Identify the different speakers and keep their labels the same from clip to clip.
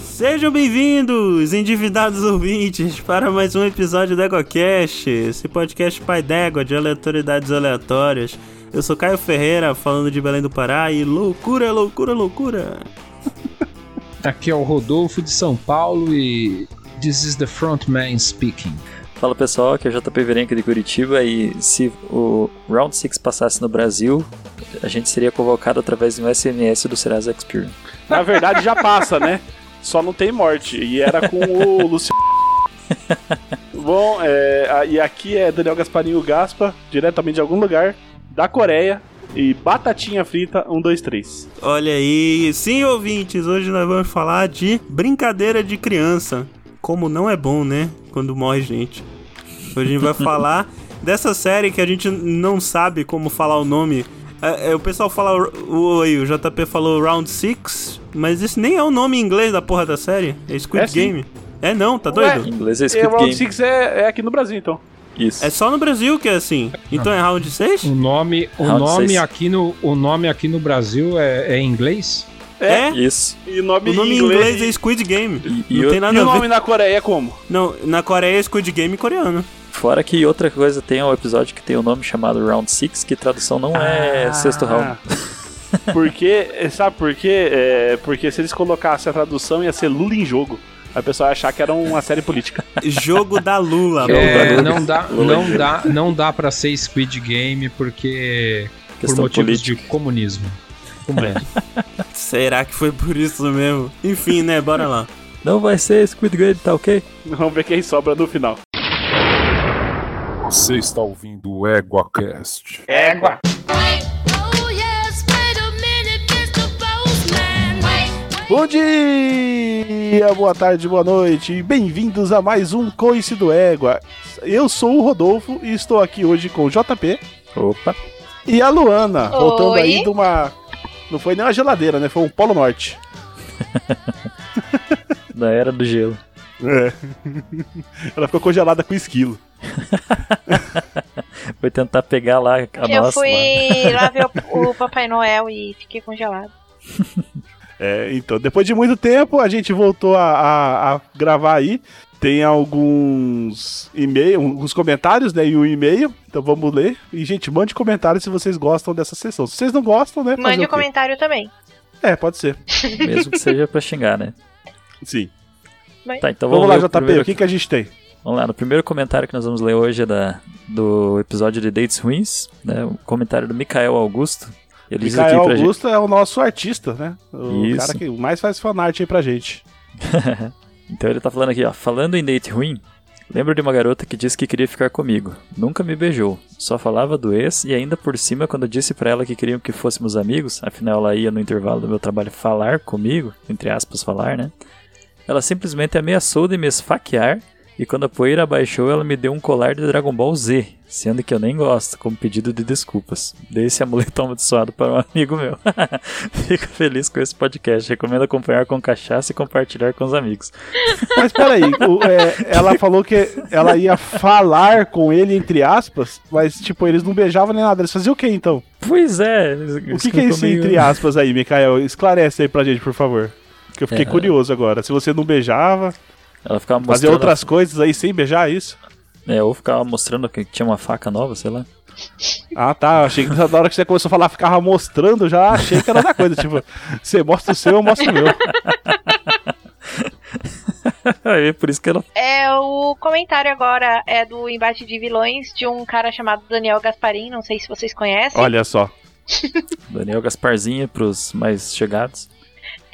Speaker 1: Sejam bem-vindos, endividados ouvintes, para mais um episódio do EgoCast, esse podcast pai d'égua de aleatoriedades aleatórias. Eu sou Caio Ferreira, falando de Belém do Pará e loucura, loucura, loucura.
Speaker 2: Aqui é o Rodolfo de São Paulo e this is the frontman speaking.
Speaker 3: Fala pessoal, aqui é o JP Verenca de Curitiba e se o Round 6 passasse no Brasil, a gente seria convocado através de um SMS do Serasa Experience.
Speaker 4: Na verdade já passa, né? Só não tem morte. E era com o Luciano. Bom, é, a- e aqui é Daniel Gasparinho Gaspa, diretamente de algum lugar, da Coreia. E batatinha frita, um, dois, três.
Speaker 1: Olha aí, sim, ouvintes, hoje nós vamos falar de brincadeira de criança. Como não é bom, né? Quando morre gente. Hoje a gente vai falar dessa série que a gente não sabe como falar o nome. É, é, o pessoal fala. O, o, aí, o JP falou Round 6, mas esse nem é o nome em inglês da porra da série. É Squid
Speaker 4: É sim.
Speaker 1: Game. É não, tá
Speaker 4: Ué.
Speaker 1: doido?
Speaker 3: Em inglês é
Speaker 4: E
Speaker 3: Squid
Speaker 4: o Round
Speaker 3: Game.
Speaker 4: 6 é, é aqui no Brasil, então.
Speaker 3: Isso.
Speaker 1: É só no Brasil que é assim. Então é Round 6?
Speaker 2: O nome, o
Speaker 3: Round
Speaker 2: nome
Speaker 3: seis.
Speaker 2: aqui no, o nome aqui no Brasil é, é em inglês?
Speaker 1: É?
Speaker 3: Isso.
Speaker 4: E o nome,
Speaker 1: O nome em inglês é tá Squid Game.
Speaker 3: E- e
Speaker 1: não
Speaker 3: o-
Speaker 1: tem
Speaker 4: E
Speaker 1: nada
Speaker 4: o
Speaker 1: a
Speaker 4: nome
Speaker 1: ver.
Speaker 4: na Coreia é como?
Speaker 1: Não, na Coreia é Squid Game coreano.
Speaker 3: Fora que outra coisa, tem um episódio que tem o nome chamado Round 6, que tradução não é sexto round.
Speaker 4: Ah. Porque, é, sabe por quê? É, porque se eles colocassem a tradução ia ser Lula em jogo. A pessoa ia achar que era uma série política.
Speaker 1: Jogo da Lula.
Speaker 3: um
Speaker 2: É,
Speaker 3: Lula.
Speaker 2: não dá,
Speaker 3: Lula.
Speaker 2: não dá, não dá para ser Squid Game porque por
Speaker 3: Questão
Speaker 2: motivos
Speaker 3: política. é?
Speaker 2: de comunismo.
Speaker 1: Será que foi por isso mesmo? Enfim, né? Bora lá.
Speaker 3: Não vai ser Squid Game, tá ok?
Speaker 4: Vamos ver quem sobra no final.
Speaker 5: Você está ouvindo o EguaCast.
Speaker 6: Wait, oh yes, wait a minute, Mr. Postman. Wait, wait.
Speaker 4: Bom dia, boa tarde, boa noite e bem-vindos a mais um Coice do Égua. Eu sou o Rodolfo e estou aqui hoje com o JP
Speaker 3: Opa.
Speaker 4: e a Luana, voltando
Speaker 7: Oi.
Speaker 4: aí de uma. Não foi nem uma geladeira, né? Foi um Polo Norte.
Speaker 3: Da era do gelo.
Speaker 4: É. Ela ficou congelada com esquilo.
Speaker 3: Foi tentar pegar lá a
Speaker 4: Tá,
Speaker 3: nossa.
Speaker 7: eu
Speaker 3: lá.
Speaker 7: fui lá ver o, o Papai Noel e fiquei congelado.
Speaker 4: É, então, depois de muito tempo, a gente voltou a, a- a gravar aí. Tem alguns e-mail, alguns comentários, né? E um e-mail. Então vamos ler. E, gente, mande comentários se vocês gostam dessa sessão. Se vocês não gostam, né? fazer o
Speaker 7: Mande um
Speaker 4: quê?
Speaker 7: comentário também.
Speaker 4: É, pode ser.
Speaker 3: Mesmo que seja pra xingar, né?
Speaker 4: Sim.
Speaker 3: Tá, então
Speaker 4: Vamos,
Speaker 3: ver
Speaker 4: lá,
Speaker 3: o
Speaker 4: JP,
Speaker 3: primeiro
Speaker 4: o que, que a gente tem?
Speaker 3: Vamos lá, no primeiro comentário que nós vamos ler hoje é da, do episódio de Dates Ruins, né? O comentário do Micael Augusto. Ele diz aqui
Speaker 4: Micael
Speaker 3: pra gente.
Speaker 4: Augusto é o nosso artista, né? O
Speaker 3: Isso.
Speaker 4: cara que mais faz fanart aí pra gente.
Speaker 3: Então ele tá falando aqui, ó. Falando em date ruim, lembro de uma garota que disse que queria ficar comigo. Nunca me beijou. Só falava do ex e ainda por cima, quando eu disse pra ela que queriam que fôssemos amigos, afinal ela ia no intervalo do meu trabalho falar comigo, entre aspas, falar, né? Ela simplesmente ameaçou de me esfaquear e quando a poeira abaixou, ela me deu um colar de Dragon Ball Z, sendo que eu nem gosto, como pedido de desculpas. Dei esse amuleto amaldiçoado para um amigo meu. Fico feliz com esse podcast. Recomendo acompanhar com cachaça e compartilhar com os amigos.
Speaker 4: Mas peraí, o- é, ela falou que ela ia falar com ele, entre aspas, mas, tipo, eles não beijavam nem nada. Eles faziam o quê, então?
Speaker 3: Pois é.
Speaker 4: O que, que é isso entre aspas aí, Micael? Esclarece aí pra gente, por favor. Que eu fiquei
Speaker 3: É.
Speaker 4: curioso agora. Se você não beijava,
Speaker 3: Ela ficava
Speaker 4: fazia
Speaker 3: mostrando,
Speaker 4: outras coisas aí sem beijar, é isso?
Speaker 3: É, ou ficava mostrando que tinha uma faca nova, sei lá.
Speaker 4: Ah, tá. Achei que na hora que você começou a falar, ficava mostrando, já achei que era outra coisa. Tipo, você mostra o seu, eu mostro o meu.
Speaker 3: Aí, por isso que ela...
Speaker 7: É, o comentário agora é do embate de vilões de um cara chamado Daniel Gasparin, não sei se vocês conhecem.
Speaker 4: Olha só.
Speaker 3: Daniel Gasparzinho pros mais chegados.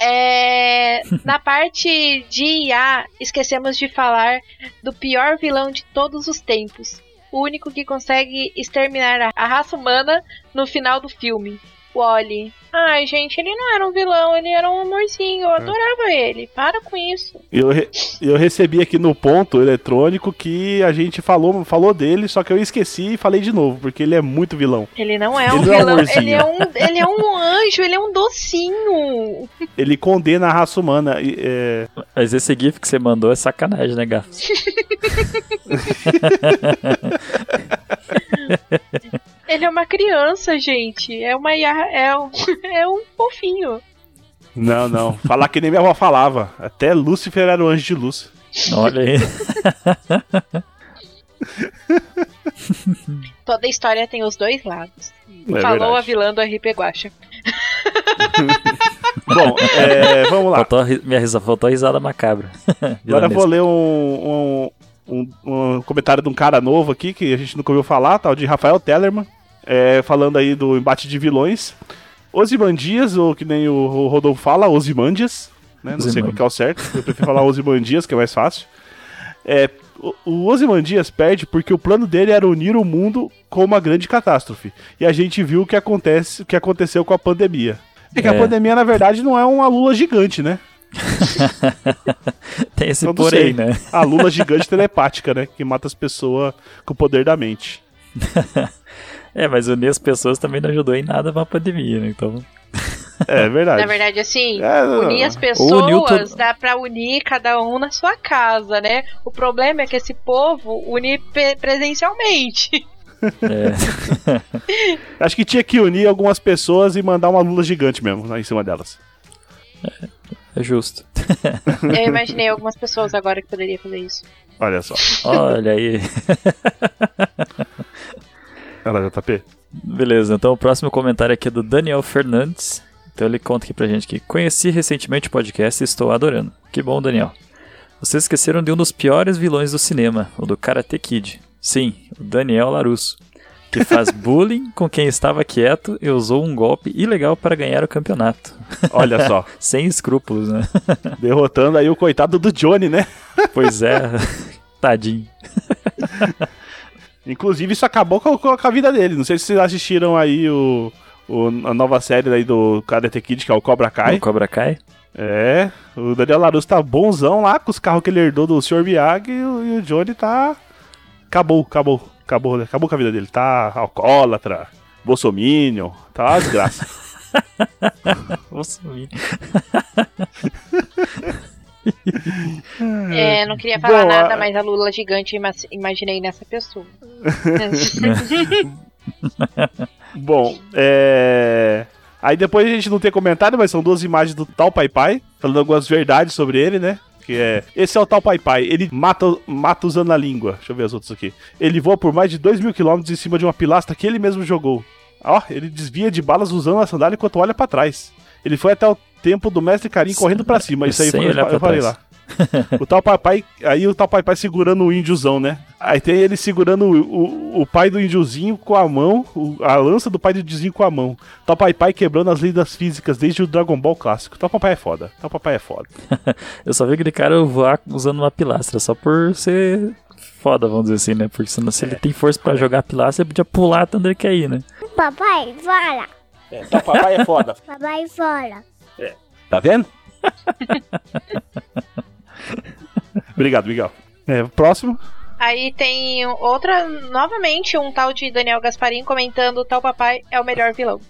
Speaker 7: É, na parte de IA, esquecemos de falar do pior vilão de todos os tempos. O único que consegue exterminar a- a raça humana no final do filme. O Oli. Ai, gente, ele não era um vilão, ele era um amorzinho.
Speaker 4: É.
Speaker 7: Eu adorava ele. Para com isso.
Speaker 4: Eu, re- eu recebi aqui no ponto eletrônico que a gente falou, falou dele, só que eu esqueci e falei de novo, porque ele é muito vilão.
Speaker 7: Ele não é um
Speaker 4: Ele é um
Speaker 7: vilão.
Speaker 4: amorzinho.
Speaker 7: ele, é um, ele é um anjo, ele é um docinho.
Speaker 4: Ele condena a raça humana. e, é,
Speaker 3: Mas esse GIF que você mandou é sacanagem, né, Gafos?
Speaker 7: Ele é uma criança, gente. É uma. ia- É um, é um fofinho.
Speaker 4: Não, não. Falar que nem minha avó falava. Até Lúcifer era o anjo de luz.
Speaker 3: Olha aí.
Speaker 7: Toda história tem os dois lados.
Speaker 4: É
Speaker 7: Falou a
Speaker 4: verdade.
Speaker 7: vilã do RP Guacha.
Speaker 4: Bom, é, vamos lá.
Speaker 3: Faltou a, ri- minha risada, faltou a risada macabra.
Speaker 4: Agora eu
Speaker 3: Vilanesca.
Speaker 4: vou ler um, um- um- um comentário de um cara novo aqui, que a gente nunca ouviu falar, tal de Rafael Tellerman, é, falando aí do embate de vilões. Osimandias, ou que nem o, o Rodolfo fala, Osimandias, né? Não sei
Speaker 3: Ozymandias.
Speaker 4: qual que é o certo, eu prefiro falar Osimandias, que é mais fácil. É, o- o Osimandias perde porque o plano dele era unir o mundo com uma grande catástrofe. E a gente viu o que, acontece, o que aconteceu com a pandemia. É que a
Speaker 3: É.
Speaker 4: pandemia, na verdade, não é uma lula gigante, né?
Speaker 3: Tem esse
Speaker 4: Eu não
Speaker 3: porém,
Speaker 4: sei.
Speaker 3: né?
Speaker 4: A Lula gigante telepática, né? Que mata as pessoas com o poder da mente.
Speaker 3: É, mas unir as pessoas também não ajudou em nada pra pandemia, né? Então,
Speaker 4: É verdade.
Speaker 7: Na verdade, assim,
Speaker 4: É, não,
Speaker 7: unir
Speaker 4: não.
Speaker 7: as
Speaker 3: Ou unir o
Speaker 7: pessoas
Speaker 3: to-
Speaker 7: dá pra unir cada um na sua casa, né? O problema é que esse povo une pe- presencialmente.
Speaker 3: é,
Speaker 4: Acho que tinha que unir algumas pessoas e mandar uma Lula gigante mesmo lá em cima delas.
Speaker 3: é justo.
Speaker 7: Eu imaginei algumas pessoas agora que poderia fazer isso.
Speaker 4: Olha só.
Speaker 3: Olha aí.
Speaker 4: Ela tá JP.
Speaker 3: Beleza, então o próximo comentário aqui é do Daniel Fernandes. Então ele conta aqui pra gente que conheci recentemente o podcast e estou adorando. Que bom, Daniel. Vocês esqueceram de um dos piores vilões do cinema, o do Karate Kid. Sim, o Daniel Larusso, que faz bullying com quem estava quieto e usou um golpe ilegal para ganhar o campeonato.
Speaker 4: Olha só.
Speaker 3: Sem escrúpulos, né?
Speaker 4: derrotando aí o coitado do Johnny, né?
Speaker 3: Pois é, tadinho.
Speaker 4: Inclusive, isso acabou com, com a vida dele. Não sei se vocês assistiram aí o, o- a nova série aí do Karate Kid, que é o Cobra
Speaker 3: O
Speaker 4: Kai.
Speaker 3: Cobra Kai?
Speaker 4: É. O Daniel Larusso tá bonzão lá com os carros que ele herdou do Sr. Miyagi e o, e o Johnny tá. Acabou, acabou, acabou, né? acabou com a vida dele. Tá alcoólatra, bolsominion, tá uma desgraça.
Speaker 3: Vou sumir.
Speaker 7: É, não queria falar
Speaker 4: Bom,
Speaker 7: nada,
Speaker 4: a-
Speaker 7: mas a Lula gigante ima- imaginei nessa pessoa.
Speaker 4: Bom, é. Aí depois a gente não tem comentário, mas são duas imagens do tal Pai Pai, falando algumas verdades sobre ele, né? Que é. Esse é o tal Pai Pai. Ele mata, mata usando a língua. Deixa eu ver as outras aqui. Ele voa por mais de 2 mil quilômetros em cima de uma pilastra que ele mesmo jogou. Ó, ele desvia de balas usando a sandália enquanto olha pra trás. Ele foi até o tempo do mestre Karim correndo pra cima. Isso aí
Speaker 3: Sem
Speaker 4: foi,
Speaker 3: olhar
Speaker 4: eu
Speaker 3: pra
Speaker 4: falei
Speaker 3: trás.
Speaker 4: lá. O tal papai, aí o tal papai segurando o índiozão, né? Aí tem ele segurando o, o, o pai do índiozinho com a mão, o- a lança do pai do índiozinho com a mão. Tal papai quebrando as leis das físicas desde o Dragon Ball clássico. Tal papai é foda. Tal papai é foda.
Speaker 3: Eu só vi aquele cara voar usando uma pilastra, só por ser foda, vamos dizer assim, né? Porque senão, se ele tem força pra jogar a pilastra, ele podia pular tanto ele cair, né?
Speaker 8: Papai, fala.
Speaker 4: tal papai é foda.
Speaker 8: Papai, fala.
Speaker 4: Tá vendo? Obrigado, Miguel. É, próximo.
Speaker 7: Aí tem outra, novamente, um tal de Daniel Gasparim comentando: tal papai é o melhor vilão.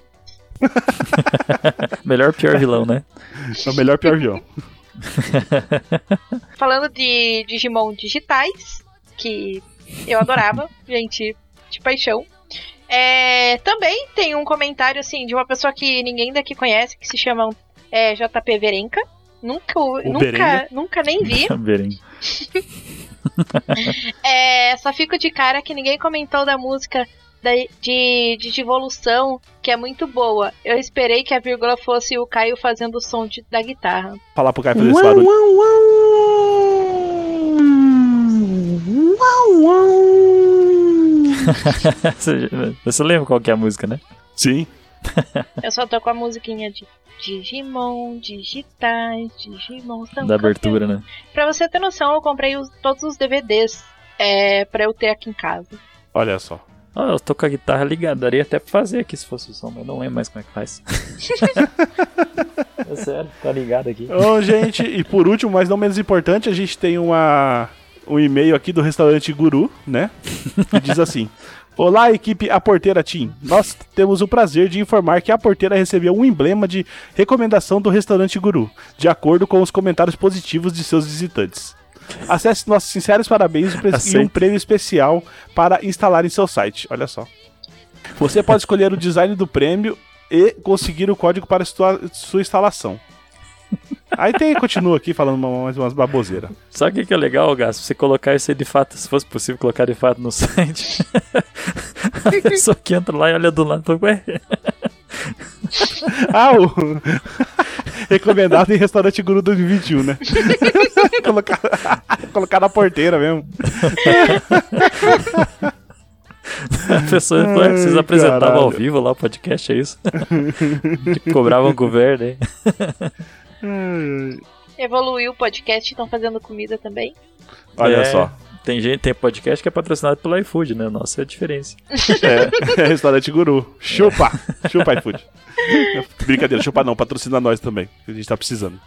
Speaker 3: Melhor pior vilão, né?
Speaker 4: É o melhor pior vilão.
Speaker 7: Falando de Digimon digitais, que eu adorava, gente, de paixão. É, também tem um comentário, assim, de uma pessoa que ninguém daqui conhece, que se chama é, JP Verenca. Nunca, o-
Speaker 4: O
Speaker 7: nunca,
Speaker 4: Berenga.
Speaker 7: nunca nem vi.
Speaker 3: Beren.
Speaker 7: É, só fico de cara que ninguém comentou da música da- de, de Divolução, que é muito boa. Eu esperei que a vírgula fosse o Caio fazendo o som de- da guitarra.
Speaker 4: Falar pro Caio fazer esse barulho.
Speaker 3: Você você lembra qual que é a música, né?
Speaker 4: Sim.
Speaker 7: Eu só tô com a musiquinha de Digimon, digitais, Digimon são
Speaker 3: Da
Speaker 7: campeões.
Speaker 3: abertura, né?
Speaker 7: Pra você ter noção, eu comprei os- todos os DVDs é, pra eu ter aqui em casa.
Speaker 4: Olha só.
Speaker 3: Ó, eu tô com a guitarra ligada, daria até pra fazer aqui se fosse o som, mas não lembro mais como é que faz. é sério, tá ligado aqui.
Speaker 4: Ô, gente, e por último, mas não menos importante, a gente tem uma, um e-mail aqui do restaurante Guru, né? Que diz assim: Olá, equipe A Porteira Team. Nós temos o prazer de informar que a Porteira recebeu um emblema de recomendação do restaurante Guru, de acordo com os comentários positivos de seus visitantes. Acesse nossos sinceros parabéns e pre- e um
Speaker 3: Aceito.
Speaker 4: prêmio especial para instalar em seu site. Olha só. Você pode escolher o design do prêmio e conseguir o código para sua, sua instalação. Aí tem, continua aqui falando uma- mais umas baboseiras.
Speaker 3: Sabe o que que é legal, Gas? Você colocar isso aí de fato, se fosse possível colocar de fato no site. a pessoa que entra lá e olha do lado e fala, ué,
Speaker 4: Ah, o... Recomendado em restaurante guru 2021, né? colocar... colocar na porteira mesmo.
Speaker 3: a pessoa fala, "Ué, vocês
Speaker 4: Ai,
Speaker 3: apresentavam ao
Speaker 4: caralho.
Speaker 3: vivo lá o podcast, é isso? Cobravam governo, hein?
Speaker 7: Evoluiu o podcast, estão fazendo comida também.
Speaker 4: Olha
Speaker 3: É,
Speaker 4: só.
Speaker 3: Tem, gente, tem podcast que é patrocinado pelo iFood, né? Nossa, é a diferença.
Speaker 4: É, é restaurante guru. Chupa! Chupa iFood. Brincadeira, chupa não, patrocina nós também. que A gente tá precisando.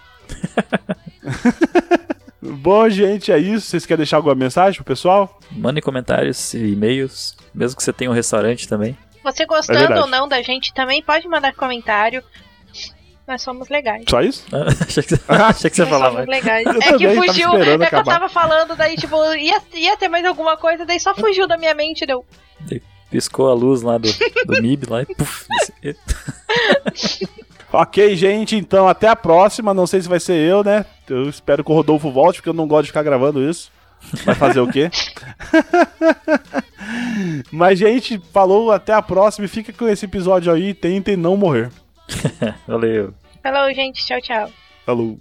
Speaker 4: Bom, gente, é isso. Vocês querem deixar alguma mensagem pro pessoal?
Speaker 3: Mandem comentários e e-mails, mesmo que você tenha um restaurante também.
Speaker 7: Você
Speaker 4: É
Speaker 7: gostando
Speaker 4: verdade.
Speaker 7: ou não da gente também pode mandar comentário. Nós somos legais.
Speaker 4: Só isso?
Speaker 3: Ah, achei, que, achei que você
Speaker 7: Nós
Speaker 3: falava.
Speaker 7: somos legais.
Speaker 4: Eu
Speaker 7: É que
Speaker 4: também, tava
Speaker 7: fugiu, é
Speaker 4: esperando
Speaker 7: que eu
Speaker 4: acabar.
Speaker 7: tava falando, daí tipo, ia, ia ter mais alguma coisa, daí só fugiu da minha mente, deu.
Speaker 3: Piscou a luz lá do, do MIB lá e puf.
Speaker 4: Ok, gente, então até a próxima. Não sei se vai ser eu, né? Eu espero que o Rodolfo volte, porque eu não gosto de ficar gravando isso. Vai fazer o quê? Mas, gente, falou, até a próxima. E fica com esse episódio aí. Tentem não morrer.
Speaker 3: Valeu.
Speaker 7: Falou, gente, tchau, tchau.
Speaker 4: Falou.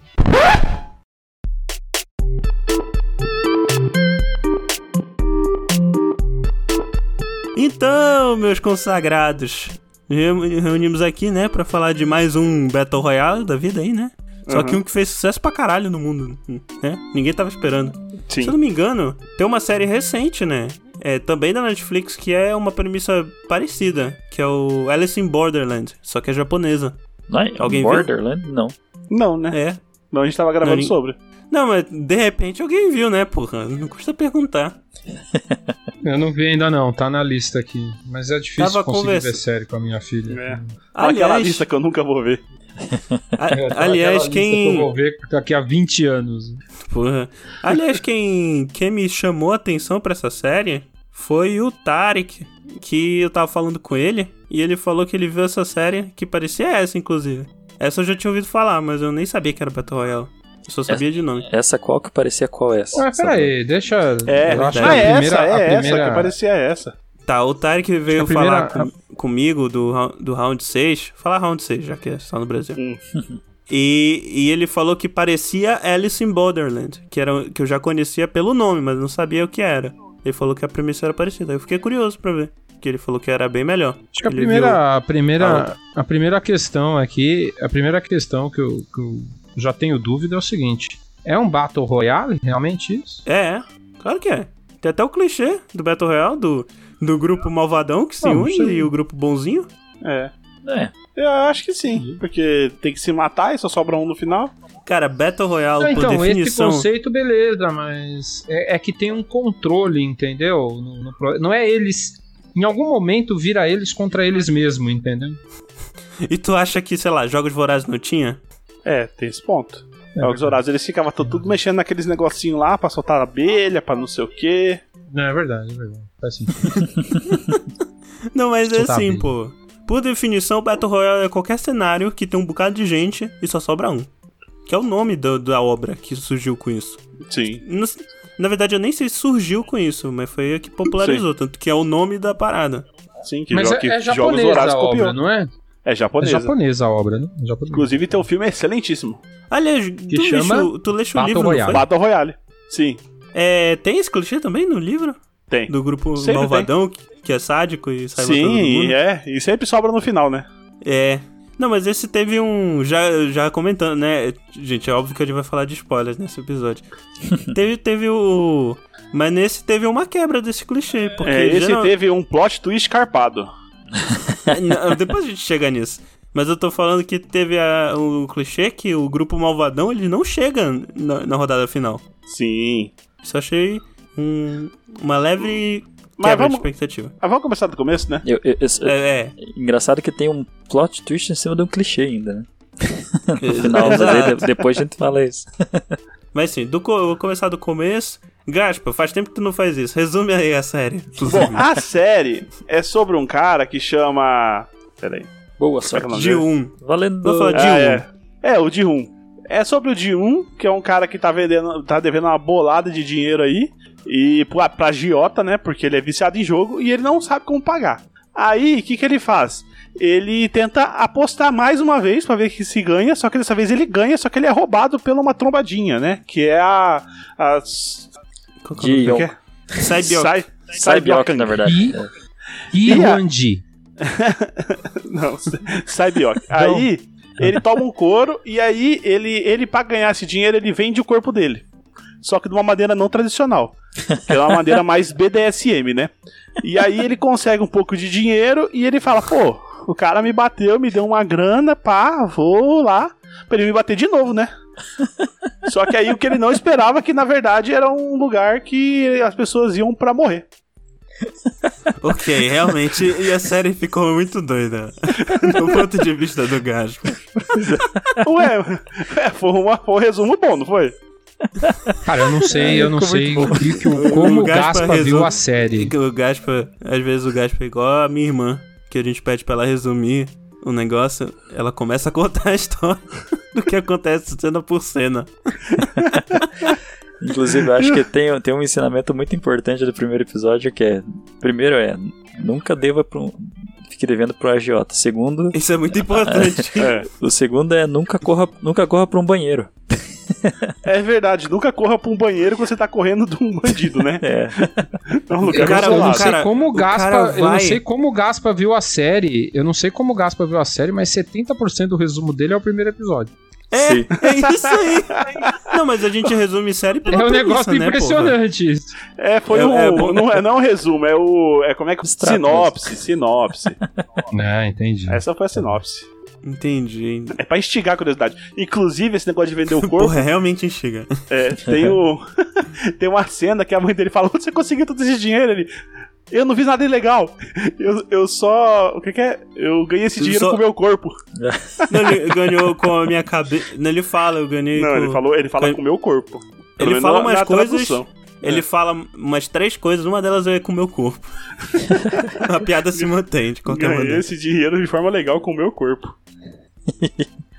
Speaker 1: Então, meus consagrados, reu- reunimos aqui, né, pra falar de mais um Battle Royale da vida aí, né? Só
Speaker 4: Uhum.
Speaker 1: que um que fez sucesso pra caralho no mundo, né? Ninguém tava esperando. Se eu não me engano, tem uma série recente, né? É, também da Netflix, que é uma premissa parecida, que é o Alice in Borderland, só que é japonesa.
Speaker 3: Não,
Speaker 1: Alguém
Speaker 3: Alguém
Speaker 1: viu?
Speaker 3: Borderland? Não.
Speaker 4: Não, né?
Speaker 1: É.
Speaker 4: Não, a gente tava gravando
Speaker 1: Não, nin-
Speaker 4: sobre.
Speaker 1: Não, mas de repente alguém viu, né, porra? Não custa perguntar.
Speaker 2: Eu não vi ainda não, tá na lista aqui. Mas é difícil
Speaker 1: Tava
Speaker 2: conseguir
Speaker 1: conversa-
Speaker 2: ver série com a minha filha.
Speaker 4: É. Olha Aquela
Speaker 1: Aliás,
Speaker 4: lista que eu nunca vou ver.
Speaker 1: a-
Speaker 2: É,
Speaker 1: aliás,
Speaker 2: tá naquela lista que eu vou
Speaker 1: quem.
Speaker 2: ver daqui a 20 anos.
Speaker 1: Porra. Aliás, quem, quem me chamou a atenção pra essa série foi o Tarek, que eu tava falando com ele, e ele falou que ele viu essa série, que parecia essa, inclusive. Essa eu já tinha ouvido falar, mas eu nem sabia que era Battle Royale. Eu só sabia de nome.
Speaker 3: Essa qual que parecia qual é essa?
Speaker 2: Ah, peraí, deixa.
Speaker 4: É,
Speaker 2: eu acho que
Speaker 4: ah, é
Speaker 2: a primeira.
Speaker 4: essa, é
Speaker 2: a primeira...
Speaker 4: essa. Que parecia essa.
Speaker 1: Tá, o Tarek veio
Speaker 2: que a
Speaker 1: falar
Speaker 2: primeira-
Speaker 1: com- comigo do, rou- do round 6. Falar round 6, já que é só no Brasil. e, e ele falou que parecia Alice in Borderland, que, era, que eu já conhecia pelo nome, mas não sabia o que era. Ele falou que a premissa era parecida. Eu fiquei curioso pra ver. Que ele falou que era bem melhor.
Speaker 2: Acho que a
Speaker 1: Ele
Speaker 2: primeira, a
Speaker 1: a
Speaker 2: primeira,
Speaker 4: Ah.
Speaker 1: outra.
Speaker 2: a primeira questão aqui, a primeira questão que eu, que eu já tenho dúvida é o seguinte: é um Battle Royale realmente isso?
Speaker 1: viu- É, é. claro que é. Tem até o clichê do Battle Royale, do, do grupo malvadão que se
Speaker 2: Ah, não
Speaker 1: une
Speaker 2: sei.
Speaker 1: e o grupo bonzinho.
Speaker 4: É.
Speaker 3: É.
Speaker 4: Eu acho que sim. Porque tem que se matar e só sobra um no final.
Speaker 1: Cara, Battle Royale,
Speaker 2: Não,
Speaker 1: por
Speaker 2: então, esse
Speaker 1: definição.
Speaker 2: conceito, beleza, mas é, é que tem um controle, entendeu? No- no pro- não é eles. Em algum momento vira eles contra eles mesmo, entendeu?
Speaker 1: E tu acha que, sei lá, Jogos Vorazes não tinha?
Speaker 4: É, tem esse ponto. É, os horários, eles ficavam tu- tudo mexendo naqueles negocinhos lá pra soltar abelha, pra não sei o quê.
Speaker 2: Não, é verdade, é verdade. Faz sentido.
Speaker 1: Não, mas é
Speaker 2: Isso tá
Speaker 1: assim,
Speaker 2: bem.
Speaker 1: pô. Por definição, Battle Royale é qualquer cenário que tem um bocado de gente e só sobra um. Que é o nome do- da obra que surgiu com isso.
Speaker 4: Sim.
Speaker 1: Não s- na verdade, eu nem sei se surgiu com isso, mas foi a que popularizou, tanto que é o nome da parada.
Speaker 4: Sim, que,
Speaker 2: Mas
Speaker 4: joga,
Speaker 2: é,
Speaker 4: que
Speaker 2: é
Speaker 4: joga os
Speaker 2: japonesa
Speaker 4: horários
Speaker 2: a
Speaker 4: copiou.
Speaker 2: obra, não é?
Speaker 4: É
Speaker 2: É
Speaker 4: japonesa.
Speaker 2: japonesa a obra, né? É japonesa.
Speaker 4: Inclusive, teu filme é excelentíssimo.
Speaker 1: Aliás, tu,
Speaker 2: chama
Speaker 1: leste o- tu leste o
Speaker 2: Battle
Speaker 1: livro,
Speaker 2: Royale.
Speaker 1: não foi?
Speaker 4: Battle Royale. Sim,
Speaker 1: É, tem esse clichê também no livro?
Speaker 4: tem.
Speaker 1: Do grupo
Speaker 4: Sempre tem.
Speaker 1: malvadão, que, que é sádico e sai matando todo
Speaker 4: Sim,
Speaker 1: mundo?
Speaker 4: e é. E sempre sobra no final, né?
Speaker 1: É. Não, mas esse teve um. Já, já comentando, né? Gente, é óbvio que a gente vai falar de spoilers nesse episódio. teve, teve o. Mas nesse teve uma quebra desse clichê. Porque
Speaker 4: É, esse
Speaker 1: geral-
Speaker 4: teve um plot twist carpado.
Speaker 1: Não, depois a gente chega nisso. Mas eu tô falando que teve a- o clichê que o grupo malvadão ele não chega na, na rodada final.
Speaker 4: Sim.
Speaker 1: Isso eu achei um- uma leve
Speaker 4: Mas
Speaker 1: quebra de
Speaker 4: vamos-
Speaker 1: expectativa.
Speaker 4: Mas Ah, vamos começar do começo, né?
Speaker 3: Eu- eu- eu-
Speaker 1: É, é.
Speaker 3: Engraçado que tem um plot twist em cima de um clichê ainda, né? No final, mas aí
Speaker 1: Exato.
Speaker 3: de- depois a gente fala isso.
Speaker 1: Mas sim, do co- eu vou começar do começo. Gaspa, faz tempo que tu não faz isso. Resume aí a série.
Speaker 4: Bom, ah, a série é sobre um cara que chama. Peraí.
Speaker 3: Boa
Speaker 4: Como é que é o
Speaker 3: sorte.
Speaker 4: nome
Speaker 1: De
Speaker 4: dele?
Speaker 1: um.
Speaker 3: Valendo.
Speaker 1: Vou falar de-
Speaker 4: Ah,
Speaker 1: Ji-hoon.
Speaker 4: é. é, o Ji-Hoon. É sobre o de um, que é um cara que tá vendendo, tá devendo uma bolada de dinheiro aí. E pra, pra agiota, né? Porque ele é viciado em jogo e ele não sabe como pagar. Aí, o que, que ele faz? Ele tenta apostar mais uma vez pra ver que se ganha, só que dessa vez ele ganha, só que ele é roubado pela uma trombadinha, né? Que é a. a
Speaker 1: Qual que é o
Speaker 3: De
Speaker 4: como que é?
Speaker 1: nome? Saibioka.
Speaker 4: Sai-
Speaker 3: Cyborg, na verdade.
Speaker 2: E,
Speaker 4: E
Speaker 2: e
Speaker 4: a-
Speaker 2: Randy?
Speaker 4: Não, Saibioca. Aí ele toma um couro e aí ele, ele para ganhar esse dinheiro, ele vende o corpo dele. Só que de uma maneira não tradicional. Que é uma maneira mais BDSM, né? E aí ele consegue um pouco de dinheiro e ele fala, pô, o cara me bateu, me deu uma grana, pá, vou lá pra ele me bater de novo, né? Só que aí o que ele não esperava é que na verdade era um lugar que as pessoas iam pra morrer.
Speaker 1: Ok, realmente. E a série ficou muito doida. Do ponto de vista do Gaspo.
Speaker 4: Ué, é, foi, uma, foi um resumo bom, não foi?
Speaker 2: Cara, eu não sei, eu não sei o que, que o-
Speaker 1: O
Speaker 2: como o
Speaker 1: Gaspa
Speaker 2: Gaspa viu
Speaker 1: resolve-
Speaker 2: a série.
Speaker 1: O Gaspa, às vezes o Gaspa é igual a minha irmã, que a gente pede pra ela resumir o negócio, ela começa a contar a história do que acontece cena por cena.
Speaker 3: Inclusive, eu acho que tem, tem um ensinamento muito importante do primeiro episódio, que é... Primeiro é, nunca deva pra um... Fique devendo pro agiota. Segundo,
Speaker 1: Isso é muito importante.
Speaker 4: É.
Speaker 3: o segundo é nunca corra, nunca corra pra um banheiro.
Speaker 4: É verdade, nunca corra pra um banheiro quando você tá correndo de um bandido, né?
Speaker 3: É.
Speaker 4: É um
Speaker 2: Eu,
Speaker 4: lugar
Speaker 1: Cara,
Speaker 2: não, eu não
Speaker 1: o
Speaker 4: isolado.
Speaker 2: sei
Speaker 1: cara-
Speaker 2: como o
Speaker 1: o cara
Speaker 2: Gaspa, eu não
Speaker 1: vai-
Speaker 2: sei como o Gaspa viu a série. Eu não sei como o Gaspa viu a série, mas 70% do resumo dele é o primeiro episódio.
Speaker 1: É,
Speaker 3: Sim.
Speaker 1: é isso aí. Não, mas a gente resume série pela
Speaker 2: é um
Speaker 1: premissa,
Speaker 2: negócio
Speaker 1: né, porra?
Speaker 2: impressionante isso.
Speaker 4: É, foi
Speaker 1: É-
Speaker 4: o.
Speaker 1: é bom-
Speaker 4: não, é, não é um resumo, é o. É como é que.
Speaker 3: Extrato
Speaker 4: Sinopse, sinopse.
Speaker 2: Ah, entendi.
Speaker 1: É.
Speaker 4: Essa foi a sinopse.
Speaker 1: Entendi.
Speaker 4: É pra instigar a curiosidade. Inclusive, esse negócio de vender o corpo,
Speaker 1: Porra, realmente chega.
Speaker 4: é, tem o. tem uma cena que a mãe dele fala: "Onde você conseguiu todo esse dinheiro? Ele. Eu não fiz nada ilegal. Eu, eu só. O que, que é? Eu ganhei esse
Speaker 1: Eu
Speaker 4: dinheiro
Speaker 1: só-
Speaker 4: com o meu corpo.
Speaker 1: Não, ele ganhou com a minha cabeça. Não, ele fala, eu ganhei.
Speaker 4: Não,
Speaker 1: com-
Speaker 4: ele falou, ele fala
Speaker 1: Foi-
Speaker 4: com o meu corpo. Pelo menos
Speaker 1: fala
Speaker 4: na-
Speaker 1: umas
Speaker 4: na
Speaker 1: coisas-
Speaker 4: tradução.
Speaker 1: Ele fala umas três coisas, uma delas é com o meu corpo. a piada se mantém, de qualquer
Speaker 4: Ganhei
Speaker 1: maneira.
Speaker 4: esse dinheiro de forma legal com o meu corpo.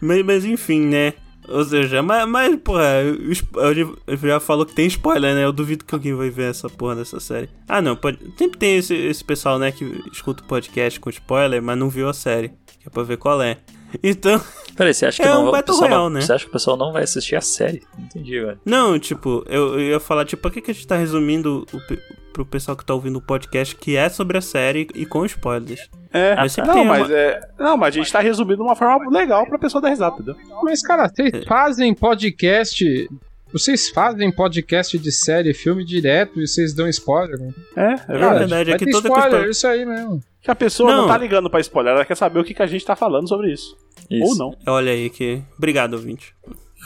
Speaker 1: Mas, mas enfim, né? Ou seja, mas, mas porra, o spo- a gente já falou que tem spoiler, né? Eu duvido que alguém vai ver essa porra dessa série. Ah, não, pode, sempre tem esse, esse pessoal, né, que escuta o podcast com spoiler, mas não viu a série. Que é pra ver qual é. Então,
Speaker 3: Peraí, você acha que
Speaker 1: É
Speaker 3: não
Speaker 1: um
Speaker 3: vai- o
Speaker 1: Battle
Speaker 3: pessoal não-
Speaker 1: Royale, né?
Speaker 3: Você acha que o pessoal não vai assistir a série? Não entendi, velho.
Speaker 1: não, tipo, eu, eu ia falar, tipo, por que, que a gente tá resumindo o, pe- pro pessoal que tá ouvindo o podcast que é sobre a série e com spoilers?
Speaker 4: É,
Speaker 3: Ah,
Speaker 1: Mas
Speaker 3: tá.
Speaker 1: sempre
Speaker 4: não,
Speaker 1: tem
Speaker 4: mas
Speaker 1: uma-
Speaker 4: é. Não, mas a gente tá resumindo de uma forma legal pra pessoa dar risada, entendeu?
Speaker 2: Mas, cara,
Speaker 1: É.
Speaker 2: vocês fazem podcast. Vocês fazem podcast de série, filme direto e vocês dão spoiler. né?
Speaker 4: É, é
Speaker 1: Na
Speaker 4: verdade.
Speaker 1: verdade, é
Speaker 2: Vai
Speaker 1: que
Speaker 2: ter
Speaker 1: toda
Speaker 2: spoiler,
Speaker 1: questão-
Speaker 2: isso aí mesmo.
Speaker 4: Que a pessoa não.
Speaker 1: Não.
Speaker 4: tá ligando pra spoiler, ela quer saber o que, que a gente tá falando sobre isso.
Speaker 3: Isso.
Speaker 4: Ou não.
Speaker 1: Olha aí que. Obrigado, ouvinte.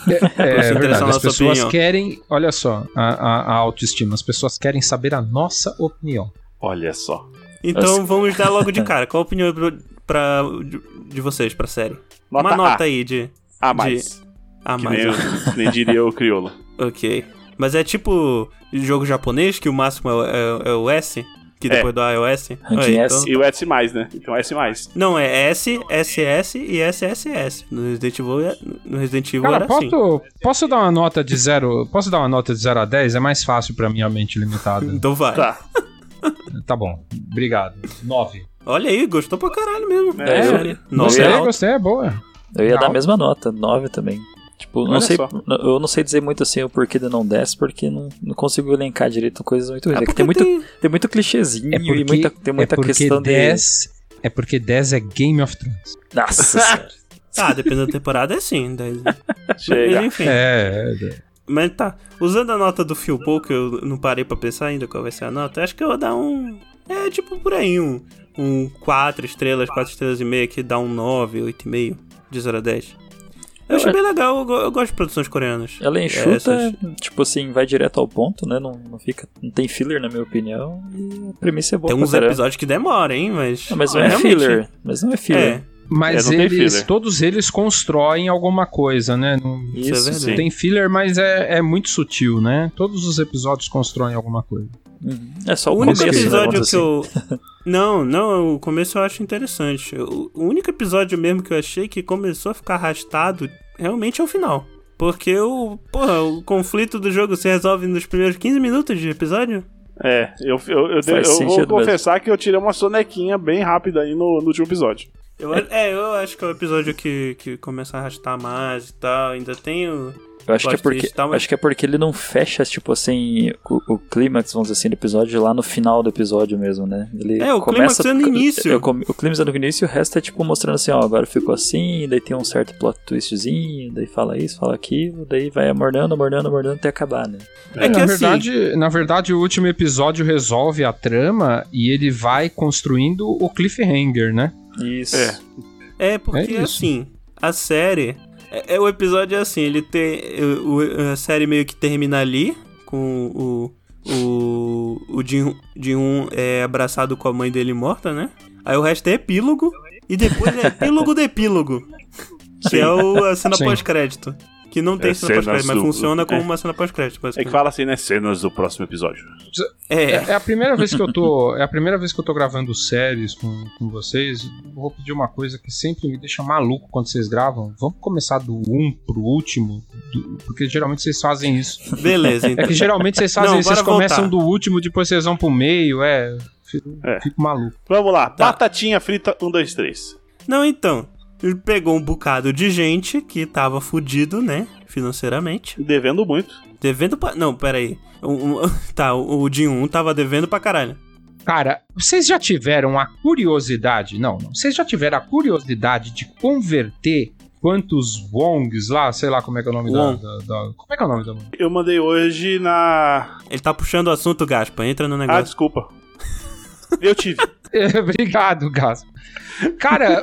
Speaker 2: É,
Speaker 1: Você
Speaker 2: é
Speaker 1: interessa
Speaker 2: verdade.
Speaker 1: a
Speaker 2: As
Speaker 1: nossa
Speaker 2: pessoas
Speaker 1: opinião.
Speaker 2: querem, olha só, a, a- a autoestima. As pessoas querem saber a nossa opinião.
Speaker 4: Olha só.
Speaker 1: Então
Speaker 3: Nossa.
Speaker 1: vamos dar logo de cara. Qual a opinião pro- pra, de, de vocês pra série?
Speaker 4: Nota
Speaker 1: Uma nota
Speaker 4: a,
Speaker 1: aí de.
Speaker 4: a mais.
Speaker 1: Ah,
Speaker 4: Que
Speaker 1: mais.
Speaker 4: nem, eu, nem diria o crioulo.
Speaker 1: Ok. Mas é tipo jogo japonês, que o máximo é, o- é- é o S, que
Speaker 4: É.
Speaker 1: depois do A é o S.
Speaker 3: Ranking
Speaker 1: Ah,
Speaker 3: S.
Speaker 4: E o S, né? Então S.
Speaker 1: Não, é S, SS e SSS. No Resident Evil, é- no Resident Evil era
Speaker 2: Cara,
Speaker 1: assim.
Speaker 2: posso, posso dar uma nota de zero? Posso dar uma nota de 0 a 10? É mais fácil pra minha mente limitada.
Speaker 1: Então vai.
Speaker 4: Tá.
Speaker 2: tá bom. Obrigado. 9.
Speaker 1: Olha aí, gostou pra caralho mesmo.
Speaker 4: É,
Speaker 3: eu-
Speaker 1: série. Nossa,
Speaker 3: Não,
Speaker 2: Gostei,
Speaker 1: é
Speaker 3: eu-
Speaker 1: alto.
Speaker 2: gostei, é boa.
Speaker 3: Eu ia dar a
Speaker 2: Não.
Speaker 3: mesma nota, 9 também. Tipo, não
Speaker 4: Olha
Speaker 3: sei,
Speaker 4: só.
Speaker 3: n- eu não sei dizer muito assim o porquê do não 10, porque não, não consigo elencar direito coisas muito ruins. É que
Speaker 1: Ah, porque
Speaker 3: tem muito, tem muito clichêzinho
Speaker 2: É
Speaker 3: e
Speaker 2: porque,
Speaker 3: muita, tem muita
Speaker 2: é porque
Speaker 3: questão
Speaker 2: 10, É porque 10 é Game of Thrones.
Speaker 3: de. Nossa senhora.
Speaker 1: Ah, dependendo da temporada é sim. dez. Mas
Speaker 4: Chega.
Speaker 1: enfim.
Speaker 2: É, é,
Speaker 1: Mas tá, usando a nota do Phil Paul, que eu não parei pra pensar ainda qual vai ser a nota, eu acho que eu vou dar um. É tipo por aí, um. Um 4 estrelas, 4 estrelas e meia, que dá um 9, 8,5, de 0 a 10. Eu achei bem legal, eu, go- eu gosto de produções coreanas.
Speaker 3: Ela enxuta,
Speaker 1: Essas-
Speaker 3: tipo assim, vai direto ao ponto, né? Não, não fica. Não tem filler, na minha opinião. E a premissa é boa.
Speaker 1: Tem
Speaker 3: pra
Speaker 1: uns
Speaker 3: caramba.
Speaker 1: episódios que demoram, hein, mas.
Speaker 3: Não, mas não é
Speaker 1: realmente-
Speaker 3: filler. Mas não é filler.
Speaker 1: É,
Speaker 2: Mas
Speaker 4: É, não tem
Speaker 2: eles,
Speaker 4: filler.
Speaker 2: todos eles constroem alguma coisa, né? Não-
Speaker 1: isso,
Speaker 3: Isso,
Speaker 1: é
Speaker 3: sim.
Speaker 1: verdade.
Speaker 2: Tem filler, mas é, é muito sutil, né? Todos os episódios constroem alguma coisa.
Speaker 3: Uhum. É só
Speaker 1: O
Speaker 3: o
Speaker 1: único
Speaker 3: começo, né,
Speaker 1: episódio
Speaker 3: vamos
Speaker 1: que eu. Não, não, o começo eu acho interessante. O o único episódio mesmo que eu achei que começou a ficar arrastado realmente é o final. Porque o. Porra, o conflito do jogo se resolve nos primeiros 15 minutos de episódio?
Speaker 4: É, eu, eu, eu,
Speaker 3: Faz
Speaker 4: eu vou
Speaker 3: sentido
Speaker 4: confessar que eu tirei uma sonequinha bem rápida aí no, no último episódio.
Speaker 1: Eu, é, eu acho que é o episódio que, que começa a arrastar mais e tal. Ainda tem o.
Speaker 3: Eu acho que, é
Speaker 1: Plot twist
Speaker 3: porque,
Speaker 1: e tal, tá, mas-
Speaker 3: acho que é porque ele não fecha, tipo assim, o, o clímax, vamos dizer assim, do episódio lá no final do episódio mesmo, né? Ele
Speaker 1: É, o clímax
Speaker 3: começa-
Speaker 1: é no início.
Speaker 3: eu come- o clímax é no início e o resto é tipo mostrando assim, ó, agora ficou assim, daí tem um certo plot twistzinho, daí fala isso, fala aquilo, daí vai amornando, amornando, amornando até acabar, né?
Speaker 1: É, que
Speaker 2: na,
Speaker 1: assim.
Speaker 2: verdade, na verdade, o último episódio resolve a trama e ele vai construindo o cliffhanger, né?
Speaker 3: Isso.
Speaker 4: É.
Speaker 1: É, porque
Speaker 2: É isso.
Speaker 1: assim, a série. É, é, o episódio é assim, ele tem. o- o- a série meio que termina ali, com o. O. O Jin, Jin é abraçado com a mãe dele morta, né? Aí o resto é epílogo. E depois é epílogo do epílogo. Que é o, a cena
Speaker 2: Sim.
Speaker 1: pós-crédito. Que não tem
Speaker 4: É,
Speaker 1: cena pós-crédito, mas
Speaker 4: cenas do-
Speaker 1: funciona como
Speaker 4: é.
Speaker 1: uma cena pós-crédito.
Speaker 4: É que
Speaker 1: basicamente.
Speaker 4: fala assim, né? Cenas do próximo episódio.
Speaker 1: É,
Speaker 2: É, é a primeira vez que eu tô. É a primeira vez que eu tô gravando séries com, com vocês. Vou pedir uma coisa que sempre me deixa maluco quando vocês gravam. Vamos começar do um pro último, do- porque geralmente vocês fazem isso.
Speaker 1: beleza,
Speaker 2: É
Speaker 1: então.
Speaker 2: que geralmente vocês fazem
Speaker 1: Não,
Speaker 2: isso, vocês
Speaker 1: bora voltar.
Speaker 2: começam do último, depois vocês vão pro meio, é. Fico,
Speaker 4: É.
Speaker 2: fico maluco.
Speaker 4: Vamos lá,
Speaker 1: Tá.
Speaker 4: batatinha frita 1, 2, 3.
Speaker 1: Não, então. Ele pegou um bocado de gente que tava fudido, né? Financeiramente.
Speaker 4: Devendo muito.
Speaker 1: Devendo pra. Não, peraí. Um, um- tá, o, o Jin 1 tava devendo pra caralho.
Speaker 2: Cara, vocês já tiveram a curiosidade? Não, não. Vocês já tiveram a curiosidade de converter quantos Wongs lá, sei lá como é que é o nome da,
Speaker 1: Wong.
Speaker 2: da, da- Como é que é o nome da.
Speaker 4: Eu mandei hoje na.
Speaker 1: Ele tá puxando o assunto, Gaspa. Entra no
Speaker 4: Ah,
Speaker 1: negócio.
Speaker 4: desculpa. Eu tive.
Speaker 2: É, Obrigado, Gaspo. Cara,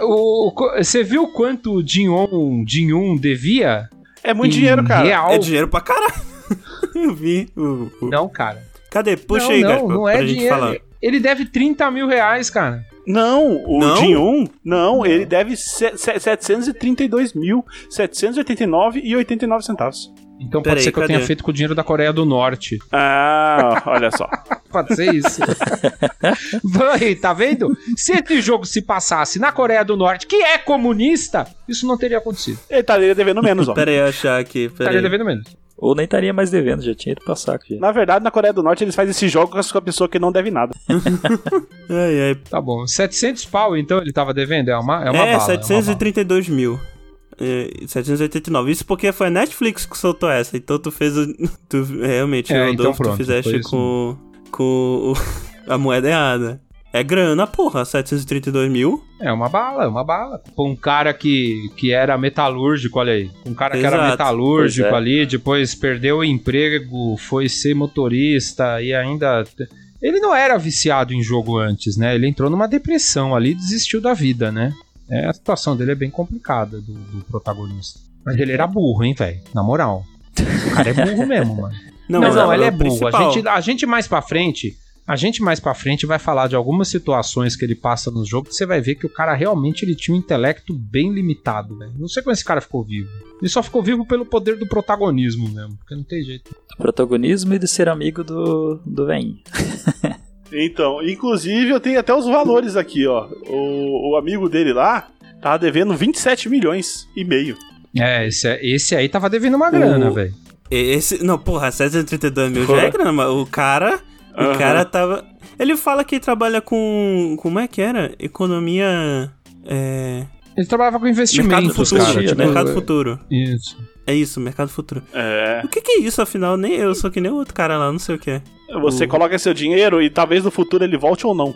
Speaker 2: você viu quanto o Jin-On Jin-Un devia?
Speaker 4: É muito
Speaker 2: Em
Speaker 4: dinheiro, cara.
Speaker 2: Real?
Speaker 1: é dinheiro pra caralho. Eu vi. o- o-
Speaker 2: Não, cara.
Speaker 1: Cadê? Puxa
Speaker 2: não,
Speaker 1: aí,
Speaker 2: não,
Speaker 1: Gaspa.
Speaker 2: não
Speaker 1: pra
Speaker 2: é
Speaker 1: gente
Speaker 2: dinheiro.
Speaker 1: falar.
Speaker 2: Ele deve 30 mil reais, cara.
Speaker 4: Não, o
Speaker 1: Não?
Speaker 4: Jin 1, não, ele deve 732.789,89 centavos.
Speaker 2: Então pode
Speaker 1: Peraí,
Speaker 2: ser que eu
Speaker 1: cadê?
Speaker 2: tenha feito com o dinheiro da Coreia do Norte.
Speaker 4: Ah, olha só.
Speaker 2: Pode ser isso. Vai, tá vendo? Se esse jogo se passasse na Coreia do Norte, que é comunista, isso não teria acontecido.
Speaker 4: Ele estaria devendo menos, ó.
Speaker 1: Pera aí, eu achar aqui. Pera
Speaker 2: Estaria
Speaker 1: aí.
Speaker 2: devendo menos.
Speaker 3: Ou nem estaria mais devendo, já tinha ido pra saco já.
Speaker 4: Na verdade, na Coreia do Norte, eles fazem esse jogo com a pessoa que não deve nada.
Speaker 1: Ai, ai.
Speaker 2: Tá bom. 700 pau, então, ele tava devendo? É uma, é uma
Speaker 1: é,
Speaker 2: bala. é uma bala.
Speaker 1: 732 mil. É, 789. Isso porque foi a Netflix que soltou essa. Então tu fez o. Tu, realmente,
Speaker 2: É,
Speaker 1: o Rodolfo,
Speaker 2: então pronto,
Speaker 1: tu fizeste
Speaker 2: foi isso
Speaker 1: com. Com o- a moeda errada. É grana, porra. 732 mil.
Speaker 2: É uma bala, é uma bala. Pra um cara que, que era metalúrgico, olha aí. Um cara que era
Speaker 1: Exato.
Speaker 2: metalúrgico
Speaker 3: Pois é.
Speaker 2: ali, depois perdeu o emprego, foi ser motorista e ainda. Ele não era viciado em jogo antes, né? Ele entrou numa depressão ali e desistiu da vida, né? É, a situação dele é bem complicada, do, do protagonista. Mas ele era burro, hein, velho? Na moral. O cara é burro mesmo, mano. Não, não,
Speaker 1: mas é o
Speaker 2: ele é burro. A
Speaker 1: principal.
Speaker 2: gente, a gente mais pra frente, a gente mais pra frente vai falar de algumas situações que ele passa no jogo que você vai ver que o cara realmente ele tinha um intelecto bem limitado, velho. Não sei como esse cara ficou vivo. Ele só ficou vivo pelo poder do protagonismo mesmo, porque não tem jeito.
Speaker 3: Protagonismo e de ser amigo do, do Ven.
Speaker 4: Então, inclusive, eu tenho até os valores aqui, ó. O, o amigo dele lá tava devendo 27 milhões e meio.
Speaker 2: É, esse, esse aí tava devendo uma grana, velho.
Speaker 1: Esse. Não, porra, 732 mil já é grana, mas o cara. O
Speaker 4: Aham.
Speaker 1: cara tava. Ele fala que trabalha com. Como é que era? Economia. É.
Speaker 2: Ele trabalhava com
Speaker 1: Mercado
Speaker 2: investimentos,
Speaker 1: futuro.
Speaker 2: cara.
Speaker 3: né?
Speaker 2: tipo,
Speaker 1: mercado
Speaker 2: é-
Speaker 1: futuro.
Speaker 2: Isso.
Speaker 1: É isso, mercado futuro.
Speaker 4: É.
Speaker 1: O que que é isso, afinal? Nem eu sou que nem o outro cara lá, não sei o que é.
Speaker 4: Você coloca seu dinheiro e talvez no futuro ele volte ou não.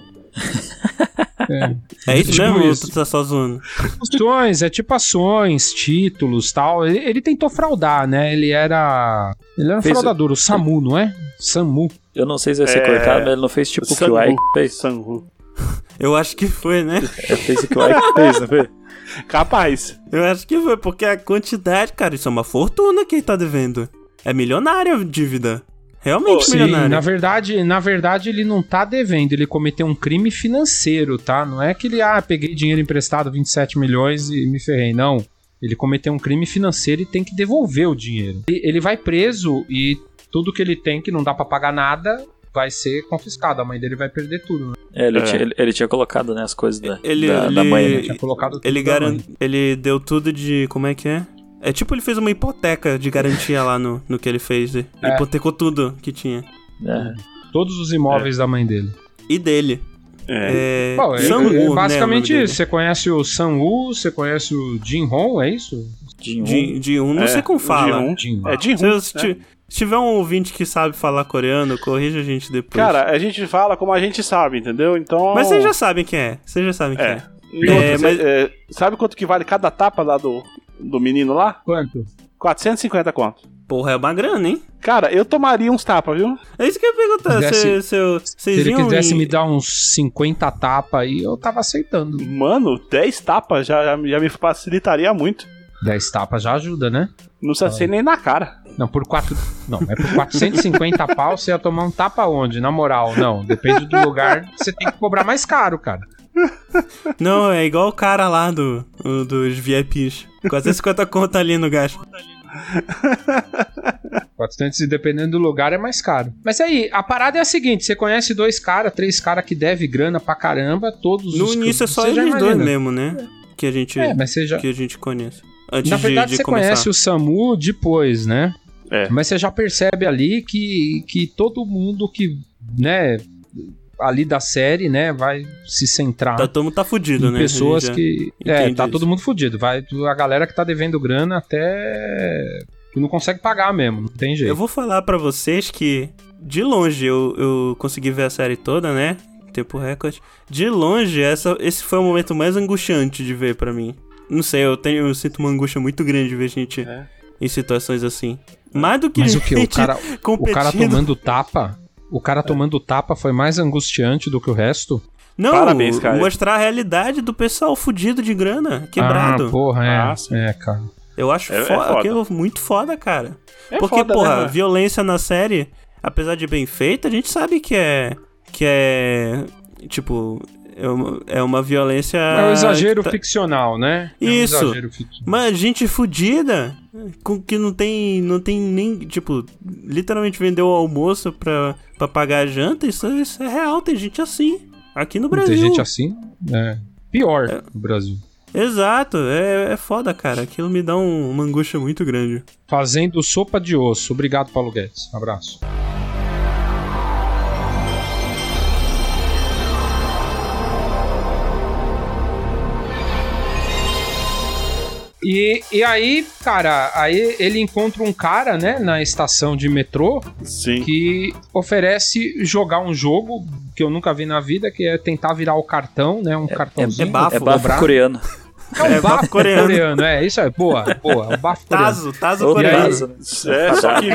Speaker 1: É isso
Speaker 2: Tipo
Speaker 1: mesmo?
Speaker 2: isso.
Speaker 1: Ou tu tá só zoando?
Speaker 2: Ações, é tipo ações, títulos, tal. Ele, ele tentou fraudar, né? Ele era. Ele era um
Speaker 3: Fez o-
Speaker 2: fraudador, o Samu, não é? Samu.
Speaker 3: Eu não sei se vai ser
Speaker 4: É,
Speaker 3: cortado, mas ele não fez tipo o que o Ike fez.
Speaker 4: Sangu.
Speaker 1: Eu acho que foi, né?
Speaker 3: Ele fez o que o Ike fez, não foi?
Speaker 4: Capaz.
Speaker 1: Eu acho que foi, porque a quantidade, cara, isso é uma fortuna que ele tá devendo. É milionária a dívida. Realmente
Speaker 2: Sim,
Speaker 1: milionária.
Speaker 2: na verdade, na verdade ele não tá devendo, ele cometeu um crime financeiro, tá? Não é que ele, ah, peguei dinheiro emprestado, 27 milhões e me ferrei, não. Ele cometeu um crime financeiro e tem que devolver o dinheiro. E- Ele vai preso e tudo que ele tem, que não dá pra pagar nada, vai ser confiscado. A mãe dele vai perder tudo, né?
Speaker 3: É, ele,
Speaker 4: É.
Speaker 3: Tinha, ele, ele tinha colocado né, as coisas da,
Speaker 1: Ele-
Speaker 3: da, da
Speaker 1: ele-
Speaker 3: mãe. né?
Speaker 2: Tinha colocado tudo
Speaker 1: Ele,
Speaker 2: da
Speaker 1: garan...
Speaker 2: mãe.
Speaker 1: ele deu tudo de. Como é que é? É tipo ele fez uma hipoteca de garantia lá no, no que ele fez. Ele
Speaker 2: É.
Speaker 1: hipotecou tudo que tinha.
Speaker 3: É.
Speaker 2: Todos os imóveis da mãe dele.
Speaker 1: E dele.
Speaker 4: É.
Speaker 1: É,
Speaker 2: Bom, é-
Speaker 1: Sam Wu,
Speaker 2: é
Speaker 1: né,
Speaker 2: basicamente
Speaker 1: o nome
Speaker 2: isso. Você conhece o Sam Wu, você conhece o Jin Hong, é isso?
Speaker 3: Jin
Speaker 1: dele. De, de um, não
Speaker 4: É,
Speaker 1: sei como
Speaker 4: de
Speaker 1: fala.
Speaker 4: um.
Speaker 2: Jin
Speaker 4: É de
Speaker 1: Se,
Speaker 4: ruim.
Speaker 1: se ti- se tiver um ouvinte que sabe falar coreano, corrija a gente depois.
Speaker 4: Cara, a gente fala como a gente sabe, entendeu? Então.
Speaker 1: Mas vocês já sabem quem é. Vocês já sabem quem
Speaker 4: É.
Speaker 1: é.
Speaker 4: E outra,
Speaker 1: É,
Speaker 4: cê-
Speaker 1: mas-
Speaker 4: é, sabe quanto que vale cada tapa lá do, do menino lá?
Speaker 2: Quanto?
Speaker 4: 450 conto.
Speaker 1: Porra, é uma grana, hein?
Speaker 4: Cara, eu tomaria uns tapas, viu?
Speaker 1: É isso que eu ia perguntar. se-
Speaker 2: Quisesse-
Speaker 1: se eu-
Speaker 2: Se
Speaker 1: Vocês
Speaker 2: ele
Speaker 1: iam
Speaker 2: quisesse
Speaker 1: em-
Speaker 2: me dar uns 50 tapas aí, eu tava aceitando.
Speaker 4: Mano, 10 tapas já, já, me- já me facilitaria muito.
Speaker 2: 10 tapas já ajuda, né?
Speaker 4: Não precisa ser nem na cara.
Speaker 2: Não, por quatro. Não, é por 450 pau você ia tomar um tapa onde? Na moral, não. Depende do lugar, você tem que cobrar mais caro, cara.
Speaker 1: Não, é igual o cara lá do, o- dos VIPs. 450 conta ali no gasto.
Speaker 2: 400 e dependendo do lugar é mais caro. Mas aí, a parada é a seguinte: você conhece dois caras, três caras que devem grana pra caramba, todos
Speaker 1: No
Speaker 2: os.
Speaker 1: início é só
Speaker 2: você já
Speaker 1: eles dois
Speaker 2: imagina.
Speaker 1: mesmo, né? Que a gente,
Speaker 2: É, mas você já.
Speaker 1: que a gente conhece. Antes
Speaker 2: Na
Speaker 1: de-
Speaker 2: verdade,
Speaker 1: de,
Speaker 2: você
Speaker 1: começar.
Speaker 2: conhece o Samu depois, né?
Speaker 4: É.
Speaker 2: Mas você já percebe ali que, que todo mundo que, né, ali da série, né, vai se centrar
Speaker 1: Tá, todo mundo tá fudido,
Speaker 2: em
Speaker 1: né?
Speaker 2: pessoas
Speaker 1: A gente
Speaker 2: que. É,
Speaker 1: entende
Speaker 2: tá
Speaker 1: isso.
Speaker 2: todo mundo fudido. Vai a galera que tá devendo grana até. que não consegue pagar mesmo, não tem
Speaker 1: já-
Speaker 2: jeito.
Speaker 1: Eu vou falar pra vocês que, de longe, eu, eu consegui ver a série toda, né? Tempo recorde. De longe, essa, esse foi o momento mais angustiante de ver pra mim. Não sei, eu, tenho, eu sinto uma angústia muito grande de ver gente
Speaker 4: É.
Speaker 1: em situações assim. Mais do que
Speaker 2: Mas o
Speaker 1: gente
Speaker 2: que? O cara, o
Speaker 1: competindo.
Speaker 2: cara tomando tapa. O
Speaker 1: É.
Speaker 2: cara tomando tapa foi mais angustiante do que o resto? Ah,
Speaker 1: Não,
Speaker 4: Parabéns, cara.
Speaker 1: mostrar a realidade do pessoal fudido de grana,
Speaker 2: Ah,
Speaker 1: quebrado.
Speaker 2: porra, é.
Speaker 4: Ah, sim.
Speaker 2: é, cara.
Speaker 1: eu acho
Speaker 4: É- é
Speaker 1: fo-
Speaker 4: foda.
Speaker 1: aquilo muito foda, cara.
Speaker 4: É
Speaker 1: Porque,
Speaker 4: foda,
Speaker 1: porra,
Speaker 4: né, mano?
Speaker 1: violência na série, apesar de bem feita, a gente sabe que é. que é. tipo. É uma, é uma violência.
Speaker 2: É um exagero
Speaker 1: tá-
Speaker 2: ficcional, né? É um
Speaker 1: Isso.
Speaker 2: exagero ficcional.
Speaker 1: Mas gente fudida, com que não tem, não tem nem, tipo, literalmente vendeu o almoço pra, pra pagar a janta, isso, isso é real, tem gente assim, aqui no Brasil.
Speaker 2: Tem gente assim, é. Pior no Brasil.
Speaker 1: Exato, é, é foda, cara. Aquilo me dá um- uma angústia muito grande.
Speaker 2: Fazendo sopa de osso. Obrigado, Paulo Guedes. Abraço. E, e aí, cara, aí ele encontra um cara, né, na estação de metrô
Speaker 4: Sim.
Speaker 2: que oferece jogar um jogo que eu nunca vi na vida, que é tentar virar o cartão, né, um
Speaker 1: é
Speaker 2: cartãozinho.
Speaker 1: bafo.
Speaker 3: É bafo
Speaker 2: dobrar.
Speaker 3: coreano.
Speaker 2: É um
Speaker 1: É bafo
Speaker 2: bafo
Speaker 1: coreano.
Speaker 2: coreano. é isso aí. Boa, boa, é um bafo coreano.
Speaker 1: Tazo, Tazo
Speaker 3: Ou
Speaker 2: E aí?
Speaker 1: coreano.
Speaker 3: Tazo, né?
Speaker 4: É, só
Speaker 2: Tazo,
Speaker 4: que, só que,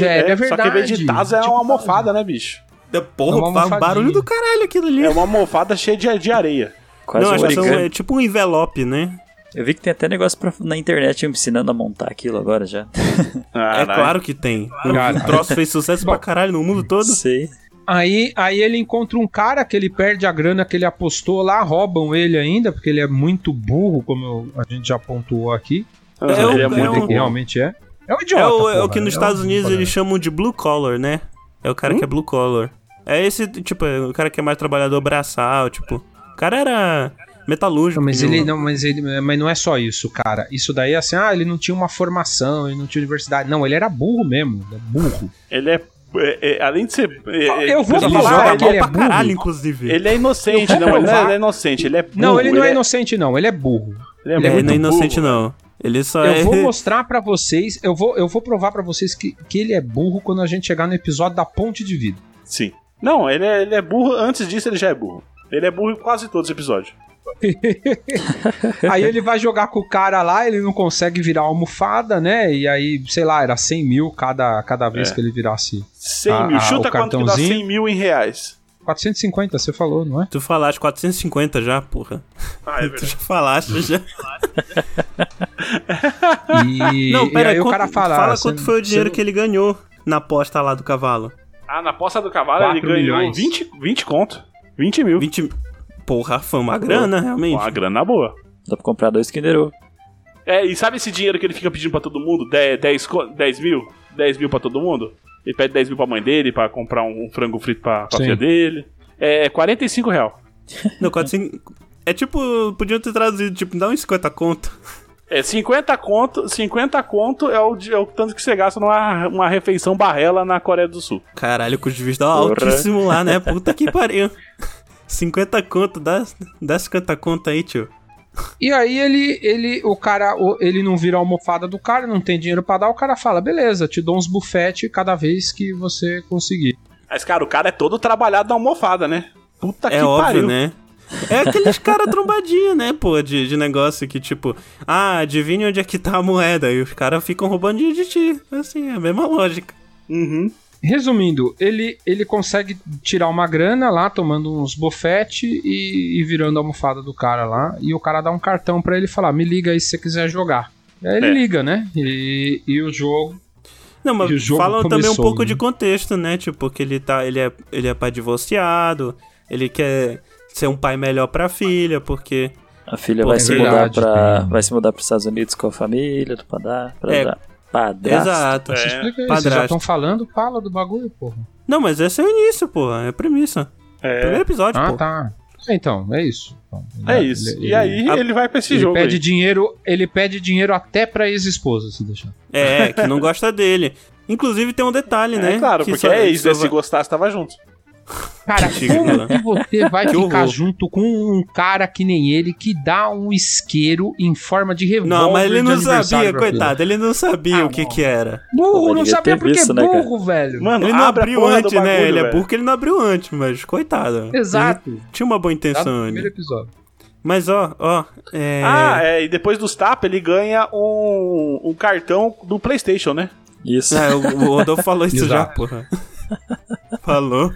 Speaker 2: velho, é
Speaker 4: Só que em vez de
Speaker 2: verdade.
Speaker 4: tazo é
Speaker 2: Tipo,
Speaker 4: uma almofada, né, bicho?
Speaker 1: Da
Speaker 2: É uma
Speaker 1: Porra, faz um
Speaker 2: almofadinha.
Speaker 1: barulho do caralho aquilo ali.
Speaker 4: É uma almofada cheia de, de areia.
Speaker 3: Quase
Speaker 1: não,
Speaker 3: um
Speaker 1: acho que são-
Speaker 3: origami.
Speaker 1: é tipo um envelope, né?
Speaker 3: Eu vi que tem até negócio pra- na internet me ensinando a montar aquilo agora já.
Speaker 1: é
Speaker 4: Caralho.
Speaker 1: claro que tem.
Speaker 2: Caralho.
Speaker 1: O troço fez sucesso pra caralho no mundo todo.
Speaker 3: Sei.
Speaker 2: Aí, aí ele encontra um cara que ele perde a grana que ele apostou lá, roubam ele ainda, porque ele é muito burro, como eu- a gente já pontuou aqui.
Speaker 1: É
Speaker 4: Ele
Speaker 1: um-
Speaker 4: é muito
Speaker 1: um-
Speaker 2: que realmente é. É um idiota.
Speaker 1: é, o,
Speaker 2: porra,
Speaker 1: é o que nos
Speaker 2: é um
Speaker 1: Estados Unidos
Speaker 2: idiota.
Speaker 1: eles chamam de blue collar, né? É o cara
Speaker 4: Hum?
Speaker 1: que é blue collar. É esse, tipo, é o cara que é mais trabalhador braçal, tipo. O cara era metalúrgico.
Speaker 2: Não, mas
Speaker 1: meu.
Speaker 2: ele não, mas ele, mas não é só isso, cara. Isso daí é assim, ah, ele não tinha uma formação, ele não tinha universidade. Não, ele era burro mesmo, ele é burro.
Speaker 4: Ele é, é- é- Além de ser. é- é-
Speaker 2: Eu vou
Speaker 4: precisa
Speaker 1: Ele
Speaker 2: falar,
Speaker 1: joga
Speaker 2: ele
Speaker 1: mal
Speaker 2: é
Speaker 1: pra
Speaker 2: burro.
Speaker 1: caralho, inclusive.
Speaker 4: Ele é inocente, não, ele não é, ele é inocente, ele é burro.
Speaker 2: não, ele não é inocente não, ele é burro.
Speaker 4: Ele
Speaker 1: É,
Speaker 4: muito
Speaker 1: não é inocente,
Speaker 4: burro.
Speaker 1: não. Ele só é.
Speaker 2: Eu vou mostrar pra vocês, eu vou, eu vou provar pra vocês que, que ele é burro quando a gente chegar no episódio da Ponte de Vida.
Speaker 4: Sim. Não, ele é, ele é burro, antes disso ele já é burro. Ele é burro em quase todos os episódios.
Speaker 2: Aí ele vai jogar com o cara lá, ele não consegue virar almofada, né? E aí, sei lá, era 100 mil cada, cada vez
Speaker 4: É.
Speaker 2: que ele virasse.
Speaker 4: 100
Speaker 2: Ah,
Speaker 4: mil.
Speaker 2: ah,
Speaker 4: Chuta
Speaker 2: o
Speaker 4: quanto que dá
Speaker 2: cartãozinho?
Speaker 4: 100 mil em reais.
Speaker 2: 450, você falou, não é?
Speaker 1: Tu falaste 450 já, porra.
Speaker 4: Ah, é
Speaker 1: tu já falaste já.
Speaker 2: E,
Speaker 1: não, pera
Speaker 2: e aí o
Speaker 1: quanto-
Speaker 2: cara fala. "Ah,
Speaker 1: Fala
Speaker 2: "Você-
Speaker 1: quanto foi o dinheiro
Speaker 2: você-
Speaker 1: que ele ganhou na aposta lá do cavalo.
Speaker 4: Ah, na poça do cavalo ele
Speaker 2: Quatro
Speaker 4: ganhou
Speaker 2: milhões.
Speaker 4: 20, 20 conto. 20 mil.
Speaker 1: 20. Porra, foi uma grana, realmente.
Speaker 4: Uma grana boa.
Speaker 3: Dá pra comprar dois Kinder Ovo.
Speaker 4: É, e sabe esse dinheiro que ele fica pedindo pra todo mundo? 10, 10, co- 10 mil? 10 mil pra todo mundo? Ele pede 10 mil pra mãe dele, pra comprar um frango frito pra, pra
Speaker 2: Sim.
Speaker 4: filha dele. É 45 real.
Speaker 1: Não, 400. É tipo, podiam ter traduzido, tipo, dá uns 50 conto.
Speaker 4: É, 50 conto, 50 conto é o, de- é o tanto que você gasta numa uma refeição barrela na Coreia do Sul.
Speaker 1: Caralho, o custo de vida tá
Speaker 3: Porra.
Speaker 1: altíssimo lá, né? Puta que pariu. 50 conto, dá, dá 50 conto aí, tio.
Speaker 2: E aí ele, ele, o cara, o- ele não vira a almofada do cara, não tem dinheiro pra dar, o cara fala, beleza, te dou uns bufete cada vez que você conseguir.
Speaker 4: Mas, cara, o cara é todo trabalhado na almofada, né? Puta
Speaker 1: é
Speaker 4: que
Speaker 1: óbvio,
Speaker 4: pariu.
Speaker 1: né? É aqueles cara trombadinha, né, pô, de, de negócio que tipo, ah, adivinha onde é que tá a moeda, e os caras ficam roubando dinheiro de ti. Assim, é a mesma lógica.
Speaker 4: Uhum.
Speaker 2: Resumindo, ele, ele consegue tirar uma grana lá, tomando uns bufete e, e virando a almofada do cara lá, e o cara dá um cartão pra ele e fala, me liga aí se você quiser jogar. E aí ele
Speaker 4: É.
Speaker 2: liga, né? E, e o jogo.
Speaker 1: Não,
Speaker 2: E o
Speaker 1: mas
Speaker 2: jogo
Speaker 1: falam também um
Speaker 2: começou,
Speaker 1: pouco
Speaker 2: né?
Speaker 1: de contexto, né? Tipo, que ele tá. Ele é, ele é pai divorciado, ele quer ser um pai melhor pra filha, porque.
Speaker 3: A filha
Speaker 1: Pô,
Speaker 3: vai,
Speaker 1: é
Speaker 3: se
Speaker 2: verdade,
Speaker 3: mudar pra,
Speaker 2: cara.
Speaker 3: vai se mudar pros Estados Unidos com a família, pra dar. Pra
Speaker 1: É.
Speaker 3: dar padrasto.
Speaker 1: Exato.
Speaker 4: É.
Speaker 2: Explica aí, vocês
Speaker 1: padrasto.
Speaker 2: já estão falando, fala do bagulho, porra.
Speaker 1: Não, mas esse é o início, porra. É a premissa.
Speaker 4: É,
Speaker 1: Primeiro né? episódio,
Speaker 2: Ah,
Speaker 1: pô.
Speaker 2: tá. Então, é isso. Então,
Speaker 4: é
Speaker 2: ele-
Speaker 4: isso.
Speaker 2: ele-
Speaker 4: E aí ele vai pra esse
Speaker 2: ele
Speaker 4: jogo.
Speaker 2: pede
Speaker 4: aí.
Speaker 2: dinheiro, ele pede dinheiro até pra ex-esposa, se deixar.
Speaker 1: É, que não gosta dele. Inclusive tem um detalhe,
Speaker 4: É,
Speaker 1: né?
Speaker 4: claro,
Speaker 1: que
Speaker 4: porque
Speaker 1: só-
Speaker 4: é
Speaker 1: que
Speaker 4: isso.
Speaker 1: só
Speaker 4: né?
Speaker 1: vai-
Speaker 4: Se gostasse, tava junto.
Speaker 2: Cara,
Speaker 1: Que
Speaker 2: como
Speaker 1: ridículo.
Speaker 2: que você vai
Speaker 1: Que
Speaker 2: ficar
Speaker 1: horror.
Speaker 2: junto com um cara que nem ele que dá um isqueiro em forma de revólver?
Speaker 1: Não, mas ele
Speaker 2: de
Speaker 1: não
Speaker 2: aniversário
Speaker 1: sabia,
Speaker 2: pra filha?
Speaker 1: coitado. Ele não sabia
Speaker 2: Ah,
Speaker 1: o que
Speaker 2: não.
Speaker 1: que era.
Speaker 3: Pô,
Speaker 2: Burro, não
Speaker 3: devia
Speaker 2: sabia
Speaker 3: ter
Speaker 2: porque
Speaker 3: visto, né,
Speaker 2: é
Speaker 3: cara?
Speaker 2: burro, velho.
Speaker 4: Mano,
Speaker 1: Ele não
Speaker 4: abre a
Speaker 1: abriu
Speaker 4: porra do
Speaker 1: antes, né?
Speaker 4: bagulho,
Speaker 1: Ele é
Speaker 4: velho.
Speaker 1: burro que ele não abriu antes, mas coitado.
Speaker 2: Exato.
Speaker 1: Ele tinha uma boa
Speaker 2: Tá no
Speaker 1: intenção
Speaker 2: primeiro
Speaker 1: ali.
Speaker 2: episódio.
Speaker 1: Mas ó, ó. É...
Speaker 4: Ah, é, e depois dos tapas ele ganha um, um cartão do PlayStation, né?
Speaker 3: Isso.
Speaker 1: É, o, o Rodolfo falou isso já,
Speaker 2: Exato.
Speaker 1: porra. Falou.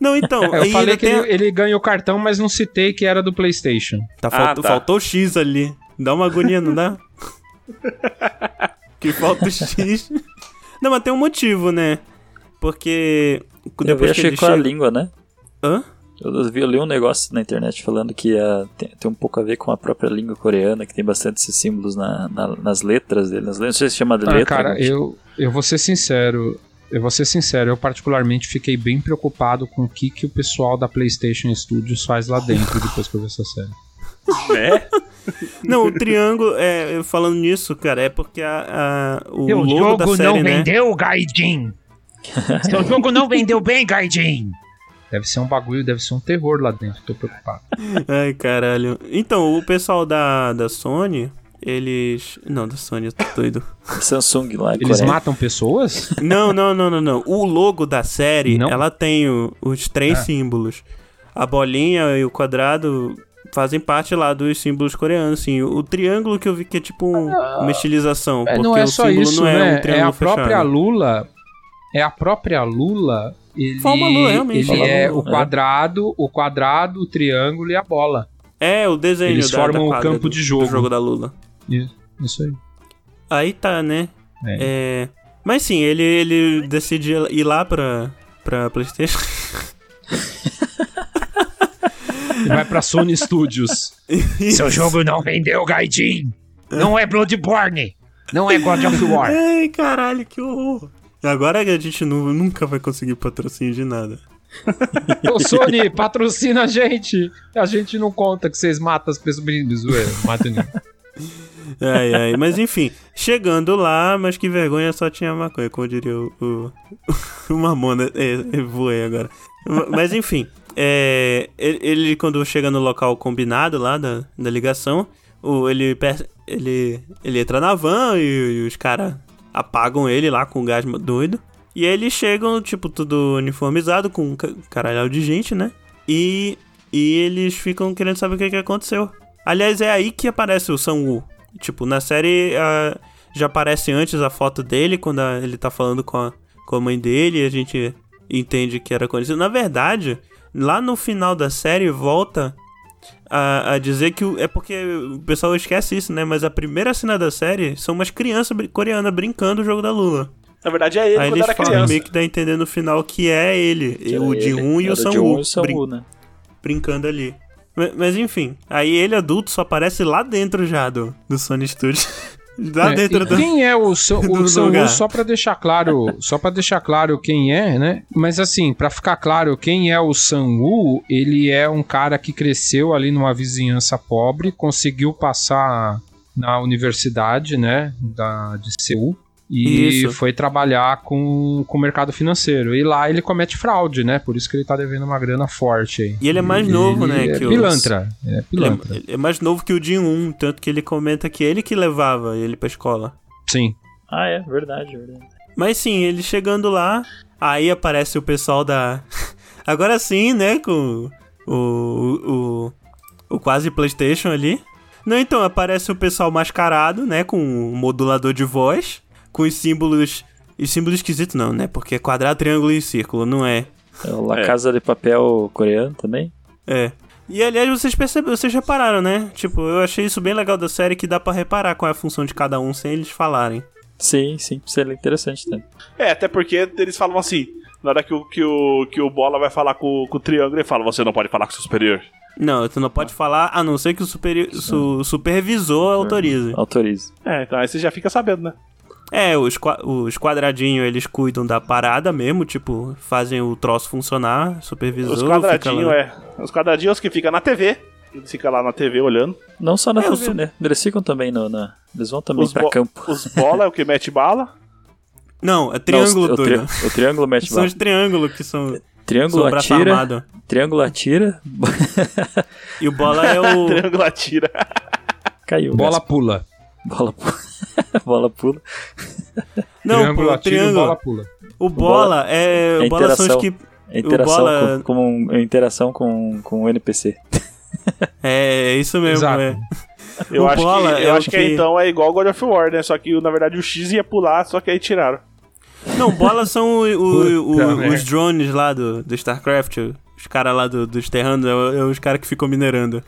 Speaker 1: Não, então,
Speaker 2: É, eu
Speaker 1: e
Speaker 2: falei
Speaker 1: ainda
Speaker 2: que
Speaker 1: tem-
Speaker 2: ele, ele ganha o cartão, mas não citei que era do PlayStation.
Speaker 1: Tá,
Speaker 4: Ah,
Speaker 1: faltou,
Speaker 4: tá.
Speaker 1: faltou X ali. Dá uma agonia, não dá? que falta o X. Não, mas tem um motivo, né? Porque
Speaker 3: Eu vi
Speaker 1: depois
Speaker 3: a
Speaker 1: que ele
Speaker 3: Chico a
Speaker 1: chega...
Speaker 3: língua, né?
Speaker 1: Hã?
Speaker 3: Eu, vi, eu li um negócio na internet falando que ah, tem, tem um pouco a ver com a própria língua coreana, que tem bastante esses símbolos na- na- nas letras dele. Nas letras, não sei se chama de
Speaker 2: Ah,
Speaker 3: letra. né?
Speaker 2: cara,
Speaker 3: mas-
Speaker 2: eu, eu vou ser sincero. Eu vou ser sincero, eu particularmente fiquei bem preocupado com o que, que o pessoal da PlayStation Studios faz lá dentro depois que eu vi essa série.
Speaker 4: É.
Speaker 1: Não, o triângulo, é, falando nisso, cara, é porque a, a- o
Speaker 2: Seu
Speaker 1: logo da
Speaker 2: jogo
Speaker 1: série,
Speaker 2: não
Speaker 1: né?
Speaker 2: vendeu, Gaijin! Seu jogo não vendeu bem, Gaijin! Deve ser um bagulho, deve ser um terror lá dentro, tô preocupado.
Speaker 1: Ai, caralho. Então, o pessoal da, da Sony, eles... Não, da Sony, eu tô doido.
Speaker 3: Tipo, Samsung lá, é
Speaker 2: Eles
Speaker 3: Coreia.
Speaker 2: matam pessoas?
Speaker 1: Não, não, não, não, não. O logo da série,
Speaker 2: Não?
Speaker 1: ela tem o- os três
Speaker 2: Ah.
Speaker 1: símbolos. A bolinha e o quadrado fazem parte lá dos símbolos coreanos, assim. O triângulo que eu vi que é tipo um- uma estilização, porque
Speaker 2: não Ah, é
Speaker 1: o
Speaker 2: só
Speaker 1: símbolo
Speaker 2: isso,
Speaker 1: não é
Speaker 2: né?
Speaker 1: um
Speaker 2: é
Speaker 1: triângulo
Speaker 2: a própria
Speaker 1: fechado.
Speaker 2: Lula. É a própria Lula. Ele,
Speaker 1: Forma Lula, realmente.
Speaker 2: ele
Speaker 1: Forma
Speaker 2: é
Speaker 1: Lula,
Speaker 2: o
Speaker 3: é.
Speaker 2: quadrado, o quadrado, o triângulo e a bola.
Speaker 1: É, o desenho
Speaker 2: Eles
Speaker 1: da, da
Speaker 2: formam o
Speaker 1: quadra
Speaker 2: campo
Speaker 1: do-
Speaker 2: de jogo.
Speaker 1: do jogo da Lula.
Speaker 2: Isso aí.
Speaker 1: Aí tá, né? É. Mas sim, ele, ele decide ir lá pra, pra PlayStation.
Speaker 2: E vai pra Sony Studios. Seu jogo não vendeu, Gaijin! Não é Bloodborne! Não é God of War!
Speaker 1: Ai, caralho, que horror. Agora a gente nu- nunca vai conseguir patrocínio de nada.
Speaker 2: Ô, Sony, patrocina a gente. A gente não conta que vocês matam as pessoas. Brindes, zoeira, não mata ninguém.
Speaker 1: Ai, ai. Mas enfim, chegando lá, mas que vergonha só tinha maconha, como diria o, o, o Mamona. É, eu voei agora. Mas enfim, é, ele, ele, quando chega no local combinado lá da, da ligação, o, ele, per- ele, ele entra na van e, e os caras apagam ele lá com gás doido. E aí eles chegam, tipo, tudo uniformizado, com um ca- caralhão de gente, né? E, e eles ficam querendo saber o que, que aconteceu. Aliás, é aí que aparece o Sang-woo. Tipo, na série ah, já aparece antes a foto dele, quando a- ele tá falando com a, com a mãe dele, e a gente entende que era conhecido. Na verdade, lá no final da série volta a, a dizer que. o- É porque o pessoal esquece isso, né? Mas a primeira cena da série são umas crianças br- coreanas brincando o jogo da Lula.
Speaker 4: Na verdade é ele
Speaker 1: Aí
Speaker 4: quando
Speaker 1: eles
Speaker 4: era
Speaker 1: falam
Speaker 4: criança.
Speaker 1: meio que dá a entender no final que é ele,
Speaker 3: Que era
Speaker 1: o de
Speaker 3: ele.
Speaker 1: um e
Speaker 3: Era
Speaker 1: o
Speaker 3: de um e
Speaker 1: Samu,
Speaker 3: o Samu,
Speaker 1: brin
Speaker 3: né?
Speaker 1: brincando ali. Ma- Mas enfim, aí ele adulto só aparece lá dentro já do, do Sony Studio. lá Tá
Speaker 2: É,
Speaker 1: dentro
Speaker 2: e
Speaker 1: do.
Speaker 2: Quem é o, Sam-
Speaker 1: do
Speaker 2: o Sam
Speaker 1: lugar.
Speaker 2: Wu, só pra deixar claro, só para deixar claro quem é, né? Mas assim, pra ficar claro quem é o Sam Wu, ele é um cara que cresceu ali numa vizinhança pobre, conseguiu passar na universidade, né, da, de Seul. E
Speaker 1: Isso.
Speaker 2: foi trabalhar com, com o mercado financeiro. E lá ele comete fraude, né? Por isso que ele tá devendo uma grana forte aí.
Speaker 1: E ele é mais novo, né,
Speaker 2: É
Speaker 1: que os-
Speaker 2: pilantra. Ele é
Speaker 1: Ele
Speaker 2: pilantra.
Speaker 1: é, ele é mais novo que o Jin 1, tanto que ele comenta que é ele que levava ele pra escola.
Speaker 2: Sim.
Speaker 3: Ah, é, verdade, verdade.
Speaker 1: Mas sim, ele chegando lá, aí aparece o pessoal da. Agora sim, né? Com o, o, o, o quase PlayStation ali. Não, então, aparece o pessoal mascarado, né? Com o modulador de voz, com os símbolos. E símbolo esquisito não, né? Porque é quadrado, triângulo e círculo, não é?
Speaker 3: É o La
Speaker 4: É.
Speaker 3: Casa de Papel coreano também.
Speaker 1: É. E aliás, vocês perceberam, vocês repararam, né? Tipo, eu achei isso bem legal da série que dá pra reparar qual é a função de cada um sem eles falarem.
Speaker 3: Sim, sim, seria interessante também.
Speaker 4: É, até porque eles falam assim. Na hora que o, que o, que o Bola vai falar com, com o Triângulo, ele fala: Você não pode falar com o seu superior.
Speaker 1: Não, tu não pode falar a não ser que o, superi- su- supervisor autorize.
Speaker 3: Autorize.
Speaker 4: É, então aí você já fica sabendo, né?
Speaker 1: É, os, qua- os quadradinhos eles cuidam da parada mesmo, tipo, fazem o troço funcionar, supervisor.
Speaker 4: Os
Speaker 1: fica
Speaker 4: quadradinhos,
Speaker 1: lá. né?
Speaker 4: é. Os quadradinhos é os que fica na TV. Eles ficam lá na TV olhando.
Speaker 3: Não só na
Speaker 1: É,
Speaker 3: TV,
Speaker 1: os su-
Speaker 3: né? Eles ficam também no, na. Eles vão também
Speaker 4: Os,
Speaker 3: pra
Speaker 4: bo-
Speaker 3: campo.
Speaker 4: os bola é o que mete bala.
Speaker 1: Não, é triângulo
Speaker 3: Não, os- o,
Speaker 1: doido.
Speaker 3: tri- o triângulo mete
Speaker 1: São
Speaker 3: bala.
Speaker 1: os triângulos que são,
Speaker 3: Triângulo
Speaker 1: são braço
Speaker 3: atira.
Speaker 1: armado.
Speaker 3: Triângulo atira.
Speaker 1: E o bola é o.
Speaker 4: Triângulo atira.
Speaker 3: Caiu.
Speaker 2: Bola
Speaker 3: Gaspar.
Speaker 2: pula.
Speaker 3: Bola, pu- bola pula.
Speaker 1: Não, pô,
Speaker 2: triângulo
Speaker 1: o
Speaker 2: atira,
Speaker 1: triângulo.
Speaker 2: bola pula.
Speaker 1: O bola é.
Speaker 3: É
Speaker 1: o bola são os
Speaker 3: interação.
Speaker 1: que.
Speaker 3: É interação
Speaker 1: bola-
Speaker 3: com, com um- é interação com, com um o NPC.
Speaker 1: É, é isso mesmo,
Speaker 2: Exato.
Speaker 1: é.
Speaker 4: Eu
Speaker 1: O
Speaker 4: acho
Speaker 1: bola
Speaker 4: que,
Speaker 1: é
Speaker 4: eu
Speaker 1: o
Speaker 4: acho que...
Speaker 1: que-
Speaker 4: então é igual God of War, né? Só que na verdade o X ia pular, só que aí tiraram.
Speaker 1: Não, bola são o- o- o-
Speaker 2: Puta merda.
Speaker 1: os drones lá do, do StarCraft. Os caras lá do, dos terranos, é, é os caras que ficam minerando.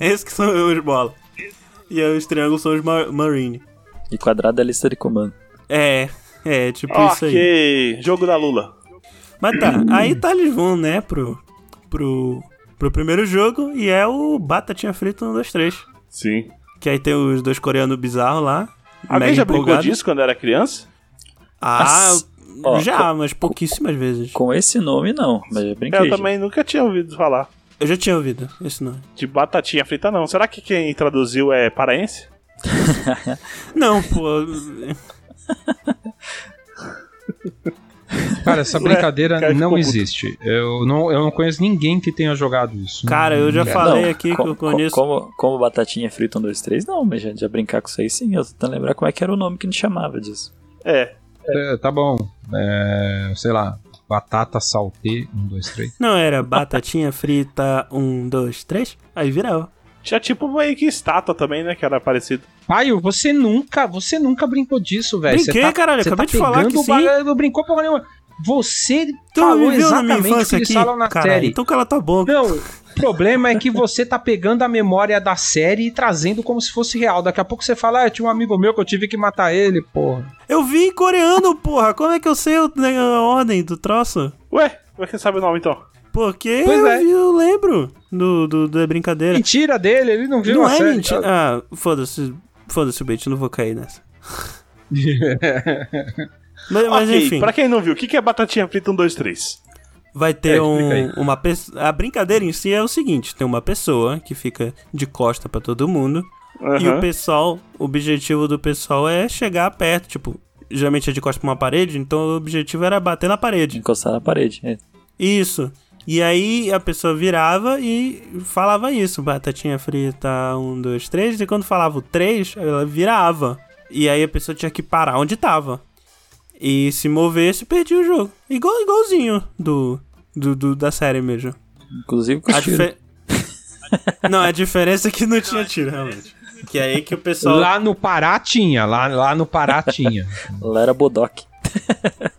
Speaker 1: Esses que são os bola. E aí os triângulos são os ma- marine.
Speaker 3: E quadrado é a lista de comando.
Speaker 1: É, é, tipo isso aí.
Speaker 4: Ok, jogo da Lula.
Speaker 1: Mas tá, aí tá eles vão, né, pro, pro, pro primeiro jogo. E é o Batatinha Frita 1, 2, 3.
Speaker 4: Sim.
Speaker 1: Que aí tem os dois coreanos bizarros lá.
Speaker 4: Alguém
Speaker 1: mega
Speaker 4: já brincou
Speaker 1: Né, empolgado.
Speaker 4: disso quando era criança?
Speaker 1: Ah,
Speaker 3: As- ó,
Speaker 1: já, mas pouquíssimas vezes.
Speaker 3: Com esse nome, não. Mas é
Speaker 4: Eu
Speaker 3: brinquedo.
Speaker 4: também nunca tinha ouvido falar.
Speaker 1: Eu já tinha ouvido esse nome.
Speaker 4: De batatinha frita, não. Será que quem traduziu é paraense?
Speaker 1: Não, pô.
Speaker 2: Cara, essa
Speaker 4: Ué,
Speaker 2: brincadeira
Speaker 4: É, cara, ficou
Speaker 2: não
Speaker 4: puto.
Speaker 2: existe. Eu não, eu não conheço ninguém que tenha jogado isso. É,
Speaker 1: Cara, eu já
Speaker 2: Não.
Speaker 1: falei aqui que
Speaker 3: co-
Speaker 1: eu conheço.
Speaker 3: co- Como, como batatinha frita 1, 2, 3, não, mas já, já brincar com isso aí sim. Eu tô tentando lembrar como é que era o nome que a gente chamava disso.
Speaker 4: É.
Speaker 2: É, tá bom. É, sei lá, batata saltê, um, dois, três.
Speaker 1: Não, era batatinha frita, um, dois, três. Aí viral.
Speaker 4: Tinha tipo meio que estátua também, né? Que era parecido.
Speaker 2: Paio, você nunca, você nunca brincou disso, velho. Você
Speaker 1: Brinquei,
Speaker 2: tá,
Speaker 1: caralho,
Speaker 2: você
Speaker 1: acabei
Speaker 2: tá
Speaker 1: de falar
Speaker 2: pegando
Speaker 1: que
Speaker 2: o
Speaker 1: sim.
Speaker 2: bagulho, não brincou porra nenhuma. Você
Speaker 1: Tu
Speaker 2: falou
Speaker 1: Então, me viu na minha
Speaker 2: exatamente o que
Speaker 1: infância
Speaker 2: eles
Speaker 1: aqui?
Speaker 2: falam na
Speaker 1: Caralho,
Speaker 2: série.
Speaker 1: então cala tua boca.
Speaker 2: Não, o problema é que você tá pegando a memória da série e trazendo como se fosse real. Daqui a pouco você fala, ah, eu tinha um amigo meu que eu tive que matar ele, porra.
Speaker 1: Eu vi em coreano, porra. Como é que eu sei o- né, a ordem do troço?
Speaker 4: Ué, como é que você sabe o nome então?
Speaker 1: Porque
Speaker 2: Pois
Speaker 1: eu,
Speaker 2: é.
Speaker 1: vi, eu lembro do, do- da brincadeira.
Speaker 2: Mentira dele, ele não viu
Speaker 1: Não
Speaker 2: a
Speaker 1: é
Speaker 2: série.
Speaker 1: mentira. Ah, foda-se. Foda-se, Bait, não vou cair nessa. Mas, É, mas
Speaker 4: ok,
Speaker 1: enfim.
Speaker 4: pra quem não viu, o que, que é batatinha frita 1, 2, 3?
Speaker 1: Vai ter
Speaker 2: É, explica aí.
Speaker 1: um, uma pessoa. A brincadeira em si é o seguinte: tem uma pessoa que fica de costa pra todo mundo. E o pessoal, o objetivo do pessoal é chegar perto. Tipo, geralmente é de costa pra uma parede, então o objetivo era bater na parede.
Speaker 3: Encostar na parede. É.
Speaker 1: Isso. E aí a pessoa virava e falava isso: batatinha frita, um, dois, três. E quando falava o três, ela virava. E aí a pessoa tinha que parar onde tava. E se movesse, perdia o jogo. Igual, igualzinho do- do- do da série mesmo.
Speaker 3: Inclusive com
Speaker 1: A
Speaker 3: tiro.
Speaker 1: dife- não, a diferença é que não tinha tiro, realmente. Que é aí que o pessoal.
Speaker 2: Lá no Pará tinha, lá, lá no Pará tinha.
Speaker 3: Lá era bodoque.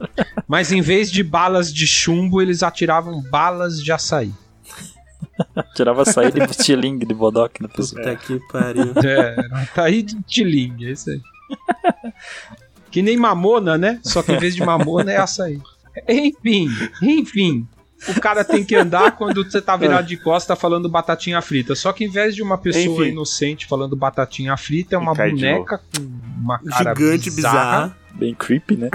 Speaker 2: Mas em vez de balas de chumbo, eles atiravam balas de açaí.
Speaker 3: Tirava sair de estilingue de bodoque na pessoa.
Speaker 1: Puta que pariu.
Speaker 2: É, açaí de tilingue, é isso aí. Que nem mamona, né? Só que em vez de mamona é açaí. Enfim, enfim. O cara tem que andar quando você tá virado de costa falando batatinha frita. Só que em vez de uma pessoa
Speaker 4: Enfim.
Speaker 2: inocente falando batatinha frita, é uma
Speaker 4: E cai de
Speaker 2: boneca com uma cara
Speaker 1: Gigante,
Speaker 2: bizarra.
Speaker 1: bizarro.
Speaker 3: Bem creepy, né?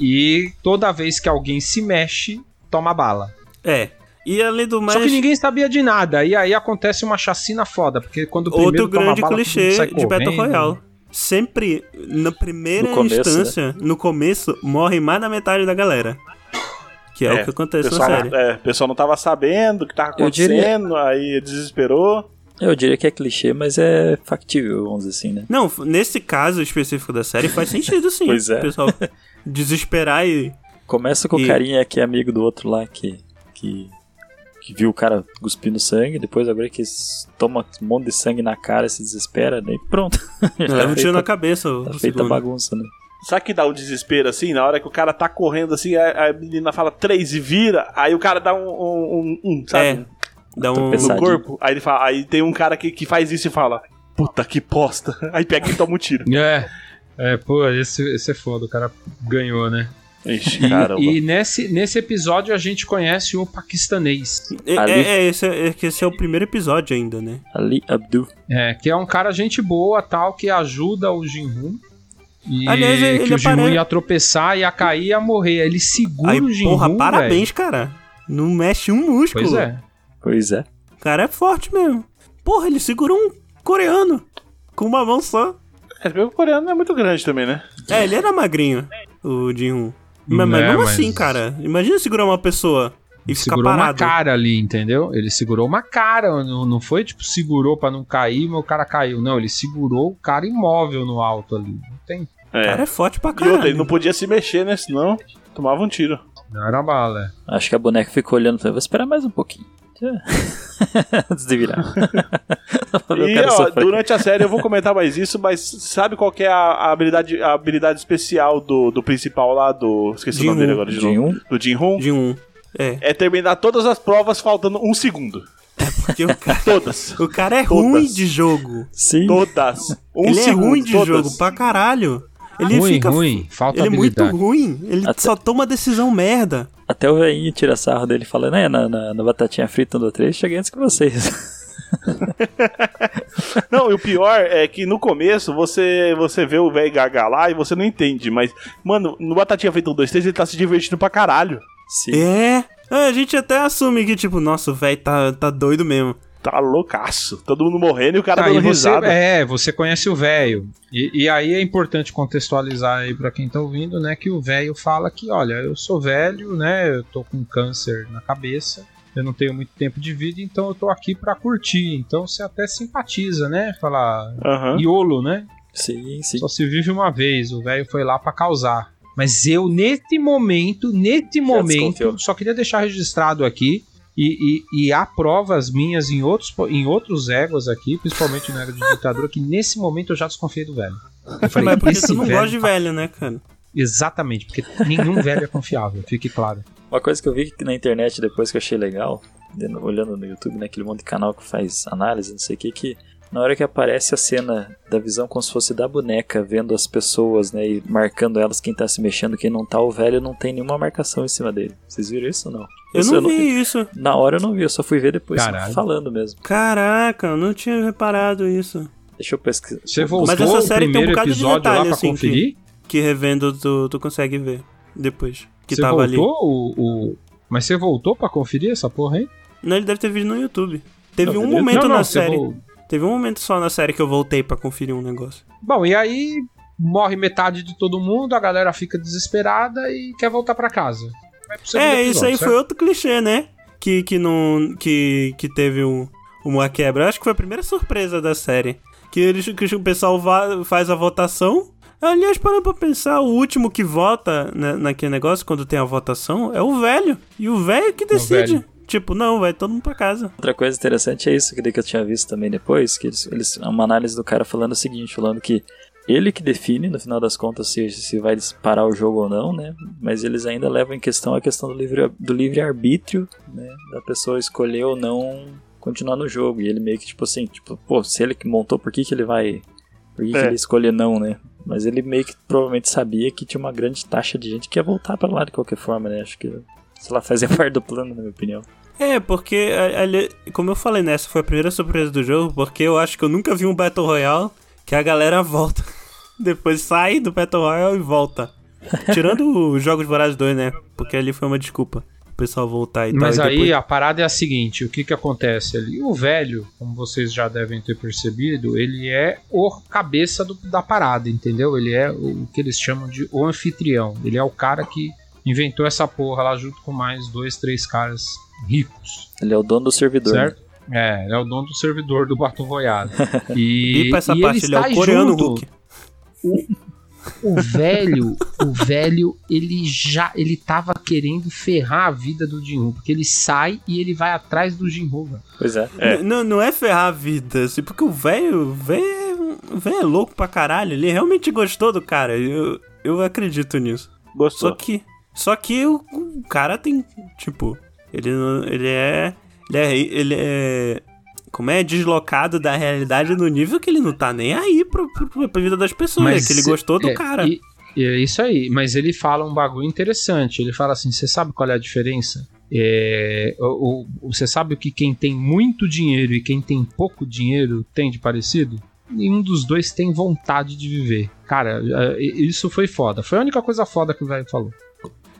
Speaker 2: E toda vez que alguém se mexe, toma bala.
Speaker 1: É. E além do mais,
Speaker 2: Só que ninguém sabia de nada. E aí acontece uma chacina foda, porque quando o primeiro
Speaker 1: outro
Speaker 2: toma
Speaker 1: grande
Speaker 2: bala, todo mundo
Speaker 1: clichê
Speaker 2: sai
Speaker 1: de Battle
Speaker 2: correndo. né?
Speaker 1: Royale. Sempre, na primeira
Speaker 3: No começo, né?
Speaker 1: instância, no começo, morre mais da metade da galera. Que é,
Speaker 4: É,
Speaker 1: o que acontece na
Speaker 4: pessoal,
Speaker 1: série.
Speaker 4: não- é, o pessoal não tava sabendo o que tava
Speaker 3: Eu diria-
Speaker 4: acontecendo, aí desesperou.
Speaker 3: Eu diria que é clichê, mas é factível, vamos dizer assim, né?
Speaker 1: Não, f- nesse caso específico da série faz sentido sim.
Speaker 3: Pois é.
Speaker 1: O pessoal desesperar e.
Speaker 3: Começa com
Speaker 1: E-
Speaker 3: o carinha que é amigo do outro lá que, que, que viu o cara cuspindo sangue, depois agora que s- toma um monte de sangue na cara e se desespera, daí pronto.
Speaker 4: É,
Speaker 1: Leva
Speaker 3: Tá
Speaker 1: um
Speaker 3: feita-
Speaker 1: tiro na cabeça. o
Speaker 3: Tá feita a
Speaker 1: segundo.
Speaker 3: bagunça, né?
Speaker 4: Sabe que dá um desespero assim? Na hora que o cara tá correndo assim, a, a menina fala três e vira, aí o cara dá um, um, um- um,
Speaker 1: É.
Speaker 4: sabe?
Speaker 1: Dá um.
Speaker 4: no
Speaker 3: Pensadinho.
Speaker 4: corpo. Aí ele fala, aí tem um cara que, que faz isso e fala, puta que posta. Aí pega e toma um tiro.
Speaker 2: É. É, pô, esse, esse é foda, o cara ganhou, né?
Speaker 4: Ixi,
Speaker 2: E nesse, nesse episódio a gente conhece o paquistanês.
Speaker 1: É,
Speaker 3: Ali.
Speaker 1: é, é, esse, é que esse é o primeiro episódio ainda, né?
Speaker 3: Ali Abdu.
Speaker 2: É, que é um cara gente boa, tal, que ajuda o Jinru. E
Speaker 1: Aliás, ele-
Speaker 2: que
Speaker 1: ele
Speaker 2: o Jinru
Speaker 1: apare-
Speaker 2: ia tropeçar, ia cair, ia morrer. Aí Ele segura
Speaker 1: Aí,
Speaker 2: o Jinru,
Speaker 1: porra,
Speaker 2: velho.
Speaker 1: parabéns, cara. Não mexe um músculo.
Speaker 2: Pois é.
Speaker 3: Pois é.
Speaker 1: O cara é forte mesmo. Porra, ele segurou um coreano com uma mão só.
Speaker 4: É, porque o coreano não é muito grande também, né?
Speaker 1: É, ele era magrinho, o Jin-Hoon. Mas, mas
Speaker 2: É,
Speaker 1: mesmo
Speaker 2: mas-
Speaker 1: assim, cara. Imagina segurar uma pessoa e ficar
Speaker 2: segurou uma
Speaker 1: parado.
Speaker 2: cara ali, entendeu? Ele segurou uma cara, não, não foi tipo segurou pra não cair, meu cara caiu. Não, ele segurou o cara imóvel no alto ali. Não tem.
Speaker 1: O cara
Speaker 4: É.
Speaker 1: é forte pra
Speaker 4: E outra, ele
Speaker 1: caralho.
Speaker 4: não podia se mexer, né? Senão tomava um tiro.
Speaker 2: Não era bala.
Speaker 3: Acho que a boneca ficou olhando pra vou esperar mais um pouquinho. Antes de virar. Pra ver o
Speaker 4: E
Speaker 3: cara
Speaker 4: ó,
Speaker 3: sofrer.
Speaker 4: durante a série eu vou comentar mais isso, mas sabe qual que é a, a habilidade, a habilidade especial do, do principal lá, do. Esqueci o
Speaker 1: Jin-Hoon.
Speaker 4: nome dele agora de
Speaker 3: De
Speaker 4: novo.
Speaker 3: um,
Speaker 4: Do Jin Hoon.
Speaker 1: Jin-Hoon. É,
Speaker 4: É terminar todas as provas faltando um segundo.
Speaker 1: porque o cara,
Speaker 4: Todas.
Speaker 1: o cara é
Speaker 4: Todas.
Speaker 1: ruim de jogo.
Speaker 3: sim.
Speaker 4: Todas. Um
Speaker 1: ele
Speaker 4: segundo,
Speaker 1: é ruim de
Speaker 4: todas.
Speaker 1: jogo pra caralho. Ele
Speaker 2: ruim,
Speaker 1: fica.
Speaker 2: ruim. Falta
Speaker 1: Ele é muito
Speaker 2: habilidade.
Speaker 1: ruim. Ele
Speaker 3: Até-
Speaker 1: só toma decisão merda.
Speaker 3: Até o veinho tira sarro dele falando, né, na, na, na batatinha frita 1, 2, 3, cheguei antes que vocês.
Speaker 4: Não, e o pior é que no começo você, você vê o velho gaga lá e você não entende, mas, mano, no Batatinha Feita 1, 2, 3 ele tá se divertindo pra caralho.
Speaker 3: Sim.
Speaker 1: É. É, A gente até assume que, tipo, nossa, o velho tá, tá doido mesmo.
Speaker 4: Tá loucaço. Todo mundo morrendo e o cara
Speaker 2: Tá,
Speaker 4: dando
Speaker 2: e você,
Speaker 4: risada.
Speaker 2: é, você conhece o velho. E, e aí é importante contextualizar aí pra quem tá ouvindo, né, que o velho fala que, olha, eu sou velho, né, eu tô com câncer na cabeça, eu não tenho muito tempo de vida, então eu tô aqui pra curtir. Então você até simpatiza, né, falar
Speaker 4: Aham.
Speaker 2: iolo, né?
Speaker 3: Sim, sim.
Speaker 2: Só se vive uma vez, o velho foi lá pra causar. Mas eu, nesse momento, nesse momento,
Speaker 3: desconfiou.
Speaker 2: só queria deixar registrado aqui. E, e, e há provas minhas em outros, po- em outros egos aqui, principalmente na era de ditadura, que nesse momento eu já desconfiei do velho. Eu falei,
Speaker 1: Mas é porque
Speaker 2: "Esse
Speaker 1: tu não
Speaker 2: velho
Speaker 1: gosta de
Speaker 2: tá-"
Speaker 1: velho, né, cara?
Speaker 2: Exatamente, porque nenhum velho é confiável, fique claro.
Speaker 3: Uma coisa que eu vi na internet depois que eu achei legal, de- olhando no YouTube, né, aquele monte de canal que faz análise, não sei o que, que na hora que aparece a cena da visão como se fosse da boneca, vendo as pessoas, né, e marcando elas, quem tá se mexendo, quem não tá, o velho não tem nenhuma marcação em cima dele. Vocês viram isso ou não?
Speaker 1: Eu
Speaker 3: Isso
Speaker 1: não vi isso.
Speaker 3: Na hora eu não vi, eu só fui ver depois
Speaker 2: Caralho.
Speaker 3: falando mesmo.
Speaker 1: Caraca, eu não tinha reparado isso.
Speaker 3: Deixa eu pesquisar.
Speaker 2: Você
Speaker 3: Vou-
Speaker 1: Mas
Speaker 2: voltou
Speaker 1: essa
Speaker 2: o
Speaker 1: série tem um
Speaker 2: primeiro
Speaker 1: bocado de
Speaker 2: episódio lá
Speaker 1: detalhe,
Speaker 2: pra
Speaker 1: assim, que-
Speaker 2: conferir?
Speaker 1: Que revendo tu, tu consegue ver depois. Que
Speaker 2: você
Speaker 1: tava ali.
Speaker 2: voltou o, o- Mas você voltou pra conferir essa porra aí?
Speaker 1: Não, ele deve ter visto no YouTube. Teve
Speaker 3: Não,
Speaker 1: um
Speaker 3: entendeu?
Speaker 1: momento
Speaker 2: não, não,
Speaker 1: na
Speaker 2: você
Speaker 1: série.
Speaker 2: vol-
Speaker 1: Teve um momento só na série que eu voltei pra conferir um negócio.
Speaker 2: Bom, e aí morre metade de todo mundo, a galera fica desesperada e quer voltar pra casa. Vai pro segundo
Speaker 1: é,
Speaker 2: episódio,
Speaker 1: isso aí
Speaker 2: certo?
Speaker 1: foi outro clichê, né? Que, que não. Que, que teve um, uma quebra. Eu acho que foi a primeira surpresa da série. Que, eles, que o pessoal va- faz a votação. Aliás, parando pra pensar, o último que vota na- naquele negócio, quando tem a votação, é o velho. E o velho é que decide.
Speaker 2: velho.
Speaker 1: Tipo, não, vai todo mundo pra casa.
Speaker 3: Outra coisa interessante é isso que daí que eu tinha visto também depois, que eles, eles é uma análise do cara falando o seguinte, falando que ele que define, no final das contas, se, se vai parar o jogo ou não, né? Mas eles ainda levam em questão a questão do livre, do livre arbítrio, né? Da pessoa escolher ou não continuar no jogo. E ele meio que tipo assim, tipo, pô, se ele que montou, por que, que ele vai. Por que, que
Speaker 4: É.
Speaker 3: ele escolher não, né? Mas ele meio que provavelmente sabia que tinha uma grande taxa de gente que ia voltar pra lá de qualquer forma, né? Acho que, sei lá, fazia parte do plano, na minha opinião.
Speaker 1: É, porque, a- ali- como eu falei, nessa foi a primeira surpresa do jogo, porque eu acho que eu nunca vi um Battle Royale que a galera volta. Depois sai do Battle Royale e volta. Tirando os Jogos Vorazes 2, né? Porque ali foi uma desculpa. o pessoal voltar e
Speaker 2: Mas
Speaker 1: tal. e
Speaker 2: aí
Speaker 1: depois-
Speaker 2: a parada é a seguinte: o que que acontece ali? O velho, como vocês já devem ter percebido, ele é o cabeça do- da parada, entendeu? Ele é o, que eles chamam de o anfitrião. Ele é o cara que inventou essa porra lá junto com mais dois, três caras ricos,
Speaker 3: Ele é o dono do servidor. né?
Speaker 2: certo? É, ele é o dono do servidor do Batom Royale. E,
Speaker 1: Bipa essa
Speaker 2: e
Speaker 1: parte, ele é
Speaker 2: está
Speaker 1: o coreano
Speaker 2: junto.
Speaker 1: Hulk.
Speaker 2: O velho, o velho, ele já, ele tava querendo ferrar a vida do Jinru, porque ele sai e ele vai atrás do Jinru, velho.
Speaker 3: Pois é.
Speaker 4: É.
Speaker 1: N- Não, não é ferrar a vida, assim, porque o velho. O velho é- o velho é louco pra caralho. Ele realmente gostou do cara. Eu, eu acredito nisso.
Speaker 4: Gostou.
Speaker 1: Só que. Só que o, o cara tem. Tipo, ele não- ele é. Ele é. Ele é. Como é deslocado da realidade no nível que ele não tá nem aí pro, pro, pra vida das pessoas. é que ele
Speaker 2: se-
Speaker 1: gostou do
Speaker 2: é,
Speaker 1: cara.
Speaker 2: e- e é isso aí, mas ele fala um bagulho interessante. Ele fala assim: você sabe qual é a diferença? É, o- o- você sabe o que quem tem muito dinheiro e quem tem pouco dinheiro tem de parecido? Nenhum dos dois tem vontade de viver. Cara, é, isso foi foda. Foi a única coisa foda que o velho falou.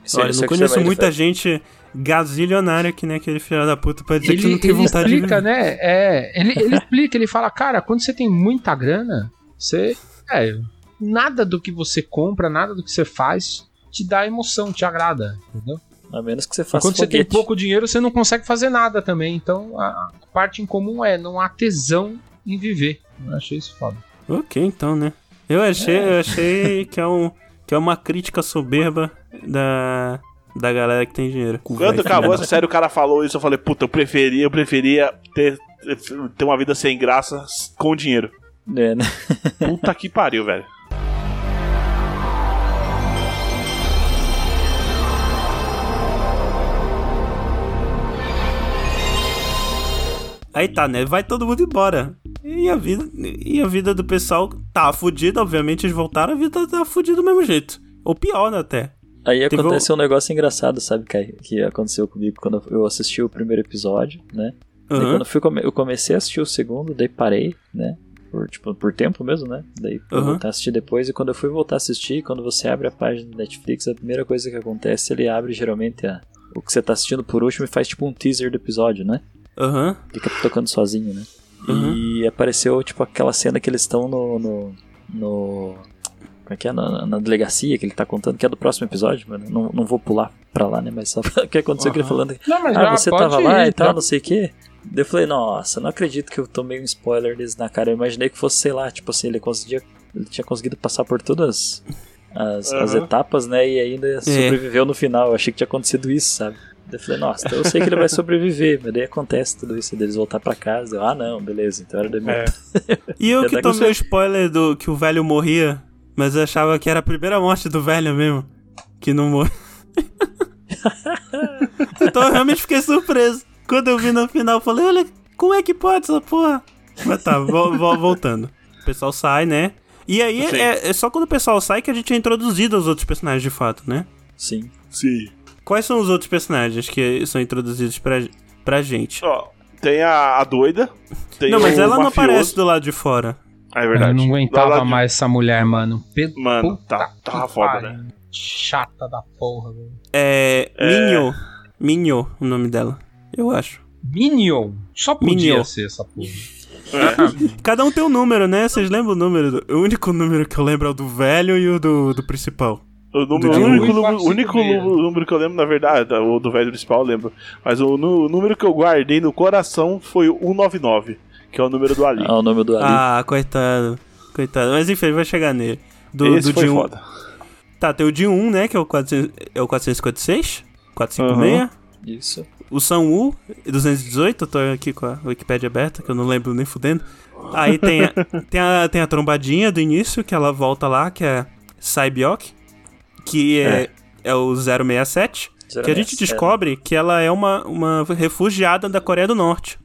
Speaker 3: Isso aí,
Speaker 1: Olha, eu
Speaker 3: isso
Speaker 1: não
Speaker 3: é que você
Speaker 1: conheço
Speaker 3: vai-
Speaker 1: muita gente gazilionária que nem aquele filho da puta pra dizer que
Speaker 2: ele,
Speaker 1: não tem
Speaker 2: ele
Speaker 1: vontade
Speaker 2: explica,
Speaker 1: de viver.
Speaker 2: né? É, ele, ele explica, ele fala, cara, quando você tem muita grana, você. É, nada do que você compra, nada do que você faz te dá emoção, te agrada, entendeu?
Speaker 3: A menos que você
Speaker 2: Mas
Speaker 3: faça
Speaker 2: quando você tem
Speaker 3: foguete.
Speaker 2: pouco dinheiro, você não consegue fazer nada também. Então a a parte em comum é não há tesão em viver. Eu achei isso foda.
Speaker 1: Ok, então, né? Eu achei, eu achei que, é um, que é uma crítica soberba da, da galera que tem dinheiro.
Speaker 4: Quando
Speaker 1: Vai,
Speaker 4: acabou
Speaker 1: filha
Speaker 4: essa série, o cara falou isso, eu falei, puta, eu preferia, eu preferia ter, ter uma vida sem graça com dinheiro.
Speaker 3: É, né?
Speaker 4: Puta que pariu, velho.
Speaker 1: da- Aí tá, né? Vai todo mundo embora. E a vida, e a vida do pessoal tá fudida, obviamente eles voltaram, a vida tá fudida do mesmo jeito. Ou pior, né, até.
Speaker 3: Aí
Speaker 1: Teve
Speaker 3: aconteceu um negócio engraçado, sabe, Kai? Que aconteceu comigo quando eu assisti o primeiro episódio, né? Daí
Speaker 1: Aham.
Speaker 3: quando eu, fui come- eu comecei a assistir o segundo, daí parei, né? Por, tipo, por tempo mesmo, né? Daí fui
Speaker 1: Aham.
Speaker 3: voltar a assistir depois. E quando eu fui voltar a assistir, quando você abre a página do Netflix, a primeira coisa que acontece, ele abre geralmente a- o que você tá assistindo por último e faz tipo um teaser do episódio, né?
Speaker 1: Aham.
Speaker 3: Fica tocando sozinho, né?
Speaker 1: Uhum.
Speaker 3: E apareceu, tipo, aquela cena que eles estão no, no, no- Como é que é? Na, na- na delegacia que ele tá contando, que é do próximo episódio, mano. Não, não vou pular pra lá, né? Mas só o que aconteceu que ele
Speaker 1: Aham.
Speaker 3: falando.
Speaker 2: Não, mas
Speaker 3: Ah, você tava lá e tal, não sei o quê. Daí Eu falei, nossa, não acredito que eu tomei um spoiler desse na cara. Eu imaginei que fosse, sei lá, tipo assim, ele conseguia. Ele tinha conseguido passar por todas as, as
Speaker 4: Aham.
Speaker 3: etapas, né? E ainda
Speaker 1: É.
Speaker 3: sobreviveu no final. Eu achei que tinha acontecido isso, sabe? Daí Eu falei, nossa, então eu sei que ele vai sobreviver, mas daí acontece tudo isso, deles voltar pra casa. Eu, ah, não, beleza, então era da minha.
Speaker 4: É.
Speaker 1: E eu
Speaker 3: Até
Speaker 1: que
Speaker 3: que
Speaker 1: tomei o spoiler do que o velho morria, mas eu achava que era a primeira morte do velho mesmo. Que não morreu. então eu realmente fiquei surpreso. Quando eu vi no final, eu falei, olha, como é que pode essa porra? Mas tá, vo- vo- voltando. O pessoal sai, né? E aí
Speaker 4: Sim.
Speaker 1: é, é só quando o pessoal sai que a gente é introduzido aos outros personagens de fato, né?
Speaker 3: Sim.
Speaker 4: Sim.
Speaker 1: Quais são os outros personagens que são introduzidos pra, pra gente?
Speaker 4: Ó, tem a, a doida. Tem
Speaker 1: não, mas
Speaker 4: o
Speaker 1: ela não
Speaker 4: mafioso.
Speaker 1: aparece do lado de fora.
Speaker 4: Ah, É
Speaker 2: Eu
Speaker 4: verdade.
Speaker 2: não aguentava
Speaker 4: Lá- lá de-
Speaker 2: mais essa mulher, mano. Pedro,
Speaker 4: Mano, tá, tava foda, né?
Speaker 2: Chata da porra, velho.
Speaker 1: É.
Speaker 4: É.
Speaker 1: Minho. Minho, o nome dela. Eu acho.
Speaker 2: Minion. Só podia
Speaker 1: Minion.
Speaker 2: ser essa porra.
Speaker 1: Cada um tem um número, né? Vocês lembram o número? do- O único número que eu lembro é o do velho e o do, do principal.
Speaker 4: O,
Speaker 1: Do
Speaker 4: número, o
Speaker 1: Jim
Speaker 4: único,
Speaker 2: Lee.
Speaker 4: número, o único
Speaker 2: 456.
Speaker 4: nu- número que eu lembro, na verdade, tá, o do velho principal eu lembro. Mas o, nu- o número que eu guardei no coração foi o 199, que é o número do Ali.
Speaker 3: Ah, o nome do Ali.
Speaker 1: Ah, coitado. Coitado. Mas enfim, vai chegar nele. Do,
Speaker 4: Esse
Speaker 1: do
Speaker 4: foi
Speaker 1: de um-
Speaker 4: foda.
Speaker 1: Tá, tem o de 1, né? Que é o, 400, é o 456? 456?
Speaker 3: Isso.
Speaker 1: O São U, 218, eu tô aqui com a Wikipédia aberta, que eu não lembro nem fudendo. Aí tem a, tem a, tem a trombadinha do início, que ela volta lá, que é Cybiok, que é, é o 067. Que a gente descobre que ela é uma, uma refugiada da Coreia do Norte.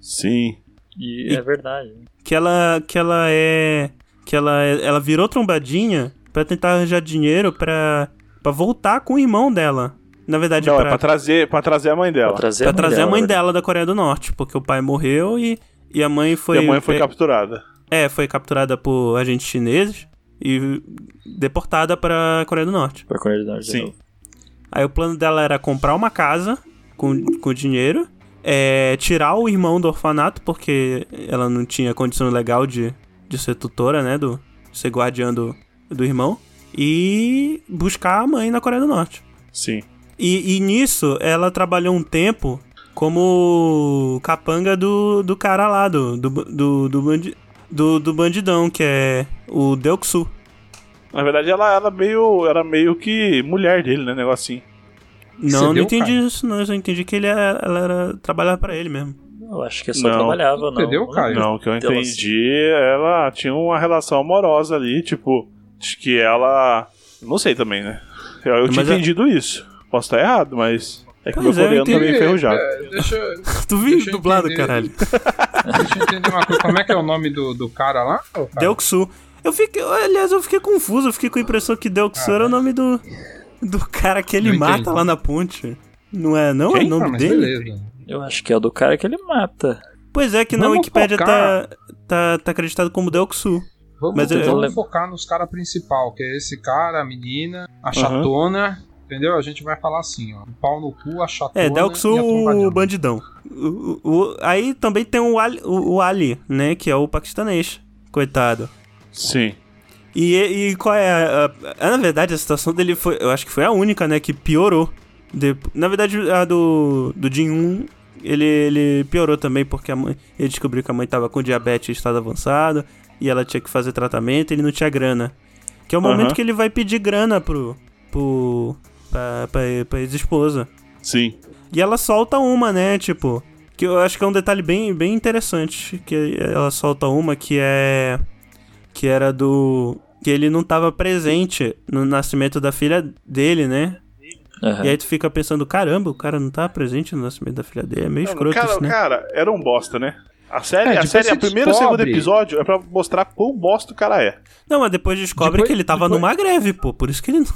Speaker 4: Sim.
Speaker 3: E é verdade.
Speaker 1: Que ela, que ela é. Que ela, é- ela virou trombadinha pra tentar arranjar dinheiro pra, pra voltar com o irmão dela. Na verdade,
Speaker 4: Não, é
Speaker 1: pra,
Speaker 4: pra trazer, pra trazer a mãe
Speaker 3: Pra
Speaker 4: dela.
Speaker 3: trazer,
Speaker 1: pra trazer a mãe
Speaker 3: né?
Speaker 1: dela da Coreia do Norte, porque o pai morreu e, e a mãe foi.
Speaker 4: e a mãe foi
Speaker 1: é-
Speaker 4: capturada.
Speaker 1: É, foi capturada por agentes chineses e deportada pra Coreia do Norte.
Speaker 3: Pra Coreia do Norte. de
Speaker 4: Sim.
Speaker 3: novo.
Speaker 1: Aí o plano dela era comprar uma casa com, com dinheiro, é, tirar o irmão do orfanato, porque ela não tinha condição legal de, de ser tutora, né? Do, de ser guardiã do, do irmão. E buscar a mãe na Coreia do Norte.
Speaker 4: Sim.
Speaker 1: E, e nisso, ela trabalhou um tempo como capanga do, do cara lá, do, do, do, do, bandi- do, do bandidão, que é o Deoksu.
Speaker 4: Na verdade, ela era meio, era meio que mulher dele, né? Negocinho.
Speaker 1: Não, eu não
Speaker 2: deu,
Speaker 1: entendi
Speaker 2: Caio?
Speaker 1: isso, não. Eu só entendi que ele era, ela era, trabalhava pra ele mesmo.
Speaker 3: Eu acho que é só
Speaker 4: Não.
Speaker 3: trabalhava, não.
Speaker 2: Entendeu, Caio?
Speaker 4: Não, o que eu
Speaker 3: Dela-
Speaker 4: entendi, é ela tinha uma relação amorosa ali, tipo, de que ela. Não sei também, né? Eu, eu tinha
Speaker 1: Mas é-
Speaker 4: entendido isso. Posso estar errado, mas. É que
Speaker 1: Pois
Speaker 4: meu
Speaker 1: é, eu
Speaker 4: coreano tá meio
Speaker 2: entendi.
Speaker 4: enferrujado.
Speaker 2: É, Deixa,
Speaker 1: Tu viu
Speaker 2: Deixa eu
Speaker 1: dublado,
Speaker 2: entender.
Speaker 1: caralho?
Speaker 2: deixa eu entender uma coisa. Como é que é o nome do, do cara lá? ô, cara?
Speaker 1: Deoksu. Eu fiquei, aliás, eu fiquei confuso. Eu fiquei com a impressão que Deoksu era o nome do, do cara que ele
Speaker 2: Não
Speaker 1: mata
Speaker 2: entendi.
Speaker 1: lá na ponte. Não é, não? É o
Speaker 4: Quem?
Speaker 1: nome
Speaker 2: Ah, mas
Speaker 1: dele?
Speaker 2: beleza.
Speaker 3: Eu acho que é o do cara que ele mata.
Speaker 1: Pois é, que na
Speaker 2: Vamos
Speaker 1: Wikipédia tá,
Speaker 2: focar.
Speaker 1: tá, tá acreditado como Deoksu.
Speaker 2: Vamos,
Speaker 1: Mas eu-
Speaker 2: vamos
Speaker 3: eu-
Speaker 2: focar nos caras principal, que é esse cara, a menina, a chatona, entendeu? A gente vai falar assim, ó. Um pau no cu, a chatona.
Speaker 1: É,
Speaker 2: né? e
Speaker 1: Delksu,
Speaker 2: a trombadinha.
Speaker 1: o bandidão. O- o- o- aí também tem o Ali, o, o Ali, né? Que é o paquistanês. Coitado.
Speaker 4: Sim.
Speaker 1: E, e qual é a, a- a- Na verdade, a situação dele foi. Eu acho que foi a única, né? Que piorou. De- na verdade, a do, do Jin 1, ele, ele piorou também, porque a mãe, ele descobriu que a mãe tava com diabetes em estado avançado e ela tinha que fazer tratamento e ele não tinha grana. Que é o momento
Speaker 4: Aham.
Speaker 1: que ele vai pedir grana pro. pro pra, pra, pra ex-esposa.
Speaker 4: Sim.
Speaker 1: E ela solta uma, né? Tipo, que eu acho que é um detalhe bem, bem interessante. Que ela solta uma que é. Que era do. Que ele não tava presente no nascimento da filha dele, né?
Speaker 3: Aham.
Speaker 2: É.
Speaker 1: E aí tu fica pensando, caramba, o cara não tá presente no nascimento da filha dele. É meio escroto
Speaker 4: cara,
Speaker 1: isso, né?
Speaker 4: cara, era um bosta, né? A série,
Speaker 2: É,
Speaker 4: a
Speaker 2: depois
Speaker 4: série,
Speaker 2: você
Speaker 4: o primeiro e o segundo
Speaker 2: descobre.
Speaker 4: episódio é pra mostrar quão bosta o cara é.
Speaker 1: Não, mas depois descobre
Speaker 2: Depois-
Speaker 1: que ele tava
Speaker 2: depois-
Speaker 1: numa greve, pô. Por isso que ele não.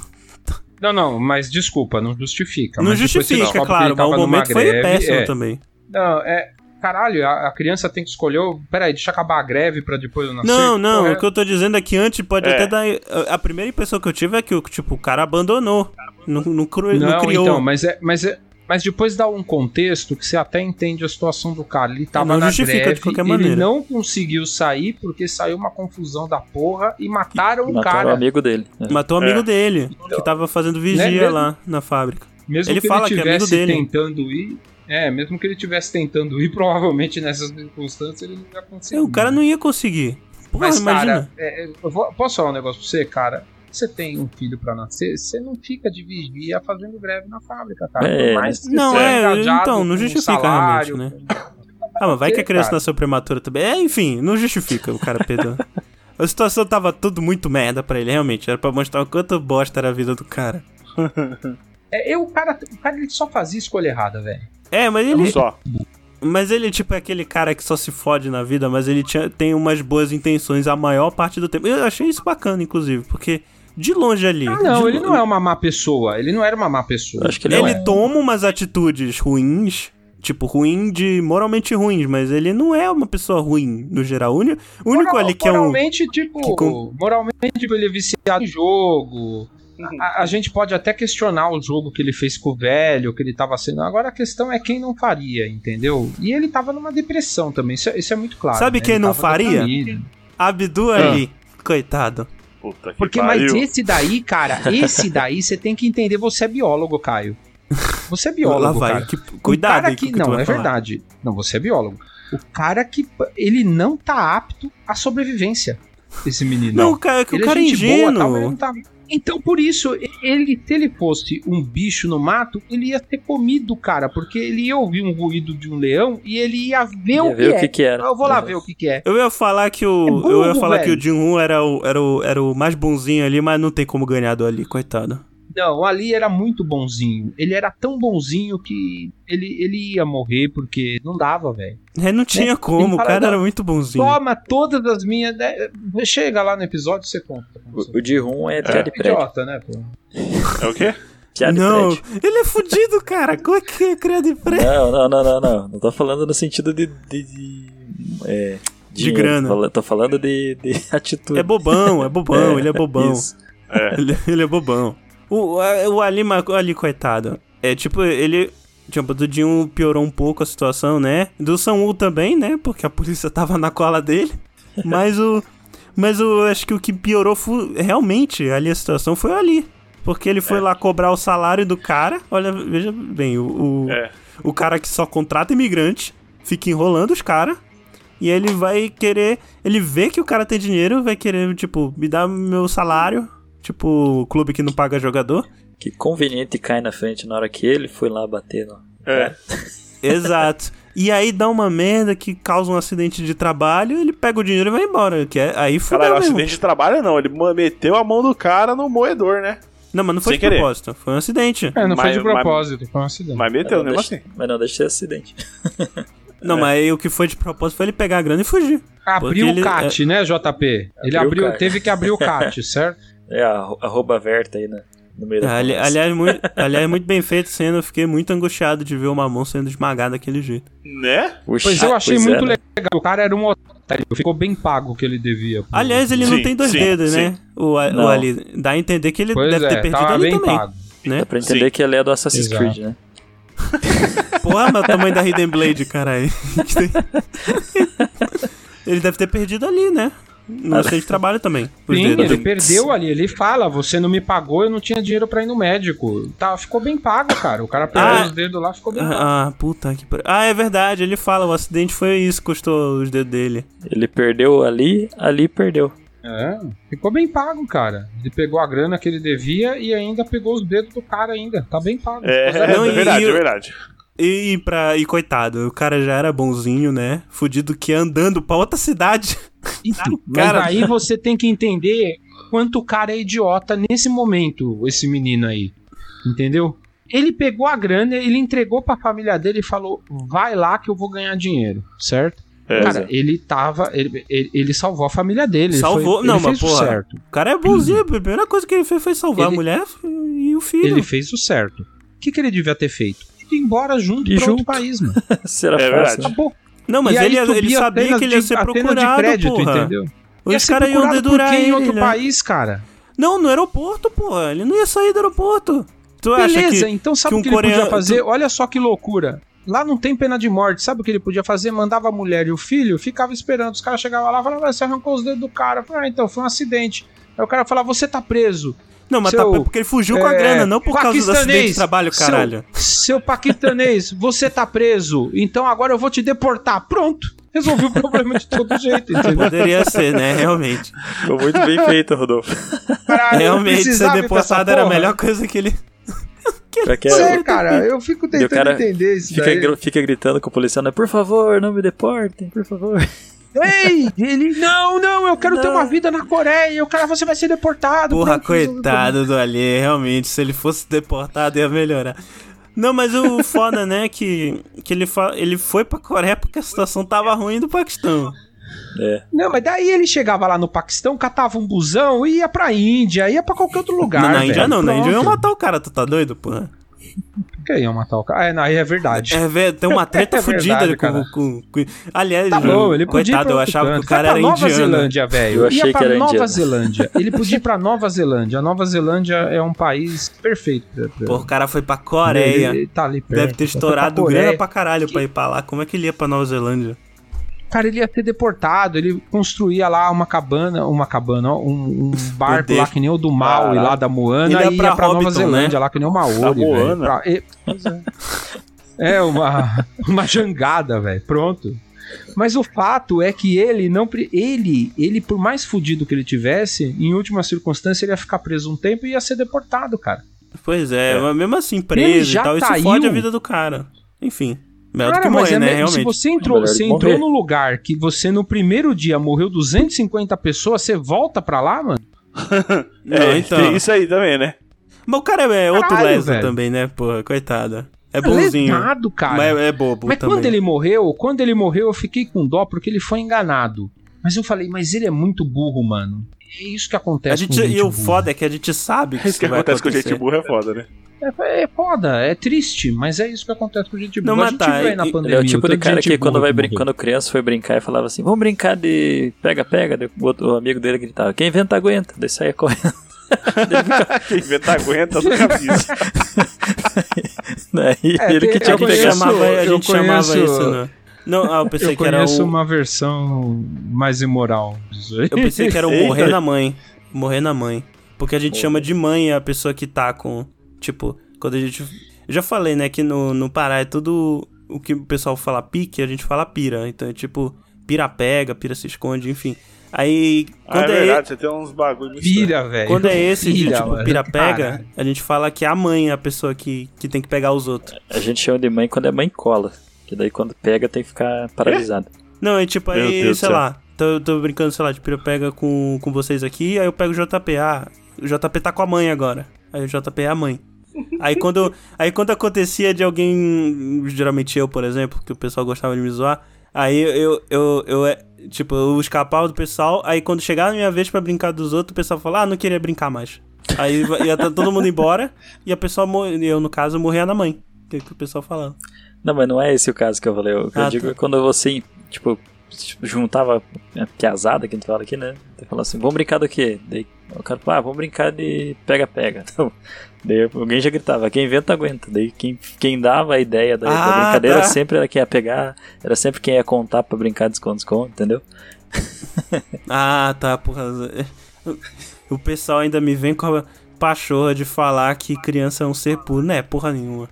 Speaker 2: Não, não, mas desculpa, não justifica.
Speaker 1: não
Speaker 2: mas depois você
Speaker 1: justifica,
Speaker 2: descobre que
Speaker 1: claro,
Speaker 2: ele
Speaker 1: mas
Speaker 2: tava
Speaker 1: o
Speaker 2: numa
Speaker 1: momento foi
Speaker 2: greve,
Speaker 1: péssimo
Speaker 2: é.
Speaker 1: também.
Speaker 2: Não, é. Caralho, a, a criança tem que escolher. o- Peraí, deixa acabar a greve pra depois eu nascer.
Speaker 1: Não,
Speaker 2: Que
Speaker 1: não,
Speaker 2: porra é-
Speaker 1: o que eu tô dizendo é que antes pode
Speaker 4: É.
Speaker 1: até dar. a- A primeira impressão que eu tive é que o, tipo, o cara abandonou. Não, não, cru- não
Speaker 2: Não,
Speaker 1: criou.
Speaker 2: então, mas é, mas é, mas depois dá um contexto que você até entende a situação do cara. Ele tava
Speaker 1: É, Não
Speaker 2: na
Speaker 1: justifica,
Speaker 2: greve,
Speaker 1: de qualquer
Speaker 2: ele
Speaker 1: maneira.
Speaker 2: não conseguiu sair porque saiu uma confusão da porra e mataram o
Speaker 3: Mataram
Speaker 2: cara.
Speaker 3: o amigo dele. É.
Speaker 1: Matou um
Speaker 4: É.
Speaker 1: amigo dele, que tava fazendo vigia
Speaker 2: é mesmo?
Speaker 1: lá na fábrica.
Speaker 2: Mesmo
Speaker 1: Ele
Speaker 2: que
Speaker 1: fala que
Speaker 2: ele
Speaker 1: é
Speaker 2: tivesse
Speaker 1: amigo dele.
Speaker 2: tentando ir, é, mesmo que ele tivesse tentando ir, provavelmente nessas circunstâncias ele não ia conseguir.
Speaker 1: É, o cara não ia conseguir. Porra,
Speaker 2: Hum. Mas,
Speaker 1: imagina.
Speaker 2: cara, é, é, eu vou- posso falar um negócio pra você, cara? Você tem um filho pra nascer, você não fica de vigia fazendo greve na fábrica, cara.
Speaker 3: É,
Speaker 2: Por mais que
Speaker 1: Não,
Speaker 2: você
Speaker 1: é,
Speaker 2: seja engajado
Speaker 1: então, não
Speaker 2: com um
Speaker 1: justifica
Speaker 2: salário,
Speaker 1: realmente,
Speaker 2: com-
Speaker 1: ah, mas vai que a criança
Speaker 2: cara.
Speaker 1: nasceu prematura também. É, enfim, não justifica o cara perdendo. a situação tava tudo muito merda pra ele, realmente. Era pra mostrar o quanto bosta era a vida do cara.
Speaker 2: É, eu, o cara, o cara ele só fazia escolha errada, velho.
Speaker 1: É, mas
Speaker 4: Olha
Speaker 1: ele.
Speaker 4: um só.
Speaker 1: Mas ele, tipo, é aquele cara que só se fode na vida, mas ele tinha, tem umas boas intenções a maior parte do tempo. Eu achei isso bacana, inclusive, porque de longe ali.
Speaker 2: Ah, não,
Speaker 1: de
Speaker 2: ele
Speaker 1: lo-
Speaker 2: não é uma má pessoa. Ele não era uma má pessoa.
Speaker 3: Eu acho que ele,
Speaker 1: Ele,
Speaker 3: não é.
Speaker 1: toma umas atitudes ruins, tipo, ruim de. moralmente ruins, mas ele não é uma pessoa ruim, no geral. O único o único
Speaker 2: Moral-
Speaker 1: ali que é um.
Speaker 2: Moralmente, tipo,
Speaker 1: que com-
Speaker 2: moralmente, tipo, ele é viciado em jogo. A, a gente pode até questionar o jogo que ele fez com o velho, que ele tava sendo. Agora a questão é quem não faria, entendeu? E ele tava numa depressão também, isso, é- isso é muito claro.
Speaker 1: Sabe
Speaker 2: né?
Speaker 1: quem
Speaker 2: Ele
Speaker 1: não
Speaker 2: tava
Speaker 1: faria?
Speaker 2: deprimido.
Speaker 1: Abdu
Speaker 3: Ah.
Speaker 1: ali. Coitado.
Speaker 4: Puta que
Speaker 1: é
Speaker 2: Porque,
Speaker 4: pariu.
Speaker 2: mas esse daí, cara, esse daí você tem que entender, você é biólogo, Caio. Você é biólogo,
Speaker 1: Lá vai.
Speaker 2: cara.
Speaker 1: que- cuidado
Speaker 2: o cara
Speaker 1: aí com
Speaker 2: que,
Speaker 1: o que tu
Speaker 2: não,
Speaker 1: vai
Speaker 2: é
Speaker 1: falar.
Speaker 2: verdade. Não, você é biólogo. O cara que ele não tá apto à sobrevivência. Esse menino.
Speaker 1: Não, o cara, que o
Speaker 2: Ele é
Speaker 1: cara é
Speaker 2: gente boa, tal, mas ele
Speaker 1: ingênuo.
Speaker 2: não tá- Então, por isso, ele, se ele fosse um bicho no mato, ele ia ter comido, cara, porque ele ia ouvir um ruído de um leão e ele ia ver o que,
Speaker 3: Ia ver o
Speaker 2: é.
Speaker 3: que, que era. Uhum.
Speaker 2: Eu vou lá ver o que, que é.
Speaker 1: Eu ia falar que o.
Speaker 2: É burro,
Speaker 1: eu ia falar
Speaker 2: velho.
Speaker 1: que o Jin-Hoon era o, era, o, era o mais bonzinho ali, mas não tem como ganhar do ali, coitado.
Speaker 2: Não, o ali era muito bonzinho. Ele era tão bonzinho que ele, ele ia morrer porque não dava, velho.
Speaker 1: É, não tinha
Speaker 2: Né?
Speaker 1: como, o
Speaker 2: falar
Speaker 1: cara
Speaker 2: nada.
Speaker 1: era muito bonzinho.
Speaker 2: Toma todas as minhas. né? Chega lá no episódio e você conta.
Speaker 3: O, o de rum é piada
Speaker 2: é
Speaker 3: de prédio.
Speaker 2: idiota, né? pô?
Speaker 4: É o quê?
Speaker 3: Piada de
Speaker 1: não,
Speaker 3: prédio.
Speaker 1: ele é fudido, cara. Como é que é criado em pré?
Speaker 3: Não, não, não, não, não. Não tô falando no sentido de. de, de é, dinheiro.
Speaker 1: grana.
Speaker 3: Fala- Tô falando de, de atitude.
Speaker 1: É bobão, é bobão,
Speaker 3: É,
Speaker 1: ele é bobão.
Speaker 3: Isso.
Speaker 4: É.
Speaker 1: Ele, ele é bobão. O, a- o Ali, ma- ali, coitado. É tipo, ele. Tipo, do Dinho piorou um pouco a situação, né? Do Samu também, né? Porque a polícia tava na cola dele. Mas o. Mas eu acho que o que piorou fu- realmente ali a situação foi o Ali. Porque ele foi lá cobrar o salário do cara. Olha, veja bem, o. o
Speaker 4: É.
Speaker 1: o cara que só contrata imigrante, fica enrolando os caras. E ele vai querer. Ele vê que o cara tem dinheiro, vai querer, tipo, me dar meu salário. Tipo, o clube que não paga jogador.
Speaker 3: Que conveniente cai na frente na hora que ele foi lá bater no.
Speaker 4: É.
Speaker 1: Exato. E aí dá uma merda que causa um acidente de trabalho, ele pega o dinheiro e vai embora. Que é, aí fudeu
Speaker 4: Caralho, o
Speaker 1: mesmo.
Speaker 4: acidente de trabalho não. Ele ma- meteu a mão do cara no moedor, né?
Speaker 1: Não, mas não foi
Speaker 4: Sem
Speaker 1: de
Speaker 4: querer.
Speaker 1: propósito. Foi um acidente.
Speaker 2: É, não foi
Speaker 4: Mas-
Speaker 2: de propósito, foi um acidente.
Speaker 4: Mas meteu,
Speaker 3: não
Speaker 4: mesmo
Speaker 3: deixa,
Speaker 4: assim.
Speaker 2: é-
Speaker 3: mas não deixa de ser acidente.
Speaker 4: É.
Speaker 1: Não, mas aí o que foi de propósito foi ele pegar a grana e fugir.
Speaker 2: Abriu
Speaker 1: Porque ele- é,
Speaker 2: o CAT, né, JP? Ele
Speaker 3: Abriu o
Speaker 2: abriu,
Speaker 3: CAT.
Speaker 2: teve que abrir o CAT, certo?
Speaker 1: Ah,
Speaker 3: É a, ro- a rouba verta aí, né? No meio da
Speaker 1: Ali-
Speaker 3: conversa.
Speaker 1: aliás, muito, aliás, muito bem feito sendo. Eu fiquei muito angustiado de ver o Mamon sendo esmagado daquele jeito.
Speaker 4: Né?
Speaker 3: Puxa,
Speaker 2: Pois eu achei
Speaker 3: pois é,
Speaker 2: muito
Speaker 3: né?
Speaker 2: legal. O cara era um otário, ficou bem pago o que ele devia. pô.
Speaker 1: Aliás, ele não
Speaker 4: Sim,
Speaker 1: tem dois
Speaker 4: sim,
Speaker 1: dedos,
Speaker 4: sim.
Speaker 1: né? O, A- o
Speaker 3: Não.
Speaker 1: Ali. Dá a entender que ele
Speaker 2: pois
Speaker 1: deve
Speaker 2: é,
Speaker 1: ter perdido
Speaker 2: tava
Speaker 1: ali
Speaker 2: bem
Speaker 1: também. né?
Speaker 2: pago.
Speaker 3: Dá pra entender
Speaker 4: Sim.
Speaker 3: que ele é do Assassin's
Speaker 2: Exato.
Speaker 3: Creed, né?
Speaker 1: Porra, mas o tamanho da Hidden Blade, caralho. ele deve ter perdido ali, né? No acidente de trabalho também. os
Speaker 2: Sim,
Speaker 1: dedos.
Speaker 2: ele perdeu ali. Ele fala: você não me pagou, eu não tinha dinheiro pra ir no médico. Tá, ficou bem pago, cara. O cara pegou
Speaker 1: Ah.
Speaker 2: os dedos lá, ficou bem pago.
Speaker 1: Ah, ah, puta que par... Ah, é verdade, ele fala, o acidente foi isso, custou os dedos dele.
Speaker 3: Ele perdeu ali, ali perdeu.
Speaker 2: É, ficou bem pago, cara. Ele pegou a grana que ele devia e ainda pegou os dedos do cara ainda. Tá bem pago.
Speaker 4: É,
Speaker 1: Não,
Speaker 4: é
Speaker 1: e-
Speaker 4: verdade,
Speaker 1: e-
Speaker 4: é verdade.
Speaker 1: E, e, pra... e coitado, o cara já era bonzinho, né? Fudido que ia andando pra outra cidade.
Speaker 2: Então,
Speaker 1: Cara-
Speaker 2: mas aí você tem que entender quanto o cara é idiota nesse momento, esse menino aí. Entendeu? Ele pegou a grana, ele entregou pra família dele e falou: vai lá que eu vou ganhar dinheiro, certo?
Speaker 4: É,
Speaker 2: cara, ele tava. Ele, ele, ele salvou a família dele. ele
Speaker 1: Salvou-
Speaker 2: foi-
Speaker 1: não,
Speaker 2: ele
Speaker 1: mas
Speaker 2: fez o
Speaker 1: porra,
Speaker 2: certo.
Speaker 1: O cara é bonzinho, a primeira coisa que ele fez foi salvar
Speaker 2: Ele-
Speaker 1: a mulher e o filho.
Speaker 2: Ele fez o certo. O que, que ele devia ter feito? Ido embora junto
Speaker 3: E
Speaker 2: pra outro
Speaker 3: junto.
Speaker 2: país, mano.
Speaker 3: Será
Speaker 4: É
Speaker 3: fácil? né?
Speaker 4: verdade.
Speaker 2: Acabou.
Speaker 1: Não, mas
Speaker 2: E aí
Speaker 1: ele, ele
Speaker 2: subia
Speaker 1: sabia
Speaker 2: apenas
Speaker 1: que ele ia
Speaker 2: de-
Speaker 1: ser
Speaker 2: apenas
Speaker 1: procurado,
Speaker 2: de crédito,
Speaker 1: porra.
Speaker 2: entendeu? Ia
Speaker 1: Os
Speaker 2: ser
Speaker 1: caras iam
Speaker 2: procurado por
Speaker 1: dedurar
Speaker 2: quê em
Speaker 1: ele.
Speaker 2: outro
Speaker 1: né?
Speaker 2: país, cara.
Speaker 1: Não, no aeroporto, porra. Ele não ia sair do aeroporto. Tu acha
Speaker 2: Beleza,
Speaker 1: que...
Speaker 2: então sabe
Speaker 1: que
Speaker 2: o
Speaker 1: um
Speaker 2: que ele
Speaker 1: coreano-
Speaker 2: podia fazer? Olha só que loucura. Lá não tem pena de morte, sabe o que ele podia fazer? Mandava a mulher e o filho, ficava esperando. Os caras chegavam lá e falavam, "Ah, você arrancou os dedos do cara. Eu falava, ah, então, foi um acidente. Aí o cara falava, você tá preso.
Speaker 1: Não, mas
Speaker 2: seu-
Speaker 1: tá porque ele fugiu com a
Speaker 2: É,
Speaker 1: grana, não por causa do acidente de
Speaker 2: paquistanês,
Speaker 1: trabalho,
Speaker 2: seu-
Speaker 1: caralho.
Speaker 2: Seu paquistanês, você tá preso, então agora eu vou te deportar. Pronto, resolvi o problema de todo jeito, entendeu?
Speaker 1: Poderia ser, né? Realmente.
Speaker 3: Ficou muito bem feito, Rodolfo.
Speaker 2: Caralho, eu
Speaker 1: Realmente, ser
Speaker 2: precisava dessa
Speaker 1: deportado era a
Speaker 2: porra.
Speaker 1: melhor coisa que ele...
Speaker 3: Pra que-
Speaker 2: Sério, cara, eu fico
Speaker 3: E o
Speaker 2: tentando
Speaker 3: cara
Speaker 2: entender isso
Speaker 3: Fica,
Speaker 2: daí.
Speaker 3: gr- fica gritando com o policial, né? Por favor, não me deportem, por favor.
Speaker 2: Ei, ele, não, não, eu quero ter uma vida na Coreia. E o cara, você vai ser deportado.
Speaker 1: Porra,
Speaker 2: pronto, resolveu o problema.
Speaker 1: coitado do Ali, realmente, se ele fosse deportado ia melhorar. Não, mas o foda, né, que, que ele, fa... ele foi pra Coreia porque a situação tava ruim do Paquistão.
Speaker 2: Não, mas daí ele chegava lá no Paquistão, catava um busão e ia pra Índia, ia pra qualquer outro lugar.
Speaker 1: Mas na
Speaker 2: velho.
Speaker 1: Índia não, na
Speaker 2: Pronto.
Speaker 1: Índia é eu ia matar o cara, tu tá doido, porra?
Speaker 2: Por que ia matar o cara? É, não, aí é verdade.
Speaker 1: É, velho, tem uma treta
Speaker 2: É
Speaker 1: fodida
Speaker 2: verdade,
Speaker 1: com,
Speaker 2: cara.
Speaker 1: com, com- Aliás,
Speaker 2: Tá bom, ele podia ir
Speaker 1: coitado,
Speaker 2: pra
Speaker 1: eu
Speaker 2: outro
Speaker 1: achava
Speaker 2: canto.
Speaker 1: que o
Speaker 2: Vai
Speaker 1: cara era
Speaker 2: pra Nova
Speaker 1: indiano.
Speaker 2: Zelândia, velho.
Speaker 3: Eu achei
Speaker 2: ia pra
Speaker 3: que era
Speaker 2: Nova
Speaker 3: indiano.
Speaker 2: Zelândia. Ele podia ir pra Nova Zelândia. A Nova Zelândia é um país perfeito. Pra, pra-
Speaker 1: Pô, o cara foi pra Coreia.
Speaker 2: Ele- ele tá ali perto.
Speaker 1: Deve ter
Speaker 2: Foi pra
Speaker 1: estourado
Speaker 2: Coreia.
Speaker 1: grana pra caralho pra ir pra lá. Como é que ele ia pra Nova Zelândia?
Speaker 2: Cara, ele ia ser deportado, ele construía lá uma cabana, uma cabana, ó, um, um barco
Speaker 1: Deus.
Speaker 2: lá que nem o do Maui,
Speaker 4: Caralho.
Speaker 2: lá da Moana,
Speaker 1: Ele ia
Speaker 2: e
Speaker 1: pra né?
Speaker 2: ia pra Nova
Speaker 1: Hobbiton,
Speaker 2: Zelândia, lá que nem o Maori,
Speaker 4: Da
Speaker 2: velho.
Speaker 4: Moana.
Speaker 2: Pra- e- pois é. É, uma, uma jangada, velho, pronto. Mas o fato é que ele não... pre- Ele, ele, por mais fudido que ele tivesse, em última circunstância, ele ia ficar preso um tempo e ia ser deportado, cara.
Speaker 1: Pois é, mas mesmo assim,
Speaker 2: Ele
Speaker 1: preso e
Speaker 2: já
Speaker 1: tal, isso
Speaker 2: caiu.
Speaker 1: fode a vida do cara. Enfim, melhor do
Speaker 2: Cara,
Speaker 1: que
Speaker 2: mas
Speaker 1: morrer,
Speaker 2: é
Speaker 1: né,
Speaker 2: mesmo- se
Speaker 1: realmente.
Speaker 2: você entrou,
Speaker 3: Melhor
Speaker 2: você
Speaker 3: ele morrer.
Speaker 2: entrou num lugar que você no primeiro dia morreu 250 pessoas, você volta pra lá, mano?
Speaker 1: Não,
Speaker 4: é,
Speaker 1: então.
Speaker 4: tem isso aí também, né?
Speaker 1: Mas o cara é outro
Speaker 2: Caralho,
Speaker 1: lesa
Speaker 2: velho.
Speaker 1: também, né, porra, coitada. É bonzinho.
Speaker 2: Lesado, cara.
Speaker 1: Mas
Speaker 2: Mas,
Speaker 1: é bobo também.
Speaker 2: quando ele morreu, quando ele morreu, eu fiquei com dó porque ele foi enganado. Mas eu falei, mas ele é muito burro, mano. É isso que acontece
Speaker 1: A gente,
Speaker 2: com
Speaker 1: e o
Speaker 2: burra.
Speaker 1: foda é que a gente sabe que
Speaker 4: Isso
Speaker 1: isso
Speaker 4: que
Speaker 1: vai
Speaker 4: acontece com gente
Speaker 1: acontecer.
Speaker 4: burra é foda, né?
Speaker 2: É, é foda, é triste, mas é isso que acontece com gente burra.
Speaker 1: Não,
Speaker 2: a
Speaker 1: mas
Speaker 2: gente
Speaker 1: tá,
Speaker 2: vê aí na
Speaker 1: e-
Speaker 2: pandemia.
Speaker 3: Ele é o tipo de
Speaker 2: tanto
Speaker 3: cara
Speaker 2: gente
Speaker 3: que quando
Speaker 2: burra
Speaker 3: vai
Speaker 2: que
Speaker 3: brin-
Speaker 2: morreu.
Speaker 3: quando criança foi brincar e falava assim, vamos brincar de pega-pega, daí o outro- o amigo dele gritava, quem inventa aguenta, daí saia correndo.
Speaker 4: Quem inventa aguenta, Ah, nunca vi isso.
Speaker 3: Daí
Speaker 2: É,
Speaker 3: né? ele
Speaker 2: tem-
Speaker 3: que tinha
Speaker 1: a gente
Speaker 2: eu
Speaker 3: que
Speaker 2: conheço-
Speaker 3: pegar.
Speaker 1: chamava, a
Speaker 2: eu
Speaker 1: gente chamava
Speaker 2: conheço-
Speaker 1: isso. né? Não, ah, eu pensei
Speaker 2: eu
Speaker 1: que era
Speaker 2: conheço
Speaker 1: o.
Speaker 2: uma versão mais imoral disso aí.
Speaker 1: Eu pensei que era o
Speaker 4: Eita.
Speaker 1: morrer na mãe. Morrer na mãe. Porque a gente chama de mãe a pessoa que tá com. Tipo, quando a gente. Eu já falei, né, que no, no Pará é tudo. O que o pessoal fala pique, a gente fala pira. Então é tipo, pira pega, pira se esconde, enfim. Aí.
Speaker 4: Ah, é
Speaker 1: Quando é,
Speaker 4: verdade, você tem uns bagulho misturado.
Speaker 2: Pira, velho.
Speaker 1: quando é esse de
Speaker 2: Pira,
Speaker 1: tipo
Speaker 2: mano.
Speaker 1: pira-pega,
Speaker 2: Cara,
Speaker 1: a gente fala que é a mãe é a pessoa que, que tem que pegar os outros.
Speaker 3: A gente chama de mãe quando é mãe cola. Que daí quando pega tem que ficar paralisado.
Speaker 1: Não, é tipo
Speaker 4: Meu
Speaker 1: aí,
Speaker 4: Deus do
Speaker 1: sei
Speaker 4: céu.
Speaker 1: lá. Tô, tô brincando, sei lá, de pira-pega com, com vocês aqui, aí eu pego o JP. Ah, o JP tá com a mãe agora. Aí o JP é a mãe. Aí quando, aí quando acontecia de alguém, geralmente eu, por exemplo, que o pessoal gostava de me zoar, aí eu, eu, eu, é tipo, eu escapava do pessoal, aí quando chegava a minha vez pra brincar dos outros, o pessoal falava, ah, não queria brincar mais. Aí ia tá todo mundo embora, e a pessoa, mor- eu no caso, morria na mãe. Que, é o que o pessoal falava.
Speaker 3: Não, mas não é esse o caso que eu falei. O que
Speaker 1: Ah,
Speaker 3: eu digo
Speaker 1: tá.
Speaker 3: é quando você, tipo, juntava a piazada que a gente fala aqui, né? Você fala assim, vamos brincar do quê? Daí o cara fala, ah, vamos brincar de pega-pega. Então, daí alguém já gritava, quem inventa aguenta. Daí quem, quem dava a ideia da, da
Speaker 1: Ah,
Speaker 3: brincadeira
Speaker 1: tá.
Speaker 3: sempre era quem ia pegar, era sempre quem ia contar pra brincar de esconde-esconde, entendeu?
Speaker 1: Ah, tá, porra. O pessoal ainda me vem com a pachorra de falar que criança é um ser puro. Não é porra nenhuma.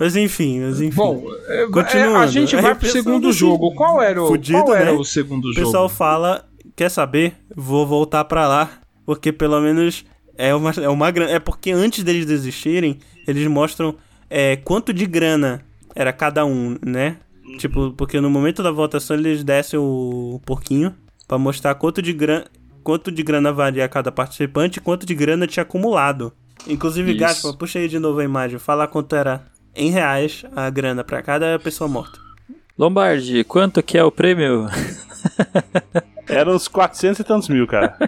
Speaker 1: mas enfim, mas enfim.
Speaker 2: Bom, é,
Speaker 1: Continuando.
Speaker 2: é, a gente vai
Speaker 1: Aí
Speaker 2: pro
Speaker 1: pensando
Speaker 2: segundo
Speaker 1: assim,
Speaker 2: jogo. Qual era o,
Speaker 1: fudido,
Speaker 2: qual era
Speaker 1: né?
Speaker 2: o segundo
Speaker 1: o
Speaker 2: jogo?
Speaker 1: pessoal fala, quer saber? Vou voltar pra lá, porque pelo menos é uma, é uma grana. É porque antes deles desistirem, eles mostram é, quanto de grana era cada um, né? Tipo, porque no momento da votação eles descem o porquinho pra mostrar quanto de grana. Quanto de grana valia cada participante e quanto de grana tinha acumulado. Inclusive,
Speaker 3: Isso.
Speaker 1: Gaspar, puxa aí de novo a imagem. Fala quanto era em reais a grana pra cada pessoa morta.
Speaker 3: Lombardi, quanto que é o prêmio?
Speaker 4: Era uns 400 e tantos mil, cara.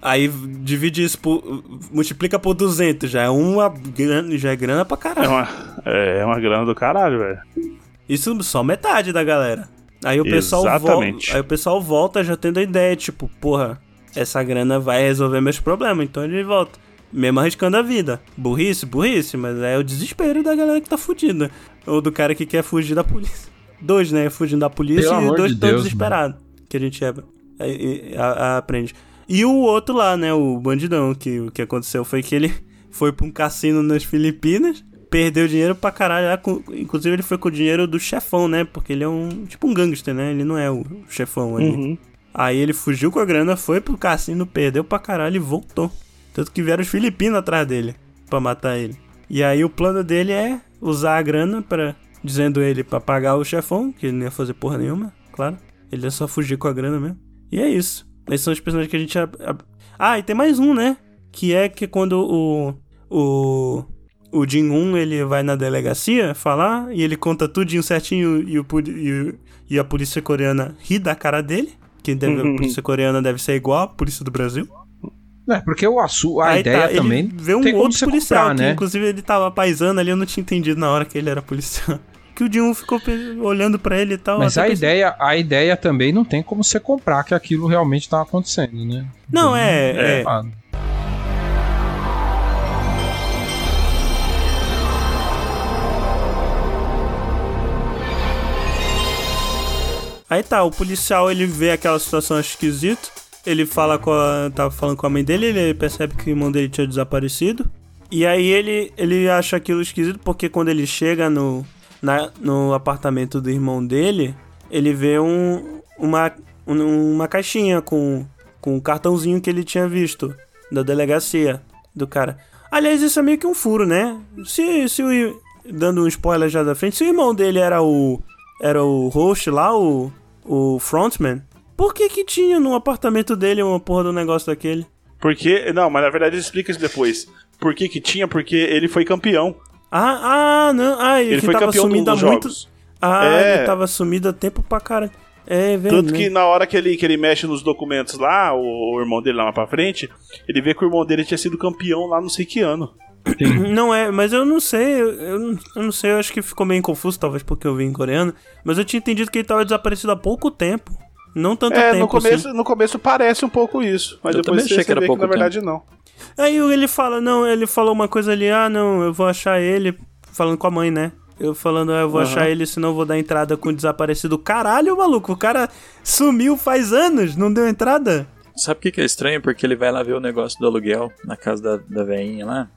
Speaker 1: Aí divide isso por. Multiplica por 200, já é uma grana, já é grana pra
Speaker 4: É
Speaker 1: caralho.
Speaker 4: uma, é uma grana do caralho, velho.
Speaker 1: Isso só metade da galera. Aí o pessoal
Speaker 4: Exatamente.
Speaker 1: volta. Aí o pessoal volta já tendo a ideia, tipo, porra, essa grana vai resolver meus problemas, então ele volta. Mesmo arriscando a vida. Burrice, burrice, mas é o desespero da galera que tá fudida. Ou do cara que quer fugir da polícia. Dois, né? Fugindo da polícia
Speaker 2: Pelo
Speaker 1: e
Speaker 2: amor
Speaker 1: dois
Speaker 2: de
Speaker 1: tão
Speaker 2: Deus,
Speaker 1: desesperados. Que a gente é, é- é- a- a- aprende. E o outro lá, né? O bandidão, que o que aconteceu foi que ele foi pra um cassino nas Filipinas, perdeu dinheiro pra caralho. lá, com- inclusive, ele foi com o dinheiro do chefão, né? Porque ele é um. Tipo um gangster, né? Ele não é o chefão ali.
Speaker 4: Uhum.
Speaker 1: Aí ele fugiu com a grana, foi pro cassino, perdeu pra caralho e voltou. Tanto que vieram os filipinos atrás dele pra matar ele. E aí o plano dele é usar a grana para dizendo ele pra pagar o chefão, que ele não ia fazer porra nenhuma, claro. Ele ia só fugir com a grana mesmo. E é isso. Esses são os personagens que a gente. ab- ab- Ah, e tem mais um, né? Que é que quando o. O. O Jin Un ele vai na delegacia falar e ele conta tudinho certinho e, o, poli- e, o- e a polícia coreana ri da cara dele. Que deve, a polícia coreana deve ser igual a polícia do Brasil.
Speaker 2: É, porque o assu... a
Speaker 1: Aí
Speaker 2: ideia
Speaker 1: tá,
Speaker 2: também
Speaker 1: Ele vê um
Speaker 2: tem como
Speaker 1: outro
Speaker 2: você
Speaker 1: policial,
Speaker 2: comprar,
Speaker 1: que
Speaker 2: né?
Speaker 1: inclusive ele tava paisando ali, eu não tinha entendido na hora que ele era policial. Que o Jin ficou pe- olhando pra ele e tal.
Speaker 2: Mas
Speaker 1: até assim-
Speaker 2: a
Speaker 1: pensei-
Speaker 2: ideia, a ideia também não tem como você comprar que aquilo realmente tá acontecendo, né?
Speaker 1: Não, é. é.
Speaker 2: Ah,
Speaker 1: Aí tá, o policial ele vê aquela situação esquisita. Ele fala com a. tava falando com a mãe dele, ele percebe que o irmão dele tinha desaparecido. E aí ele, ele acha aquilo esquisito porque quando ele chega no, na- no apartamento do irmão dele, ele vê um, uma, um- uma caixinha com, com um cartãozinho que ele tinha visto da delegacia do cara. Aliás, isso é meio que um furo, né? Se, se o, ir- dando um spoiler já da frente, se o irmão dele era o era o host lá, o, o frontman, por que que tinha no apartamento dele uma porra do negócio daquele?
Speaker 4: Porque, não, mas na verdade ele explica isso depois. Por que que tinha? Porque ele foi campeão.
Speaker 1: Ah, ah, não, ah, ele,
Speaker 4: Ele
Speaker 1: que
Speaker 4: foi
Speaker 1: tava
Speaker 4: campeão do-
Speaker 1: sumido há
Speaker 4: dos
Speaker 1: muito...
Speaker 4: jogos.
Speaker 1: Ah,
Speaker 4: É.
Speaker 1: ele tava sumido há tempo pra caralho. É, velho.
Speaker 4: Tanto que na hora que ele, que ele mexe nos documentos lá, o, o irmão dele lá mais pra frente, ele vê que o irmão dele tinha sido campeão lá não sei que ano.
Speaker 1: Não é, mas eu não sei, eu, eu não- eu não sei, eu acho que ficou meio confuso, talvez porque eu vi em coreano, mas eu tinha entendido que ele tava desaparecido há pouco tempo. Não tanto
Speaker 4: É,
Speaker 1: tempo
Speaker 4: no
Speaker 1: assim.
Speaker 4: começo, no começo parece um pouco isso, mas
Speaker 3: Eu
Speaker 4: depois
Speaker 3: também
Speaker 4: você
Speaker 3: achei que era
Speaker 4: vê que na
Speaker 3: pouco
Speaker 4: verdade não.
Speaker 1: Aí ele fala, não, ele falou uma coisa ali, ah, não, eu vou achar ele, falando com a mãe, né? Eu falando, ah, eu vou achar ele, senão eu vou dar entrada com o desaparecido. Caralho, maluco, o cara sumiu faz anos, não deu entrada?
Speaker 3: Sabe o que, que é estranho? Porque ele vai lá ver o negócio do aluguel na casa da, da veinha lá.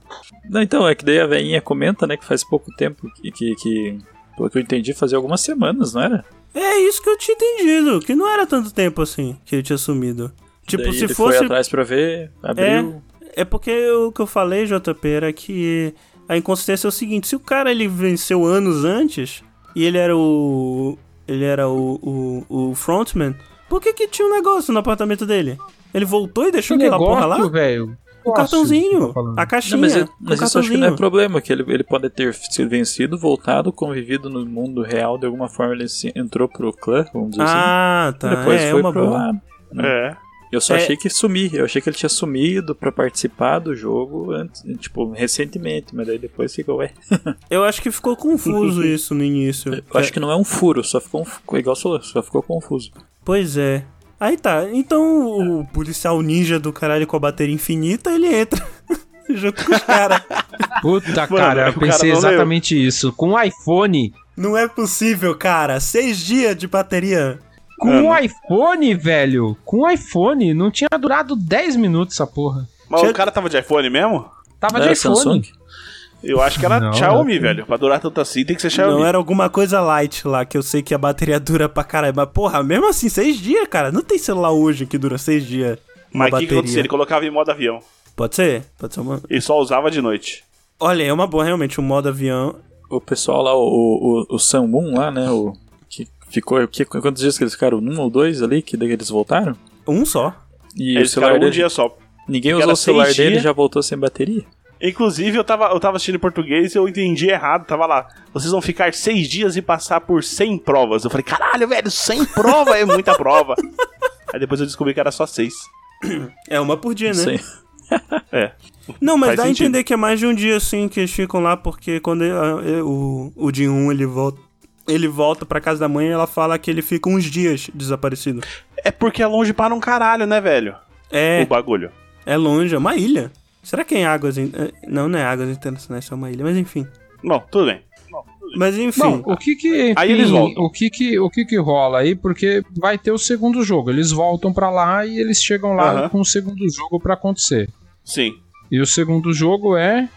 Speaker 3: Não, então, é que daí a veinha comenta, né, que faz pouco tempo que, que, que- Pelo que eu entendi, fazia algumas semanas, não era?
Speaker 1: É isso que eu tinha entendido, que não era tanto tempo assim que ele tinha sumido. Tipo,
Speaker 3: daí
Speaker 1: se
Speaker 3: ele
Speaker 1: fosse.
Speaker 3: foi atrás pra ver, abriu.
Speaker 1: É porque o que eu falei, JP, era que a inconsistência é o seguinte: se o cara ele venceu anos antes e ele era o. Ele era o, o, o frontman, por que que tinha um negócio no apartamento dele? Ele voltou e deixou aquela porra lá?
Speaker 2: velho.
Speaker 1: O
Speaker 2: Fóssil,
Speaker 1: cartãozinho,
Speaker 2: tá falando.
Speaker 1: a caixinha,
Speaker 3: Não, mas, eu-
Speaker 1: o
Speaker 3: mas isso eu acho que
Speaker 1: cartãozinho.
Speaker 3: não é problema, que ele, ele pode ter sido vencido, voltado, convivido no mundo real, de alguma forma ele se- entrou pro clã, vamos dizer assim.
Speaker 1: Ah, tá,
Speaker 3: Depois
Speaker 1: é, é
Speaker 3: foi
Speaker 1: uma
Speaker 3: pro
Speaker 1: boa.
Speaker 3: lá. Não.
Speaker 4: É.
Speaker 3: Eu só
Speaker 1: É.
Speaker 3: achei que sumi, eu achei que ele tinha sumido pra participar do jogo antes, tipo, recentemente, mas daí depois ficou, ué.
Speaker 1: Eu acho que ficou confuso isso no início.
Speaker 3: Eu acho que não é um furo, só ficou um, fu- igual só, só ficou confuso.
Speaker 1: Pois é. Aí tá, então o policial ninja do caralho com a bateria infinita, ele entra junto com os caras.
Speaker 2: Puta,
Speaker 4: Mano,
Speaker 2: cara,
Speaker 4: o
Speaker 2: eu
Speaker 4: cara
Speaker 2: pensei
Speaker 4: não leu.
Speaker 2: exatamente isso. Com um iPhone.
Speaker 1: Não é possível, cara. Seis dias de bateria.
Speaker 2: Com um iPhone, velho. Com um iPhone. Não tinha durado 10 minutos essa porra.
Speaker 4: Mas
Speaker 1: Tinha-
Speaker 4: o cara tava de iPhone mesmo?
Speaker 2: Tava
Speaker 1: é
Speaker 3: Não
Speaker 2: de
Speaker 3: era
Speaker 2: iPhone.
Speaker 3: É, Samsung?
Speaker 4: Eu acho que era
Speaker 2: Não,
Speaker 4: Xiaomi, velho. Pra durar tanto assim tem que ser Xiaomi.
Speaker 1: Não era alguma coisa light lá, que eu sei que a bateria dura pra caralho. Mas, porra, mesmo assim, seis dias, cara. Não tem celular hoje que dura seis dias. Uma
Speaker 4: Mas o que, que
Speaker 1: bateria.
Speaker 4: acontecia? Ele colocava em modo avião
Speaker 1: Pode ser? Pode ser uma.
Speaker 4: e só usava de noite.
Speaker 1: Olha, é uma boa, realmente. O modo avião.
Speaker 3: O pessoal lá, o, o, o, o Samum lá, né, o que ficou, que, quantos dias que eles ficaram? Um ou dois ali, que daí eles voltaram?
Speaker 1: Um só.
Speaker 3: E o
Speaker 4: Eles
Speaker 3: celular
Speaker 4: ficaram um
Speaker 3: dele,
Speaker 4: dia só.
Speaker 3: ninguém
Speaker 4: cada
Speaker 3: usou o celular
Speaker 4: seis
Speaker 3: dele e
Speaker 4: dias-
Speaker 3: já voltou sem bateria?
Speaker 4: Inclusive, eu tava, eu tava assistindo em português e eu entendi errado. Tava lá, vocês vão ficar seis dias e passar por 100 provas. Eu falei, caralho, velho, 100 prova é muita prova. Aí depois eu descobri que era só seis.
Speaker 1: É uma por dia, né?
Speaker 3: Sim.
Speaker 4: É.
Speaker 1: Não, mas
Speaker 4: Faz
Speaker 1: dá a
Speaker 4: sentido.
Speaker 1: entender que é mais de um dia assim que eles ficam lá, porque quando ele- ah, eh, o, o Jin 1 ele volta. Ele volta pra casa da mãe e ela fala que ele fica uns dias desaparecido.
Speaker 4: É porque é longe para um caralho, né, velho?
Speaker 1: É.
Speaker 4: O bagulho.
Speaker 1: É longe, é uma ilha. Será que é em águas. in- eh, Não, não é águas internacionais, é só uma ilha, mas enfim.
Speaker 4: Bom, tudo bem.
Speaker 1: Mas enfim.
Speaker 2: Bom, o que que,
Speaker 4: Aí
Speaker 2: enfim,
Speaker 4: eles voltam.
Speaker 2: O que que, o que que rola aí? Porque vai ter o segundo jogo. Eles voltam pra lá e eles chegam lá
Speaker 4: Aham.
Speaker 2: com o segundo jogo pra acontecer.
Speaker 4: Sim.
Speaker 2: E o segundo jogo é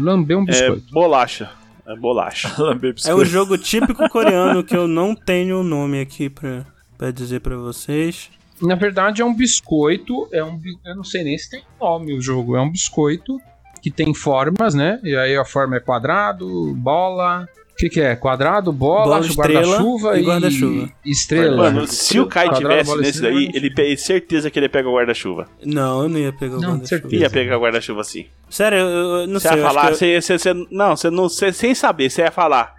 Speaker 2: lamber um
Speaker 4: É
Speaker 2: biscoito.
Speaker 4: bolacha. É bolacha.
Speaker 3: Lambe
Speaker 1: é o jogo típico coreano que eu não tenho o nome aqui pra, pra dizer pra vocês.
Speaker 2: Na verdade é um biscoito, é um bi- eu não sei nem se tem nome o jogo, é um biscoito que tem formas, né? E aí a forma é quadrado, bola, o que que é? Quadrado, bola,
Speaker 1: Bola, estrela
Speaker 2: guarda-chuva
Speaker 1: e
Speaker 2: e,
Speaker 1: guarda-chuva.
Speaker 2: e estrela.
Speaker 4: Mano, se o Kai
Speaker 2: Quadrado,
Speaker 4: tivesse
Speaker 2: bola,
Speaker 4: nesse
Speaker 2: estrela,
Speaker 4: daí,
Speaker 2: bola,
Speaker 4: ele pe- certeza que ele pega o guarda-chuva.
Speaker 1: Não, eu não ia pegar o
Speaker 2: Não,
Speaker 1: guarda-chuva.
Speaker 2: certeza.
Speaker 4: Ia pegar o guarda-chuva sim.
Speaker 1: Sério, eu, eu não
Speaker 4: Você
Speaker 1: sei.
Speaker 4: ia
Speaker 1: eu acho
Speaker 4: falar,
Speaker 1: que eu-
Speaker 4: você ia- você- você- não, você não, você- sem saber, você ia falar.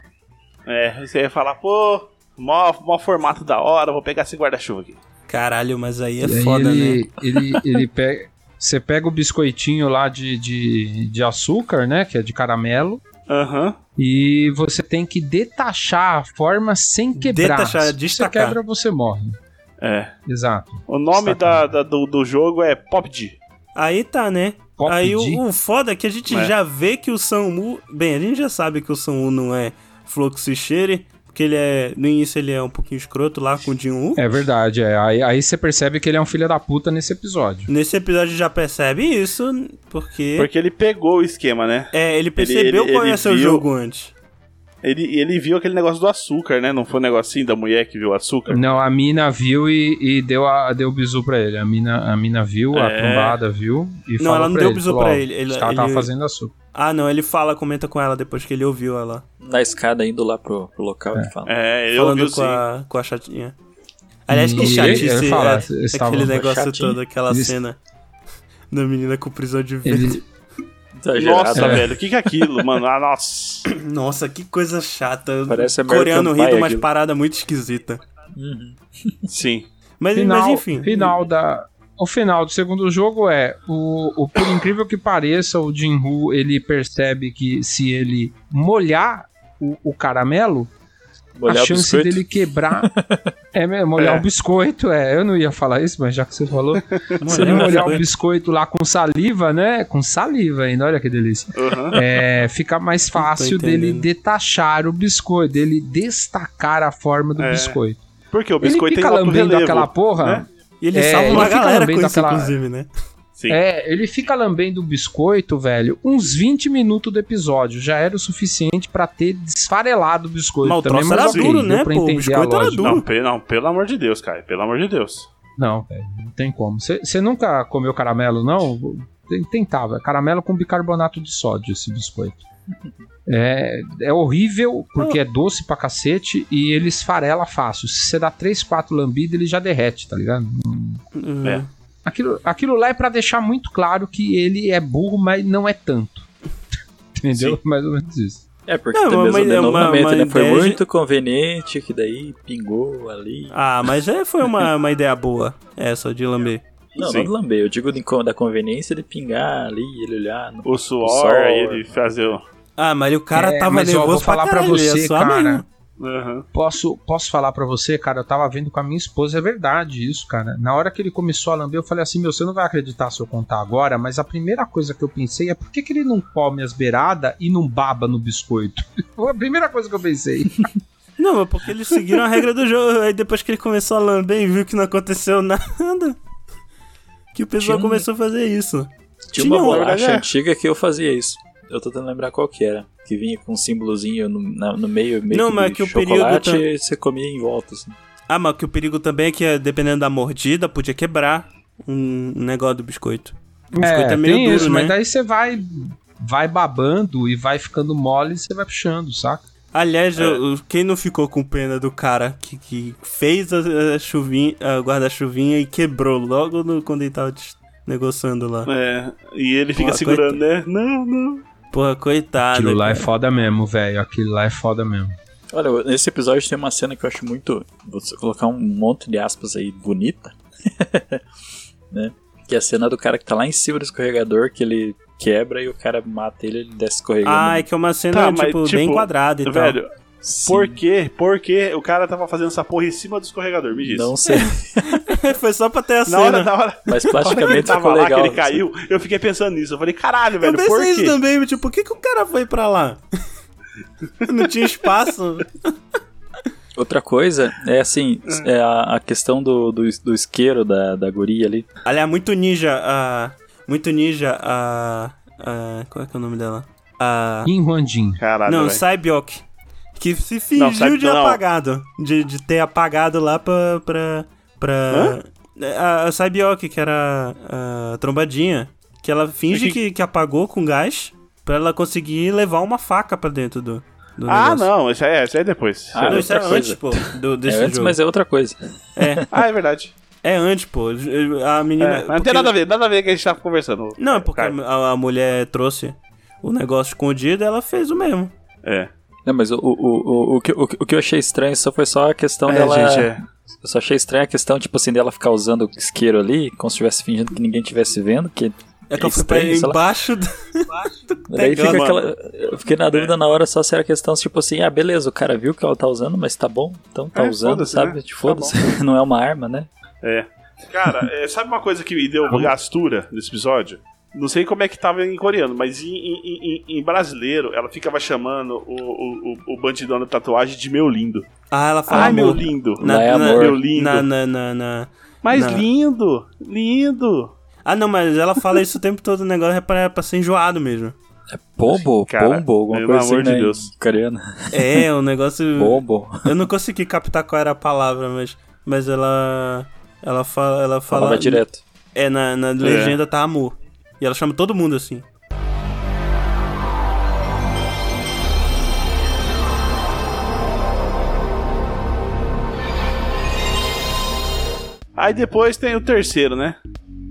Speaker 4: É, você ia falar, pô, mó, mó formato da hora, vou pegar esse guarda-chuva aqui.
Speaker 1: Caralho, mas aí é
Speaker 2: E aí
Speaker 1: foda, né?
Speaker 2: ele, ele, ele pega. Você pega o biscoitinho lá de, de, de açúcar, né? Que é de caramelo.
Speaker 4: Aham.
Speaker 2: E você tem que detachar a forma sem quebrar.
Speaker 1: Detachar,
Speaker 2: Se você
Speaker 1: destacar.
Speaker 2: quebra, você morre.
Speaker 4: É.
Speaker 2: Exato.
Speaker 4: O nome da, da- do, do jogo é Pop G.
Speaker 1: Aí tá, né?
Speaker 2: Pop
Speaker 1: aí
Speaker 2: D.
Speaker 1: o, o foda é que a gente
Speaker 4: É.
Speaker 1: já vê que o Samu. Bem, a gente já sabe que o Samu não é Fluxichere, porque ele é. No início ele é um pouquinho escroto lá com o Jin Woo.
Speaker 2: É verdade, é. Aí, aí você percebe que ele é um filho da puta nesse episódio.
Speaker 1: Nesse episódio já percebe isso, porque.
Speaker 4: Porque ele pegou o esquema, né?
Speaker 1: É, ele percebeu
Speaker 4: ele-
Speaker 1: qual
Speaker 4: ele
Speaker 1: ia ser o
Speaker 4: viu-
Speaker 1: jogo antes.
Speaker 4: Ele, ele viu aquele negócio do açúcar, né? Não foi um negocinho da mulher que viu o açúcar?
Speaker 2: Não, a mina viu e, e deu, a, deu o bisu pra ele. A mina, a mina viu, a
Speaker 4: É.
Speaker 2: tombada viu e
Speaker 1: Não,
Speaker 2: falou
Speaker 1: ela não
Speaker 2: pra
Speaker 1: deu
Speaker 2: ele,
Speaker 1: bisu
Speaker 2: falou,
Speaker 1: pra
Speaker 2: "Ó,
Speaker 1: ele, ele-
Speaker 2: Os caras estavam
Speaker 1: ele-
Speaker 2: fazendo açúcar.
Speaker 1: Ah, não, ele fala, comenta com ela depois que ele ouviu ela.
Speaker 3: Na escada indo lá pro, pro local ele fala.
Speaker 4: É, eu
Speaker 1: falando
Speaker 4: vi
Speaker 1: com
Speaker 4: sim.
Speaker 1: a, com a chatinha. Aliás,
Speaker 2: E
Speaker 1: que
Speaker 2: ele-
Speaker 1: chatice
Speaker 2: Hum, ele fala,
Speaker 1: é,
Speaker 2: "Vocês estavam
Speaker 1: aquele
Speaker 2: com a
Speaker 1: negócio
Speaker 3: chatinha?"
Speaker 1: todo, aquela
Speaker 2: Eles-
Speaker 1: cena da menina com prisão de
Speaker 2: Ele-
Speaker 1: vento.
Speaker 3: Exagerado,
Speaker 4: Nossa,
Speaker 3: né?
Speaker 4: velho, o que que é aquilo, mano? Ah, nossa.
Speaker 1: Nossa, que coisa chata.
Speaker 3: Parece American
Speaker 1: Coreano
Speaker 3: Pie
Speaker 1: rindo, mas
Speaker 3: aquilo.
Speaker 1: parada muito esquisita.
Speaker 3: Uhum.
Speaker 4: Sim.
Speaker 1: Mas,
Speaker 2: final,
Speaker 1: mas enfim.
Speaker 2: Final da, o final do segundo jogo é o, o por incrível que pareça, o Jinhu ele percebe que se ele molhar o, o caramelo,
Speaker 3: Molhar
Speaker 2: a
Speaker 3: o
Speaker 2: chance
Speaker 3: biscoito.
Speaker 2: dele quebrar é mesmo, olhar
Speaker 4: É.
Speaker 2: o biscoito, é. Eu não ia falar isso, mas já que você falou, se
Speaker 1: Molhar
Speaker 2: ele
Speaker 1: o
Speaker 2: molhar o
Speaker 1: biscoito.
Speaker 2: biscoito lá com saliva, né? Com saliva ainda, olha que delícia.
Speaker 4: Aham.
Speaker 2: É, fica mais fácil dele
Speaker 1: entendendo.
Speaker 2: detachar o biscoito, dele destacar a forma do
Speaker 4: É.
Speaker 2: biscoito.
Speaker 4: Porque o
Speaker 2: Ele
Speaker 4: biscoito
Speaker 2: fica
Speaker 4: tem alto
Speaker 2: lambendo
Speaker 4: relevo.
Speaker 2: aquela porra.
Speaker 4: né?
Speaker 1: E ele
Speaker 2: É,
Speaker 1: salva
Speaker 2: ele
Speaker 1: uma
Speaker 2: fica
Speaker 1: galera com
Speaker 2: lambendo
Speaker 1: isso,
Speaker 2: aquela-
Speaker 1: inclusive, né?
Speaker 4: Sim.
Speaker 2: É, ele fica lambendo o biscoito, velho, uns 20 minutos do episódio. Já era o suficiente pra ter desfarelado o biscoito.
Speaker 1: Mas o
Speaker 2: também,
Speaker 1: troço era
Speaker 2: ok,
Speaker 1: duro,
Speaker 2: deu
Speaker 1: né,
Speaker 2: pra
Speaker 1: pô? O
Speaker 2: entender a
Speaker 1: biscoito era
Speaker 2: lógica.
Speaker 1: duro.
Speaker 4: Não, pe- não, pelo amor de Deus, cara. Pelo amor de Deus.
Speaker 2: Não, velho, não tem como. Você nunca comeu caramelo, não? Tem- Tentava. Caramelo com bicarbonato de sódio, esse biscoito. É, é horrível porque é doce pra cacete e ele esfarela fácil. Se você dá 3, 4 lambidas, ele já derrete, tá ligado?
Speaker 1: Hum.
Speaker 4: É.
Speaker 2: Aquilo, aquilo lá é pra deixar muito claro que ele é burro, mas não é tanto. Entendeu? Mais ou menos isso.
Speaker 3: É, porque
Speaker 1: Não,
Speaker 3: tem mesmo
Speaker 1: mas é uma-
Speaker 3: novamente,
Speaker 1: uma
Speaker 3: né? Foi
Speaker 1: ideia de-
Speaker 3: muito conveniente que daí pingou ali.
Speaker 1: Ah, mas é, foi uma, uma ideia boa, essa de lamber.
Speaker 3: Não,
Speaker 4: Sim.
Speaker 3: não lambei. Eu digo de co- da conveniência de pingar ali, ele olhar. No...
Speaker 4: O suor,
Speaker 3: O suor.
Speaker 4: ele fazer o.
Speaker 1: Ah, mas o cara
Speaker 2: É,
Speaker 1: tava
Speaker 2: mas, ó,
Speaker 1: nervoso
Speaker 2: vou falar
Speaker 1: pra,
Speaker 2: pra
Speaker 1: caralho,
Speaker 2: você,
Speaker 1: é só
Speaker 2: cara.
Speaker 1: mesmo.
Speaker 4: Aham.
Speaker 2: Posso, posso falar pra você, cara? Eu tava vendo com a minha esposa, é verdade isso, cara. Na hora que ele começou a lamber, eu falei assim: meu, você não vai acreditar se eu contar agora, mas a primeira coisa que eu pensei é por que, que ele não come as beiradas e não baba no biscoito? Foi a primeira coisa que eu pensei.
Speaker 1: Não, mas porque eles seguiram a regra do jogo. Aí depois que ele começou a lamber e viu que não aconteceu nada, que o pessoal
Speaker 3: Tinha um-
Speaker 1: começou a fazer isso.
Speaker 3: Tinha
Speaker 1: Tinha,
Speaker 3: uma
Speaker 1: na
Speaker 3: bolacha
Speaker 4: verdade, é.
Speaker 3: antiga que eu fazia isso. Eu tô tentando lembrar qual que era. Que vinha com um símbolozinho no, na- no meio, meio
Speaker 1: Não,
Speaker 3: que
Speaker 1: mas
Speaker 3: de
Speaker 1: que o período
Speaker 3: chocolate
Speaker 1: tá-
Speaker 3: e você comia em volta. Assim.
Speaker 1: Ah, mas que o perigo também é que, dependendo da mordida, podia quebrar um negócio do biscoito. O biscoito é, meio
Speaker 2: tem
Speaker 1: duro,
Speaker 2: isso,
Speaker 1: né?
Speaker 2: mas daí você vai, vai babando e vai ficando mole e você vai puxando, saca?
Speaker 1: Aliás,
Speaker 2: É.
Speaker 1: eu- quem não ficou com pena do cara que, que fez a, a chuvinha, a guarda-chuvinha e quebrou logo no- quando ele tava des- negociando lá.
Speaker 4: É. E ele fica
Speaker 1: Pô,
Speaker 4: segurando, né? Não, não.
Speaker 1: Porra, coitado.
Speaker 2: Aquilo lá é
Speaker 1: Ah, né, cara.
Speaker 2: foda mesmo, velho. Aquilo lá é foda mesmo.
Speaker 3: Olha, nesse episódio tem uma cena que eu acho muito. Vou colocar um monte de aspas aí bonita. né? Que é a cena do cara que tá lá em cima do escorregador, que ele quebra e o cara mata ele, ele desce escorregando.
Speaker 1: Ah, é que é uma cena,
Speaker 4: Tá, mas,
Speaker 1: tipo, bem
Speaker 4: tipo,
Speaker 1: quadrada e tal.
Speaker 4: Velho,
Speaker 3: Sim,
Speaker 4: por quê? Por quê o cara tava fazendo essa porra em cima do escorregador? Me diz.
Speaker 3: Não sei,
Speaker 1: Foi só pra ter a
Speaker 4: na
Speaker 1: cena.
Speaker 4: hora, na hora,
Speaker 3: mas
Speaker 4: na hora que ele
Speaker 3: plasticamente
Speaker 4: tava
Speaker 3: ficou
Speaker 4: lá,
Speaker 3: legal. assim.
Speaker 4: que ele caiu, eu fiquei pensando nisso. Eu falei, caralho,
Speaker 1: Eu
Speaker 4: velho, por
Speaker 1: pensei isso
Speaker 4: quê?
Speaker 1: também, mas, tipo, por que, que o cara foi pra lá? não tinha espaço.
Speaker 3: Outra coisa é assim,
Speaker 4: Hum.
Speaker 3: é a, a questão do, do, do isqueiro da, da guria ali.
Speaker 1: Aliás, é muito ninja, a... Muito ninja, a... a... Qual é que é o nome dela? A...
Speaker 2: Em Ruandin.
Speaker 4: Caralho,
Speaker 1: Não,
Speaker 4: velho.
Speaker 1: Cybiok. Que se
Speaker 4: Não,
Speaker 1: fingiu
Speaker 4: Cybiok
Speaker 1: de
Speaker 4: não.
Speaker 1: apagado. De, de ter apagado lá pra. pra. pra a, a Cybiok, que era a, a trombadinha. Que ela finge
Speaker 4: É
Speaker 1: que... Que, apagou com gás pra ela conseguir levar uma faca pra dentro do. do
Speaker 4: Ah,
Speaker 1: negócio.
Speaker 4: não, isso aí é, isso aí é depois. Isso
Speaker 3: Ah,
Speaker 4: aí é
Speaker 1: Não,
Speaker 4: depois.
Speaker 1: isso é
Speaker 3: outra coisa.
Speaker 1: antes, pô, do,
Speaker 3: É
Speaker 1: desse
Speaker 3: antes,
Speaker 1: jogo.
Speaker 3: mas é outra coisa.
Speaker 1: É,
Speaker 4: Ah, é verdade.
Speaker 1: é antes, pô. A menina.
Speaker 4: É, mas não
Speaker 1: né? porque-
Speaker 4: tem nada a ver, nada a ver que a gente tava conversando.
Speaker 1: Não, é porque
Speaker 4: Cara,
Speaker 1: a, a mulher trouxe o negócio escondido e ela fez o mesmo.
Speaker 4: É.
Speaker 3: Não, mas o, o, o, o, o, que- o, que- o que eu achei estranho só foi só a questão
Speaker 4: é,
Speaker 3: dela.
Speaker 4: gente, é.
Speaker 3: Eu só achei estranha a questão, tipo assim, dela ficar usando o isqueiro ali, como se estivesse fingindo que ninguém estivesse vendo, que
Speaker 1: É que ela foi pra
Speaker 3: estranho, sei lá.
Speaker 1: embaixo do.
Speaker 3: daí
Speaker 1: Legal,
Speaker 3: fica
Speaker 1: mano.
Speaker 3: aquela... Eu fiquei na dúvida na hora só se era questão, tipo assim, ah, beleza, o cara viu que ela tá usando, mas tá bom, então tá
Speaker 4: É,
Speaker 3: usando,
Speaker 4: foda-se,
Speaker 3: sabe?
Speaker 4: né?
Speaker 3: Tipo, Foda-se, não é uma arma, né?
Speaker 4: Cara, é, sabe uma coisa que me deu gastura nesse episódio? Não sei como é que tava em coreano, mas em, em- em- em brasileiro ela ficava chamando o, o, o, o bandidão da tatuagem de meu lindo.
Speaker 1: Ah, ela falou.
Speaker 4: Ai, meu
Speaker 1: amor.
Speaker 4: lindo.
Speaker 3: Não é amor.
Speaker 4: Meu lindo.
Speaker 1: Na, na, na, na-
Speaker 4: Mas
Speaker 1: na-
Speaker 4: lindo, lindo.
Speaker 1: Ah, não, mas ela fala isso o tempo todo, o negócio é pra, pra ser enjoado mesmo.
Speaker 3: Pombo,
Speaker 4: Cara,
Speaker 3: pombo, alguma
Speaker 4: pelo
Speaker 3: coisa assim,
Speaker 4: amor de
Speaker 3: né, em
Speaker 4: Deus.
Speaker 3: coreano.
Speaker 1: É, o negócio.
Speaker 3: Pombo.
Speaker 1: Eu não consegui captar qual era a palavra, mas, mas ela. Ela fala. Ela fala
Speaker 3: Falava direto.
Speaker 1: É, na, na legenda tá amor. E ela chama todo mundo assim.
Speaker 4: Aí depois tem o terceiro, né?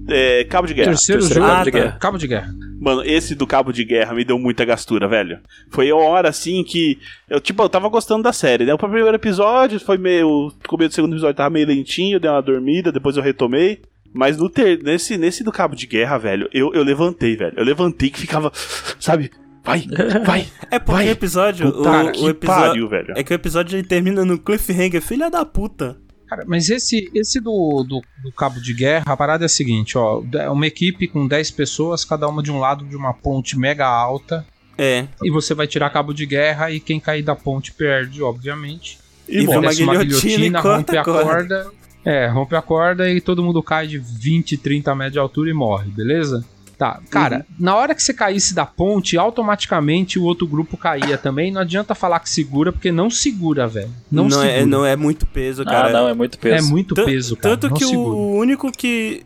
Speaker 4: É, cabo de guerra.
Speaker 2: Terceiro
Speaker 3: terceiro
Speaker 2: jogo.
Speaker 1: cabo de
Speaker 2: Ah, tá.
Speaker 1: guerra.
Speaker 2: Cabo de guerra.
Speaker 4: Mano, esse do Cabo de Guerra me deu muita gastura, velho. Foi uma hora assim que. Eu, tipo, eu tava gostando da série, né? O primeiro episódio foi meio. Começo do segundo episódio tava meio lentinho, dei uma dormida, depois eu retomei. Mas no ter, nesse, nesse do Cabo de Guerra, velho, eu, eu levantei, velho. Eu levantei que ficava. Sabe? vai, vai.
Speaker 1: É porque
Speaker 4: Vai.
Speaker 1: o episódio.
Speaker 4: Puta
Speaker 1: o,
Speaker 4: que
Speaker 1: o episódio
Speaker 4: pariu, velho.
Speaker 1: é que o episódio ele termina no cliffhanger, filha da puta.
Speaker 2: Cara, mas esse, esse do, do, do cabo de guerra, a parada é a seguinte, ó. é Uma equipe com 10 pessoas, cada uma de um lado de uma ponte mega alta.
Speaker 1: É.
Speaker 2: E você vai tirar cabo de guerra e quem cair da ponte perde, obviamente.
Speaker 1: E, vem
Speaker 4: bom,
Speaker 1: uma
Speaker 2: Desce
Speaker 1: guilhotina e
Speaker 2: rompe
Speaker 1: corta
Speaker 2: a
Speaker 1: a corda.
Speaker 2: corda. É, rompe a corda e todo mundo cai de 20, 30 metros de altura e morre, beleza? Tá, cara,
Speaker 1: Uhum.
Speaker 2: na hora que você caísse da ponte, automaticamente o outro grupo caía também. Não adianta falar que segura, porque não segura, velho. Não, segura.
Speaker 1: é, não é muito peso,
Speaker 3: Ah,
Speaker 1: cara.
Speaker 3: não, é muito
Speaker 2: é,
Speaker 3: peso.
Speaker 2: muito
Speaker 1: Tan-
Speaker 2: peso, cara.
Speaker 1: Tanto
Speaker 2: não
Speaker 1: que o,
Speaker 2: segura.
Speaker 1: o único que.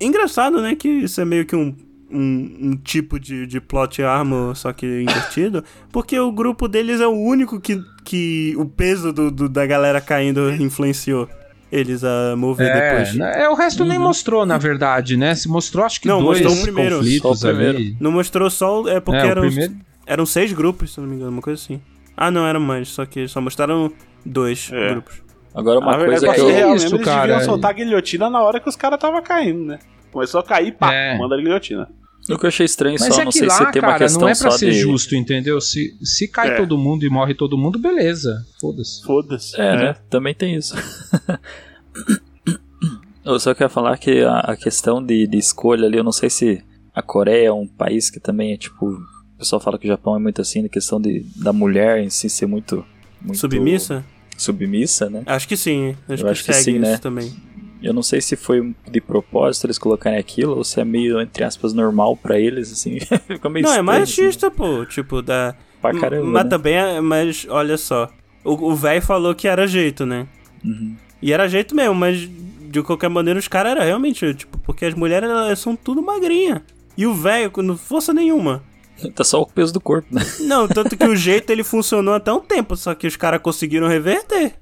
Speaker 1: Engraçado, né? Que isso é meio que um, um, um tipo de, de plot armor, só que invertido. porque o grupo deles é o único que, que o peso do, do- da galera caindo influenciou eles a mover
Speaker 2: É,
Speaker 1: depois.
Speaker 2: né, é, o resto nem mostrou, na verdade, né? Se mostrou, acho que
Speaker 1: Não,
Speaker 2: dois
Speaker 1: mostrou o primeiro,
Speaker 2: conflitos
Speaker 3: só o um primeiro.
Speaker 2: ali.
Speaker 1: Não mostrou só. o- É porque
Speaker 2: É, o
Speaker 1: eram,
Speaker 2: primeiro-
Speaker 1: eram seis grupos, se eu não me engano, uma coisa assim. Ah, não, eram mais, só que só mostraram dois
Speaker 4: É.
Speaker 1: grupos.
Speaker 3: Agora uma
Speaker 4: Na
Speaker 3: coisa
Speaker 4: verdade,
Speaker 3: que
Speaker 2: eu-
Speaker 4: é real
Speaker 2: É
Speaker 4: mesmo,
Speaker 2: isso,
Speaker 4: eles
Speaker 2: cara.
Speaker 4: deviam soltar a guilhotina na hora que os caras estavam caindo, né? Começou a cair, pá,
Speaker 2: É.
Speaker 4: manda a guilhotina.
Speaker 3: eu, o que eu achei estranho
Speaker 2: Mas
Speaker 3: só,
Speaker 2: é
Speaker 3: não
Speaker 2: que
Speaker 3: sei
Speaker 2: lá,
Speaker 3: se tem uma
Speaker 2: cara,
Speaker 3: questão
Speaker 2: não é pra
Speaker 3: só
Speaker 2: ser
Speaker 3: de...
Speaker 2: justo, entendeu? Se, se cai
Speaker 4: É.
Speaker 2: todo mundo e morre todo mundo, beleza. Foda-se.
Speaker 4: Foda-se.
Speaker 3: É, né? Também tem isso. eu só quero falar que a, a questão de, de escolha ali, eu não sei se a Coreia é um país que também é tipo. O pessoal fala que o Japão é muito assim, na questão de, da mulher em si ser muito. muito
Speaker 1: Submissa?
Speaker 3: Submissa, né?
Speaker 1: Acho que sim. Acho
Speaker 3: Eu
Speaker 1: que
Speaker 3: acho que
Speaker 1: segue
Speaker 3: sim,
Speaker 1: isso
Speaker 3: né?
Speaker 1: também.
Speaker 3: Eu não sei se foi de propósito eles colocarem aquilo, ou se é meio, entre aspas, normal pra eles, assim. Ficou meio
Speaker 1: Não, é
Speaker 3: estranho, assim,
Speaker 1: machista, pô. Tipo, da.
Speaker 3: pra caramba.
Speaker 1: Mas
Speaker 3: né?
Speaker 1: também, é- mas olha só. O velho falou que era jeito, né?
Speaker 3: Uhum.
Speaker 1: E era jeito mesmo, mas de qualquer maneira os caras eram realmente, tipo, porque as mulheres elas são tudo magrinha. E o velho, com força nenhuma.
Speaker 3: Tá só o peso do corpo, né?
Speaker 1: Não, tanto que o jeito ele funcionou até um tempo, só que os caras conseguiram reverter.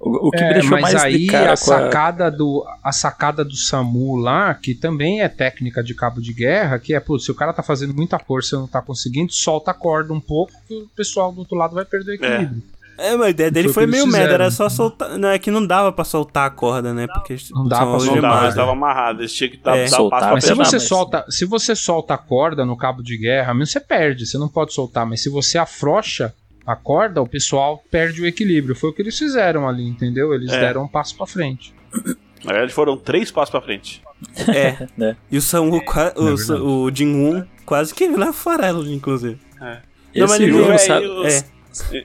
Speaker 3: O, o que me
Speaker 2: É,
Speaker 3: deixou
Speaker 2: mas
Speaker 3: mais
Speaker 2: aí
Speaker 3: de cara
Speaker 2: a
Speaker 3: com a-
Speaker 2: sacada, do, a sacada do SAMU lá, que também é técnica de cabo de guerra, que é, pô, se o cara tá fazendo muita força e não tá conseguindo, solta a corda um pouco que o pessoal do outro lado vai perder o equilíbrio.
Speaker 1: É, mas a ideia dele
Speaker 2: Foi o que
Speaker 1: foi,
Speaker 2: eles
Speaker 1: meio merda,
Speaker 2: fizeram.
Speaker 1: era só soltar. Não, é que não dava pra soltar a corda, né? Porque
Speaker 2: Não dá pra né?
Speaker 4: Não
Speaker 2: Algemado.
Speaker 4: dava,
Speaker 1: algemados.
Speaker 4: eles estavam amarrados, eles tinham que
Speaker 1: É.
Speaker 4: dar dar um passo
Speaker 3: Soltar,
Speaker 4: pra
Speaker 2: Mas se
Speaker 3: Sei lá,
Speaker 2: você,
Speaker 3: Ah, mas-
Speaker 2: solta, se você solta a corda no cabo de guerra, mesmo você perde, você não pode soltar, mas se você afrouxa a corda, o pessoal perde o equilíbrio. Foi o que eles fizeram ali, entendeu? Eles
Speaker 4: É.
Speaker 2: deram um passo pra frente.
Speaker 4: Na verdade, foram três passos pra frente.
Speaker 1: É.
Speaker 3: Né?
Speaker 1: E o Samu, qua-
Speaker 2: É
Speaker 1: o,
Speaker 2: verdade.
Speaker 1: Sa- o Jin Woon quase que lá fora ela, inclusive. Não, mas
Speaker 3: Esse
Speaker 1: ele-
Speaker 4: E o
Speaker 3: jogo,
Speaker 1: velho-
Speaker 3: sabe?
Speaker 4: velhinho-
Speaker 1: É,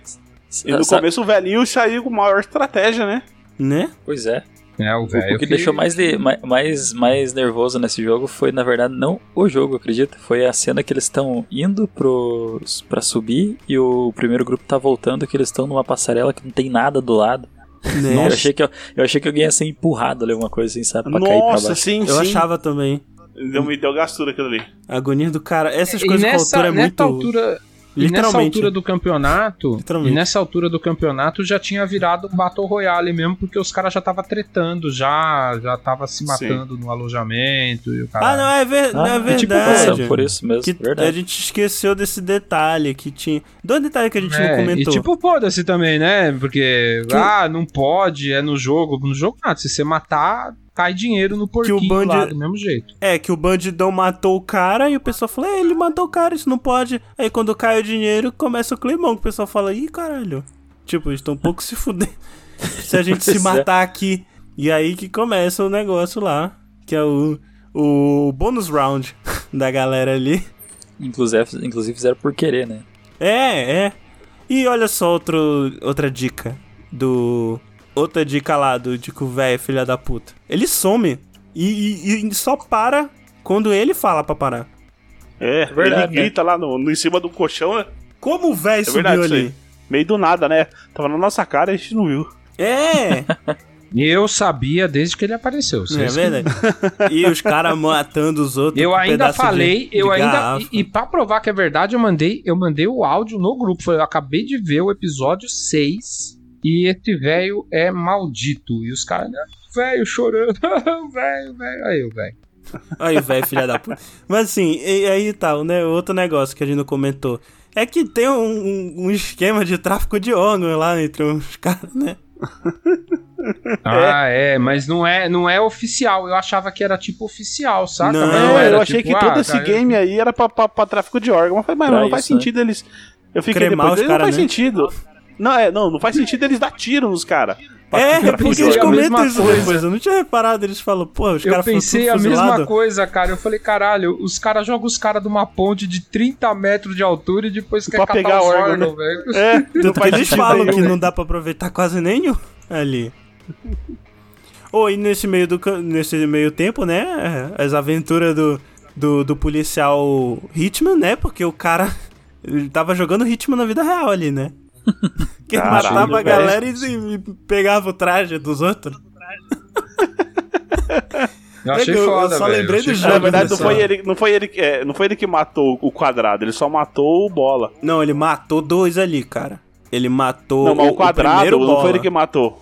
Speaker 4: E no
Speaker 3: sabe-
Speaker 4: começo o velhinho saiu com maior estratégia, né?
Speaker 1: né?
Speaker 3: Pois é.
Speaker 2: É, o,
Speaker 3: O-
Speaker 2: velho
Speaker 3: o que, deixou mais, li- ma- mais, mais nervoso nesse jogo foi, na verdade, não o jogo, acredita? Foi a cena que eles estão indo pros, pra subir e o primeiro grupo tá voltando, que eles estão numa passarela que não tem nada do lado.
Speaker 1: Né?
Speaker 3: Eu achei, que, eu, eu achei que alguém ia ser empurrado ali, alguma coisa assim, sabe? Pra cair pra
Speaker 4: Nossa,
Speaker 3: baixo.
Speaker 4: sim,
Speaker 1: Eu
Speaker 4: sim.
Speaker 1: achava também.
Speaker 4: Deu, me deu gastura aquilo ali.
Speaker 1: Agonia do cara. Essas
Speaker 2: E
Speaker 1: coisas
Speaker 2: nessa,
Speaker 1: com altura é muito.
Speaker 2: nessa altura, E nessa
Speaker 1: Literalmente.
Speaker 2: altura do campeonato,
Speaker 1: Literalmente.
Speaker 2: e nessa altura do campeonato já tinha virado um Battle Royale mesmo, porque os caras já estavam tretando, já já tava se matando no alojamento e o cara.
Speaker 1: Ah, não, é, ver- não, é
Speaker 3: Ah,
Speaker 1: verdade.
Speaker 3: tipo, passando por isso mesmo,
Speaker 1: Que é
Speaker 3: verdade.
Speaker 1: A gente esqueceu desse detalhe que tinha. Dois detalhes que a gente
Speaker 2: É,
Speaker 1: não comentou.
Speaker 2: E tipo, foda-se também, né? Porque, ah, não pode, é no jogo. No jogo nada, se você matar, cai dinheiro no porquinho
Speaker 1: Band-
Speaker 2: lá, do mesmo jeito.
Speaker 1: É, que o bandidão matou o cara e o pessoal fala, é, ele matou o cara, isso não pode. Aí quando cai o dinheiro, começa o climão, que o pessoal fala, ih, caralho. Tipo, eles estão um pouco se fudendo se a gente se
Speaker 3: Pois é.
Speaker 1: matar aqui. E aí que começa o negócio lá, que é o, o bônus round da galera ali.
Speaker 3: Inclusive, inclusive fizeram por querer, né?
Speaker 1: É, é. E olha só outro, outra dica do. Outra dica lá do Dico Véio, é filha da puta. Ele some e, e- e só para quando ele fala pra parar.
Speaker 4: É,
Speaker 3: verdade,
Speaker 4: ele grita lá no, no- em cima do colchão, né?
Speaker 1: Como o véio subiu
Speaker 4: verdade isso
Speaker 1: ali?
Speaker 4: Meio do nada, né? Tava na nossa cara e a gente não viu.
Speaker 1: É,
Speaker 2: E eu sabia desde que ele apareceu.
Speaker 1: é
Speaker 2: vocês que-
Speaker 1: verdade. E os caras matando os outros.
Speaker 2: Eu
Speaker 1: com um
Speaker 2: ainda
Speaker 1: pedaço de-
Speaker 2: falei, eu
Speaker 1: de
Speaker 2: ainda.
Speaker 1: garrafa.
Speaker 2: E, e pra provar que é verdade, eu mandei, eu mandei o áudio no grupo. Falei, eu acabei de ver o episódio 6 e esse velho é maldito. E os caras, né, velho, chorando. velho, velho. Aí, o velho.
Speaker 1: Aí, velho, filha da puta. Mas assim, e, aí tal, né? Outro negócio que a gente não comentou. É que tem um, um- um esquema de tráfico de órgãos lá entre os caras, né?
Speaker 2: Ah, é, mas não é, não é oficial. Eu achava que era tipo oficial, saca?
Speaker 1: Não,
Speaker 2: Mas
Speaker 4: É,
Speaker 2: era,
Speaker 4: eu achei
Speaker 2: tipo,
Speaker 4: que
Speaker 2: ah,
Speaker 4: todo esse
Speaker 2: cara, eu-
Speaker 4: game aí era pra, pra- pra tráfico de órgão. Eu falei, mas
Speaker 3: Pra
Speaker 4: não faz
Speaker 3: isso, né?
Speaker 4: sentido eles. Eu fiquei
Speaker 1: Cremar os
Speaker 4: depois, não
Speaker 1: cara,
Speaker 4: faz
Speaker 1: né?
Speaker 4: sentido. Não, é, não, não faz sentido eles dar tiro nos caras.
Speaker 1: É, porque eles
Speaker 2: a
Speaker 1: comentam
Speaker 2: mesma
Speaker 1: isso
Speaker 2: coisa.
Speaker 1: depois. Eu não tinha reparado, eles falam, pô, os
Speaker 2: Eu
Speaker 1: caras foram
Speaker 2: pensei
Speaker 1: tudo
Speaker 2: a mesma
Speaker 1: fuzilado.
Speaker 2: coisa, cara. Eu falei, caralho, os caras jogam os caras de uma ponte de 30 metros de altura e depois quer
Speaker 4: Pra
Speaker 2: catar
Speaker 4: pegar
Speaker 2: os
Speaker 4: órgão,
Speaker 2: órgãos, velho.
Speaker 4: É, não
Speaker 1: Tanto que
Speaker 4: faz
Speaker 1: eles
Speaker 4: sentido
Speaker 1: falam que
Speaker 4: nenhum.
Speaker 1: não dá pra aproveitar quase nenhum ali. Ou e nesse meio, do, ca- nesse meio tempo, né? As aventuras do, do, do policial Hitman, né? Porque o cara ele tava jogando Hitman na vida real ali, né? Que ele
Speaker 4: Caralho,
Speaker 1: matava a
Speaker 4: velho.
Speaker 1: galera e, e pegava o traje dos outros.
Speaker 2: Eu achei
Speaker 1: Eu- eu
Speaker 2: foda,
Speaker 1: só
Speaker 2: velho.
Speaker 1: lembrei
Speaker 2: Achei
Speaker 1: do
Speaker 4: É,
Speaker 1: jogo,
Speaker 4: Na
Speaker 2: foda
Speaker 4: verdade, não
Speaker 2: essa-
Speaker 4: foi, ele, não, foi ele, que- é, não foi ele que matou o quadrado, ele só matou o bola.
Speaker 1: Não, ele matou dois ali, cara. Ele matou
Speaker 4: não, mas o quadrado
Speaker 1: primeiro
Speaker 4: não
Speaker 1: bola.
Speaker 4: foi ele que matou.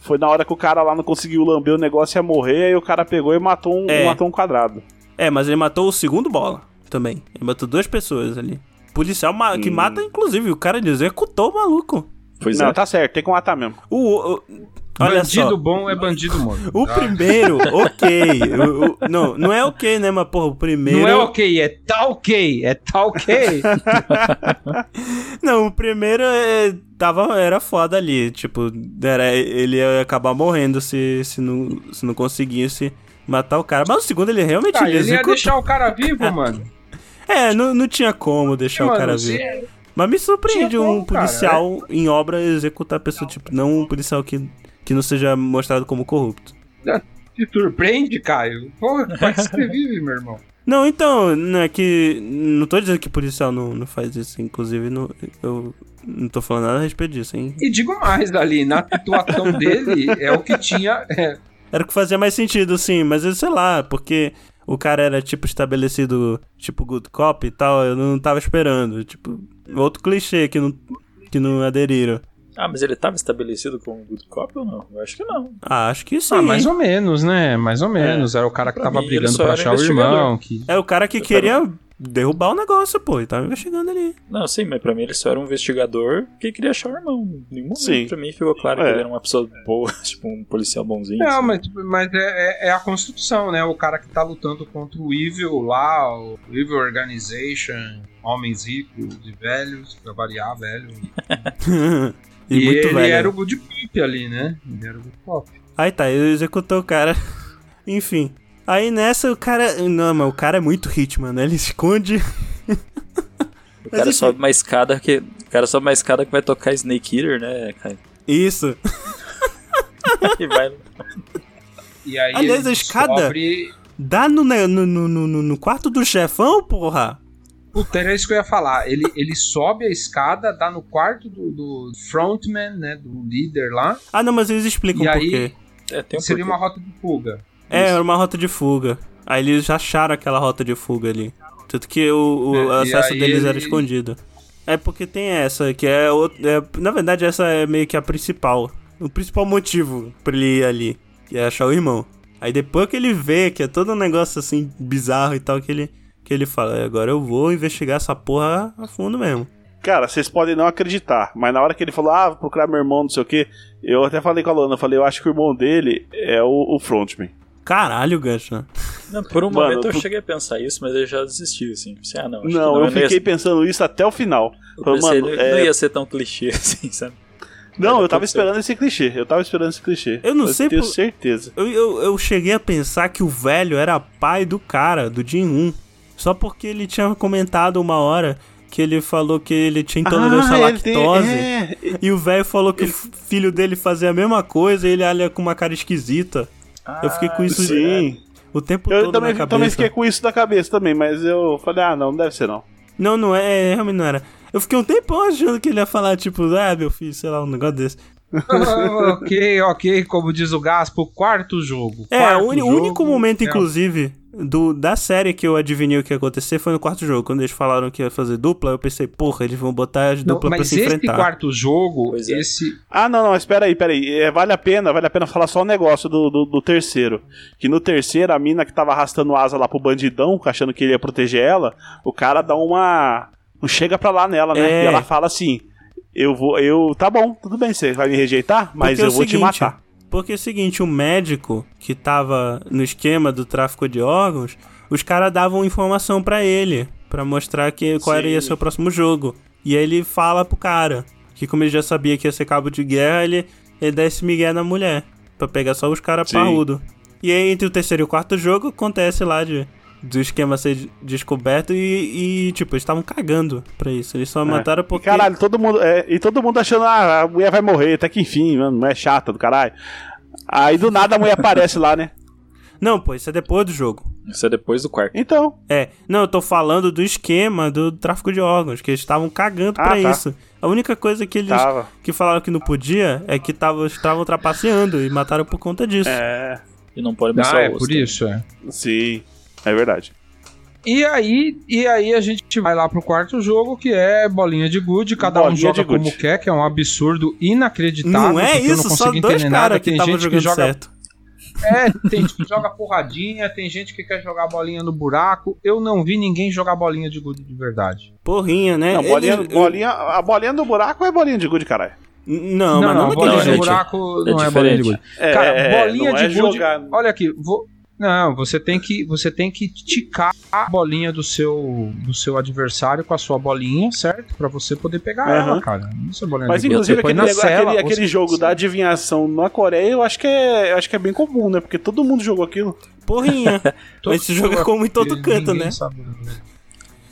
Speaker 4: Foi na hora que o cara lá não conseguiu lamber o negócio e ia morrer, aí o cara pegou e matou um,
Speaker 1: É.
Speaker 4: matou um quadrado.
Speaker 1: É, mas ele matou o segundo bola também. Ele matou duas pessoas ali. Policial ma-
Speaker 2: Hum.
Speaker 1: que mata, inclusive, o cara ele executou o maluco.
Speaker 3: Pois
Speaker 4: não,
Speaker 3: é.
Speaker 4: tá certo, tem que matar mesmo.
Speaker 1: O, o- olha
Speaker 2: bandido
Speaker 1: só.
Speaker 2: bom é bandido morto.
Speaker 1: O
Speaker 2: Ah,
Speaker 1: primeiro, ok. O- o- não, não é ok, né? Mas, porra, o primeiro.
Speaker 2: Não é ok, é tá ok, é tá ok.
Speaker 1: Não, o primeiro é, tava, era foda ali. Tipo, era, ele ia acabar morrendo se, se, não, se não conseguisse matar o cara. Mas o segundo ele realmente
Speaker 2: Tá, ele ia
Speaker 1: executou.
Speaker 2: deixar o cara vivo, mano.
Speaker 1: É, não, não tinha como deixar o
Speaker 2: Mano,
Speaker 1: cara
Speaker 2: se-
Speaker 1: ver. Mas me surpreende
Speaker 2: Tinha como,
Speaker 1: um policial em obra executar a pessoa, tipo, não um policial que, que não seja mostrado como corrupto.
Speaker 2: Te surpreende, Caio. Porra, pra que você vive, meu irmão?
Speaker 1: Não, então, não é que. Não tô dizendo que policial não, não faz isso. Inclusive, não, eu não tô falando nada a respeito disso, hein?
Speaker 2: E digo mais, Dali, na atuação dele é o que tinha. é,
Speaker 1: Era o que fazia mais sentido, sim, mas eu sei lá, porque o cara era, tipo, estabelecido, tipo, good cop e tal, eu não tava esperando. Tipo, outro clichê que não, que não aderiram.
Speaker 3: Ah, mas ele tava estabelecido como um good cop ou não? Eu acho que não.
Speaker 1: Ah, acho que sim.
Speaker 2: Ah, mais ou menos, né? Mais ou menos. Era o cara que
Speaker 3: É. Pra
Speaker 2: tava
Speaker 3: mim, ele
Speaker 2: brigando
Speaker 3: só
Speaker 2: pra
Speaker 3: era
Speaker 2: achar o
Speaker 3: investigador.
Speaker 2: irmão. Que...
Speaker 1: É o cara que
Speaker 3: Eu
Speaker 1: queria derrubar o negócio, pô, e tava investigando ali.
Speaker 3: Não, sim, mas pra mim ele só era um investigador que queria achar o irmão. Em nenhum momento
Speaker 4: Sim.
Speaker 3: pra mim ficou claro
Speaker 4: É.
Speaker 3: que ele era uma pessoa boa, tipo um policial bonzinho.
Speaker 2: Não,
Speaker 3: assim.
Speaker 2: mas, mas é, é- é a construção, né? O cara que tá lutando contra o Evil lá, o Evil Organization, homens ricos e velhos, pra variar, velho.
Speaker 1: e, muito
Speaker 2: ele
Speaker 1: velho.
Speaker 2: era o good cop ali, né? Ele era o good cop.
Speaker 1: Aí tá, ele executou o cara. Enfim. Aí nessa o cara. Não, mas o cara é muito Hitman, né? Ele esconde.
Speaker 3: o cara
Speaker 2: assim-
Speaker 1: mas enfim.
Speaker 3: sobe uma escada que. O cara sobe uma escada que vai tocar Snake Eater, né, cara?
Speaker 1: Isso.
Speaker 3: E vai.
Speaker 2: E aí
Speaker 1: Aliás,
Speaker 2: ele
Speaker 1: a escada-
Speaker 2: descobre-
Speaker 1: Dá no, ne- no, no, no, no- no quarto do chefão, porra.
Speaker 2: Puta, era isso que eu ia falar. Ele, ele sobe a escada, dá no quarto do, do frontman, né? Do líder lá.
Speaker 1: Ah, não, mas eles explicam
Speaker 2: E
Speaker 1: por
Speaker 2: aí-
Speaker 1: quê.
Speaker 3: É, tem um
Speaker 2: Seria
Speaker 3: porquê.
Speaker 2: uma rota de fuga.
Speaker 1: É,
Speaker 3: Isso.
Speaker 1: era uma rota de fuga. Aí eles acharam aquela rota de fuga ali. Tanto que o, o
Speaker 2: É, e
Speaker 1: acesso
Speaker 2: aí
Speaker 1: deles era
Speaker 2: ele-
Speaker 1: escondido. É porque tem essa, que é, o- é. Na verdade, essa é meio que a principal. O principal motivo pra ele ir ali. Que é achar o irmão. Aí depois que ele vê que é todo um negócio assim bizarro e tal, que ele, que ele fala: "É, agora eu vou investigar essa porra a fundo mesmo.
Speaker 4: Cara, vocês podem não acreditar, mas na hora que ele falou, ah, vou procurar meu irmão, não sei o quê, eu até falei com a Lana, eu falei, eu acho que o irmão dele é o, o frontman.
Speaker 1: Caralho, Gancho.
Speaker 3: Não, por um
Speaker 4: Mano,
Speaker 3: momento eu
Speaker 4: por-
Speaker 3: cheguei a pensar isso, mas eu já desisti, assim. Pensei, ah, não, acho que
Speaker 4: Não, eu
Speaker 3: não
Speaker 4: fiquei pensando isso até o final.
Speaker 3: Eu
Speaker 4: Falei,
Speaker 3: pensei,
Speaker 4: mano,
Speaker 3: não,
Speaker 4: é-
Speaker 3: não ia ser tão clichê assim, sabe?
Speaker 4: Não, eu tava
Speaker 3: aconteceu.
Speaker 4: esperando esse clichê, eu tava esperando esse clichê.
Speaker 1: Eu não sei
Speaker 4: tenho
Speaker 1: por-
Speaker 4: certeza.
Speaker 1: Eu, eu, eu cheguei a pensar que o velho era pai do cara, do Jin 1. Só porque ele tinha comentado uma hora que ele falou que ele tinha intolerância à
Speaker 4: Ah, ele tem-
Speaker 1: lactose.
Speaker 4: é,
Speaker 1: E o velho falou que o f- filho dele fazia a mesma coisa e ele olha com uma cara esquisita. Eu fiquei com isso
Speaker 4: Ah, sim.
Speaker 1: o tempo
Speaker 4: Eu
Speaker 1: todo
Speaker 4: também,
Speaker 1: na cabeça.
Speaker 4: também fiquei com isso na cabeça também, mas eu falei, ah, não, não deve ser não.
Speaker 1: Não, não é, é, realmente não era. Eu fiquei um tempão achando que ele ia falar, tipo, ah, meu filho, sei lá, um negócio desse.
Speaker 2: Ah, ok, ok, como diz o Gaspo, quarto jogo.
Speaker 1: É,
Speaker 2: quarto
Speaker 1: o uni-
Speaker 2: jogo,
Speaker 1: único momento,
Speaker 2: é,
Speaker 1: inclusive, do, da série que eu adivinhei o que ia acontecer foi no quarto jogo. Quando eles falaram que ia fazer dupla, eu pensei, porra, eles vão botar as
Speaker 2: não,
Speaker 1: duplas pra
Speaker 2: mas
Speaker 1: se
Speaker 2: esse
Speaker 1: enfrentar.
Speaker 2: quarto jogo,
Speaker 3: Pois é.
Speaker 2: esse.
Speaker 4: Ah, não, não, mas peraí, peraí. É, vale a pena, vale a pena falar só um negócio do, do, do terceiro. Que no terceiro, a mina que tava arrastando asa lá pro bandidão, achando que ele ia proteger ela, o cara dá uma. Não chega pra lá nela, né?
Speaker 1: É.
Speaker 4: E ela fala assim. eu vou. Eu. Tá bom, tudo bem, você vai me rejeitar, mas
Speaker 1: Porque é
Speaker 4: eu
Speaker 1: o
Speaker 4: vou te
Speaker 1: seguinte,
Speaker 4: matar.
Speaker 1: Porque é o seguinte, o médico que tava no esquema do tráfico de órgãos, os caras davam informação pra ele, pra mostrar que qual era ia ser o próximo jogo. E aí ele fala pro cara, que como ele já sabia que ia ser cabo de guerra, ele, ele dá esse migué na mulher, pra pegar só os caras
Speaker 4: Sim.
Speaker 1: parrudo. E aí entre o terceiro e o quarto jogo, acontece lá de... Do esquema ser de- descoberto e, e, tipo, eles estavam cagando pra isso. Eles só mataram porque.
Speaker 4: É. Caralho, todo mundo. é, e todo mundo achando, ah, a mulher vai morrer, até que enfim, mano, mulher chata do caralho. Aí do nada a mulher aparece lá, né?
Speaker 1: Não, pô, isso é depois do jogo.
Speaker 9: Isso é depois do quarto.
Speaker 4: Então,
Speaker 1: É, não, eu tô falando do esquema do tráfico de órgãos, que eles estavam cagando
Speaker 4: Ah,
Speaker 1: pra
Speaker 4: tá.
Speaker 1: isso. A única coisa que eles
Speaker 4: tava.
Speaker 1: que falaram que não podia é que tava- estavam trapaceando e mataram por conta disso.
Speaker 4: É.
Speaker 9: E não pode
Speaker 2: Ah,
Speaker 9: mostrar
Speaker 2: é
Speaker 9: o rosto.
Speaker 2: por isso, é.
Speaker 4: Sim, é verdade.
Speaker 2: E aí, e aí a gente vai lá pro quarto jogo, que é bolinha de gude, cada um
Speaker 4: Bolinha
Speaker 2: joga
Speaker 4: de gude.
Speaker 2: como quer, que é um absurdo inacreditável.
Speaker 1: não é
Speaker 2: porque eu
Speaker 1: isso,
Speaker 2: não
Speaker 1: só
Speaker 2: consigo
Speaker 1: dois
Speaker 2: entender nada.
Speaker 1: caras que
Speaker 2: Tem
Speaker 1: estavam
Speaker 2: gente
Speaker 1: jogando
Speaker 2: joga
Speaker 1: certo.
Speaker 2: É, tem gente que joga porradinha, tem gente que quer jogar bolinha no buraco. Eu não vi ninguém jogar bolinha de gude de verdade.
Speaker 1: Porrinha, né?
Speaker 4: Não, bolinha,
Speaker 1: Eles-
Speaker 4: bolinha, a bolinha do buraco é bolinha de gude, caralho.
Speaker 1: Não, é mas não, daquele
Speaker 2: bolinha
Speaker 1: jeito.
Speaker 2: no
Speaker 9: gente.
Speaker 2: buraco
Speaker 9: É
Speaker 2: não é bolinha de gude.
Speaker 4: É,
Speaker 2: Cara,
Speaker 4: é,
Speaker 2: bolinha
Speaker 4: não
Speaker 2: de
Speaker 4: é
Speaker 2: gude.
Speaker 4: jogar-
Speaker 2: Olha aqui, vou- não, você tem que você tem que ticar a bolinha do seu do seu adversário com a sua bolinha, certo? Pra você poder pegar
Speaker 4: Aham.
Speaker 2: ela, cara. Isso é bolinha
Speaker 4: Mas
Speaker 2: de gude.
Speaker 4: inclusive
Speaker 2: Você põe na
Speaker 4: aquele, negócio-
Speaker 2: cela,
Speaker 4: aquele,
Speaker 2: ou
Speaker 4: aquele
Speaker 2: você-
Speaker 4: jogo da adivinhação na Coreia, eu acho que é, eu acho que é bem comum, né? Porque todo mundo jogou aquilo.
Speaker 1: Porrinha.
Speaker 2: Todo
Speaker 1: Mas esse jogo é como em todo
Speaker 2: Ninguém
Speaker 1: canto, né?
Speaker 2: sabe.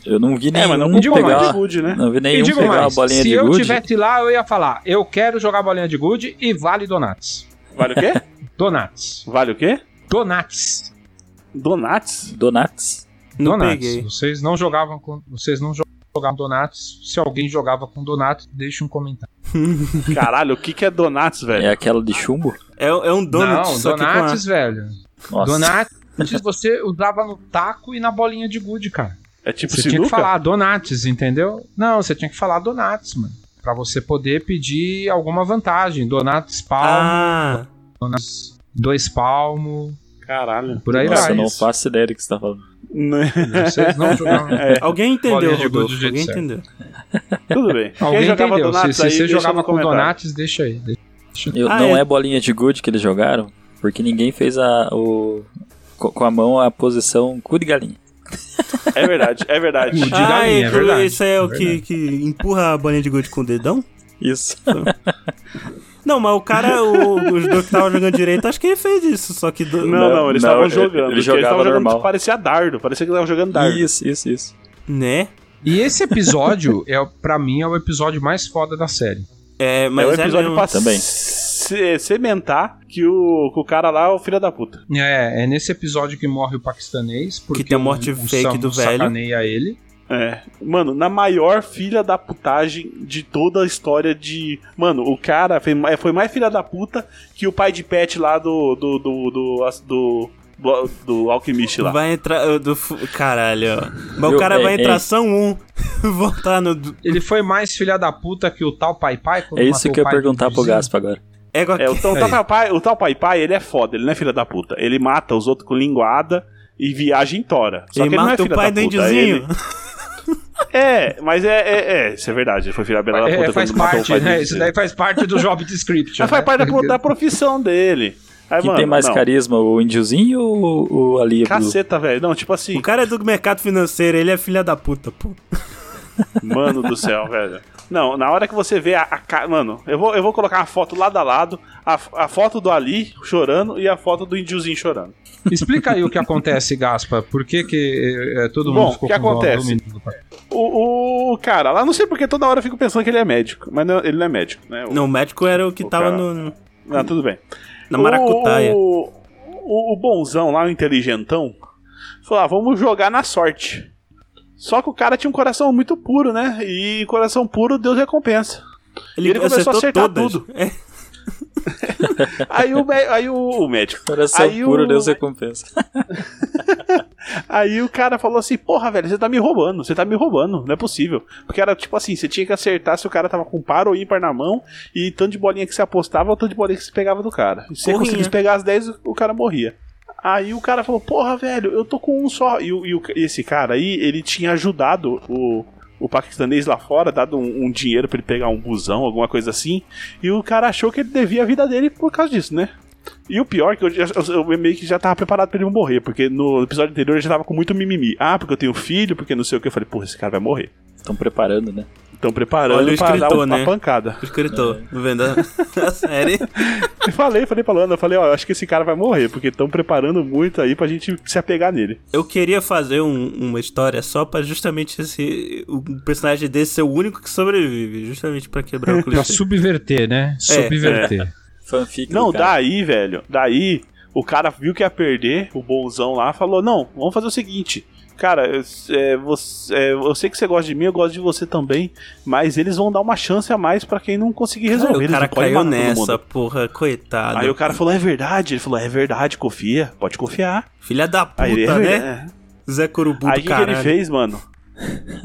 Speaker 3: Eu não vi nenhum
Speaker 4: É, mas não
Speaker 2: digo
Speaker 4: bolinha
Speaker 3: pegar.
Speaker 4: de gude, né?
Speaker 3: Não vi
Speaker 2: E
Speaker 3: nenhum
Speaker 2: digo
Speaker 3: pegar
Speaker 2: mais,
Speaker 3: a bolinha
Speaker 2: se
Speaker 3: de
Speaker 2: eu
Speaker 3: gude.
Speaker 2: tivesse lá, eu ia falar, eu quero jogar bolinha de gude e vale donuts.
Speaker 4: Vale o quê?
Speaker 2: Donuts.
Speaker 4: Vale o quê?
Speaker 2: Donuts.
Speaker 4: Donuts?
Speaker 3: Donuts.
Speaker 1: Não
Speaker 2: donuts.
Speaker 1: peguei.
Speaker 2: Vocês não jogavam com vocês não jogavam donuts. Se alguém jogava com donuts, deixa um comentário.
Speaker 4: Caralho, o que que é donuts, velho?
Speaker 3: É aquela de chumbo?
Speaker 1: É, é um donut,
Speaker 2: não,
Speaker 1: só
Speaker 2: donuts, velho.
Speaker 4: É.
Speaker 3: Nossa.
Speaker 2: Donuts você usava no taco e na bolinha de gude, cara.
Speaker 4: É, tipo
Speaker 2: você tinha que
Speaker 4: sinuca?
Speaker 2: falar donuts, entendeu? Não, você tinha que falar donuts, mano. Pra você poder pedir alguma vantagem. Donuts
Speaker 1: que com
Speaker 2: palmo,
Speaker 1: a... Ah,
Speaker 2: donuts dois palmo,
Speaker 4: Caralho.
Speaker 2: por aí
Speaker 3: Nossa,
Speaker 2: vai.
Speaker 3: eu não faço ideia do que você tá falando.
Speaker 4: Né?
Speaker 2: Vocês não jogavam.
Speaker 1: alguém entendeu,
Speaker 2: Bolinha de gude
Speaker 1: Rodolfo,
Speaker 2: do jeito
Speaker 1: alguém
Speaker 2: certo.
Speaker 1: entendeu.
Speaker 4: Tudo bem.
Speaker 2: Alguém entendeu? se se você
Speaker 4: deixa
Speaker 2: jogava
Speaker 4: no
Speaker 2: com
Speaker 4: comentário.
Speaker 2: donuts, deixa aí. deixa.
Speaker 3: Eu-
Speaker 1: Ah,
Speaker 3: não
Speaker 1: é.
Speaker 3: é. bolinha de gude que eles jogaram, porque ninguém fez a, o, co- com a mão a posição cu de galinha.
Speaker 4: É verdade, é verdade.
Speaker 2: Gude. De
Speaker 1: ah,
Speaker 2: galinha, é
Speaker 1: aquilo-
Speaker 2: verdade,
Speaker 1: isso é,
Speaker 2: é
Speaker 1: o que, que empurra a bolinha de gude com o dedão?
Speaker 3: Isso.
Speaker 1: Não, mas o cara, o, os dois que estavam jogando direito, acho que ele fez isso, só que. Do...
Speaker 4: Não, não, eles
Speaker 3: Não,
Speaker 4: estavam
Speaker 3: ele-
Speaker 4: jogando.
Speaker 3: ele
Speaker 4: porque
Speaker 3: jogava
Speaker 4: eles estavam jogando
Speaker 3: normal.
Speaker 4: Parecia dardo, parecia que eles estavam jogando dardo.
Speaker 3: Isso, isso, isso.
Speaker 1: Né?
Speaker 2: E esse episódio, é, pra mim, é o episódio mais foda da série.
Speaker 1: É, mas
Speaker 4: é
Speaker 1: é,
Speaker 4: um episódio
Speaker 1: mesmo.
Speaker 4: pra
Speaker 3: Também.
Speaker 4: se- sementar que o, que o cara lá é o filho da puta.
Speaker 2: É, é nesse episódio que morre o paquistanês, porque
Speaker 1: tem a morte
Speaker 2: o, o
Speaker 1: fake
Speaker 2: Samu
Speaker 1: do velho.
Speaker 2: sacaneia ele.
Speaker 4: É. Mano, na maior filha da putagem de toda a história de. Mano, o cara foi, ma- foi mais filha da puta que o pai de pet lá do. do. do. do. do, do, do Alquimiste lá.
Speaker 1: Vai entrar. eu- Do, fu- caralho, ó. Mas o
Speaker 3: Eu-
Speaker 1: cara
Speaker 3: é,
Speaker 1: vai
Speaker 3: é.
Speaker 1: entrar são um, voltar no. do-
Speaker 2: Ele foi mais filha da puta que o tal Pai Pai? quando
Speaker 3: É isso
Speaker 2: matou o
Speaker 3: que eu ia
Speaker 2: pai do
Speaker 3: perguntar pro
Speaker 2: vizinho?
Speaker 3: Gaspa agora.
Speaker 1: É, com
Speaker 4: É, o,
Speaker 1: aquele-
Speaker 4: tal- o tal pai, pai- o tal pai pai, ele é foda, ele não é filha da puta. Ele mata os outros com linguada e viaja em tora. Só
Speaker 1: ele
Speaker 4: que ele não é
Speaker 1: mata
Speaker 4: filha
Speaker 1: o pai do
Speaker 4: da puta.
Speaker 1: indizinho.
Speaker 4: ele- É, mas é, é, é, isso é verdade, ele foi filha da puta
Speaker 2: É, faz
Speaker 4: quando matou o
Speaker 2: parte,
Speaker 4: pai do
Speaker 2: né?
Speaker 4: indizinho.
Speaker 2: Isso daí faz parte do job description.
Speaker 4: Mas faz
Speaker 2: né?
Speaker 4: parte da, da profissão dele.
Speaker 3: Quem
Speaker 4: Aí, É, mano,
Speaker 3: tem mais
Speaker 4: não.
Speaker 3: carisma, o índiozinho ou o ali?
Speaker 4: Caceta, velho. Não, tipo
Speaker 1: O
Speaker 4: assim,
Speaker 1: cara é do mercado financeiro, ele é filha da puta, pô.
Speaker 4: mano do céu, velho. Não, na hora que você vê a, a ca- Mano, eu vou, eu vou colocar a foto lado a lado, a, a foto do Ali chorando e a foto do indiozinho chorando.
Speaker 2: Explica aí o que acontece, Gaspa. Por que, que é, é, todo
Speaker 4: Bom,
Speaker 2: mundo ficou
Speaker 4: o que
Speaker 2: com dó do
Speaker 4: acontece?
Speaker 2: menino do pai?
Speaker 4: O, o cara, lá não sei porque toda hora eu fico pensando que ele é médico, mas não- ele não é médico, né? O-
Speaker 1: Não, o médico era o que
Speaker 4: O
Speaker 1: tava
Speaker 4: cara-
Speaker 1: no, no-
Speaker 4: Ah, tudo bem.
Speaker 1: na maracutaia.
Speaker 4: O, o, o bonzão lá, o inteligentão, falou: ah, vamos jogar na sorte. Só que o cara tinha um coração muito puro, né? E coração puro, Deus recompensa. ele começou a acertar tudo.
Speaker 1: É,
Speaker 4: Aí o, mé- aí o, o médico.
Speaker 3: Coração
Speaker 4: aí
Speaker 3: puro,
Speaker 4: o-
Speaker 3: Deus recompensa.
Speaker 4: Aí o cara falou assim: Porra, velho, você tá me roubando, você tá me roubando, não é possível. Porque era tipo assim: você tinha que acertar se o cara tava com par ou ímpar na mão, e tanto de bolinha que você apostava, ou tanto de bolinha que você pegava do cara. E se você
Speaker 1: Corrinha.
Speaker 4: conseguisse pegar as 10, o- o cara morria. Aí o cara falou: Porra, velho, eu tô com um só. E, o- e o- e esse cara aí, ele tinha ajudado o. o paquistanês lá fora, dado um, um dinheiro pra ele pegar um busão, alguma coisa assim, e o cara achou que ele devia a vida dele por causa disso, né? E o pior é que eu, já- eu- eu meio que já tava preparado pra ele morrer, porque no episódio anterior ele já tava com muito mimimi. Ah, porque eu tenho filho, porque não sei o que. Eu falei, porra, esse cara vai morrer.
Speaker 9: Estão preparando, né?
Speaker 4: Estão preparando
Speaker 1: Olha o
Speaker 4: pra dar
Speaker 1: escritor,
Speaker 4: uma
Speaker 1: né?
Speaker 4: pancada.
Speaker 1: O
Speaker 3: É.
Speaker 1: escritor, vendo a, a série.
Speaker 4: E falei, falei pra Luana, eu falei, ó, eu acho que esse cara vai morrer, porque estão preparando muito aí pra gente se apegar nele.
Speaker 1: Eu queria fazer um- uma história só pra justamente esse. O personagem desse ser o único que sobrevive. Justamente pra quebrar o
Speaker 2: Pra
Speaker 1: clichê.
Speaker 2: subverter,
Speaker 4: É,
Speaker 2: né? Subverter.
Speaker 9: Fanfic.
Speaker 4: Não,
Speaker 9: do cara.
Speaker 4: daí, velho, daí o cara viu que ia perder, o bonzão lá, falou: Não, vamos fazer o seguinte. Cara, eu- é, você, é, eu sei que você gosta de mim, eu gosto de você também, mas eles vão dar uma chance a mais pra quem não conseguir resolver.
Speaker 1: Aí o
Speaker 4: eles
Speaker 1: cara
Speaker 4: não podem
Speaker 1: caiu
Speaker 4: matar todo
Speaker 1: nessa,
Speaker 4: mundo.
Speaker 1: porra, coitado.
Speaker 4: Aí o cara falou: É verdade. Ele falou: É verdade, confia, pode confiar.
Speaker 1: Filha da puta,
Speaker 4: Aí, ele-
Speaker 1: né?
Speaker 4: é.
Speaker 1: Zé Curubu
Speaker 4: Aí o
Speaker 1: do
Speaker 4: que que ele
Speaker 1: caralho.
Speaker 4: fez, mano?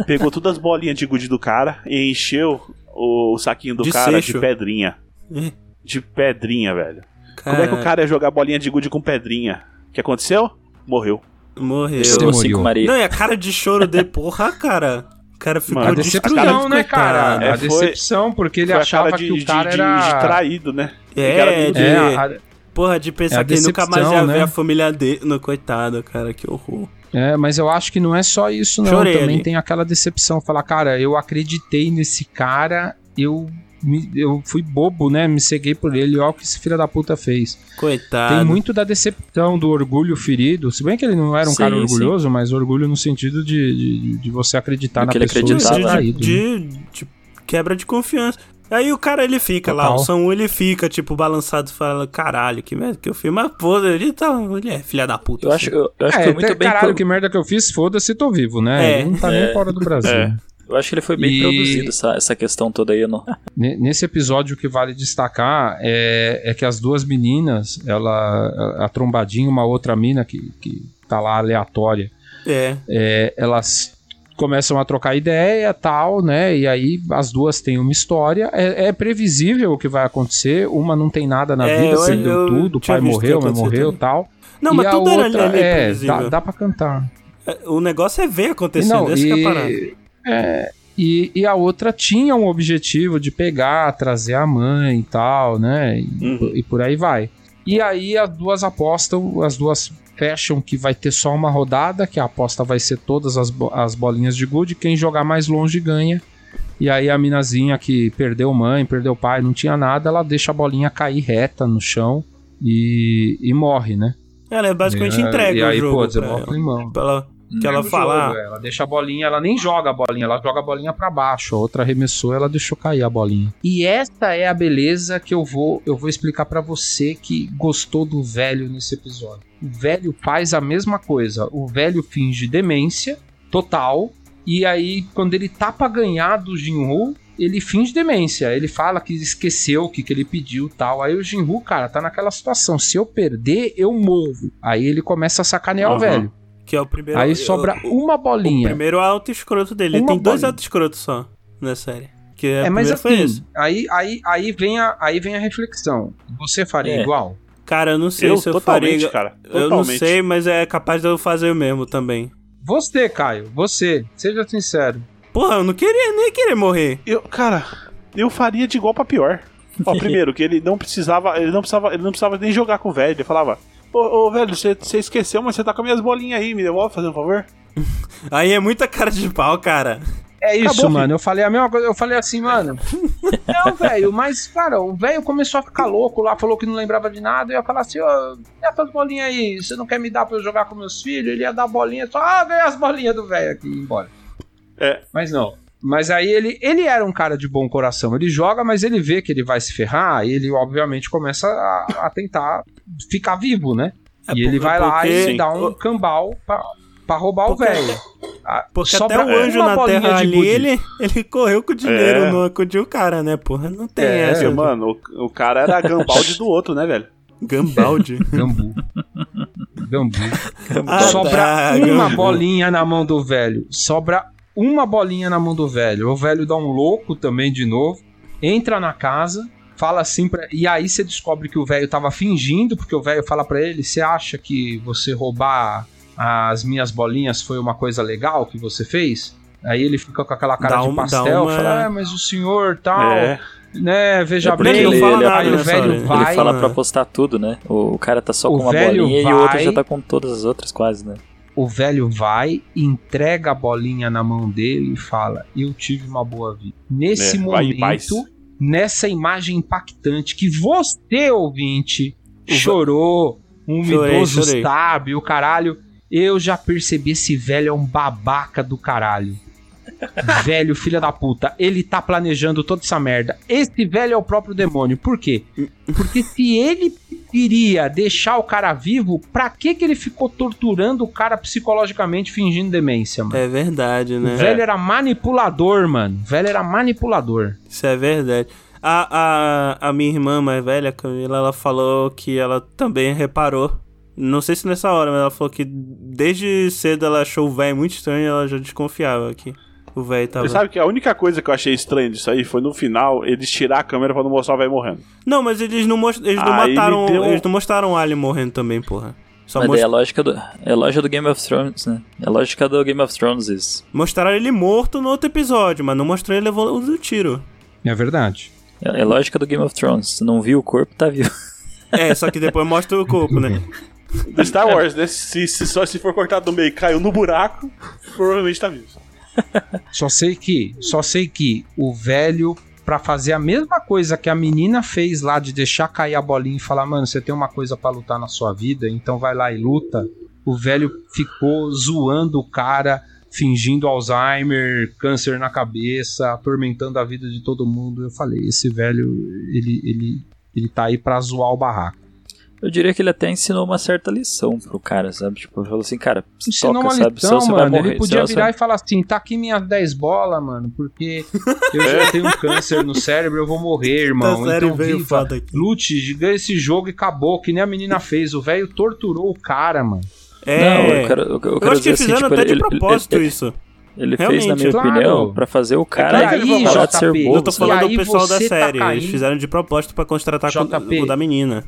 Speaker 4: Pegou todas as bolinhas de gude do cara e encheu o, o saquinho do
Speaker 1: De
Speaker 4: cara
Speaker 1: seixo.
Speaker 4: de pedrinha.
Speaker 1: Ih.
Speaker 4: De pedrinha, velho. Como é que o cara ia jogar bolinha de gude com pedrinha? O que aconteceu? Morreu.
Speaker 1: morreu?
Speaker 9: Esse
Speaker 2: Demorou.
Speaker 9: mocinho Maria.
Speaker 1: Não, e a cara de choro dele, porra, cara. O cara ficou
Speaker 4: Mano, é
Speaker 2: A
Speaker 4: a
Speaker 1: destruído,
Speaker 2: decepção, né, cara?
Speaker 1: coitado.
Speaker 4: É,
Speaker 2: a
Speaker 4: foi-
Speaker 2: decepção, porque ele
Speaker 4: Foi a
Speaker 2: achava
Speaker 4: cara de,
Speaker 2: que o
Speaker 4: de-
Speaker 2: cara
Speaker 4: de-
Speaker 2: era.
Speaker 4: de traído, né?
Speaker 1: É,
Speaker 4: Aquela-
Speaker 1: de,
Speaker 2: É, a-
Speaker 1: porra, de
Speaker 2: é
Speaker 1: pensar
Speaker 2: a
Speaker 1: que ele nunca mais ia
Speaker 2: decepção,
Speaker 1: ver
Speaker 2: né?
Speaker 1: a família dele. No, coitado, cara, que horror.
Speaker 2: É, mas eu acho que não é só isso, não.
Speaker 1: Chorei
Speaker 2: Também
Speaker 1: ali.
Speaker 2: tem aquela decepção. Falar, cara, eu acreditei nesse cara, eu, me- eu fui bobo, né? Me ceguei por ele, olha o que esse filho da puta fez.
Speaker 1: Coitado.
Speaker 2: Tem muito da decepção, do orgulho ferido. Se bem que ele não era um
Speaker 9: Sim,
Speaker 2: cara
Speaker 9: sim.
Speaker 2: orgulhoso, mas orgulho no sentido de, de, de você acreditar
Speaker 9: Do
Speaker 2: na
Speaker 9: que ele
Speaker 2: pessoa e
Speaker 9: acreditava.
Speaker 2: ser
Speaker 9: tá
Speaker 1: de,
Speaker 2: traído, né?
Speaker 1: de, de quebra de confiança. Aí o cara, ele fica lá,
Speaker 2: Total.
Speaker 1: o Samu, ele fica, tipo, balançado, fala, caralho, que merda que eu fiz. Mas, pô, ele tá, ele é filha da puta.
Speaker 3: Eu acho, eu, eu acho
Speaker 2: é,
Speaker 3: que foi muito
Speaker 2: até,
Speaker 3: bem.
Speaker 2: caralho,
Speaker 3: pro-
Speaker 2: que merda que eu fiz, foda-se, tô vivo, né?
Speaker 1: É.
Speaker 2: Ele não tá nem fora do Brasil.
Speaker 4: É.
Speaker 3: Eu acho que ele foi bem
Speaker 2: E-
Speaker 3: produzido essa, essa questão toda aí. Não.
Speaker 2: Ne- Nesse episódio, o que vale destacar é, é que as duas meninas, ela, a- a trombadinha e uma outra mina que, que tá lá aleatória,
Speaker 1: É.
Speaker 2: é, elas começam a trocar ideia tal, né? E aí as duas têm uma história. É, é previsível o que vai acontecer. Uma não tem nada na
Speaker 1: É,
Speaker 2: vida,
Speaker 1: eu-
Speaker 2: perdeu
Speaker 1: eu
Speaker 2: tudo, o
Speaker 1: tinha
Speaker 2: pai
Speaker 1: visto
Speaker 2: morreu,
Speaker 1: que
Speaker 2: mas
Speaker 1: aconteceu
Speaker 2: morreu
Speaker 1: também.
Speaker 2: tal.
Speaker 1: Não,
Speaker 2: e
Speaker 1: mas
Speaker 2: a
Speaker 1: tudo era
Speaker 2: outra,
Speaker 1: ali
Speaker 2: é,
Speaker 1: previsível.
Speaker 2: dá, dá pra cantar.
Speaker 1: O negócio é ver acontecendo,
Speaker 2: Não,
Speaker 1: essa que é a parada.
Speaker 2: e, é, e, e a outra tinha um objetivo de pegar, trazer a mãe e tal, né? E,
Speaker 4: Uhum.
Speaker 2: e por aí vai. E aí as duas apostam, as duas fecham que vai ter só uma rodada, que a aposta vai ser todas as, bo- as bolinhas de gude, quem jogar mais longe ganha. E aí a minazinha que perdeu mãe, perdeu pai, não tinha nada, ela deixa a bolinha cair reta no chão e, e morre, né?
Speaker 1: Ela é basicamente
Speaker 2: E aí-
Speaker 1: entrega
Speaker 2: e aí,
Speaker 1: o jogo.
Speaker 2: pô,
Speaker 1: pra
Speaker 2: desenvolve
Speaker 1: ela.
Speaker 2: limão.
Speaker 1: Pra ela- que ela
Speaker 2: Pega o
Speaker 1: fala.
Speaker 2: jogo, ela deixa a bolinha, ela nem joga a bolinha, ela joga a bolinha pra baixo. A outra arremessou, ela deixou cair a bolinha. E essa é a beleza que eu vou, eu vou explicar pra você que gostou do velho nesse episódio. O velho faz a mesma coisa. O velho finge demência total e aí quando ele tá pra ganhar do Jinru, ele finge demência. Ele fala que esqueceu o que, que ele pediu tal. Aí o Jinru, cara, tá naquela situação. Se eu perder, eu morro. Aí ele começa a sacanear o
Speaker 4: Aham.
Speaker 2: velho.
Speaker 1: Que é o primeiro.
Speaker 2: Aí sobra
Speaker 1: o,
Speaker 2: uma
Speaker 1: o
Speaker 2: bolinha.
Speaker 1: primeiro alto escroto dele. Ele
Speaker 2: Uma
Speaker 1: tem dois
Speaker 2: bolinha.
Speaker 1: alto escrotos só na série. Que é,
Speaker 2: É,
Speaker 1: o
Speaker 2: mas
Speaker 1: primeiro foi esse.
Speaker 2: assim, aí, aí, aí, vem a, aí vem a reflexão. Você faria
Speaker 9: É.
Speaker 2: igual?
Speaker 1: Cara, eu não sei
Speaker 4: Eu,
Speaker 1: se eu
Speaker 4: totalmente,
Speaker 1: faria.
Speaker 4: cara.
Speaker 1: Eu não
Speaker 4: Totalmente.
Speaker 1: sei, mas é capaz de eu fazer o mesmo também.
Speaker 2: Você, Caio, você, seja sincero.
Speaker 1: Porra, eu não queria nem querer morrer.
Speaker 4: Eu, cara, eu faria de igual pra pior. Ó, primeiro, que ele não precisava, ele não precisava, ele não precisava nem jogar com o velho. Ele falava, ô, ô, velho, você você esqueceu, mas você tá com minhas bolinhas aí, me devolve, fazendo um favor.
Speaker 1: Aí é muita cara de pau, cara.
Speaker 2: É isso,
Speaker 4: Acabou,
Speaker 2: mano. Eu falei a mesma coisa, eu falei assim, mano. Não, velho, mas, cara, o velho começou a ficar louco lá, falou que não lembrava de nada. Eu ia falar assim, ô, e essas bolinhas aí, você não quer me dar pra eu jogar com meus filhos? Ele ia dar bolinha, só, ah, ganhei as bolinhas do velho aqui e ir embora.
Speaker 4: É.
Speaker 2: Mas não. Mas aí ele, ele era um cara de bom coração. Ele joga, mas ele vê que ele vai se ferrar, e ele obviamente começa a, a tentar ficar vivo, né?
Speaker 1: É
Speaker 2: e ele
Speaker 1: por-
Speaker 2: vai lá
Speaker 1: porque-
Speaker 2: e dá um cambal pra, pra roubar
Speaker 1: Porque-
Speaker 2: o velho. Ah,
Speaker 1: Porque
Speaker 2: sobra
Speaker 1: até o anjo
Speaker 2: uma
Speaker 1: na
Speaker 2: bolinha
Speaker 1: terra
Speaker 2: de
Speaker 1: ali,
Speaker 2: gude.
Speaker 1: ele, ele correu com o dinheiro,
Speaker 4: É.
Speaker 1: não acudiu o cara, né, porra? Não tem
Speaker 2: É,
Speaker 1: essa.
Speaker 4: Porque, Assim, mano, o, o cara era gambalde do outro, né, velho?
Speaker 1: Gambaldi.
Speaker 2: Gambu. Gambu.
Speaker 1: Ah,
Speaker 2: Sobra
Speaker 1: tá,
Speaker 2: uma
Speaker 1: Gambu.
Speaker 2: bolinha na mão do velho. Sobra uma bolinha na mão do velho. O velho dá um louco também de novo. Entra na casa, fala assim pra... E aí você descobre que o velho tava fingindo, porque o velho fala pra ele: Você acha que você roubar as minhas bolinhas foi uma coisa legal que você fez? Aí ele fica com aquela cara
Speaker 1: Dá
Speaker 2: de
Speaker 1: uma- dá
Speaker 2: pastel,
Speaker 1: uma-
Speaker 2: fala, é, mas o senhor tal,
Speaker 4: É.
Speaker 2: né, veja
Speaker 3: É porque
Speaker 2: bem,
Speaker 3: ele-
Speaker 2: aí
Speaker 3: ele-
Speaker 2: o
Speaker 1: ele-
Speaker 2: velho
Speaker 1: né, ele
Speaker 3: Ele
Speaker 2: né? vai,
Speaker 3: fala
Speaker 1: mano.
Speaker 3: pra postar tudo, né? O, o cara tá só
Speaker 2: O
Speaker 3: com uma
Speaker 2: velho
Speaker 3: bolinha e o outro
Speaker 2: vai- Então
Speaker 3: já tá com todas as outras quase, né?
Speaker 2: o velho vai, entrega a bolinha na mão dele e fala: Eu tive uma boa vida. Nesse
Speaker 4: É, vai em paz.
Speaker 2: momento, nessa imagem impactante que você, ouvinte, chorou, um
Speaker 1: Chorei,
Speaker 2: idoso
Speaker 1: chorei.
Speaker 2: sabe, o caralho. Eu já percebi esse velho é um babaca do caralho. velho, filha da puta, ele tá planejando toda essa merda. Esse velho é o próprio demônio. Por quê? Porque se ele iria deixar o cara vivo, pra que que ele ficou torturando o cara psicologicamente fingindo demência, mano?
Speaker 1: É verdade, né?
Speaker 2: O velho era manipulador, mano. O velho era manipulador.
Speaker 1: Isso é verdade. A, a, a minha irmã mais velha, Camila, ela falou que ela também reparou. Não sei se nessa hora, mas ela falou que desde cedo ela achou o velho muito estranho e ela já desconfiava que o velho tava.
Speaker 4: Você sabe que a única coisa que eu achei estranha disso aí foi no final eles tirar a câmera pra não mostrar o velho morrendo.
Speaker 1: Não, mas eles não, most... eles não
Speaker 4: Aí ele
Speaker 1: mataram.
Speaker 4: deu- um
Speaker 1: Eles não mostraram o Alien morrendo também, porra. Só
Speaker 3: Mas daí
Speaker 1: mos-
Speaker 3: é a lógica do. É a lógica do Game of Thrones, né? É a lógica do Game of Thrones isso.
Speaker 1: mostraram ele morto no outro episódio, mas não mostrou ele levando o tiro.
Speaker 2: É verdade.
Speaker 3: É é a lógica do Game of Thrones. Se não viu o corpo, tá vivo.
Speaker 1: É, só que depois mostra o corpo, né?
Speaker 4: Do Star Wars, né? Se, se, só, se for cortado no meio e caiu no buraco, provavelmente tá vivo.
Speaker 2: Só sei que, só sei que o velho pra fazer a mesma coisa que a menina fez lá de deixar cair a bolinha e falar, mano, você tem uma coisa pra lutar na sua vida, então vai lá e luta. O velho ficou zoando o cara, fingindo Alzheimer, câncer na cabeça, atormentando a vida de todo mundo. Eu falei, esse velho, ele ele ele tá aí pra zoar o barraco.
Speaker 3: Eu diria que ele até ensinou uma certa lição pro cara, sabe? Tipo, falou assim, cara,
Speaker 2: Ensinou
Speaker 3: toca,
Speaker 2: uma
Speaker 3: sabe? Senão
Speaker 2: lição,
Speaker 3: você
Speaker 2: é
Speaker 3: vai
Speaker 2: um mano.
Speaker 3: morrer.
Speaker 2: Ele podia
Speaker 3: senão você-
Speaker 2: virar e falar assim: tá aqui minhas 10 bolas, mano, porque eu já tenho um câncer no cérebro, eu vou morrer, irmão.
Speaker 1: série
Speaker 2: então
Speaker 1: veio
Speaker 2: viva,
Speaker 1: foda aqui.
Speaker 2: lute, ganha esse jogo e acabou, que nem a menina fez. O velho torturou o cara, mano.
Speaker 1: É.
Speaker 3: Não, eu quero, eu, eu
Speaker 1: Eu
Speaker 3: quero
Speaker 1: acho que
Speaker 3: dizer assim,
Speaker 1: fizeram
Speaker 3: tipo,
Speaker 1: até
Speaker 3: ele,
Speaker 1: de
Speaker 3: ele- ele-
Speaker 1: propósito
Speaker 3: ele-
Speaker 1: isso.
Speaker 3: ele fez,
Speaker 1: Realmente,
Speaker 3: na minha
Speaker 2: claro.
Speaker 3: opinião, pra fazer o cara
Speaker 2: É claro que ele vai
Speaker 3: parar de
Speaker 2: falar.
Speaker 3: ser
Speaker 2: JP,
Speaker 3: bobo.
Speaker 1: Eu tô
Speaker 2: E
Speaker 1: falando
Speaker 2: aí
Speaker 1: do pessoal da
Speaker 2: você tá
Speaker 1: série. Eles
Speaker 2: caindo-
Speaker 1: fizeram de propósito pra contratar com
Speaker 2: JP.
Speaker 1: o da menina.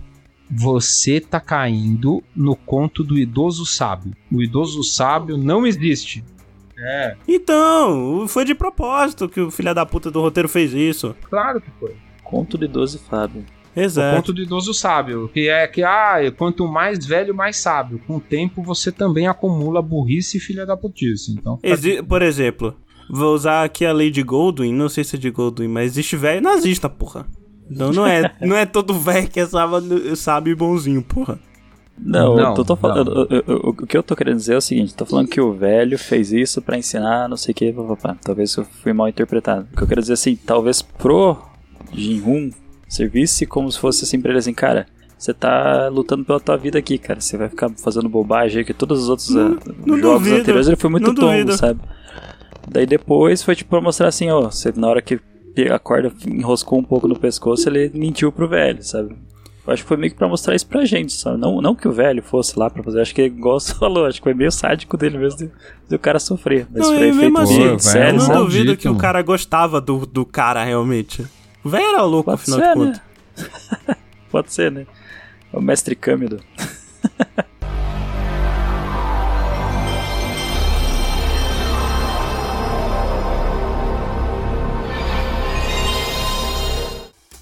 Speaker 2: Você tá caindo no conto do idoso sábio. O idoso sábio não existe. É,
Speaker 1: Então, foi de propósito que o filho da puta do roteiro fez isso.
Speaker 2: claro que foi.
Speaker 3: Conto de 12 Fábio.
Speaker 2: O
Speaker 1: Exato.
Speaker 2: conto do idoso sábio, que é que, ah, quanto mais velho, mais sábio. Com o tempo, você também acumula burrice e filha da putice. Então, tá
Speaker 1: Exi- por exemplo, vou usar aqui a lei de Goldwyn, não sei se é de Goldwyn, mas existe velho nazista, porra. Então não é, não é todo velho que é sábio, sábio e bonzinho, porra.
Speaker 3: Não,
Speaker 2: Não,
Speaker 3: eu tô, tô falando.
Speaker 2: não.
Speaker 3: eu- eu- eu- o que eu tô querendo dizer é o seguinte: tô falando que o velho fez isso pra ensinar não sei o que, papapá. Talvez eu fui mal interpretado. O que eu quero dizer assim: talvez pro Jinhun servisse como se fosse assim pra ele assim, cara. Você tá lutando pela tua vida aqui, cara. Você vai ficar fazendo bobagem aí que todos os outros ah,
Speaker 1: não
Speaker 3: jogos
Speaker 1: duvido,
Speaker 3: anteriores ele foi muito
Speaker 1: não
Speaker 3: tonto,
Speaker 1: duvido.
Speaker 3: sabe? Daí depois foi tipo pra mostrar assim, ó, você na hora que pe- a corda enroscou um pouco no pescoço, ele mentiu pro velho, sabe? Eu acho que foi meio que pra mostrar isso pra gente, sabe? Não, não que o velho fosse lá pra fazer, acho que igual você falou, acho que foi meio sádico dele mesmo de, de o cara sofrer. Mas
Speaker 1: não,
Speaker 3: foi
Speaker 1: e mesmo
Speaker 3: feito
Speaker 1: assim,
Speaker 2: Pô,
Speaker 3: de série,
Speaker 1: eu não
Speaker 2: velho,
Speaker 3: sabe?
Speaker 1: duvido
Speaker 2: maldito,
Speaker 1: que o
Speaker 2: mano.
Speaker 1: cara gostava do, do cara realmente. O velho era louco,
Speaker 3: Pode
Speaker 1: afinal
Speaker 3: ser,
Speaker 1: de contas.
Speaker 3: né? Pode ser, né? É O mestre Câmido.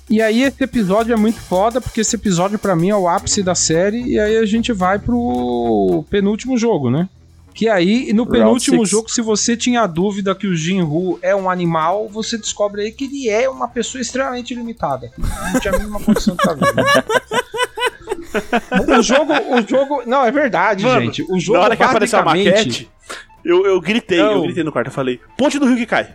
Speaker 2: E aí esse episódio é muito foda, porque esse episódio pra mim é o ápice da série, e aí a gente vai pro penúltimo jogo, né? Que aí, no
Speaker 3: Round
Speaker 2: penúltimo
Speaker 3: six.
Speaker 2: jogo, se você tinha dúvida que o Jinru é um animal, você descobre aí que ele é uma pessoa extremamente limitada. Não tinha a mínima condição de estar vivo. o jogo, o jogo... Não, é verdade,
Speaker 4: Mano,
Speaker 2: gente. O jogo
Speaker 4: Na hora que apareceu a
Speaker 2: basicamente-
Speaker 4: maquete, eu, eu gritei, eu
Speaker 2: Não.
Speaker 4: gritei no quarto, eu falei, ponte do rio que cai.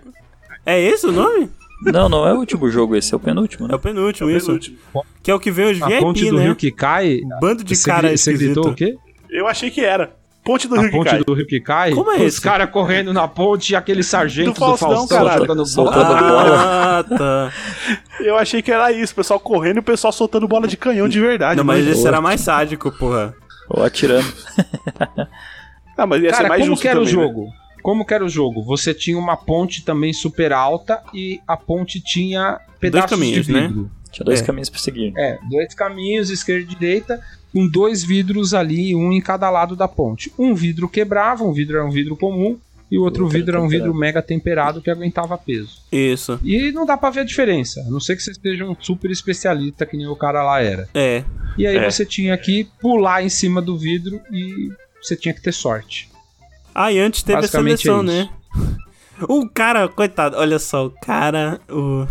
Speaker 1: É esse o nome?
Speaker 3: Não, não é o último jogo esse, é o penúltimo,
Speaker 1: É
Speaker 3: né?
Speaker 1: o penúltimo,
Speaker 4: É o
Speaker 1: isso.
Speaker 4: penúltimo.
Speaker 1: Que é o que vem os
Speaker 2: A ponte
Speaker 1: VIP,
Speaker 2: do
Speaker 1: né?
Speaker 2: rio que cai...
Speaker 1: Bando de
Speaker 2: você
Speaker 1: cara
Speaker 2: gri- você
Speaker 1: esquisito.
Speaker 2: gritou o quê?
Speaker 4: Eu achei que era. Ponte do
Speaker 2: a
Speaker 4: rio que
Speaker 2: ponte
Speaker 4: cai.
Speaker 2: do rio que cai?
Speaker 1: Como é
Speaker 2: os
Speaker 1: esse?
Speaker 2: caras correndo na ponte e aquele sargento
Speaker 4: Do
Speaker 2: do
Speaker 4: Faustão,
Speaker 2: Faustão,
Speaker 4: caralho.
Speaker 2: jogando
Speaker 3: Soltando
Speaker 2: bola.
Speaker 1: Ah, tá.
Speaker 4: Eu achei que era isso, o pessoal correndo e o pessoal soltando bola de canhão de verdade.
Speaker 1: Não, mas
Speaker 4: mano.
Speaker 1: esse era mais sádico, porra.
Speaker 3: Ou atirando.
Speaker 4: Ah, mas ia ser
Speaker 2: Cara,
Speaker 4: mais
Speaker 2: como
Speaker 4: justo
Speaker 2: que era o
Speaker 4: também, né?
Speaker 2: jogo? Como que era o jogo? Você tinha uma ponte também super alta e a ponte tinha pedaços
Speaker 1: caminhos,
Speaker 2: de
Speaker 1: né?
Speaker 2: vidro.
Speaker 3: Tinha dois
Speaker 1: É.
Speaker 3: caminhos pra seguir.
Speaker 2: É, dois caminhos, esquerda e direita, com dois vidros ali, um em cada lado da ponte. Um vidro quebrava, um vidro era um vidro comum, e o outro
Speaker 9: Ultra
Speaker 2: vidro era um vidro
Speaker 9: temperado.
Speaker 2: mega temperado que aguentava peso.
Speaker 1: Isso.
Speaker 2: E não dá pra ver a diferença, a não ser que você seja um super especialista que nem o cara lá era.
Speaker 1: É.
Speaker 2: E aí
Speaker 4: É.
Speaker 2: você tinha que pular em cima do vidro e você tinha que ter sorte.
Speaker 1: Ah, e antes teve a
Speaker 2: Basicamente
Speaker 1: seleção,
Speaker 2: é isso.
Speaker 1: né? O cara, coitado, olha só, o cara, o.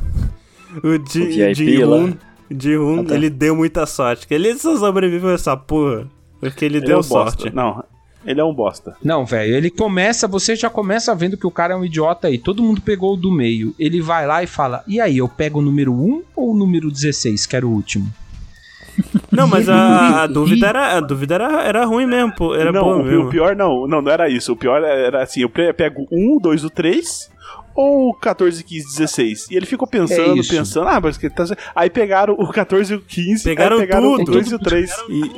Speaker 1: O
Speaker 9: O VIP
Speaker 1: Ji-Hoon,
Speaker 9: lá.
Speaker 1: Ji-Hoon,
Speaker 9: Ah, tá.
Speaker 1: ele deu muita sorte. que Ele só sobreviveu a essa porra porque ele,
Speaker 4: Ele é
Speaker 1: deu
Speaker 4: um
Speaker 1: sorte.
Speaker 4: bosta. Não, ele é um bosta.
Speaker 2: Não, velho, ele começa, você já começa vendo que o cara é um idiota aí. Todo mundo pegou o do meio. Ele vai lá e fala: "E aí, eu pego o número 1 ou o número 16, que era o último?"
Speaker 1: Não, mas a, a dúvida era a dúvida era, era ruim mesmo, pô. Era
Speaker 4: não,
Speaker 1: boa
Speaker 4: o,
Speaker 1: mesmo.
Speaker 4: o pior não, não, não era isso. O pior era assim, eu pe- pego um, dois, o três, ou o 14, 15, 16. E ele ficou
Speaker 2: É
Speaker 4: pensando,
Speaker 2: isso.
Speaker 4: pensando, ah, mas que tá... Aí pegaram o 14 e o 15, aí
Speaker 1: Pegaram
Speaker 4: pegaram
Speaker 1: tudo.
Speaker 4: o 2 e o 3.
Speaker 1: E-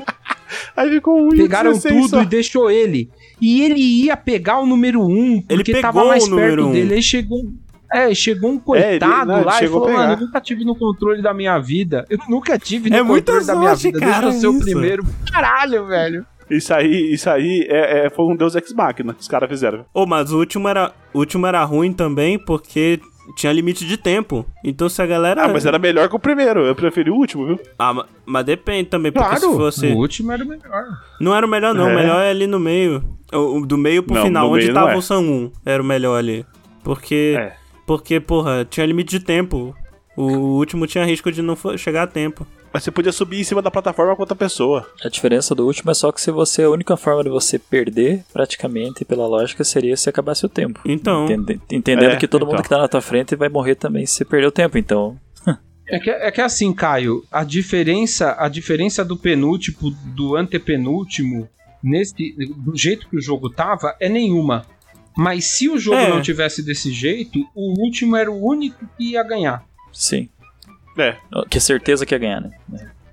Speaker 4: Aí ficou um
Speaker 2: Pegaram
Speaker 4: e o 16
Speaker 2: tudo
Speaker 4: só.
Speaker 2: e deixou ele. E ele ia pegar o número 1 porque
Speaker 1: Ele
Speaker 2: tava
Speaker 1: pegou
Speaker 2: mais
Speaker 1: o número
Speaker 2: perto
Speaker 1: um.
Speaker 2: dele. Aí chegou, é, chegou um
Speaker 4: É, ele-
Speaker 2: coitado
Speaker 4: não, ele
Speaker 2: lá e
Speaker 4: chegou a
Speaker 2: falou:
Speaker 4: pegar.
Speaker 2: Mano, eu nunca tive no controle da minha vida. Eu nunca tive no
Speaker 1: É muita
Speaker 2: controle da minha
Speaker 1: sorte,
Speaker 2: vida.
Speaker 1: cara,
Speaker 2: Deixa eu ser o
Speaker 1: isso.
Speaker 2: primeiro. Caralho, velho.
Speaker 4: Isso aí, isso aí é, é- foi um Deus Ex Machina que os caras fizeram.
Speaker 1: Ô, mas o último era o último era ruim também porque tinha limite de tempo. Então se a galera
Speaker 4: Ah, mas era melhor que o primeiro. Eu preferi o último, viu?
Speaker 1: Ah, ma- mas depende também, porque se fosse
Speaker 2: o último era o melhor.
Speaker 1: Não era o melhor, não. O
Speaker 4: É.
Speaker 1: melhor é ali no meio. O, o do meio pro
Speaker 4: Não,
Speaker 1: final,
Speaker 4: no
Speaker 1: onde
Speaker 4: meio não
Speaker 1: tava
Speaker 4: é.
Speaker 1: o Sam Era o melhor ali. Porque.
Speaker 4: É.
Speaker 1: Porque, porra, tinha limite de tempo. O último tinha risco de não fo- chegar a tempo.
Speaker 4: Mas você podia subir em cima da plataforma com outra pessoa.
Speaker 3: A diferença do último é só que se você a única forma de você perder, praticamente, pela lógica, seria se acabasse o tempo.
Speaker 1: Então.
Speaker 3: Entende- entendendo
Speaker 4: É,
Speaker 3: que todo
Speaker 4: então.
Speaker 3: mundo que tá na tua frente vai morrer também se perder o tempo, então.
Speaker 2: É que, é que assim, Caio, a diferença, a diferença do penúltimo, do antepenúltimo, nesse, do jeito que o jogo tava, é nenhuma. Mas se o jogo
Speaker 1: É.
Speaker 2: não tivesse desse jeito, o último era o único que ia ganhar.
Speaker 3: Sim.
Speaker 4: É.
Speaker 3: Que certeza que ia ganhar, né?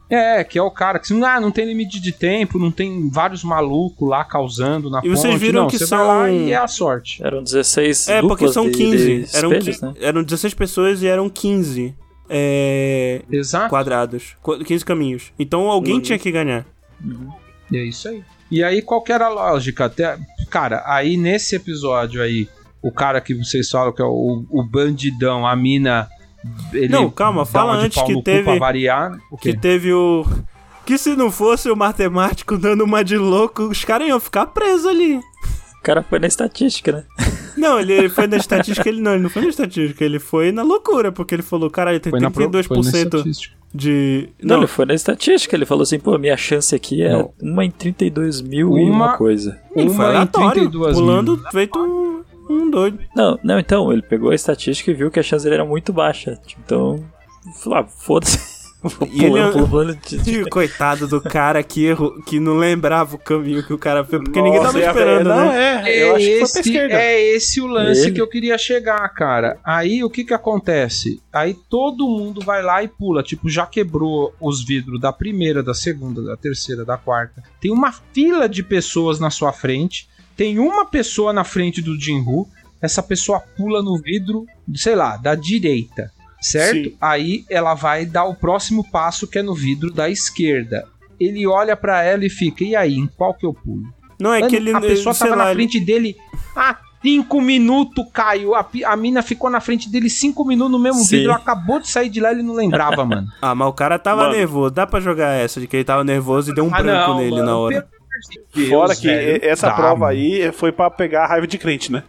Speaker 2: É, que é o cara que se- ah, não tem limite de tempo, não tem vários malucos lá causando na
Speaker 1: E vocês
Speaker 2: ponte,
Speaker 1: viram
Speaker 2: não,
Speaker 1: que
Speaker 2: você
Speaker 1: são-
Speaker 2: vai lá e é a sorte.
Speaker 3: Eram 16
Speaker 1: É, porque
Speaker 3: duplas
Speaker 1: são
Speaker 3: de-
Speaker 1: 15.
Speaker 3: de
Speaker 1: eram,
Speaker 3: espelhos,
Speaker 1: qui-
Speaker 3: né?
Speaker 1: eram 16 pessoas e eram 15 é,
Speaker 2: Exato.
Speaker 1: quadrados. Qu- 15 caminhos. Então alguém tinha que ganhar.
Speaker 2: E é isso aí. E aí, qual que era a lógica? Até, cara, aí nesse episódio aí, o cara que vocês falam que é o, o bandidão, a mina. Ele
Speaker 1: Não, calma,
Speaker 2: dá
Speaker 1: fala
Speaker 2: uma de
Speaker 1: antes
Speaker 2: pau
Speaker 1: que
Speaker 2: no cu
Speaker 1: teve-
Speaker 2: Pra variar, o
Speaker 1: Que
Speaker 2: quê?
Speaker 1: teve o. Que se não fosse o matemático dando uma de louco, os caras iam ficar presos ali.
Speaker 3: O cara foi na estatística, né?
Speaker 1: Não, ele foi na estatística, ele não, ele não foi na estatística, ele foi na loucura, porque ele falou, caralho, tem
Speaker 2: Foi na pro- foi na
Speaker 1: 32%
Speaker 2: estatística.
Speaker 1: de.
Speaker 3: Não,
Speaker 1: Não,
Speaker 3: ele foi na estatística. Ele falou assim, pô, minha chance aqui é
Speaker 2: Não.
Speaker 3: uma em 32 mil e
Speaker 2: Uma-
Speaker 3: uma coisa.
Speaker 1: ele foi
Speaker 2: Uma em
Speaker 1: aleatório,
Speaker 2: 32
Speaker 1: um pulando
Speaker 2: mil.
Speaker 1: feito um, um doido.
Speaker 3: Não, não, então, ele pegou a estatística e viu que a chance dele era muito baixa. Tipo, Então, falou, ah, foda-se. Vou
Speaker 1: E ele-
Speaker 3: pulando, pulando, de- de-
Speaker 1: E o coitado do cara que, errou, que não lembrava o caminho que o cara fez, porque ninguém
Speaker 4: Nossa,
Speaker 1: tava
Speaker 4: é-
Speaker 1: esperando,
Speaker 4: não,
Speaker 1: né?
Speaker 4: é. Eu
Speaker 2: É
Speaker 4: acho que foi pra
Speaker 2: esse,
Speaker 4: esquerda.
Speaker 2: é esse o lance
Speaker 3: Ele.
Speaker 2: que eu queria chegar, cara. Aí o que que acontece? Aí todo mundo vai lá e pula. Tipo, já quebrou os vidros da primeira, da segunda, da terceira, da quarta. Tem uma fila de pessoas na sua frente. Tem uma pessoa na frente do Jinru. Essa pessoa pula no vidro, sei lá, da direita. Certo?
Speaker 4: Sim.
Speaker 2: Aí ela vai dar o próximo passo que é no vidro da esquerda. Ele olha pra ela e fica, e aí, em qual que eu pulo?
Speaker 1: Não, é
Speaker 2: Mano,
Speaker 1: que ele,
Speaker 2: a pessoa
Speaker 1: sei
Speaker 2: tava
Speaker 1: lá,
Speaker 2: na
Speaker 1: ele-
Speaker 2: frente dele há cinco minutos, Caio. A, pi- a mina ficou na frente dele cinco minutos no mesmo
Speaker 3: Sim.
Speaker 2: vídeo. Acabou de sair de lá ele não lembrava, mano.
Speaker 1: ah, mas o cara tava
Speaker 4: Mano. Ah,
Speaker 1: nervoso, dá pra jogar essa de que ele tava nervoso e deu um branco nele na hora.
Speaker 4: Fora que e- essa
Speaker 2: Tá,
Speaker 4: prova aí foi pra pegar a raiva de crente, né?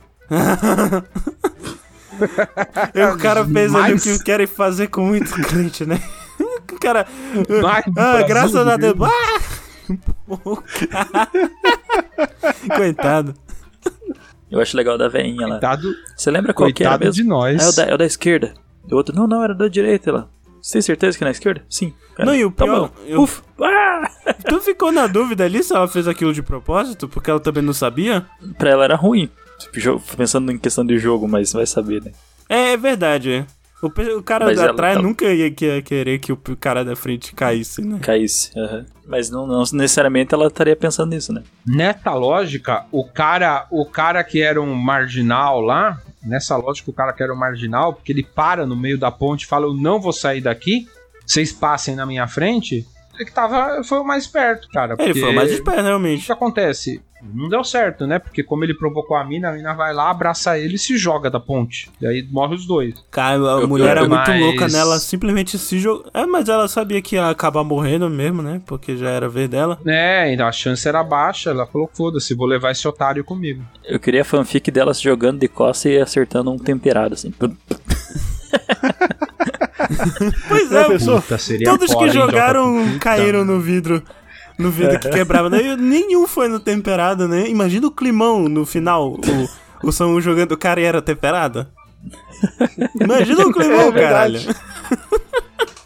Speaker 1: E o cara fez ali o
Speaker 2: Mas-
Speaker 1: que querem fazer com muito cliente, né? O cara.
Speaker 2: Mas,
Speaker 1: ah,
Speaker 2: Brasil,
Speaker 1: graças a Deus.
Speaker 2: viu?
Speaker 1: Ah! Pô, cara. Coitado.
Speaker 3: Eu acho legal da veinha lá.
Speaker 2: Coitado,
Speaker 3: Você lembra qual que era
Speaker 2: coitado
Speaker 3: mesmo?
Speaker 2: de nós.
Speaker 3: É o, da, é o da esquerda. E o outro, não, não, era da direita lá. Você tem certeza que é na esquerda? Sim. Cara,
Speaker 1: Não, e o
Speaker 3: tá
Speaker 1: pior-
Speaker 3: bom.
Speaker 1: eu-
Speaker 3: Uf! Ah!
Speaker 1: Tu ficou na dúvida ali se ela fez aquilo de propósito? Porque ela também não sabia?
Speaker 3: Pra ela era ruim. Tipo, jo- Pensando em questão de jogo, mas vai saber, né?
Speaker 1: É, é verdade. é. O, pe- o cara
Speaker 3: Mas
Speaker 1: da
Speaker 3: ela
Speaker 1: trás
Speaker 3: tá-
Speaker 1: nunca ia que- ia querer que o p- cara da frente caísse, né?
Speaker 3: Caísse. aham. Mas não, não necessariamente ela estaria pensando nisso, né?
Speaker 2: Nessa lógica, o cara, o cara que era um marginal lá, nessa lógica, o cara que era um marginal, porque ele para no meio da ponte e fala: Eu não vou sair daqui, vocês passem na minha frente. ele que tava, foi o mais esperto, cara.
Speaker 1: Ele foi o
Speaker 2: porque-
Speaker 1: mais esperto,
Speaker 2: o
Speaker 1: realmente.
Speaker 2: que acontece? Não deu certo, né? Porque como ele provocou a mina, a mina vai lá, abraça ele e se joga da ponte. E aí morre os dois.
Speaker 1: Cara, a
Speaker 9: Eu-
Speaker 1: mulher era
Speaker 2: eu-
Speaker 1: muito
Speaker 2: mas-
Speaker 1: louca, né? Ela simplesmente se jogou. É, mas ela sabia que ia acabar morrendo mesmo, né? Porque já era vez dela.
Speaker 2: É, então a chance era baixa. Ela falou, foda-se, vou levar esse otário comigo.
Speaker 3: Eu queria fanfic dela se jogando de costas e acertando um temperado, assim.
Speaker 1: Pois é,
Speaker 4: Pessoa-
Speaker 2: Puta, seria
Speaker 1: todos
Speaker 2: foda,
Speaker 1: que
Speaker 2: hein,
Speaker 4: então.
Speaker 1: jogaram
Speaker 2: Jota? Puta,
Speaker 1: caíram no vidro. No vidro que quebrava. Daí nenhum foi no temperado, né? Imagina o climão no final. O, o Samu jogando o cara e era temperado. Imagina o climão,
Speaker 4: É
Speaker 1: caralho.
Speaker 4: verdade.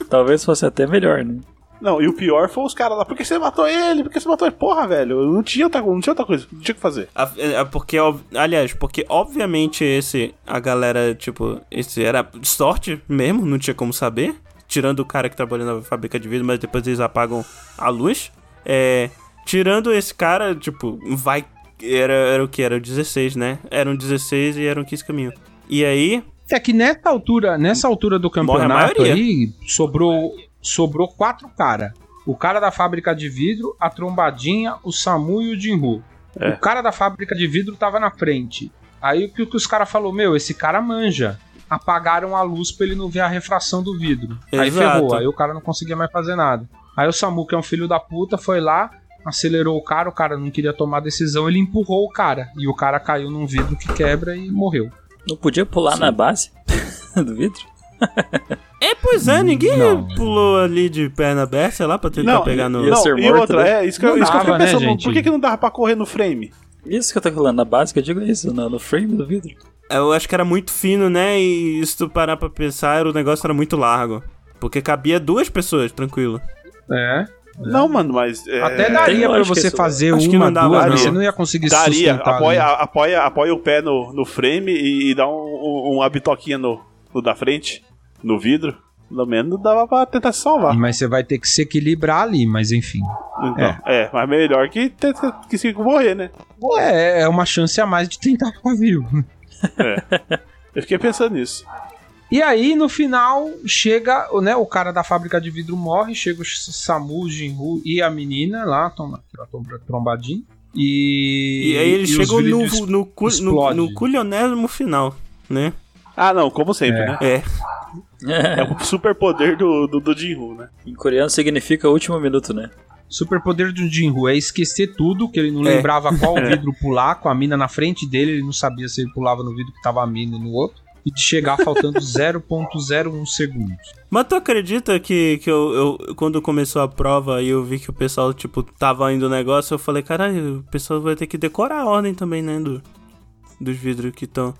Speaker 3: Talvez fosse até melhor, né?
Speaker 4: Não, e o pior foi os caras lá. Por que você matou ele? Por que você matou ele? Porra, velho. Não tinha outra, não tinha outra coisa. Não tinha o que fazer.
Speaker 1: A- é porque, ob- aliás, porque obviamente esse, a galera, tipo, esse era sorte mesmo, não tinha como saber. Tirando o cara que trabalha na fábrica de vidro, mas depois eles apagam a luz. É, tirando esse cara, tipo, vai. Era, era o que? Era o 16, né? Eram 16 e eram 15 caminho. E aí,
Speaker 2: É que nessa altura, nessa altura do campeonato
Speaker 1: maioria.
Speaker 2: aí, sobrou, sobrou quatro caras. O cara da fábrica de vidro, a trombadinha, o Samu e o Jinru.
Speaker 4: É.
Speaker 2: O cara da fábrica de vidro tava na frente. Aí o que, o que os caras falou, meu, esse cara manja. Apagaram a luz pra ele não ver a refração do vidro. Aí
Speaker 1: Exato.
Speaker 2: ferrou, aí o cara não conseguia mais fazer nada. Aí o Samu, que é um filho da puta, foi lá, acelerou o cara, o cara não queria tomar decisão, ele empurrou o cara. E o cara caiu num vidro que quebra e morreu.
Speaker 3: Não podia pular na base do vidro?
Speaker 1: É, pois é, ninguém
Speaker 2: Não.
Speaker 1: pulou ali de perna aberta, sei lá, pra tentar
Speaker 4: Não,
Speaker 1: pegar no.
Speaker 4: não,
Speaker 3: Ia ser
Speaker 4: e
Speaker 3: morto,
Speaker 4: outra,
Speaker 3: né?
Speaker 4: é isso que, eu,
Speaker 2: Não
Speaker 4: isso que eu
Speaker 2: dava,
Speaker 4: fiquei
Speaker 2: né,
Speaker 4: pensando.
Speaker 2: gente?
Speaker 4: por que, que não dava pra correr no frame?
Speaker 3: Isso que eu tô falando, na base que eu digo é isso, no, no frame do vidro.
Speaker 1: Eu acho que era muito fino, né? E se tu parar pra pensar, era- o negócio era muito largo. Porque cabia duas pessoas, tranquilo.
Speaker 2: É.
Speaker 4: Não, mano, mas. é,
Speaker 2: Até
Speaker 3: tem
Speaker 2: daria pra
Speaker 3: lógica
Speaker 2: você
Speaker 3: isso,
Speaker 2: fazer
Speaker 1: acho que
Speaker 2: uma,
Speaker 1: não dava,
Speaker 2: duas,
Speaker 1: não.
Speaker 2: você não ia conseguir se
Speaker 4: Daria,
Speaker 2: sustentar.
Speaker 4: Tá apoia,
Speaker 2: né?
Speaker 4: apoia, apoia o pé no, no frame e, e dá um, um, uma bitoquinha no, no da frente, no vidro. Pelo menos dava pra tentar se salvar.
Speaker 2: Mas você vai ter que se equilibrar ali, mas enfim.
Speaker 1: Hum,
Speaker 4: Então, é. mas melhor que, ter- que se morrer, né?
Speaker 2: É, é uma chance a mais de tentar ficar vivo.
Speaker 4: Eu fiquei pensando nisso.
Speaker 2: E aí, no final, chega, né, o cara da fábrica de vidro morre, chega o Samu, o Jinru e a menina lá, toma, toma trombadinha. E,
Speaker 1: E, aí ele
Speaker 2: e os
Speaker 1: chegou no,
Speaker 2: vidros-
Speaker 1: no, cu- no,
Speaker 2: explode.
Speaker 1: no culionésimo final, né?
Speaker 4: Ah, não, como sempre, né?
Speaker 1: É.
Speaker 4: É o superpoder do, do, do Jinru, né?
Speaker 3: em coreano significa último minuto, né?
Speaker 2: Superpoder do Jinru é esquecer tudo, que ele não
Speaker 1: É.
Speaker 2: lembrava qual vidro pular, com a mina na frente dele, ele não sabia se ele pulava no vidro que tava a mina no outro, e de chegar faltando 0.01 segundos.
Speaker 1: Mas tu acredita que, que eu, eu- quando começou a prova e eu vi que o pessoal, tipo, tava indo o negócio, eu falei, caralho, o pessoal vai ter que decorar a ordem também, né? Do, dos vidros que estão.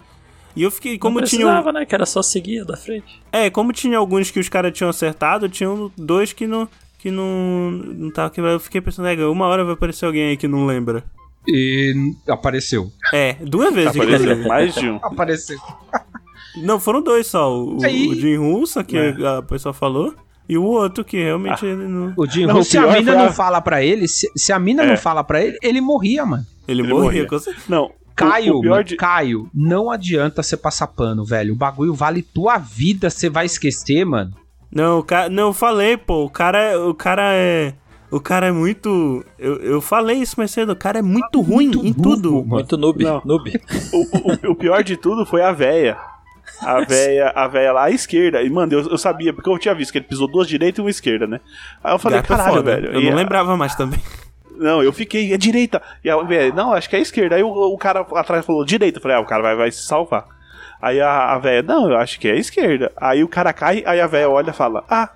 Speaker 1: E eu fiquei, como
Speaker 3: não
Speaker 1: tinha. um-
Speaker 3: precisava, né? Que era só seguir da frente.
Speaker 1: É, como tinha alguns que os caras tinham acertado, tinham dois que não. que não. não tava quebrado. Eu fiquei pensando, é, uma hora vai aparecer alguém aí que não lembra.
Speaker 2: E n- apareceu.
Speaker 1: É, duas vezes,
Speaker 4: Apareceu
Speaker 1: inclusive.
Speaker 4: mais de um.
Speaker 2: Apareceu.
Speaker 1: Não, foram dois só. O,
Speaker 2: Aí-
Speaker 1: o Jim Russo, que a pessoa falou, e o outro que realmente ele não.
Speaker 2: O Jinru,
Speaker 4: Não, o
Speaker 2: se a
Speaker 4: pior
Speaker 2: mina
Speaker 4: foi a- É.
Speaker 2: não fala pra ele, se, se a mina não fala pra ele, ele morria, mano.
Speaker 1: Ele,
Speaker 4: Ele
Speaker 1: morria.
Speaker 4: morria.
Speaker 1: com certeza.
Speaker 4: Não. o-
Speaker 2: Caio,
Speaker 4: o pior
Speaker 2: mano,
Speaker 4: de-
Speaker 2: Caio, não adianta você passar pano, velho. O bagulho vale tua vida, você vai esquecer, mano.
Speaker 1: Não, o cara. Não, eu falei, pô. O cara, o cara é. O cara é muito. Eu, eu falei isso mais cedo. O cara é muito ruim em
Speaker 2: burro,
Speaker 1: tudo.
Speaker 2: mano.
Speaker 3: Muito noob,
Speaker 4: Não.
Speaker 3: noob.
Speaker 4: O, o- o pior de tudo foi a véia. A véia, a véia lá à esquerda. E, mano, eu, eu sabia, porque eu tinha visto que ele pisou duas direitas e uma esquerda, né? Aí eu falei,
Speaker 1: Gato é
Speaker 4: caralho,
Speaker 1: foda.
Speaker 4: velho.
Speaker 1: Eu
Speaker 4: E
Speaker 1: não
Speaker 4: a-
Speaker 1: lembrava mais também.
Speaker 4: Não, eu fiquei, é direita. E a véia, não, acho que é esquerda. Aí o, o cara atrás falou, direita. Eu falei, ah, o cara vai, vai se salvar. Aí a, a véia, não, eu acho que é esquerda. Aí o cara cai, aí a véia olha e fala, ah,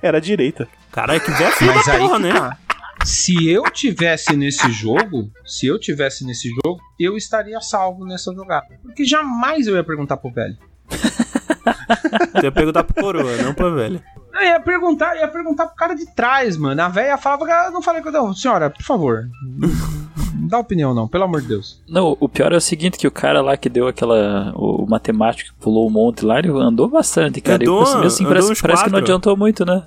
Speaker 4: era a direita.
Speaker 1: Caralho, é que desafio
Speaker 2: Mas
Speaker 1: da
Speaker 2: aí
Speaker 1: porra,
Speaker 2: que
Speaker 1: né?
Speaker 2: tá. Se eu tivesse nesse jogo, se eu tivesse nesse jogo, eu estaria salvo nessa jogada. Porque jamais eu ia perguntar pro velho.
Speaker 1: Você ia perguntar pro coroa, não pra velha.
Speaker 2: Eu ia perguntar, ia perguntar pro cara de trás, mano. A velha falava que eu não falei que não, senhora, por favor. Não dá opinião não, pelo amor de Deus.
Speaker 3: Não, o pior é o seguinte, que o cara lá que deu aquela... O, o matemático que pulou o monte lá, ele andou bastante, cara.
Speaker 1: Andou,
Speaker 3: e mesmo assim,
Speaker 1: andou
Speaker 3: parece,
Speaker 1: uns
Speaker 3: parece que não
Speaker 1: quatro.
Speaker 3: adiantou muito, né?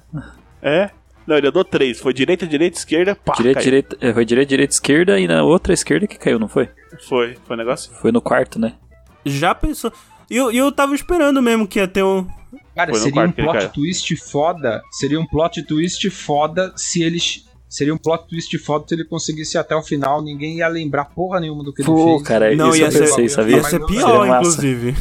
Speaker 4: É? Não, ele andou três. Foi direita, direita, esquerda,
Speaker 2: Ah,
Speaker 4: pá.
Speaker 3: Direita,
Speaker 4: caiu.
Speaker 3: direita, é, foi direita, direita, esquerda e na outra esquerda que caiu, não foi?
Speaker 4: Foi, foi um negócio.
Speaker 3: Foi no quarto, né?
Speaker 1: Já pensou. E eu, e eu tava esperando mesmo que ia ter um.
Speaker 2: Cara,
Speaker 4: Foi no
Speaker 2: seria um
Speaker 4: quarto que ele
Speaker 2: plot
Speaker 4: caiu.
Speaker 2: twist foda. Seria um plot twist foda se eles. Seria um plot twist foda se ele conseguisse ir até o final. Ninguém ia lembrar porra nenhuma do que ele
Speaker 3: Pô,
Speaker 2: fez.
Speaker 3: cara,
Speaker 1: Não,
Speaker 3: isso
Speaker 1: ia
Speaker 3: eu
Speaker 1: ser-
Speaker 3: pensei, sabia?
Speaker 1: Ia ser
Speaker 3: Seria
Speaker 1: pior,
Speaker 3: massa.
Speaker 1: inclusive.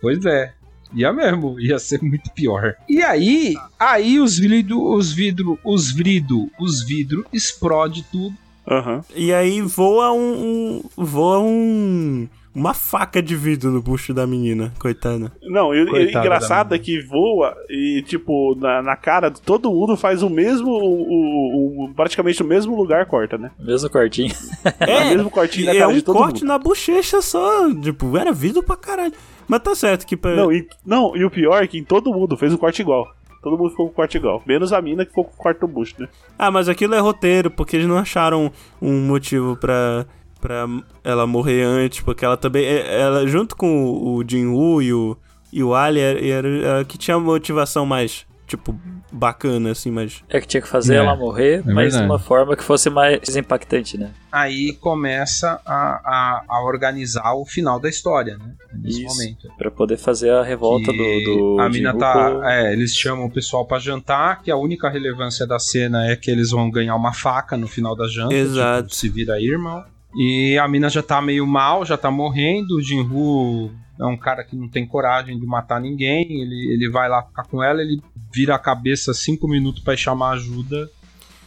Speaker 2: Pois é. Ia mesmo, ia ser muito pior. E aí, aí os vidro, os vidro, os vidro, os vidro explode tudo.
Speaker 4: Aham.
Speaker 1: E aí voa um. um- voa um. Uma faca de vidro no bucho da menina, coitada.
Speaker 4: Não, e- e-
Speaker 2: Coitada
Speaker 4: engraçado
Speaker 2: da
Speaker 4: é que voa e, tipo, na, na cara de todo mundo faz o mesmo. O, o- o- praticamente o mesmo lugar corta, né?
Speaker 3: Mesmo quartinho.
Speaker 4: É, o mesmo cortinho na
Speaker 1: é
Speaker 4: cara
Speaker 1: um
Speaker 4: de todo
Speaker 1: corte
Speaker 4: mundo.
Speaker 1: na bochecha só. Tipo, era vidro pra caralho. Mas tá certo que. Pra...
Speaker 4: Não e, não, e o pior é que em todo mundo fez um corte igual. Todo mundo ficou com o corte igual. Menos a mina que ficou com o corte no bucho, né?
Speaker 1: Ah, mas aquilo é roteiro, porque eles não acharam um motivo pra, pra ela morrer antes, porque ela também. é- Ela, junto com o- o Jin-Woo e o, e o Ali, era, era- era que tinha uma motivação mais, tipo, bacana, assim, mas.
Speaker 3: É que tinha que fazer
Speaker 2: É,
Speaker 3: ela morrer, mas de
Speaker 2: verdade.
Speaker 3: uma forma que fosse mais impactante, né?
Speaker 2: Aí começa a, a, a organizar o final da história, né? Nesse
Speaker 3: Isso.
Speaker 2: momento.
Speaker 3: Pra poder fazer a revolta
Speaker 2: que
Speaker 3: do, do.
Speaker 2: a mina
Speaker 3: Jingu
Speaker 2: tá,
Speaker 3: com-
Speaker 2: é, eles chamam o pessoal pra jantar, que a única relevância da cena é que eles vão ganhar uma faca no final da janta.
Speaker 1: Exato.
Speaker 2: tipo, se vira aí, irmão. E a mina já tá meio mal, já tá morrendo. O Jinru é um cara que não tem coragem de matar ninguém. Ele, ele vai lá ficar com ela, ele vira a cabeça cinco minutos pra ir chamar ajuda.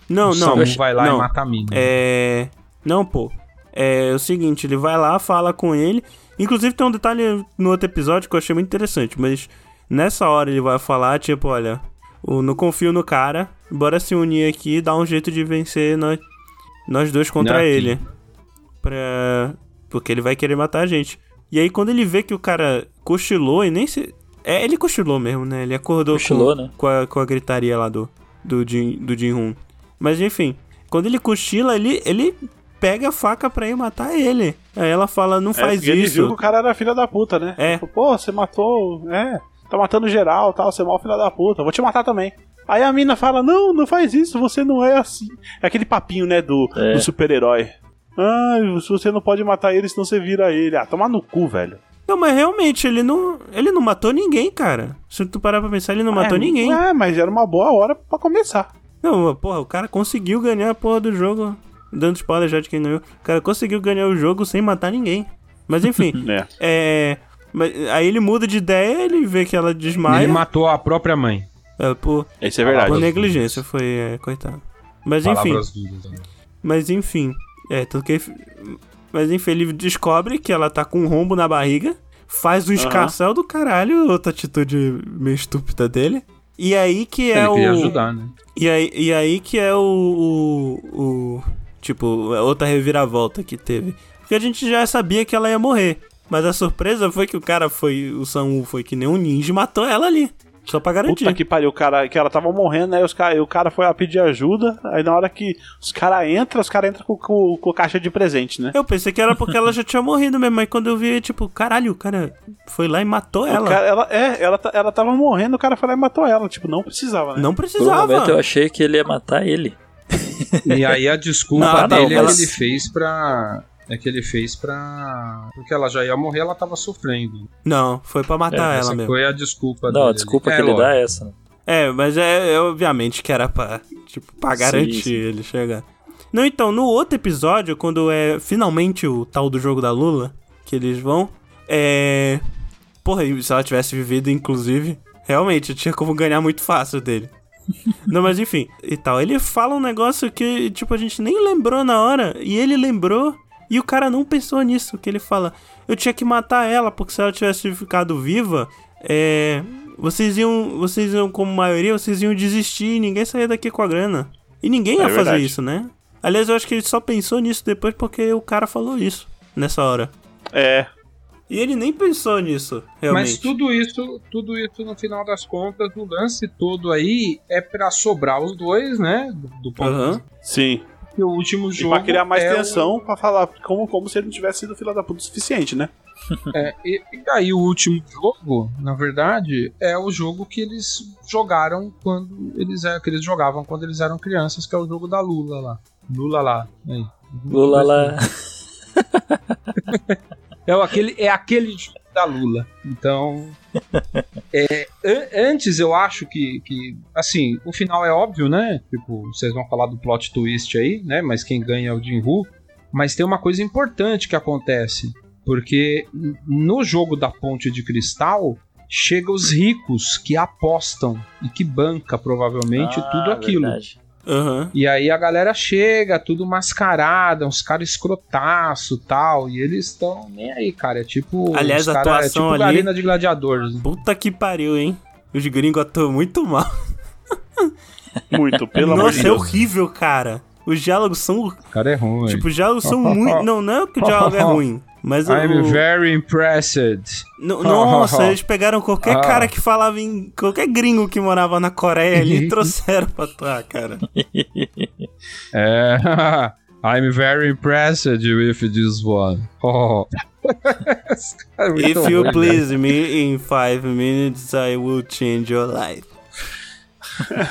Speaker 1: Não,
Speaker 2: o
Speaker 1: não.
Speaker 2: Samu um vai lá
Speaker 1: não.
Speaker 2: e mata a mina.
Speaker 1: É. Não, pô. É o seguinte, ele vai lá, fala com ele. Inclusive tem um detalhe no outro episódio que eu achei muito interessante, mas nessa hora ele vai falar, tipo, olha, eu não confio no cara, bora se unir aqui e dar um jeito de vencer nós, nós dois contra
Speaker 2: Não,
Speaker 1: ele. Pra. Porque ele vai querer matar a gente. E aí quando ele vê que o cara cochilou e nem se. É, ele cochilou mesmo, né? Ele acordou com,
Speaker 3: Cochilou, né?
Speaker 1: com, a, com a gritaria lá do, do, Jin, do Jin-Hoon. Mas enfim, quando ele cochila, ele, ele pega a faca pra ir matar ele. Aí ela fala, não
Speaker 4: é,
Speaker 1: faz
Speaker 4: porque ele viu que
Speaker 1: isso.
Speaker 4: o cara era filha da puta, né?
Speaker 1: É.
Speaker 4: Tipo, Pô, você matou. É. Tá matando geral tal, você é mó filha da puta. Vou te matar também. Aí a mina fala: Não, não faz isso, você não é assim. É aquele papinho, né, do,
Speaker 3: É.
Speaker 4: do super-herói. Ah, se você não pode matar ele, senão você vira ele. Ah, tomar no cu, velho.
Speaker 1: Não, mas realmente, ele não. Ele não matou ninguém, cara. Se tu parar pra pensar, ele não matou
Speaker 4: É,
Speaker 1: ninguém.
Speaker 4: É, mas era uma boa hora pra começar.
Speaker 1: Não, porra, o cara conseguiu ganhar a porra do jogo. Dando spoiler já de quem ganhou. O cara conseguiu ganhar o jogo sem matar ninguém. Mas enfim,
Speaker 4: É.
Speaker 1: é. Mas, aí ele muda de ideia, ele vê que ela desmaia.
Speaker 2: Ele matou a própria mãe.
Speaker 1: é, por,
Speaker 4: Isso é
Speaker 1: por
Speaker 2: verdade.
Speaker 1: negligência, foi. É, coitado. Mas enfim.
Speaker 2: Palavras duras. né?
Speaker 1: Mas enfim. É, tanto que. Mas enfim, ele descobre que ela tá com um rombo na barriga. Faz um escarcel do caralho, outra atitude meio estúpida dele. E aí que é
Speaker 2: ele
Speaker 1: o.
Speaker 2: queria ajudar, né?
Speaker 1: E aí, e aí que é o, o, o- Tipo, a outra reviravolta que teve. Porque a gente já sabia que ela ia morrer. Mas a surpresa foi que o cara foi. O Samu foi que nem um ninja e matou ela ali. Só pra garantir.
Speaker 4: Puta que pariu, o cara, que ela tava morrendo, aí os cara, o cara foi lá pedir ajuda, aí na hora que os caras entram, os caras entram com, com, com caixa de presente, né?
Speaker 1: Eu pensei que era porque ela já tinha morrido mesmo. Aí quando eu vi, tipo, caralho, o cara foi lá e matou
Speaker 4: O
Speaker 1: ela.
Speaker 4: cara- ela, é, ela, ta- ela tava morrendo, o cara foi lá e matou ela, tipo, não precisava, né?
Speaker 1: Não
Speaker 3: Por um
Speaker 1: precisava.
Speaker 3: momento eu achei que ele ia matar ele.
Speaker 2: E aí a desculpa
Speaker 1: Não, não,
Speaker 2: dele é
Speaker 1: mas-
Speaker 2: que ele fez pra. É que ele fez pra. Porque ela já ia morrer, ela tava sofrendo.
Speaker 1: Não, foi pra
Speaker 4: É,
Speaker 1: matar
Speaker 2: Essa
Speaker 1: ela mesmo.
Speaker 2: foi a desculpa dele.
Speaker 3: Não, a desculpa
Speaker 2: É,
Speaker 3: que ele
Speaker 2: lógico.
Speaker 3: dá é essa. né?
Speaker 1: É, mas é, é obviamente que era pra, tipo, pra
Speaker 3: Sim,
Speaker 1: garantir
Speaker 3: sim.
Speaker 1: ele chegar. Não, então, no outro episódio, quando é finalmente o tal do jogo da Lula, que eles vão, é. Porra, e se ela tivesse vivido, inclusive, realmente tinha como ganhar muito fácil dele. Não, mas enfim, e tal. Ele fala um negócio que, tipo, a gente nem lembrou na hora, e ele lembrou, e o cara não pensou nisso, que ele fala, eu tinha que matar ela, porque se ela tivesse ficado viva, é... Vocês iam, vocês iam, como maioria, vocês iam desistir, ninguém saía daqui com a grana. E ninguém ia
Speaker 4: É
Speaker 1: fazer
Speaker 4: verdade.
Speaker 1: isso, né? Aliás, eu acho que ele só pensou nisso depois porque o cara falou isso, nessa hora.
Speaker 4: É.
Speaker 1: E ele nem pensou nisso, realmente.
Speaker 2: Mas tudo isso, tudo isso no final das contas, o lance todo aí é pra sobrar os dois, né? Do, do ponto
Speaker 1: Aham.
Speaker 2: de vista
Speaker 4: Sim.
Speaker 2: que o último
Speaker 4: E
Speaker 2: jogo.
Speaker 4: pra criar mais
Speaker 2: é o-
Speaker 4: tensão, pra falar como, como se ele não tivesse sido filha da puta o suficiente, né?
Speaker 2: é, e, e aí o último jogo, na verdade, é o jogo que eles jogaram quando eles é- que eles jogavam quando eles eram crianças, que é o jogo da Lula lá. Lula lá. Aí.
Speaker 3: Lula lá.
Speaker 2: É o aquele, é aquele jogo da Lula. Então. é, an- antes eu acho que, que. Assim, o final é óbvio, né? Tipo, vocês vão falar do plot twist aí, né? Mas quem ganha é o Jin Hu. Mas tem uma coisa importante que acontece. Porque n- no jogo da ponte de cristal. Chega os ricos que apostam e que banca provavelmente
Speaker 9: Ah,
Speaker 2: tudo aquilo.
Speaker 9: verdade.
Speaker 1: Aham.
Speaker 2: E aí a galera chega, tudo mascarada, uns caras escrotaço tal. E eles estão nem aí, cara. É tipo.
Speaker 1: Aliás,
Speaker 2: os
Speaker 1: a
Speaker 2: cara- é
Speaker 1: atuação
Speaker 2: tipo
Speaker 1: ali-
Speaker 2: Galena de gladiadores.
Speaker 1: Puta que pariu, hein? Os gringos atuam muito mal.
Speaker 4: Muito, pelo amor
Speaker 1: Nossa,
Speaker 4: de
Speaker 1: é
Speaker 4: Deus.
Speaker 1: horrível, cara. Os diálogos são.
Speaker 2: O cara é ruim.
Speaker 1: Tipo, os diálogos são muito. Não, não é que o diálogo é ruim. Mas o.
Speaker 2: I'm very impressed.
Speaker 1: No- Nossa, eles pegaram qualquer
Speaker 4: Ah.
Speaker 1: cara que falava em. qualquer gringo que morava na Coreia ali e trouxeram pra atuar, cara.
Speaker 2: É. I'm very impressed with this one. Oh. Esse cara é muito
Speaker 1: If you
Speaker 2: ruim, né?
Speaker 1: please me in five minutes, I will change your life.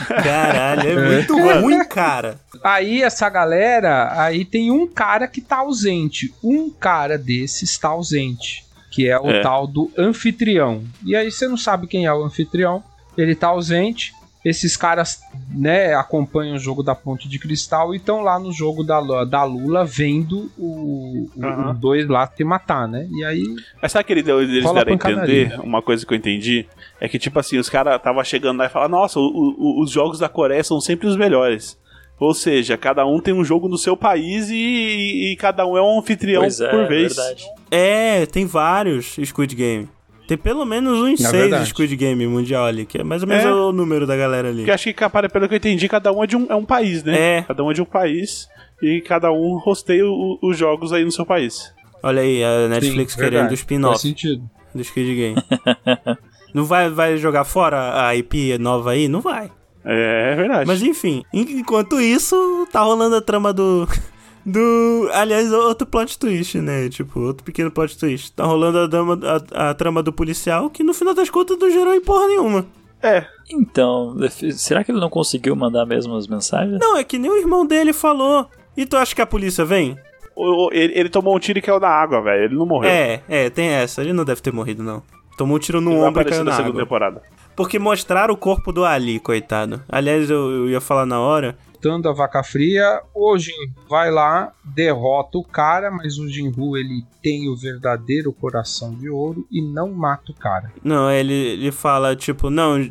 Speaker 1: Caralho, é muito ruim, cara.
Speaker 2: Aí essa galera, aí tem um cara que tá ausente. Um cara desses tá ausente. Que é o
Speaker 4: É.
Speaker 2: tal do anfitrião. E aí você não sabe quem é o anfitrião. Ele tá ausente. Esses caras, né, acompanham o jogo da Ponte de Cristal e estão lá no jogo da, Lu- da Lula vendo o, o-
Speaker 4: Aham.
Speaker 2: os dois lá se matar, né? E aí.
Speaker 4: Mas sabe que ele deu- eles
Speaker 2: Rola
Speaker 4: deram a
Speaker 2: pancadaria.
Speaker 4: entender? Uma coisa que eu entendi é que, tipo assim, os caras estavam chegando lá e falaram: Nossa, o- o- os jogos da Coreia são sempre os melhores. Ou seja, cada um tem um jogo no seu país e, e cada um é um anfitrião
Speaker 9: Pois é,
Speaker 4: por vez.
Speaker 9: verdade.
Speaker 1: É, tem vários Squid Game. Tem pelo menos uns
Speaker 2: Na
Speaker 1: seis
Speaker 2: verdade.
Speaker 1: Squid Game mundial ali, que é mais ou menos
Speaker 4: É.
Speaker 1: o número da galera ali.
Speaker 4: Porque acho que, cara, pelo que eu entendi, cada um é de um, é um país, né?
Speaker 1: É,
Speaker 4: Cada um é de um país e cada um rosteia o- os jogos aí no seu país.
Speaker 1: olha aí, a Netflix
Speaker 2: Sim,
Speaker 1: querendo
Speaker 2: verdade.
Speaker 1: o
Speaker 2: Faz
Speaker 1: spin-off
Speaker 2: sentido.
Speaker 1: do Squid Game. Não vai, vai jogar fora a IP nova aí? Não vai.
Speaker 4: É, é verdade.
Speaker 1: Mas enfim, en- enquanto isso, tá rolando a trama do. Do. Aliás, outro plot twist, né? Tipo, outro pequeno plot twist. Tá rolando a, dama- a- a trama do policial, que no final das contas não gerou em porra nenhuma.
Speaker 4: É,
Speaker 9: Então, será que ele não conseguiu mandar mesmo as mensagens?
Speaker 1: Não, é que nem o irmão dele falou. E tu acha que a polícia vem?
Speaker 4: o- o- ele, ele tomou um tiro e caiu na água, velho. Ele não morreu.
Speaker 1: É, é, tem essa. Ele não deve ter morrido, não. Tomou um tiro no
Speaker 4: Ele vai
Speaker 1: ombro e
Speaker 4: aparecer
Speaker 1: caiu
Speaker 4: na
Speaker 1: na
Speaker 4: segunda
Speaker 1: água.
Speaker 4: temporada.
Speaker 1: Porque mostraram o corpo do Ali, coitado. Aliás, eu, eu ia falar na hora.
Speaker 2: Voltando a vaca fria, o Jin vai lá, derrota o cara, mas o Jinru ele tem o verdadeiro coração de ouro e não mata o cara.
Speaker 1: Não, ele, ele fala, tipo, não,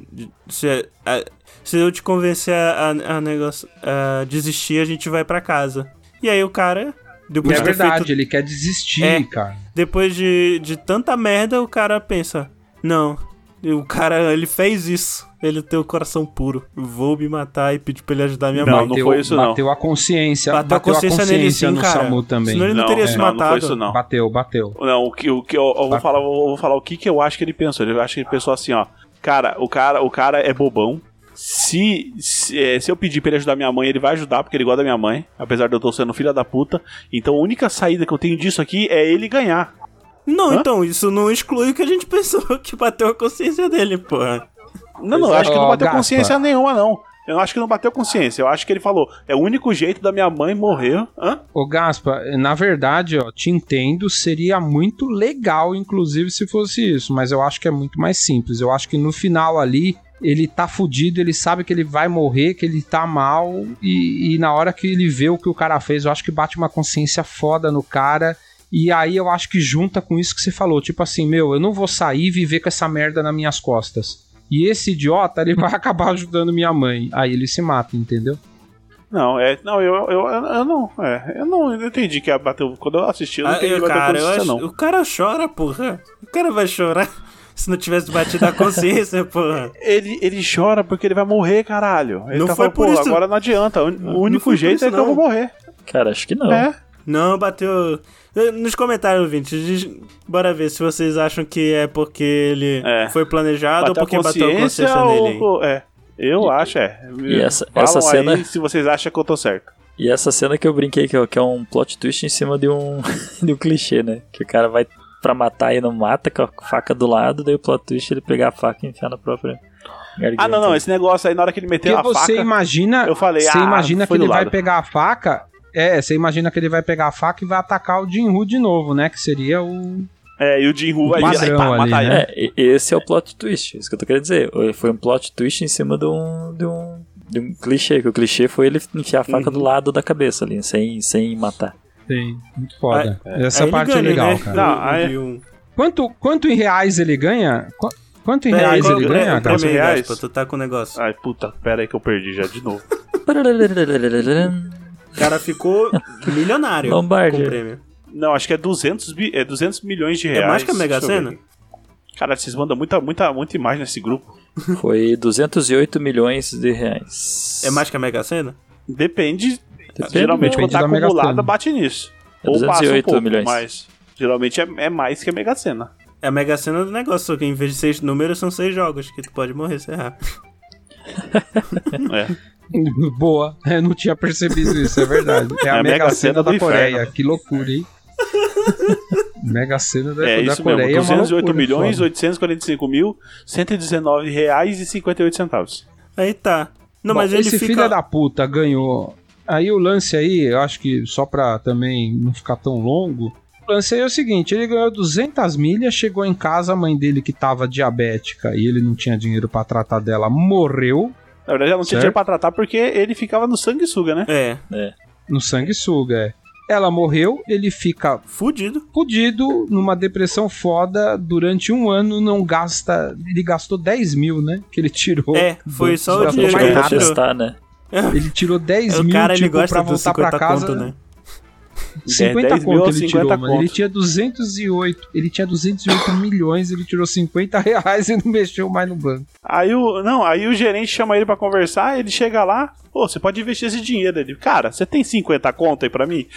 Speaker 1: se, a- se eu te convencer a, a, a negócio, a desistir, a gente vai pra casa. E aí o cara,
Speaker 2: E
Speaker 1: depois,
Speaker 2: é
Speaker 1: de, ter
Speaker 2: verdade,
Speaker 1: feito,
Speaker 2: ele quer desistir,
Speaker 1: É.
Speaker 2: cara.
Speaker 1: depois de, de tanta merda, o cara pensa, não, e o cara, ele fez isso. Ele tem o coração puro. Vou me matar e pedir pra ele ajudar minha
Speaker 4: Não,
Speaker 1: mãe.
Speaker 4: não foi isso, não.
Speaker 2: Bateu a consciência.
Speaker 1: Bateu a consciência nele, sim,
Speaker 2: no
Speaker 1: cara.
Speaker 2: SAMU também.
Speaker 1: Senão ele não, teria se
Speaker 4: não,
Speaker 1: matado.
Speaker 4: não foi isso não.
Speaker 2: Bateu, bateu.
Speaker 4: Não, o que, o que eu, eu vou
Speaker 2: Tá.
Speaker 4: falar, eu vou falar o que, que eu acho que ele pensou. Eu acho que ele pensou assim, ó. Cara, o cara, o cara é bobão. Se, se, eh, se eu pedir pra ele ajudar minha mãe, ele vai ajudar, porque ele gosta da minha mãe, apesar de eu tô sendo filha da puta. Então a única saída que eu tenho disso aqui é ele ganhar.
Speaker 1: Não,
Speaker 4: Hã?
Speaker 1: então, isso não exclui o que a gente pensou que bateu a consciência dele, porra.
Speaker 4: Não,
Speaker 2: Pois
Speaker 4: não, eu
Speaker 2: é.
Speaker 4: acho que
Speaker 2: Ó,
Speaker 4: não bateu
Speaker 2: Gaspa.
Speaker 4: consciência nenhuma, não. Eu acho que não bateu consciência. Eu acho que ele falou: é o único jeito da minha mãe morrer. Hã?
Speaker 2: Ô Gaspa, na verdade, ó, te entendo, seria muito legal, inclusive, se fosse isso, mas eu acho que é muito mais simples. Eu acho que no final ali, ele tá fudido, ele sabe que ele vai morrer, que ele tá mal, e, e na hora que ele vê o que o cara fez, eu acho que bate uma consciência foda no cara. E aí eu acho que junta com isso que você falou, tipo assim, meu, eu não vou sair e viver com essa merda nas minhas costas. E esse idiota, ele vai acabar ajudando minha mãe. Aí ele se mata, entendeu?
Speaker 4: Não, é. Não, eu, eu, eu, eu não. É, eu não eu entendi que bateu. Quando eu assisti, eu não
Speaker 1: Ah,
Speaker 4: entendi
Speaker 1: eu,
Speaker 4: que bateu
Speaker 1: cara, eu
Speaker 4: consciência,
Speaker 1: acho-
Speaker 4: não.
Speaker 1: O cara chora, porra. O cara vai chorar se não tivesse batido a consciência, porra.
Speaker 4: Ele, ele chora porque ele vai morrer, caralho. Ele
Speaker 1: Não
Speaker 4: tá
Speaker 1: foi
Speaker 4: falando,
Speaker 1: por
Speaker 4: "Pô,
Speaker 1: isso-
Speaker 4: Agora não adianta. O
Speaker 1: Não
Speaker 4: o único
Speaker 1: foi por
Speaker 4: jeito
Speaker 1: isso,
Speaker 4: é que
Speaker 1: não.
Speaker 4: eu vou morrer.
Speaker 9: Cara, acho que não.
Speaker 4: É.
Speaker 1: Não, bateu. Eh, Nos comentários, ouvintes, diz- bora ver se vocês acham que é porque ele
Speaker 4: É.
Speaker 1: foi planejado ou porque bateu a consciência
Speaker 4: ou-
Speaker 1: nele. hein?
Speaker 4: ou- É. Eu acho, é.
Speaker 9: E essa-
Speaker 4: Falam
Speaker 9: essa cena-
Speaker 4: aí se vocês acham que eu tô certo.
Speaker 9: E essa cena que eu brinquei que é, que é um plot twist em cima de um, de um clichê, né? Que o cara vai pra matar e não mata com a faca do lado, daí o plot twist é ele pegar a faca e enfiar na própria garganta.
Speaker 4: Ah, não, não. Esse negócio aí, na hora que ele meteu
Speaker 2: Porque
Speaker 4: a
Speaker 2: você
Speaker 4: faca...
Speaker 2: imagina,
Speaker 4: eu falei,
Speaker 2: você
Speaker 4: "Ah,
Speaker 2: imagina que
Speaker 4: foi do
Speaker 2: ele vai
Speaker 4: lado."
Speaker 2: pegar a faca, é, você imagina que ele vai pegar a faca e vai atacar o Jinru de novo, né, que seria o
Speaker 4: É, e o Jin Hu aí, aí
Speaker 2: padrão
Speaker 4: pá,
Speaker 2: ali,
Speaker 4: mata
Speaker 2: né?
Speaker 4: ele.
Speaker 3: É,
Speaker 2: É.
Speaker 3: e- esse é o plot twist, isso que eu tô querendo dizer. Foi um plot twist em cima de um, de um, de um clichê, que o clichê foi ele enfiar a faca do lado da cabeça ali, sem, sem matar.
Speaker 2: Tem. Muito foda. Essa
Speaker 1: Aí ele
Speaker 2: parte é
Speaker 1: ganha,
Speaker 2: legal,
Speaker 1: né?
Speaker 2: cara.
Speaker 4: Não, aí-
Speaker 1: De um-
Speaker 2: Quanto, quanto em reais ele ganha? Qu- Quanto em
Speaker 1: Pera aí,
Speaker 2: reais
Speaker 1: qual-
Speaker 2: ele
Speaker 1: é,
Speaker 2: ganha,
Speaker 1: o
Speaker 2: cara?
Speaker 4: Quantos
Speaker 1: prêmio
Speaker 4: reais? Ah.
Speaker 1: Gaspa, tu tá com o negócio.
Speaker 4: Ai, puta, pera aí que eu perdi já de novo.
Speaker 1: O cara ficou milionário
Speaker 3: Lombardi.
Speaker 1: com o prêmio.
Speaker 4: Não, acho que é 200, bi- é 200 milhões de
Speaker 1: É
Speaker 4: reais.
Speaker 1: mais que a Mega
Speaker 4: Deixa eu
Speaker 1: Sena?
Speaker 4: ver. Cara, vocês mandam muita, muita, muita imagem nesse grupo.
Speaker 3: Foi 208 milhões de reais.
Speaker 1: É mais que a Mega Sena?
Speaker 4: Depende.
Speaker 3: Depende,
Speaker 4: geralmente
Speaker 2: né?
Speaker 4: quando tá
Speaker 2: Depende da Mega
Speaker 4: acumulada,
Speaker 2: Sena.
Speaker 4: bate nisso.
Speaker 3: É
Speaker 4: Ou passa um
Speaker 3: 208
Speaker 4: pouco,
Speaker 3: milhões.
Speaker 4: mas geralmente é, é mais que a Mega Sena.
Speaker 1: É a Mega Sena do negócio, só que em vez de seis números, são seis jogos que tu pode morrer se errar.
Speaker 4: É.
Speaker 2: Boa. Eu não tinha percebido isso, é verdade. É a, Mega, Sena da
Speaker 4: do
Speaker 2: Coreia.
Speaker 4: inferno.
Speaker 2: Que loucura, hein? Mega Sena da,
Speaker 4: É
Speaker 2: da
Speaker 4: isso
Speaker 2: Coreia. é
Speaker 4: mesmo,
Speaker 2: uma
Speaker 4: 208
Speaker 2: loucura,
Speaker 4: milhões,
Speaker 2: foda.
Speaker 4: 845 mil, 119 reais e 58 centavos.
Speaker 1: Aí tá. Não,
Speaker 2: Bom,
Speaker 1: mas ele
Speaker 2: esse
Speaker 1: fica.
Speaker 2: filho é da puta ganhou. Aí o lance aí, eu acho que só pra também não ficar tão longo. O lance aí é o seguinte: ele ganhou 200 milhas, chegou em casa, a mãe dele que tava diabética e ele não tinha dinheiro pra tratar dela morreu
Speaker 4: Na verdade, ela não tinha
Speaker 2: Certo.
Speaker 4: dinheiro pra tratar porque ele ficava no sanguessuga, né?
Speaker 1: É,
Speaker 2: no sanguessuga. é. Ela morreu, ele fica
Speaker 1: fudido.
Speaker 2: fudido numa depressão foda durante um ano, não gasta. Ele gastou 10 mil, né? Que ele tirou.
Speaker 1: É, foi só o
Speaker 2: Gastou
Speaker 1: dinheiro
Speaker 2: mais
Speaker 1: que ele
Speaker 3: pra
Speaker 2: nada.
Speaker 1: tirou.
Speaker 3: testar, né?
Speaker 2: Ele tirou 10
Speaker 1: É,
Speaker 2: mil
Speaker 1: o cara ele
Speaker 2: tipo, pra
Speaker 1: gosta dos
Speaker 2: voltar
Speaker 1: 50
Speaker 2: pra casa.
Speaker 1: conto, né?
Speaker 2: 50
Speaker 4: 10 mil
Speaker 2: conto
Speaker 4: ou
Speaker 2: ele
Speaker 4: 50
Speaker 2: tirou, mano.
Speaker 4: conto.
Speaker 2: Ele tinha 208, ele tinha 208 milhões, ele tirou 50 reais e não mexeu mais no banco.
Speaker 4: Aí o, não, aí o gerente chama ele pra conversar, ele chega lá, pô, você pode investir esse dinheiro. Ele, cara, você tem 50 conto aí pra mim?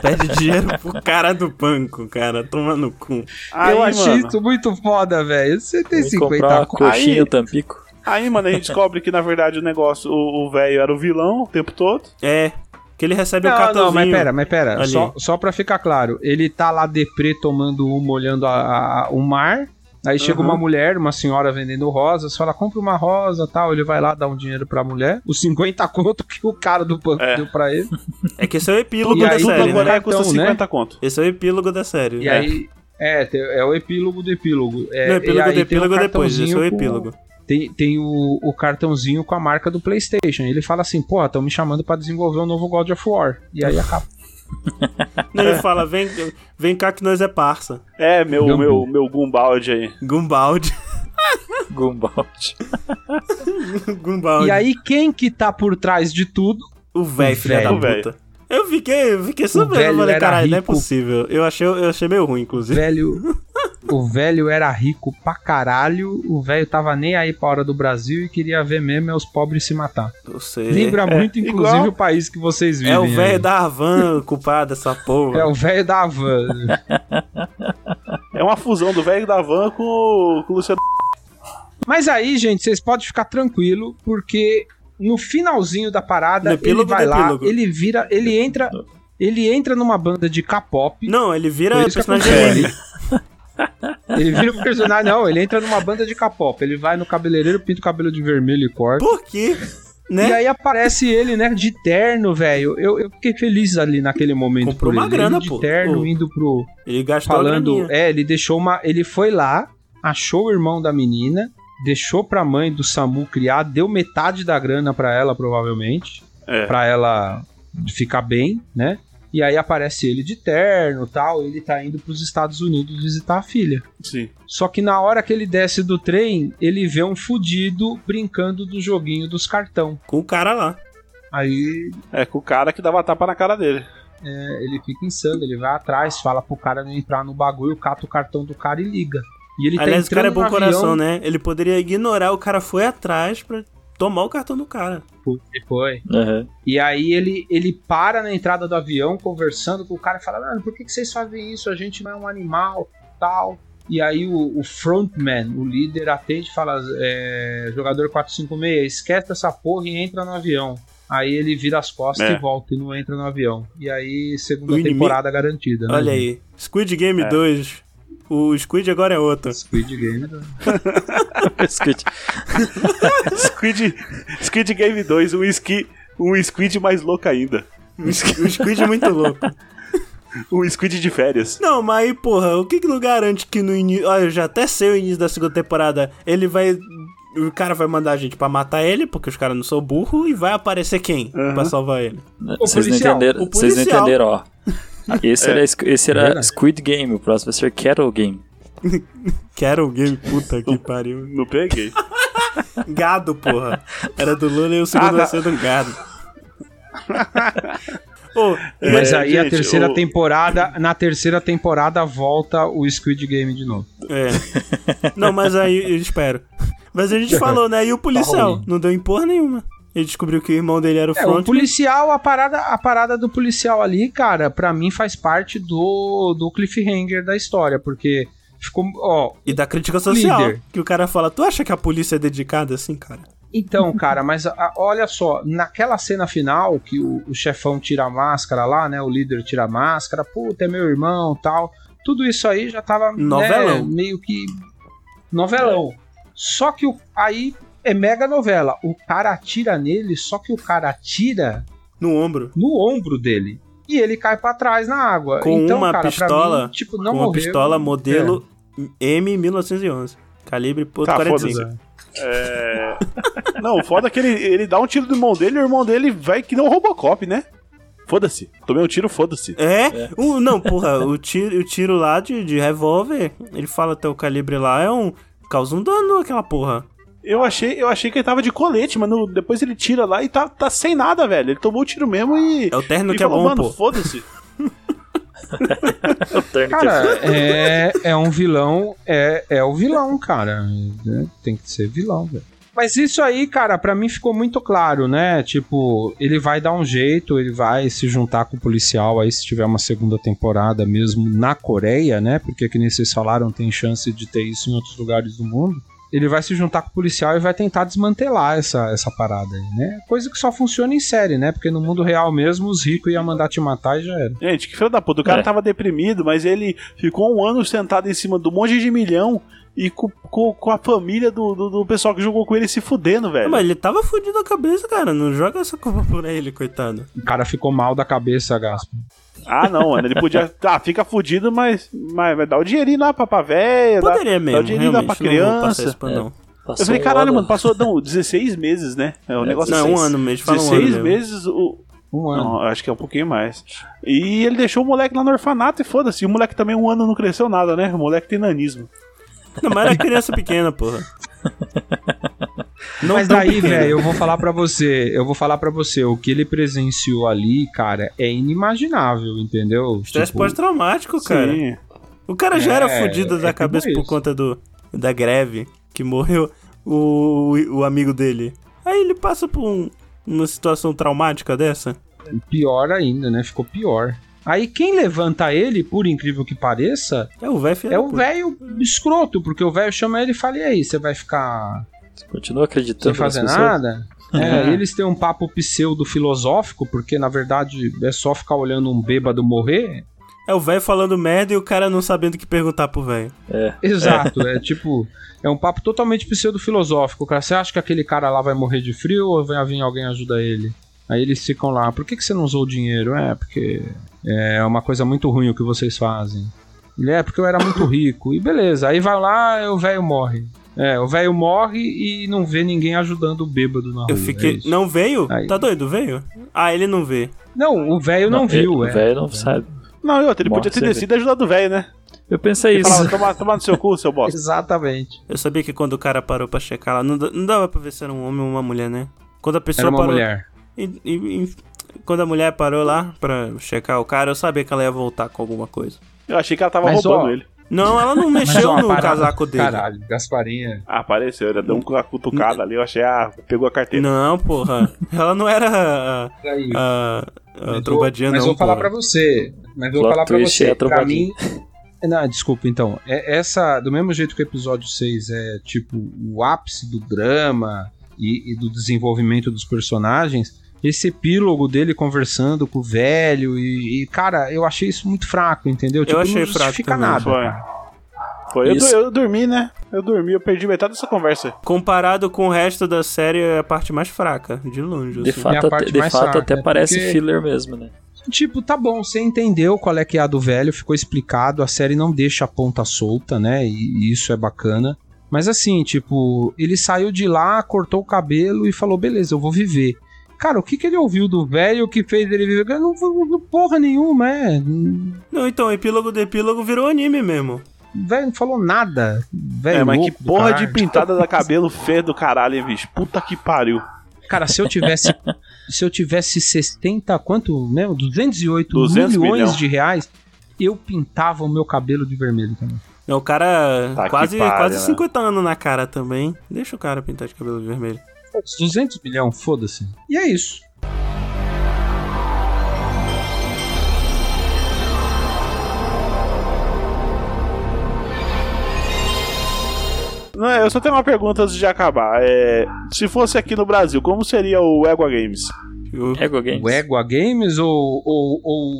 Speaker 1: Pede dinheiro pro cara do banco, cara. Toma no cu.
Speaker 4: Aí,
Speaker 2: Eu achei
Speaker 4: mano,
Speaker 2: isso muito foda, velho. Você tem
Speaker 3: Vem comprar uma
Speaker 2: 50 conto.
Speaker 3: coxinha
Speaker 4: Aí-
Speaker 3: no Tampico.
Speaker 4: aí, mano, a gente descobre que, na verdade, o negócio, o o velho era o vilão o tempo todo.
Speaker 1: É, que ele recebe o
Speaker 2: Não,
Speaker 1: cartãozinho.
Speaker 2: não, mas pera, mas pera.
Speaker 1: ali.
Speaker 2: Só, só pra ficar claro, ele tá lá deprê tomando uma, olhando a- a- o mar. Aí chega
Speaker 1: Uhum.
Speaker 2: uma mulher, uma senhora vendendo rosas, fala, compra uma rosa tal. Ele vai lá, dá um dinheiro pra mulher. Os 50 conto que o cara do banco
Speaker 4: É.
Speaker 2: deu pra ele.
Speaker 1: É que esse é o epílogo
Speaker 2: E
Speaker 1: da
Speaker 2: aí,
Speaker 4: Tudo
Speaker 1: série,
Speaker 4: agora
Speaker 1: né?
Speaker 2: né?
Speaker 4: custa
Speaker 2: Cartão, né?
Speaker 4: 50 conto.
Speaker 1: Esse é o epílogo da série.
Speaker 2: E
Speaker 1: né?
Speaker 2: aí. É, te- é o epílogo do epílogo. É,
Speaker 1: Não,
Speaker 2: e
Speaker 1: epílogo
Speaker 2: aí
Speaker 1: do
Speaker 2: tem
Speaker 1: epílogo
Speaker 2: um
Speaker 1: é depois, esse é o
Speaker 2: cartãozinho com-
Speaker 1: epílogo.
Speaker 2: Tem, tem o, o cartãozinho com a marca do PlayStation. Ele fala assim: porra, estão me chamando pra desenvolver um novo God of War. E aí acaba.
Speaker 1: Não, ele fala, vem, vem cá que nós é parça.
Speaker 4: É, meu,
Speaker 2: Gambu.
Speaker 4: meu, meu Gumbaldi aí.
Speaker 1: Gumbaldi.
Speaker 3: um Gumbalt.
Speaker 1: Gumbaldi.
Speaker 2: E aí, quem que tá por trás de tudo?
Speaker 1: O velho,
Speaker 2: O
Speaker 1: filha da
Speaker 4: velho. O
Speaker 1: puta. Eu fiquei, eu fiquei sabendo, eu
Speaker 2: velho
Speaker 1: falei,
Speaker 2: era
Speaker 1: caralho, não é
Speaker 2: rico.
Speaker 1: possível. Eu achei, eu achei meio ruim,
Speaker 2: O
Speaker 1: inclusive.
Speaker 2: velho. O velho era rico pra caralho. O velho tava nem aí pra hora do Brasil e queria ver mesmo é os pobres se matar.
Speaker 1: Eu sei.
Speaker 2: Lembra muito, inclusive,
Speaker 4: igual-
Speaker 2: o país que vocês vivem.
Speaker 1: É o
Speaker 2: aí.
Speaker 1: velho da Havan o culpado dessa porra.
Speaker 2: É o velho da van.
Speaker 4: É uma fusão do velho da van com, o- com o Luciano.
Speaker 2: Mas aí, gente, vocês podem ficar tranquilo, porque no finalzinho da
Speaker 1: No
Speaker 2: parada, ele
Speaker 1: epílogo
Speaker 2: vai
Speaker 1: do
Speaker 2: lá,
Speaker 1: epílogo.
Speaker 2: ele vira, ele entra, ele entra numa banda de K-pop.
Speaker 1: Não, ele vira
Speaker 2: Por isso que
Speaker 1: personagem
Speaker 2: acontece.
Speaker 1: dele.
Speaker 2: Ele vira um personagem, não, ele entra numa banda de K-pop. Ele vai no cabeleireiro, pinta o cabelo de vermelho e corta.
Speaker 1: Por quê?
Speaker 2: E
Speaker 1: Né?
Speaker 2: aí aparece ele, né, de terno, velho. Eu, eu fiquei feliz ali naquele momento.
Speaker 1: Comprou
Speaker 2: por
Speaker 1: uma
Speaker 2: ele.
Speaker 1: grana,
Speaker 2: ele de
Speaker 1: pô.
Speaker 2: terno,
Speaker 1: Pô.
Speaker 2: indo pro,
Speaker 1: Ele gastou a
Speaker 2: falando,
Speaker 1: graninha.
Speaker 2: é, ele deixou uma, ele foi lá, achou o irmão da menina, deixou pra mãe do Samu criar, deu metade da grana pra ela provavelmente,
Speaker 4: É.
Speaker 2: pra ela ficar bem, né? E aí aparece ele de terno, tal, ele tá indo pros Estados Unidos visitar a filha.
Speaker 4: Sim.
Speaker 2: Só que na hora que ele desce do trem, ele vê um fudido brincando do joguinho dos cartão.
Speaker 1: Com o cara lá.
Speaker 2: Aí né,
Speaker 4: É, com o cara que dava tapa na cara dele.
Speaker 2: ele fica insano, ele vai atrás, fala pro cara não entrar no bagulho, cata o cartão do cara e liga. E ele
Speaker 1: Aliás, o
Speaker 2: tá entrando
Speaker 1: cara é bom
Speaker 2: no
Speaker 1: coração,
Speaker 2: avião,
Speaker 1: né? Ele poderia ignorar, o cara foi atrás pra tomar o cartão do cara.
Speaker 2: E Foi.
Speaker 3: Aham.
Speaker 2: E aí ele, ele para na entrada do avião, conversando com o cara e fala, mano, por que, que vocês fazem isso? A gente não é um animal, tal. E aí o, o frontman, o líder, atende e fala, é, jogador 456, esquece essa porra e entra no avião. Aí ele vira as costas
Speaker 4: É.
Speaker 2: e volta e não entra no avião. E aí,
Speaker 1: O
Speaker 2: segunda
Speaker 1: inimigo-
Speaker 2: temporada garantida. né,
Speaker 1: Olha
Speaker 2: gente?
Speaker 1: aí. Squid Game
Speaker 2: É.
Speaker 1: 2. O Squid agora é outro.
Speaker 2: Squid Game. né?
Speaker 3: Squid.
Speaker 4: Squid, Squid Game 2, um, esqui, um Squid mais louco ainda.
Speaker 1: O Squid é muito louco.
Speaker 4: O Um Squid de férias.
Speaker 1: Não, mas aí, porra, o que que não garante que no início. Olha, eu já até sei o início da segunda temporada. Ele vai. O cara vai mandar a gente pra matar ele, porque os caras não são burro, e vai aparecer quem
Speaker 4: Aham.
Speaker 1: pra salvar ele?
Speaker 3: Vocês não
Speaker 2: policial,
Speaker 3: entenderam,
Speaker 1: o
Speaker 3: vocês não
Speaker 1: policial.
Speaker 3: entenderam, ó. Esse era, Squ- esse era
Speaker 2: Verdade.
Speaker 3: Squid Game, o próximo vai ser Cattle Game.
Speaker 1: Quero alguém, puta que pariu.
Speaker 4: Não peguei.
Speaker 1: Gado, porra. Era do Lula e o segundo
Speaker 4: Ah, tá.
Speaker 1: vai ser do gado. Ô,
Speaker 2: Mas aí a
Speaker 4: gente,
Speaker 2: terceira
Speaker 4: o-
Speaker 2: temporada, na terceira temporada volta o Squid Game de novo.
Speaker 1: é. Não, mas aí eu espero. Mas a gente falou, né? E o policial?
Speaker 2: ruim.
Speaker 1: não deu em porra nenhuma. Ele descobriu que o irmão dele era o
Speaker 2: É, o
Speaker 1: front.
Speaker 2: policial, a parada, a parada do policial ali, cara, pra mim faz parte do, do cliffhanger da história, porque ficou, ó,
Speaker 1: E da crítica social.
Speaker 2: Líder.
Speaker 1: Que o cara fala, tu acha que a polícia é dedicada assim, cara?
Speaker 2: Então, cara, mas a- olha só, naquela cena final que o, o chefão tira a máscara lá, né? O líder tira a máscara, puta, é meu irmão tal. Tudo isso aí já tava né,
Speaker 1: Novelão.
Speaker 2: meio que novelão. Só que o- aí é mega novela. O cara atira nele, só que o cara atira
Speaker 1: No ombro.
Speaker 2: no ombro dele. E ele cai pra trás na água.
Speaker 1: Com
Speaker 2: então,
Speaker 1: uma
Speaker 2: cara, pra
Speaker 1: pistola-
Speaker 2: mim, tipo, não
Speaker 1: com uma
Speaker 2: morreu. É.
Speaker 1: pistola modelo M1911. Calibre ponto
Speaker 4: Tá,
Speaker 1: 45.
Speaker 4: foda-se. Não, o foda é que ele, ele dá um tiro no irmão dele e o irmão dele vai que não Robocop, né? Foda-se. Tomei um tiro, foda-se.
Speaker 1: É? O, não, porra, o tiro, o tiro lá de, de revólver, ele fala até o calibre lá, é um. causa um dano aquela porra.
Speaker 4: Eu achei, eu achei que ele tava de colete, mas no- depois ele tira lá e tá, tá sem nada, velho. Ele tomou o tiro mesmo e.
Speaker 1: É o terno
Speaker 4: e
Speaker 1: que é bom,
Speaker 4: mano,
Speaker 1: pô.
Speaker 4: foda-se.
Speaker 9: O terno que é
Speaker 2: Cara, é, é um vilão, é, é o vilão, cara. né? Tem que ser vilão, velho. Mas isso aí, cara, pra mim ficou muito claro, né? Tipo, ele vai dar um jeito, ele vai se juntar com o policial aí se tiver uma segunda temporada mesmo na Coreia, né? Porque que nem vocês falaram, tem chance de ter isso em outros lugares do mundo. Ele vai se juntar com o policial e vai tentar desmantelar essa, essa parada aí, né? Coisa que só funciona em série, né? Porque no mundo real mesmo, os ricos iam mandar te matar e já era.
Speaker 4: Gente, que filho da puta. O cara
Speaker 9: É.
Speaker 4: tava deprimido, mas ele ficou um ano sentado em cima do monte de milhão e com, com, com a família do, do, do pessoal que jogou com ele se fudendo, velho.
Speaker 1: Mas ele tava fudido a cabeça, cara. Não joga essa culpa por ele, coitado.
Speaker 2: O cara ficou mal da cabeça, Gaspa.
Speaker 4: Ah, não, mano. Ele podia. Tá, fica fudido, mas, mas, mas dá o dinheirinho lá pra, pra véia. dá-
Speaker 1: Poderia mesmo,
Speaker 4: o
Speaker 1: dinheiro
Speaker 4: dinheirinho dá
Speaker 1: realmente.
Speaker 4: pra
Speaker 1: Não vou passar
Speaker 4: criança.
Speaker 1: esse
Speaker 2: É.
Speaker 1: pano, não.
Speaker 4: Eu
Speaker 3: um
Speaker 4: falei, caralho, mano, passou não, 16 meses, né? É um negócio
Speaker 1: Não, é
Speaker 4: assim.
Speaker 1: um ano mesmo, fala um ano mesmo.
Speaker 4: 16 meses, o,
Speaker 2: Um ano.
Speaker 4: Não, acho que é um pouquinho mais. E ele deixou o moleque lá no orfanato e foda-se. E o moleque também um ano não cresceu nada, né? O moleque tem nanismo.
Speaker 1: Não, mas era criança pequena, porra. Não
Speaker 2: Mas
Speaker 1: tão
Speaker 2: daí,
Speaker 1: pequena.
Speaker 2: velho, eu vou falar pra você, eu vou falar pra você, o que ele presenciou ali, cara, é inimaginável, entendeu?
Speaker 1: Estresse
Speaker 2: Tipo,
Speaker 1: pós-traumático, cara.
Speaker 4: Sim.
Speaker 1: O cara já era
Speaker 2: É,
Speaker 1: fudido
Speaker 2: é
Speaker 1: da
Speaker 2: tipo
Speaker 1: cabeça por
Speaker 2: isso.
Speaker 1: conta do, da greve que morreu o, o, o amigo dele. Aí ele passa por um- uma situação traumática dessa.
Speaker 2: pior ainda, né? Ficou pior. Aí quem levanta ele, por incrível que pareça,
Speaker 1: É o velho filho
Speaker 2: é
Speaker 1: da
Speaker 2: o
Speaker 1: puta.
Speaker 2: velho escroto, porque o velho chama ele e fala: "E aí, você vai ficar
Speaker 9: Continua acreditando
Speaker 2: sem
Speaker 9: nas
Speaker 2: fazer
Speaker 9: pessoas?
Speaker 2: nada?" É, eles têm um papo pseudo filosófico, porque na verdade é só ficar olhando um bêbado morrer.
Speaker 1: É o velho falando merda e o cara não sabendo o que perguntar pro velho.
Speaker 2: Exato, é tipo, é um papo totalmente pseudo-filosófico, cara. Você acha que aquele cara lá vai morrer de frio ou vai vir alguém ajudar ele? Aí eles ficam lá, por que, que você não usou o dinheiro? É, porque é uma coisa muito ruim o que vocês fazem. Ele é porque eu era muito rico. E beleza, aí vai lá e o velho morre. É, o velho morre e não vê ninguém ajudando o bêbado na rua.
Speaker 1: Eu
Speaker 2: é
Speaker 1: fiquei.
Speaker 2: isso.
Speaker 1: não veio?
Speaker 2: Aí.
Speaker 1: Tá doido? Veio? Ah, ele não vê.
Speaker 2: Não, o velho não, viu,
Speaker 9: ele-
Speaker 2: é.
Speaker 9: O velho não sabe.
Speaker 4: Não, e outra, ele
Speaker 9: Morre
Speaker 4: podia ter
Speaker 9: sempre.
Speaker 4: descido e ajudado o velho, né?
Speaker 9: Eu pensei
Speaker 4: Ele
Speaker 9: isso.
Speaker 4: falava, toma, toma no seu cu, seu bosta.
Speaker 2: Exatamente.
Speaker 1: Eu sabia que quando o cara parou pra checar lá, não, da- não dava pra ver se era um homem ou uma mulher, né? Quando a pessoa
Speaker 2: Era uma
Speaker 1: parou.
Speaker 2: mulher.
Speaker 1: E- e- e- quando a mulher parou lá pra checar o cara, eu sabia que ela ia voltar com alguma coisa.
Speaker 4: Eu achei que ela tava
Speaker 2: Mas,
Speaker 4: roubando
Speaker 2: ó,
Speaker 4: ele.
Speaker 1: Não, ela não
Speaker 2: Mas
Speaker 1: mexeu
Speaker 2: ó, a
Speaker 1: no
Speaker 2: parada-
Speaker 1: casaco dele.
Speaker 2: Caralho, Gasparinha.
Speaker 4: Ah, apareceu, ele deu uma cutucada ali, eu achei, ah, pegou a carteira.
Speaker 1: Não, porra. Ela não era a,
Speaker 2: Aí,
Speaker 1: a, a
Speaker 2: Mas
Speaker 1: Ah, trombadinha,
Speaker 2: vou, mas
Speaker 1: não.
Speaker 2: vou falar
Speaker 1: porra.
Speaker 2: pra você. Mas vou
Speaker 9: Plot
Speaker 2: falar pra
Speaker 9: twist
Speaker 2: você.
Speaker 9: é a
Speaker 2: pra mim.
Speaker 9: trombadinha.
Speaker 2: Não, desculpa, então. É, essa, do mesmo jeito que o episódio 6 é tipo o ápice do drama e, e do desenvolvimento dos personagens, esse epílogo dele conversando com o velho e, e, cara, eu achei isso muito fraco, entendeu? Tipo,
Speaker 1: achei
Speaker 2: não
Speaker 1: fraco
Speaker 2: justifica
Speaker 1: também,
Speaker 2: nada.
Speaker 4: Foi.
Speaker 2: cara.
Speaker 4: Foi, eu,
Speaker 9: Isso.
Speaker 4: eu dormi, né? Eu dormi, eu perdi metade dessa conversa.
Speaker 1: Comparado com o resto da série, é a parte mais fraca, de longe.
Speaker 9: De
Speaker 1: assim.
Speaker 9: fato,
Speaker 2: parte
Speaker 9: até, de
Speaker 2: mais
Speaker 9: fato
Speaker 2: fraca,
Speaker 9: até
Speaker 2: né?
Speaker 9: parece
Speaker 2: Porque-
Speaker 9: filler mesmo, né?
Speaker 2: Tipo, tá bom, você entendeu qual é que é a do velho, ficou explicado, a série não deixa a ponta solta, né? E, e isso é bacana. Mas assim, tipo, ele saiu de lá, cortou o cabelo e falou: beleza, eu vou viver. Cara, o que, que ele ouviu do velho que fez ele viver? Cara, Não, não, não porra nenhuma, é. O
Speaker 1: Não, então, epílogo do epílogo virou anime mesmo.
Speaker 2: velho não falou nada. Velho,
Speaker 4: é, mas que
Speaker 2: louco do
Speaker 4: porra de
Speaker 2: caralho.
Speaker 4: pintada da cabelo feia do caralho, hein, bicho? Puta que pariu.
Speaker 2: Cara, se eu tivesse. se eu tivesse 60. Quanto mesmo? 208
Speaker 4: 200
Speaker 2: milhões
Speaker 4: milhão.
Speaker 2: de reais, eu pintava o meu cabelo de vermelho também.
Speaker 1: É, O cara
Speaker 4: Tá que
Speaker 1: quase,
Speaker 4: pariu,
Speaker 1: quase
Speaker 4: né?
Speaker 1: 50 anos na cara também. Deixa o cara pintar de cabelo vermelho.
Speaker 2: Putz, 200 milhão, foda-se. E é isso.
Speaker 4: Não, eu só tenho uma pergunta antes de acabar. É, se fosse aqui no Brasil, como seria o Egua Games?
Speaker 1: O-
Speaker 9: Ego Games.
Speaker 2: O Egua Games ou, ou, ou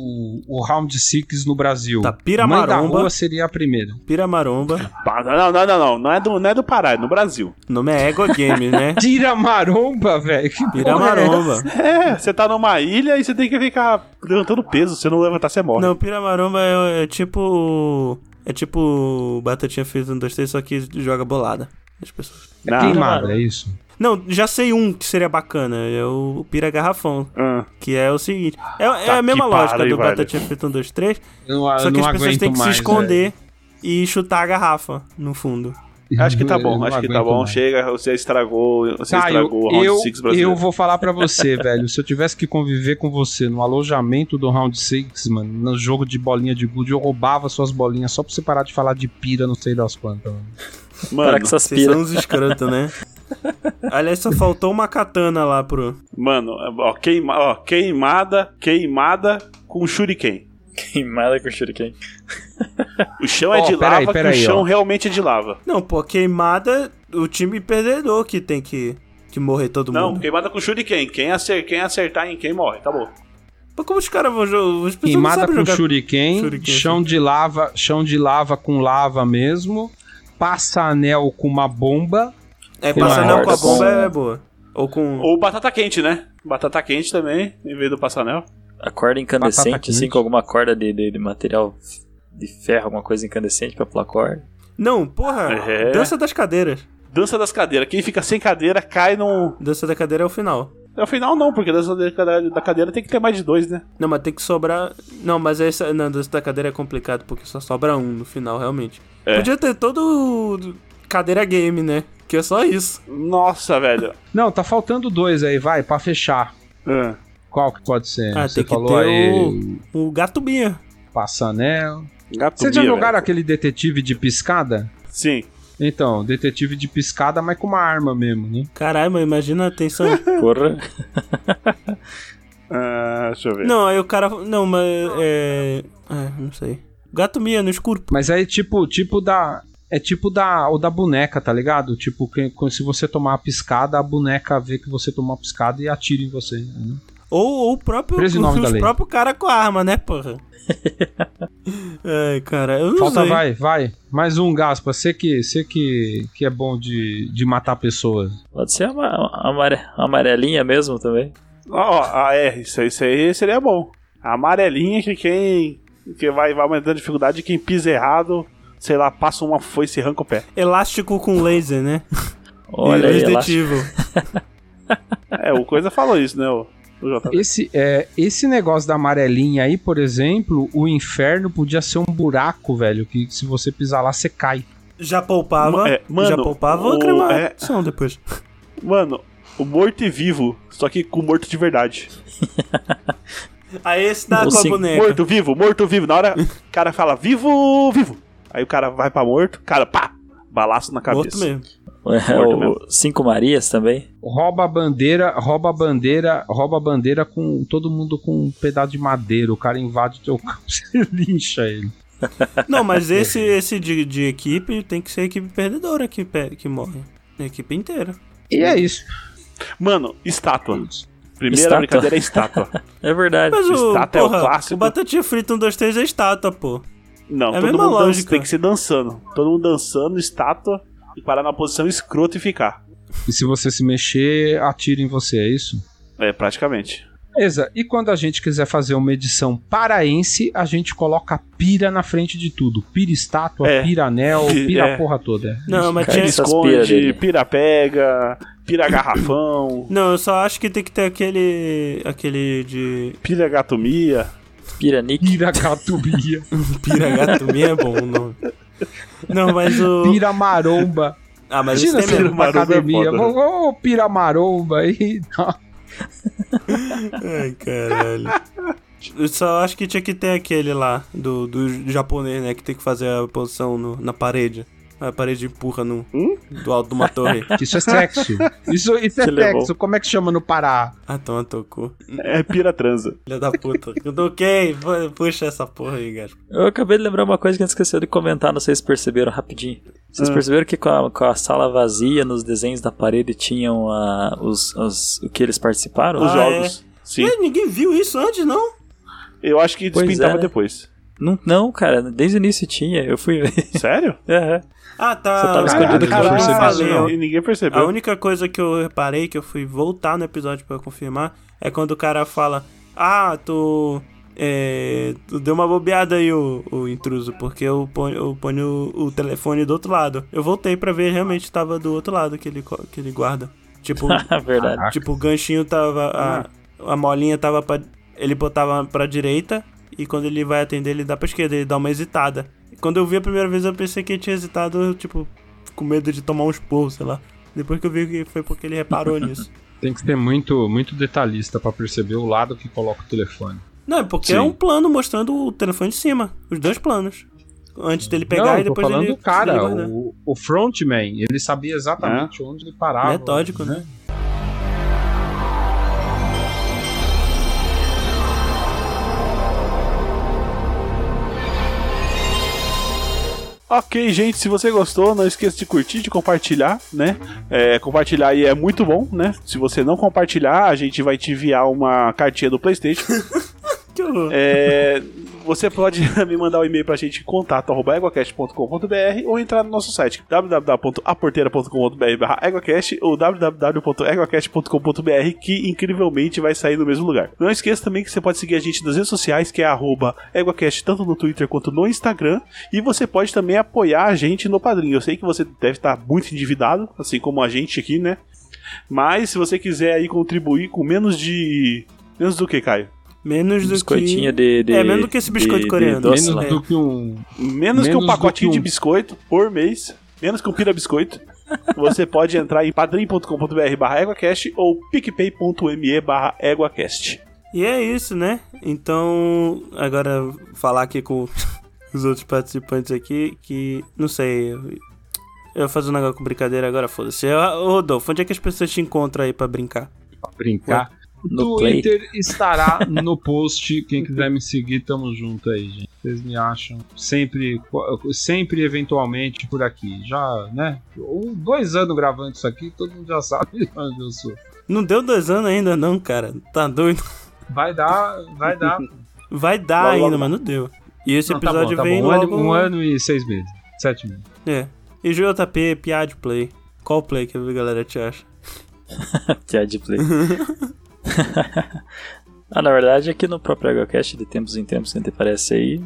Speaker 2: o Round Six no Brasil?
Speaker 1: Tá
Speaker 2: Mãe da
Speaker 1: Piramaromba.
Speaker 2: Rua seria a primeira.
Speaker 1: Piramaromba.
Speaker 4: Pá, Não, não, não, não. Não é do, não é do Pará, é no Brasil.
Speaker 1: O nome é Ego Game, né?
Speaker 2: Piramaromba, velho? Que porra é
Speaker 1: Piramaromba.
Speaker 4: É, você tá numa ilha e você tem que ficar levantando peso. Se não levantar, você morre.
Speaker 1: Não, Piramaromba é, é tipo. É tipo Batatinha Frita no 2 3, só que joga bolada. As pessoas.
Speaker 2: essa?
Speaker 4: Não.
Speaker 2: Queimada, é isso.
Speaker 1: Não, já sei um que seria bacana. É o Pira Garrafão.
Speaker 4: Ah.
Speaker 1: Que é o seguinte: é, é
Speaker 4: Tá
Speaker 1: a mesma
Speaker 4: que
Speaker 1: lógica
Speaker 4: pariu,
Speaker 1: do
Speaker 4: velho.
Speaker 1: Batatinha Frita no 2 3,
Speaker 2: Eu não,
Speaker 1: só
Speaker 2: Ah, eu
Speaker 1: que
Speaker 2: não
Speaker 1: as pessoas
Speaker 2: aguento
Speaker 1: têm que
Speaker 2: mais,
Speaker 1: se esconder e chutar a garrafa no fundo.
Speaker 2: velho.
Speaker 4: Acho que tá
Speaker 2: Eu
Speaker 4: bom,
Speaker 2: não
Speaker 4: acho que tá
Speaker 2: aguento
Speaker 4: bom.
Speaker 2: mais.
Speaker 4: Chega, você estragou, você
Speaker 2: Caio,
Speaker 4: estragou o Round
Speaker 2: eu,
Speaker 4: 6 brasileiro.
Speaker 2: eu vou falar pra você, velho. Se eu tivesse que conviver com você no alojamento do Round 6, mano, no jogo de bolinha de gude, eu roubava suas bolinhas só pra você parar de falar de pira, não sei das quantas. Mano.
Speaker 4: Mano,
Speaker 2: né?
Speaker 9: Para que essas
Speaker 1: Vocês
Speaker 9: piras.
Speaker 1: são uns escrotos, né? Aliás, só faltou uma katana lá pro.
Speaker 4: mano ó, queima, ó, queimada, queimada com shuriken.
Speaker 9: Queimada com shuriken.
Speaker 4: O chão é
Speaker 2: Ó,
Speaker 4: de
Speaker 2: peraí,
Speaker 4: lava, que
Speaker 2: peraí,
Speaker 4: o chão
Speaker 2: ó.
Speaker 4: realmente é de lava.
Speaker 1: Não, pô, queimada, o time perdedor que tem que, que morrer todo
Speaker 4: Não,
Speaker 1: mundo.
Speaker 4: queimada com shuriken. Quem acertar, quem acertar em quem morre, tá bom.
Speaker 1: Mas como os caras vão jogar? As pessoas não
Speaker 2: Queimada
Speaker 1: sabem
Speaker 2: com
Speaker 1: jogar.
Speaker 2: shuriken,
Speaker 1: shuriken, assim.
Speaker 2: chão
Speaker 1: sim.
Speaker 2: de lava, chão de lava com lava mesmo, passa anel com uma bomba.
Speaker 1: É,
Speaker 2: com
Speaker 1: passanel
Speaker 9: uma
Speaker 1: com a
Speaker 9: horda.
Speaker 1: bomba é boa. Ou com.
Speaker 4: Ou batata quente, né? Batata quente também, em vez do passanel.
Speaker 9: A corda
Speaker 2: Batata
Speaker 9: incandescente, assim,
Speaker 2: quente.
Speaker 9: com alguma corda de, de, de material de ferro, alguma coisa incandescente pra pular corda.
Speaker 1: Não, porra!
Speaker 4: É.
Speaker 1: Dança das cadeiras.
Speaker 4: Dança das cadeiras. Quem fica sem cadeira cai num.
Speaker 1: Dança da cadeira é o final.
Speaker 4: No final, não, porque dança da cadeira- da cadeira tem que ter mais de dois, né?
Speaker 1: Não, mas tem que sobrar. Não, mas essa. Não, dança da cadeira é complicado porque só sobra um no final, realmente.
Speaker 4: É.
Speaker 1: Podia ter todo. o- cadeira game, né? Que é só isso.
Speaker 4: Nossa, velho.
Speaker 2: Não, tá faltando dois aí, vai, pra fechar.
Speaker 4: Ah.
Speaker 2: Qual que pode ser?
Speaker 1: Ah,
Speaker 2: você
Speaker 1: tem que
Speaker 2: falou
Speaker 1: ter
Speaker 2: aí,
Speaker 1: O gato Bia.
Speaker 2: passa anel.
Speaker 4: Gato
Speaker 2: Vocês já
Speaker 4: Bia,
Speaker 2: jogaram
Speaker 4: velho.
Speaker 2: aquele detetive de piscada?
Speaker 4: Sim.
Speaker 2: Então, detetive de piscada, mas com uma arma mesmo, né?
Speaker 1: Caralho, mas imagina a tensão.
Speaker 9: Porra.
Speaker 4: Ah, deixa eu ver.
Speaker 1: não, aí o cara. Não, mas. É. Ah, não sei. Gato Mia no escuro.
Speaker 2: Mas aí, tipo, tipo da. É tipo da. O da boneca, tá ligado? Tipo, que, que se você tomar a piscada, a boneca vê que você tomou a piscada e atira em você. né?
Speaker 1: Ou, ou o próprio.
Speaker 2: Preso em nome da
Speaker 1: os
Speaker 2: lei.
Speaker 1: próprio cara com a arma, né, porra? Ai, cara, eu não
Speaker 2: Falta,
Speaker 1: sei.
Speaker 2: vai, vai. Mais um, Gaspa. Você que, você que, que é bom de, de matar pessoas.
Speaker 9: Pode ser uma, uma amare- amarelinha mesmo também.
Speaker 4: Ó, ah, é, isso, aí- isso aí seria bom. A amarelinha que quem que vai, vai aumentando a dificuldade, quem pisa errado, sei lá, passa uma foice e arranca o pé.
Speaker 1: Elástico com laser, né?
Speaker 9: Olha aí,
Speaker 1: Resident
Speaker 9: elástico.
Speaker 1: Evil.
Speaker 4: É, o Coisa falou isso, né, o, o JP?
Speaker 2: Esse, é, esse negócio da amarelinha aí, por exemplo, o inferno podia ser um buraco, velho. Que se você pisar lá, você cai.
Speaker 1: Já poupava.
Speaker 4: Ma- é, mano,
Speaker 1: já poupava
Speaker 4: o- é,
Speaker 1: a cremação depois.
Speaker 4: Mano, o morto e vivo, só que com morto de verdade.
Speaker 1: Aí Ah, esse dá
Speaker 9: Ou
Speaker 1: com a
Speaker 9: sim,
Speaker 1: boneca.
Speaker 4: Morto vivo, morto vivo. Na hora o cara fala vivo, vivo. Aí o cara vai pra morto, cara, pá, balaço na
Speaker 1: Morto
Speaker 4: cabeça.
Speaker 1: mesmo.
Speaker 9: É,
Speaker 4: Morto
Speaker 9: o
Speaker 4: mesmo.
Speaker 9: Cinco Marias também.
Speaker 2: Rouba a bandeira, rouba a bandeira, rouba a bandeira com todo mundo com um pedaço de madeira. O cara invade o teu campo, você lincha ele.
Speaker 1: Não, mas esse, esse de, de equipe tem que ser a equipe perdedora que, pe- que morre. A equipe inteira.
Speaker 2: E é isso.
Speaker 4: Mano, estátua. Primeira
Speaker 9: Estátua.
Speaker 4: brincadeira é estátua.
Speaker 9: É verdade.
Speaker 1: Mas o,
Speaker 4: Estátua é o
Speaker 1: porra,
Speaker 4: clássico.
Speaker 1: o Batatinha Frita 1, 2, 3 é estátua, pô.
Speaker 4: Não,
Speaker 1: É a
Speaker 4: todo mundo
Speaker 1: mesma
Speaker 4: dança,
Speaker 1: lógica.
Speaker 4: tem que ser dançando. Todo mundo dançando, estátua, e parar na posição escrota e ficar.
Speaker 2: E se você se mexer, atira em você, é isso?
Speaker 4: É, praticamente.
Speaker 2: Beleza, e quando a gente quiser fazer uma edição paraense, a gente coloca pira na frente de tudo. Pira estátua,
Speaker 4: É.
Speaker 2: pira anel,
Speaker 4: Pi-
Speaker 2: pira
Speaker 4: é.
Speaker 2: a porra toda.
Speaker 1: Não, mas
Speaker 3: cara,
Speaker 1: tinha.
Speaker 3: isso- Essas piras
Speaker 4: Esconde,
Speaker 3: dele.
Speaker 4: pira pega, pira garrafão,
Speaker 1: Não, eu só acho que tem que ter aquele. aquele de.
Speaker 4: pira gatomia.
Speaker 3: Piranique.
Speaker 2: Pira catubia,
Speaker 1: Piragatomia é bom o nome. Não, mas o.
Speaker 2: pira maromba.
Speaker 1: Ah, mas
Speaker 2: Imagina
Speaker 1: isso
Speaker 2: você
Speaker 1: tem
Speaker 2: indo
Speaker 1: mesmo.
Speaker 2: pra
Speaker 4: maromba é
Speaker 2: academia,
Speaker 4: foda,
Speaker 2: vamos vamos pira maromba aí. Não.
Speaker 1: Ai, caralho. Eu só acho que tinha que ter aquele lá, do, do japonês, né? Que tem que fazer a posição no- na parede. A parede empurra no,
Speaker 3: Hum?
Speaker 1: do alto de uma torre.
Speaker 2: Isso é sexo. Isso, isso é
Speaker 3: Que levou.
Speaker 2: sexo. Como é que chama no Pará?
Speaker 1: Ah, toma, tocou.
Speaker 4: É pira transa.
Speaker 1: Filha da puta. Eu toquei. pu- Puxa essa porra aí, gajo.
Speaker 3: Eu acabei de lembrar uma coisa que a gente esqueceu de comentar, não sei se perceberam rapidinho. Vocês
Speaker 1: Ah.
Speaker 3: perceberam que com a, com a sala vazia, nos desenhos da parede tinham ah, os, os- o que eles participaram?
Speaker 4: Os
Speaker 1: Ah,
Speaker 4: jogos. Sim.
Speaker 1: Ué, ninguém viu isso antes, não?
Speaker 4: Eu acho que
Speaker 3: Pois
Speaker 4: despintava
Speaker 3: é, né?
Speaker 4: depois.
Speaker 3: Não, não, cara, desde o início tinha, eu fui ver.
Speaker 4: Sério?
Speaker 3: Aham.
Speaker 1: Ah, tá.
Speaker 3: Só tava
Speaker 1: Caralho,
Speaker 3: escondido então, que eu
Speaker 1: caralho,
Speaker 3: percebi
Speaker 4: Caralho,
Speaker 1: falei, ó.
Speaker 4: e ninguém
Speaker 1: A
Speaker 4: percebeu.
Speaker 1: única coisa que eu reparei, que eu fui voltar no episódio pra confirmar, é quando o cara fala: Ah, tu. é, tu deu uma bobeada aí, o, o intruso, porque eu ponho, eu ponho o, o telefone do outro lado. Eu voltei pra ver, realmente tava do outro lado que ele, co- que ele guarda. Tipo,
Speaker 3: Ah, verdade.
Speaker 1: tipo, o ganchinho tava.
Speaker 2: Hum.
Speaker 1: A, a molinha tava pra. Ele botava pra direita e quando ele vai atender, ele dá pra esquerda, ele dá uma hesitada. Quando eu vi a primeira vez, eu pensei que ele tinha hesitado, tipo, com medo de tomar um esporro, sei lá. Depois que eu vi que foi porque ele reparou nisso.
Speaker 2: Tem que ser muito, muito detalhista pra perceber o lado que coloca o telefone.
Speaker 1: Não, é porque
Speaker 2: Sim.
Speaker 1: é um plano mostrando o telefone de cima. Os dois planos. Antes dele pegar e
Speaker 2: não, eu tô
Speaker 1: depois
Speaker 2: falando
Speaker 1: ele. né?
Speaker 2: do cara,
Speaker 1: ele guardar.
Speaker 2: o, o frontman, ele sabia exatamente onde ele parava.
Speaker 1: Metódico, né?
Speaker 4: Ok, gente, se você gostou, não esqueça de curtir, de compartilhar, né? É, compartilhar aí é muito bom, né? Se você não compartilhar, a gente vai te enviar uma cartinha do PlayStation.
Speaker 1: Que horror.
Speaker 4: É, você pode me mandar um e-mail pra gente, contato.eguacast.com.br ou entrar no nosso site www.aporteira.com.br barra eguacast ou www.eguacast.com.br que incrivelmente vai sair no mesmo lugar. Não esqueça também que você pode seguir a gente nas redes sociais, que é arroba eguacast, tanto no Twitter quanto no Instagram. E você pode também apoiar a gente no Padrinho. Eu sei que você deve estar muito endividado, assim como a gente aqui, né? Mas se você quiser aí contribuir com menos de... Menos do que, Caio?
Speaker 1: Menos do
Speaker 3: Biscoitinho
Speaker 1: que.
Speaker 3: de, de-
Speaker 1: É, menos do que esse biscoito
Speaker 3: de- de
Speaker 1: coreano.
Speaker 3: doce
Speaker 2: Menos
Speaker 3: lá.
Speaker 2: do que um
Speaker 4: Menos,
Speaker 2: Menos
Speaker 4: que um
Speaker 2: do
Speaker 4: pacotinho
Speaker 2: que um-
Speaker 4: de biscoito por mês, menos que um pira biscoito, você pode entrar em padrim.com.br barra EguaCast ou picpay.me barra EguaCast.
Speaker 1: E é isso, né? Então, agora falar aqui com os outros participantes aqui, que não sei. eu- Eu vou fazer um negócio com brincadeira agora, foda-se. Ah, Ô, Rodolfo, onde é que as pessoas te encontram aí pra brincar?
Speaker 2: pra brincar.
Speaker 3: No
Speaker 2: O Twitter estará no post. Quem quiser me seguir, tamo junto aí, gente. Vocês me acham sempre, sempre eventualmente por aqui. Já, né? Um, dois anos gravando isso aqui, todo mundo já sabe onde eu sou.
Speaker 1: Não deu dois anos ainda, não, cara. Tá doido.
Speaker 2: Vai dar, vai dar.
Speaker 1: Vai dar
Speaker 4: Logo,
Speaker 1: ainda,
Speaker 4: logo
Speaker 1: mas não deu. E esse
Speaker 2: Não, tá
Speaker 1: episódio
Speaker 2: bom, tá
Speaker 1: vem
Speaker 2: bom. Um,
Speaker 1: logo.
Speaker 2: ano, um ano e seis meses. Sete meses.
Speaker 1: É. E JP, piada de play. Qual play que a galera te acha?
Speaker 3: Tiad é de Play. ah, na verdade, aqui no próprio EgoCast, de tempos em tempos, sempre aparece aí.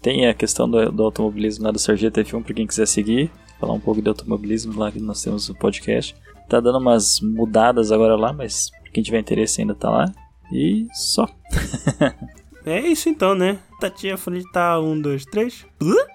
Speaker 3: Tem a questão do, do automobilismo lá do Sargento F1, pra quem quiser seguir. Falar um pouco de automobilismo lá que nós temos o podcast. Tá dando umas mudadas agora lá, mas pra quem tiver interesse ainda tá lá. E só.
Speaker 1: É isso então, né? Tatinha Frente tá um, dois, três. Uh!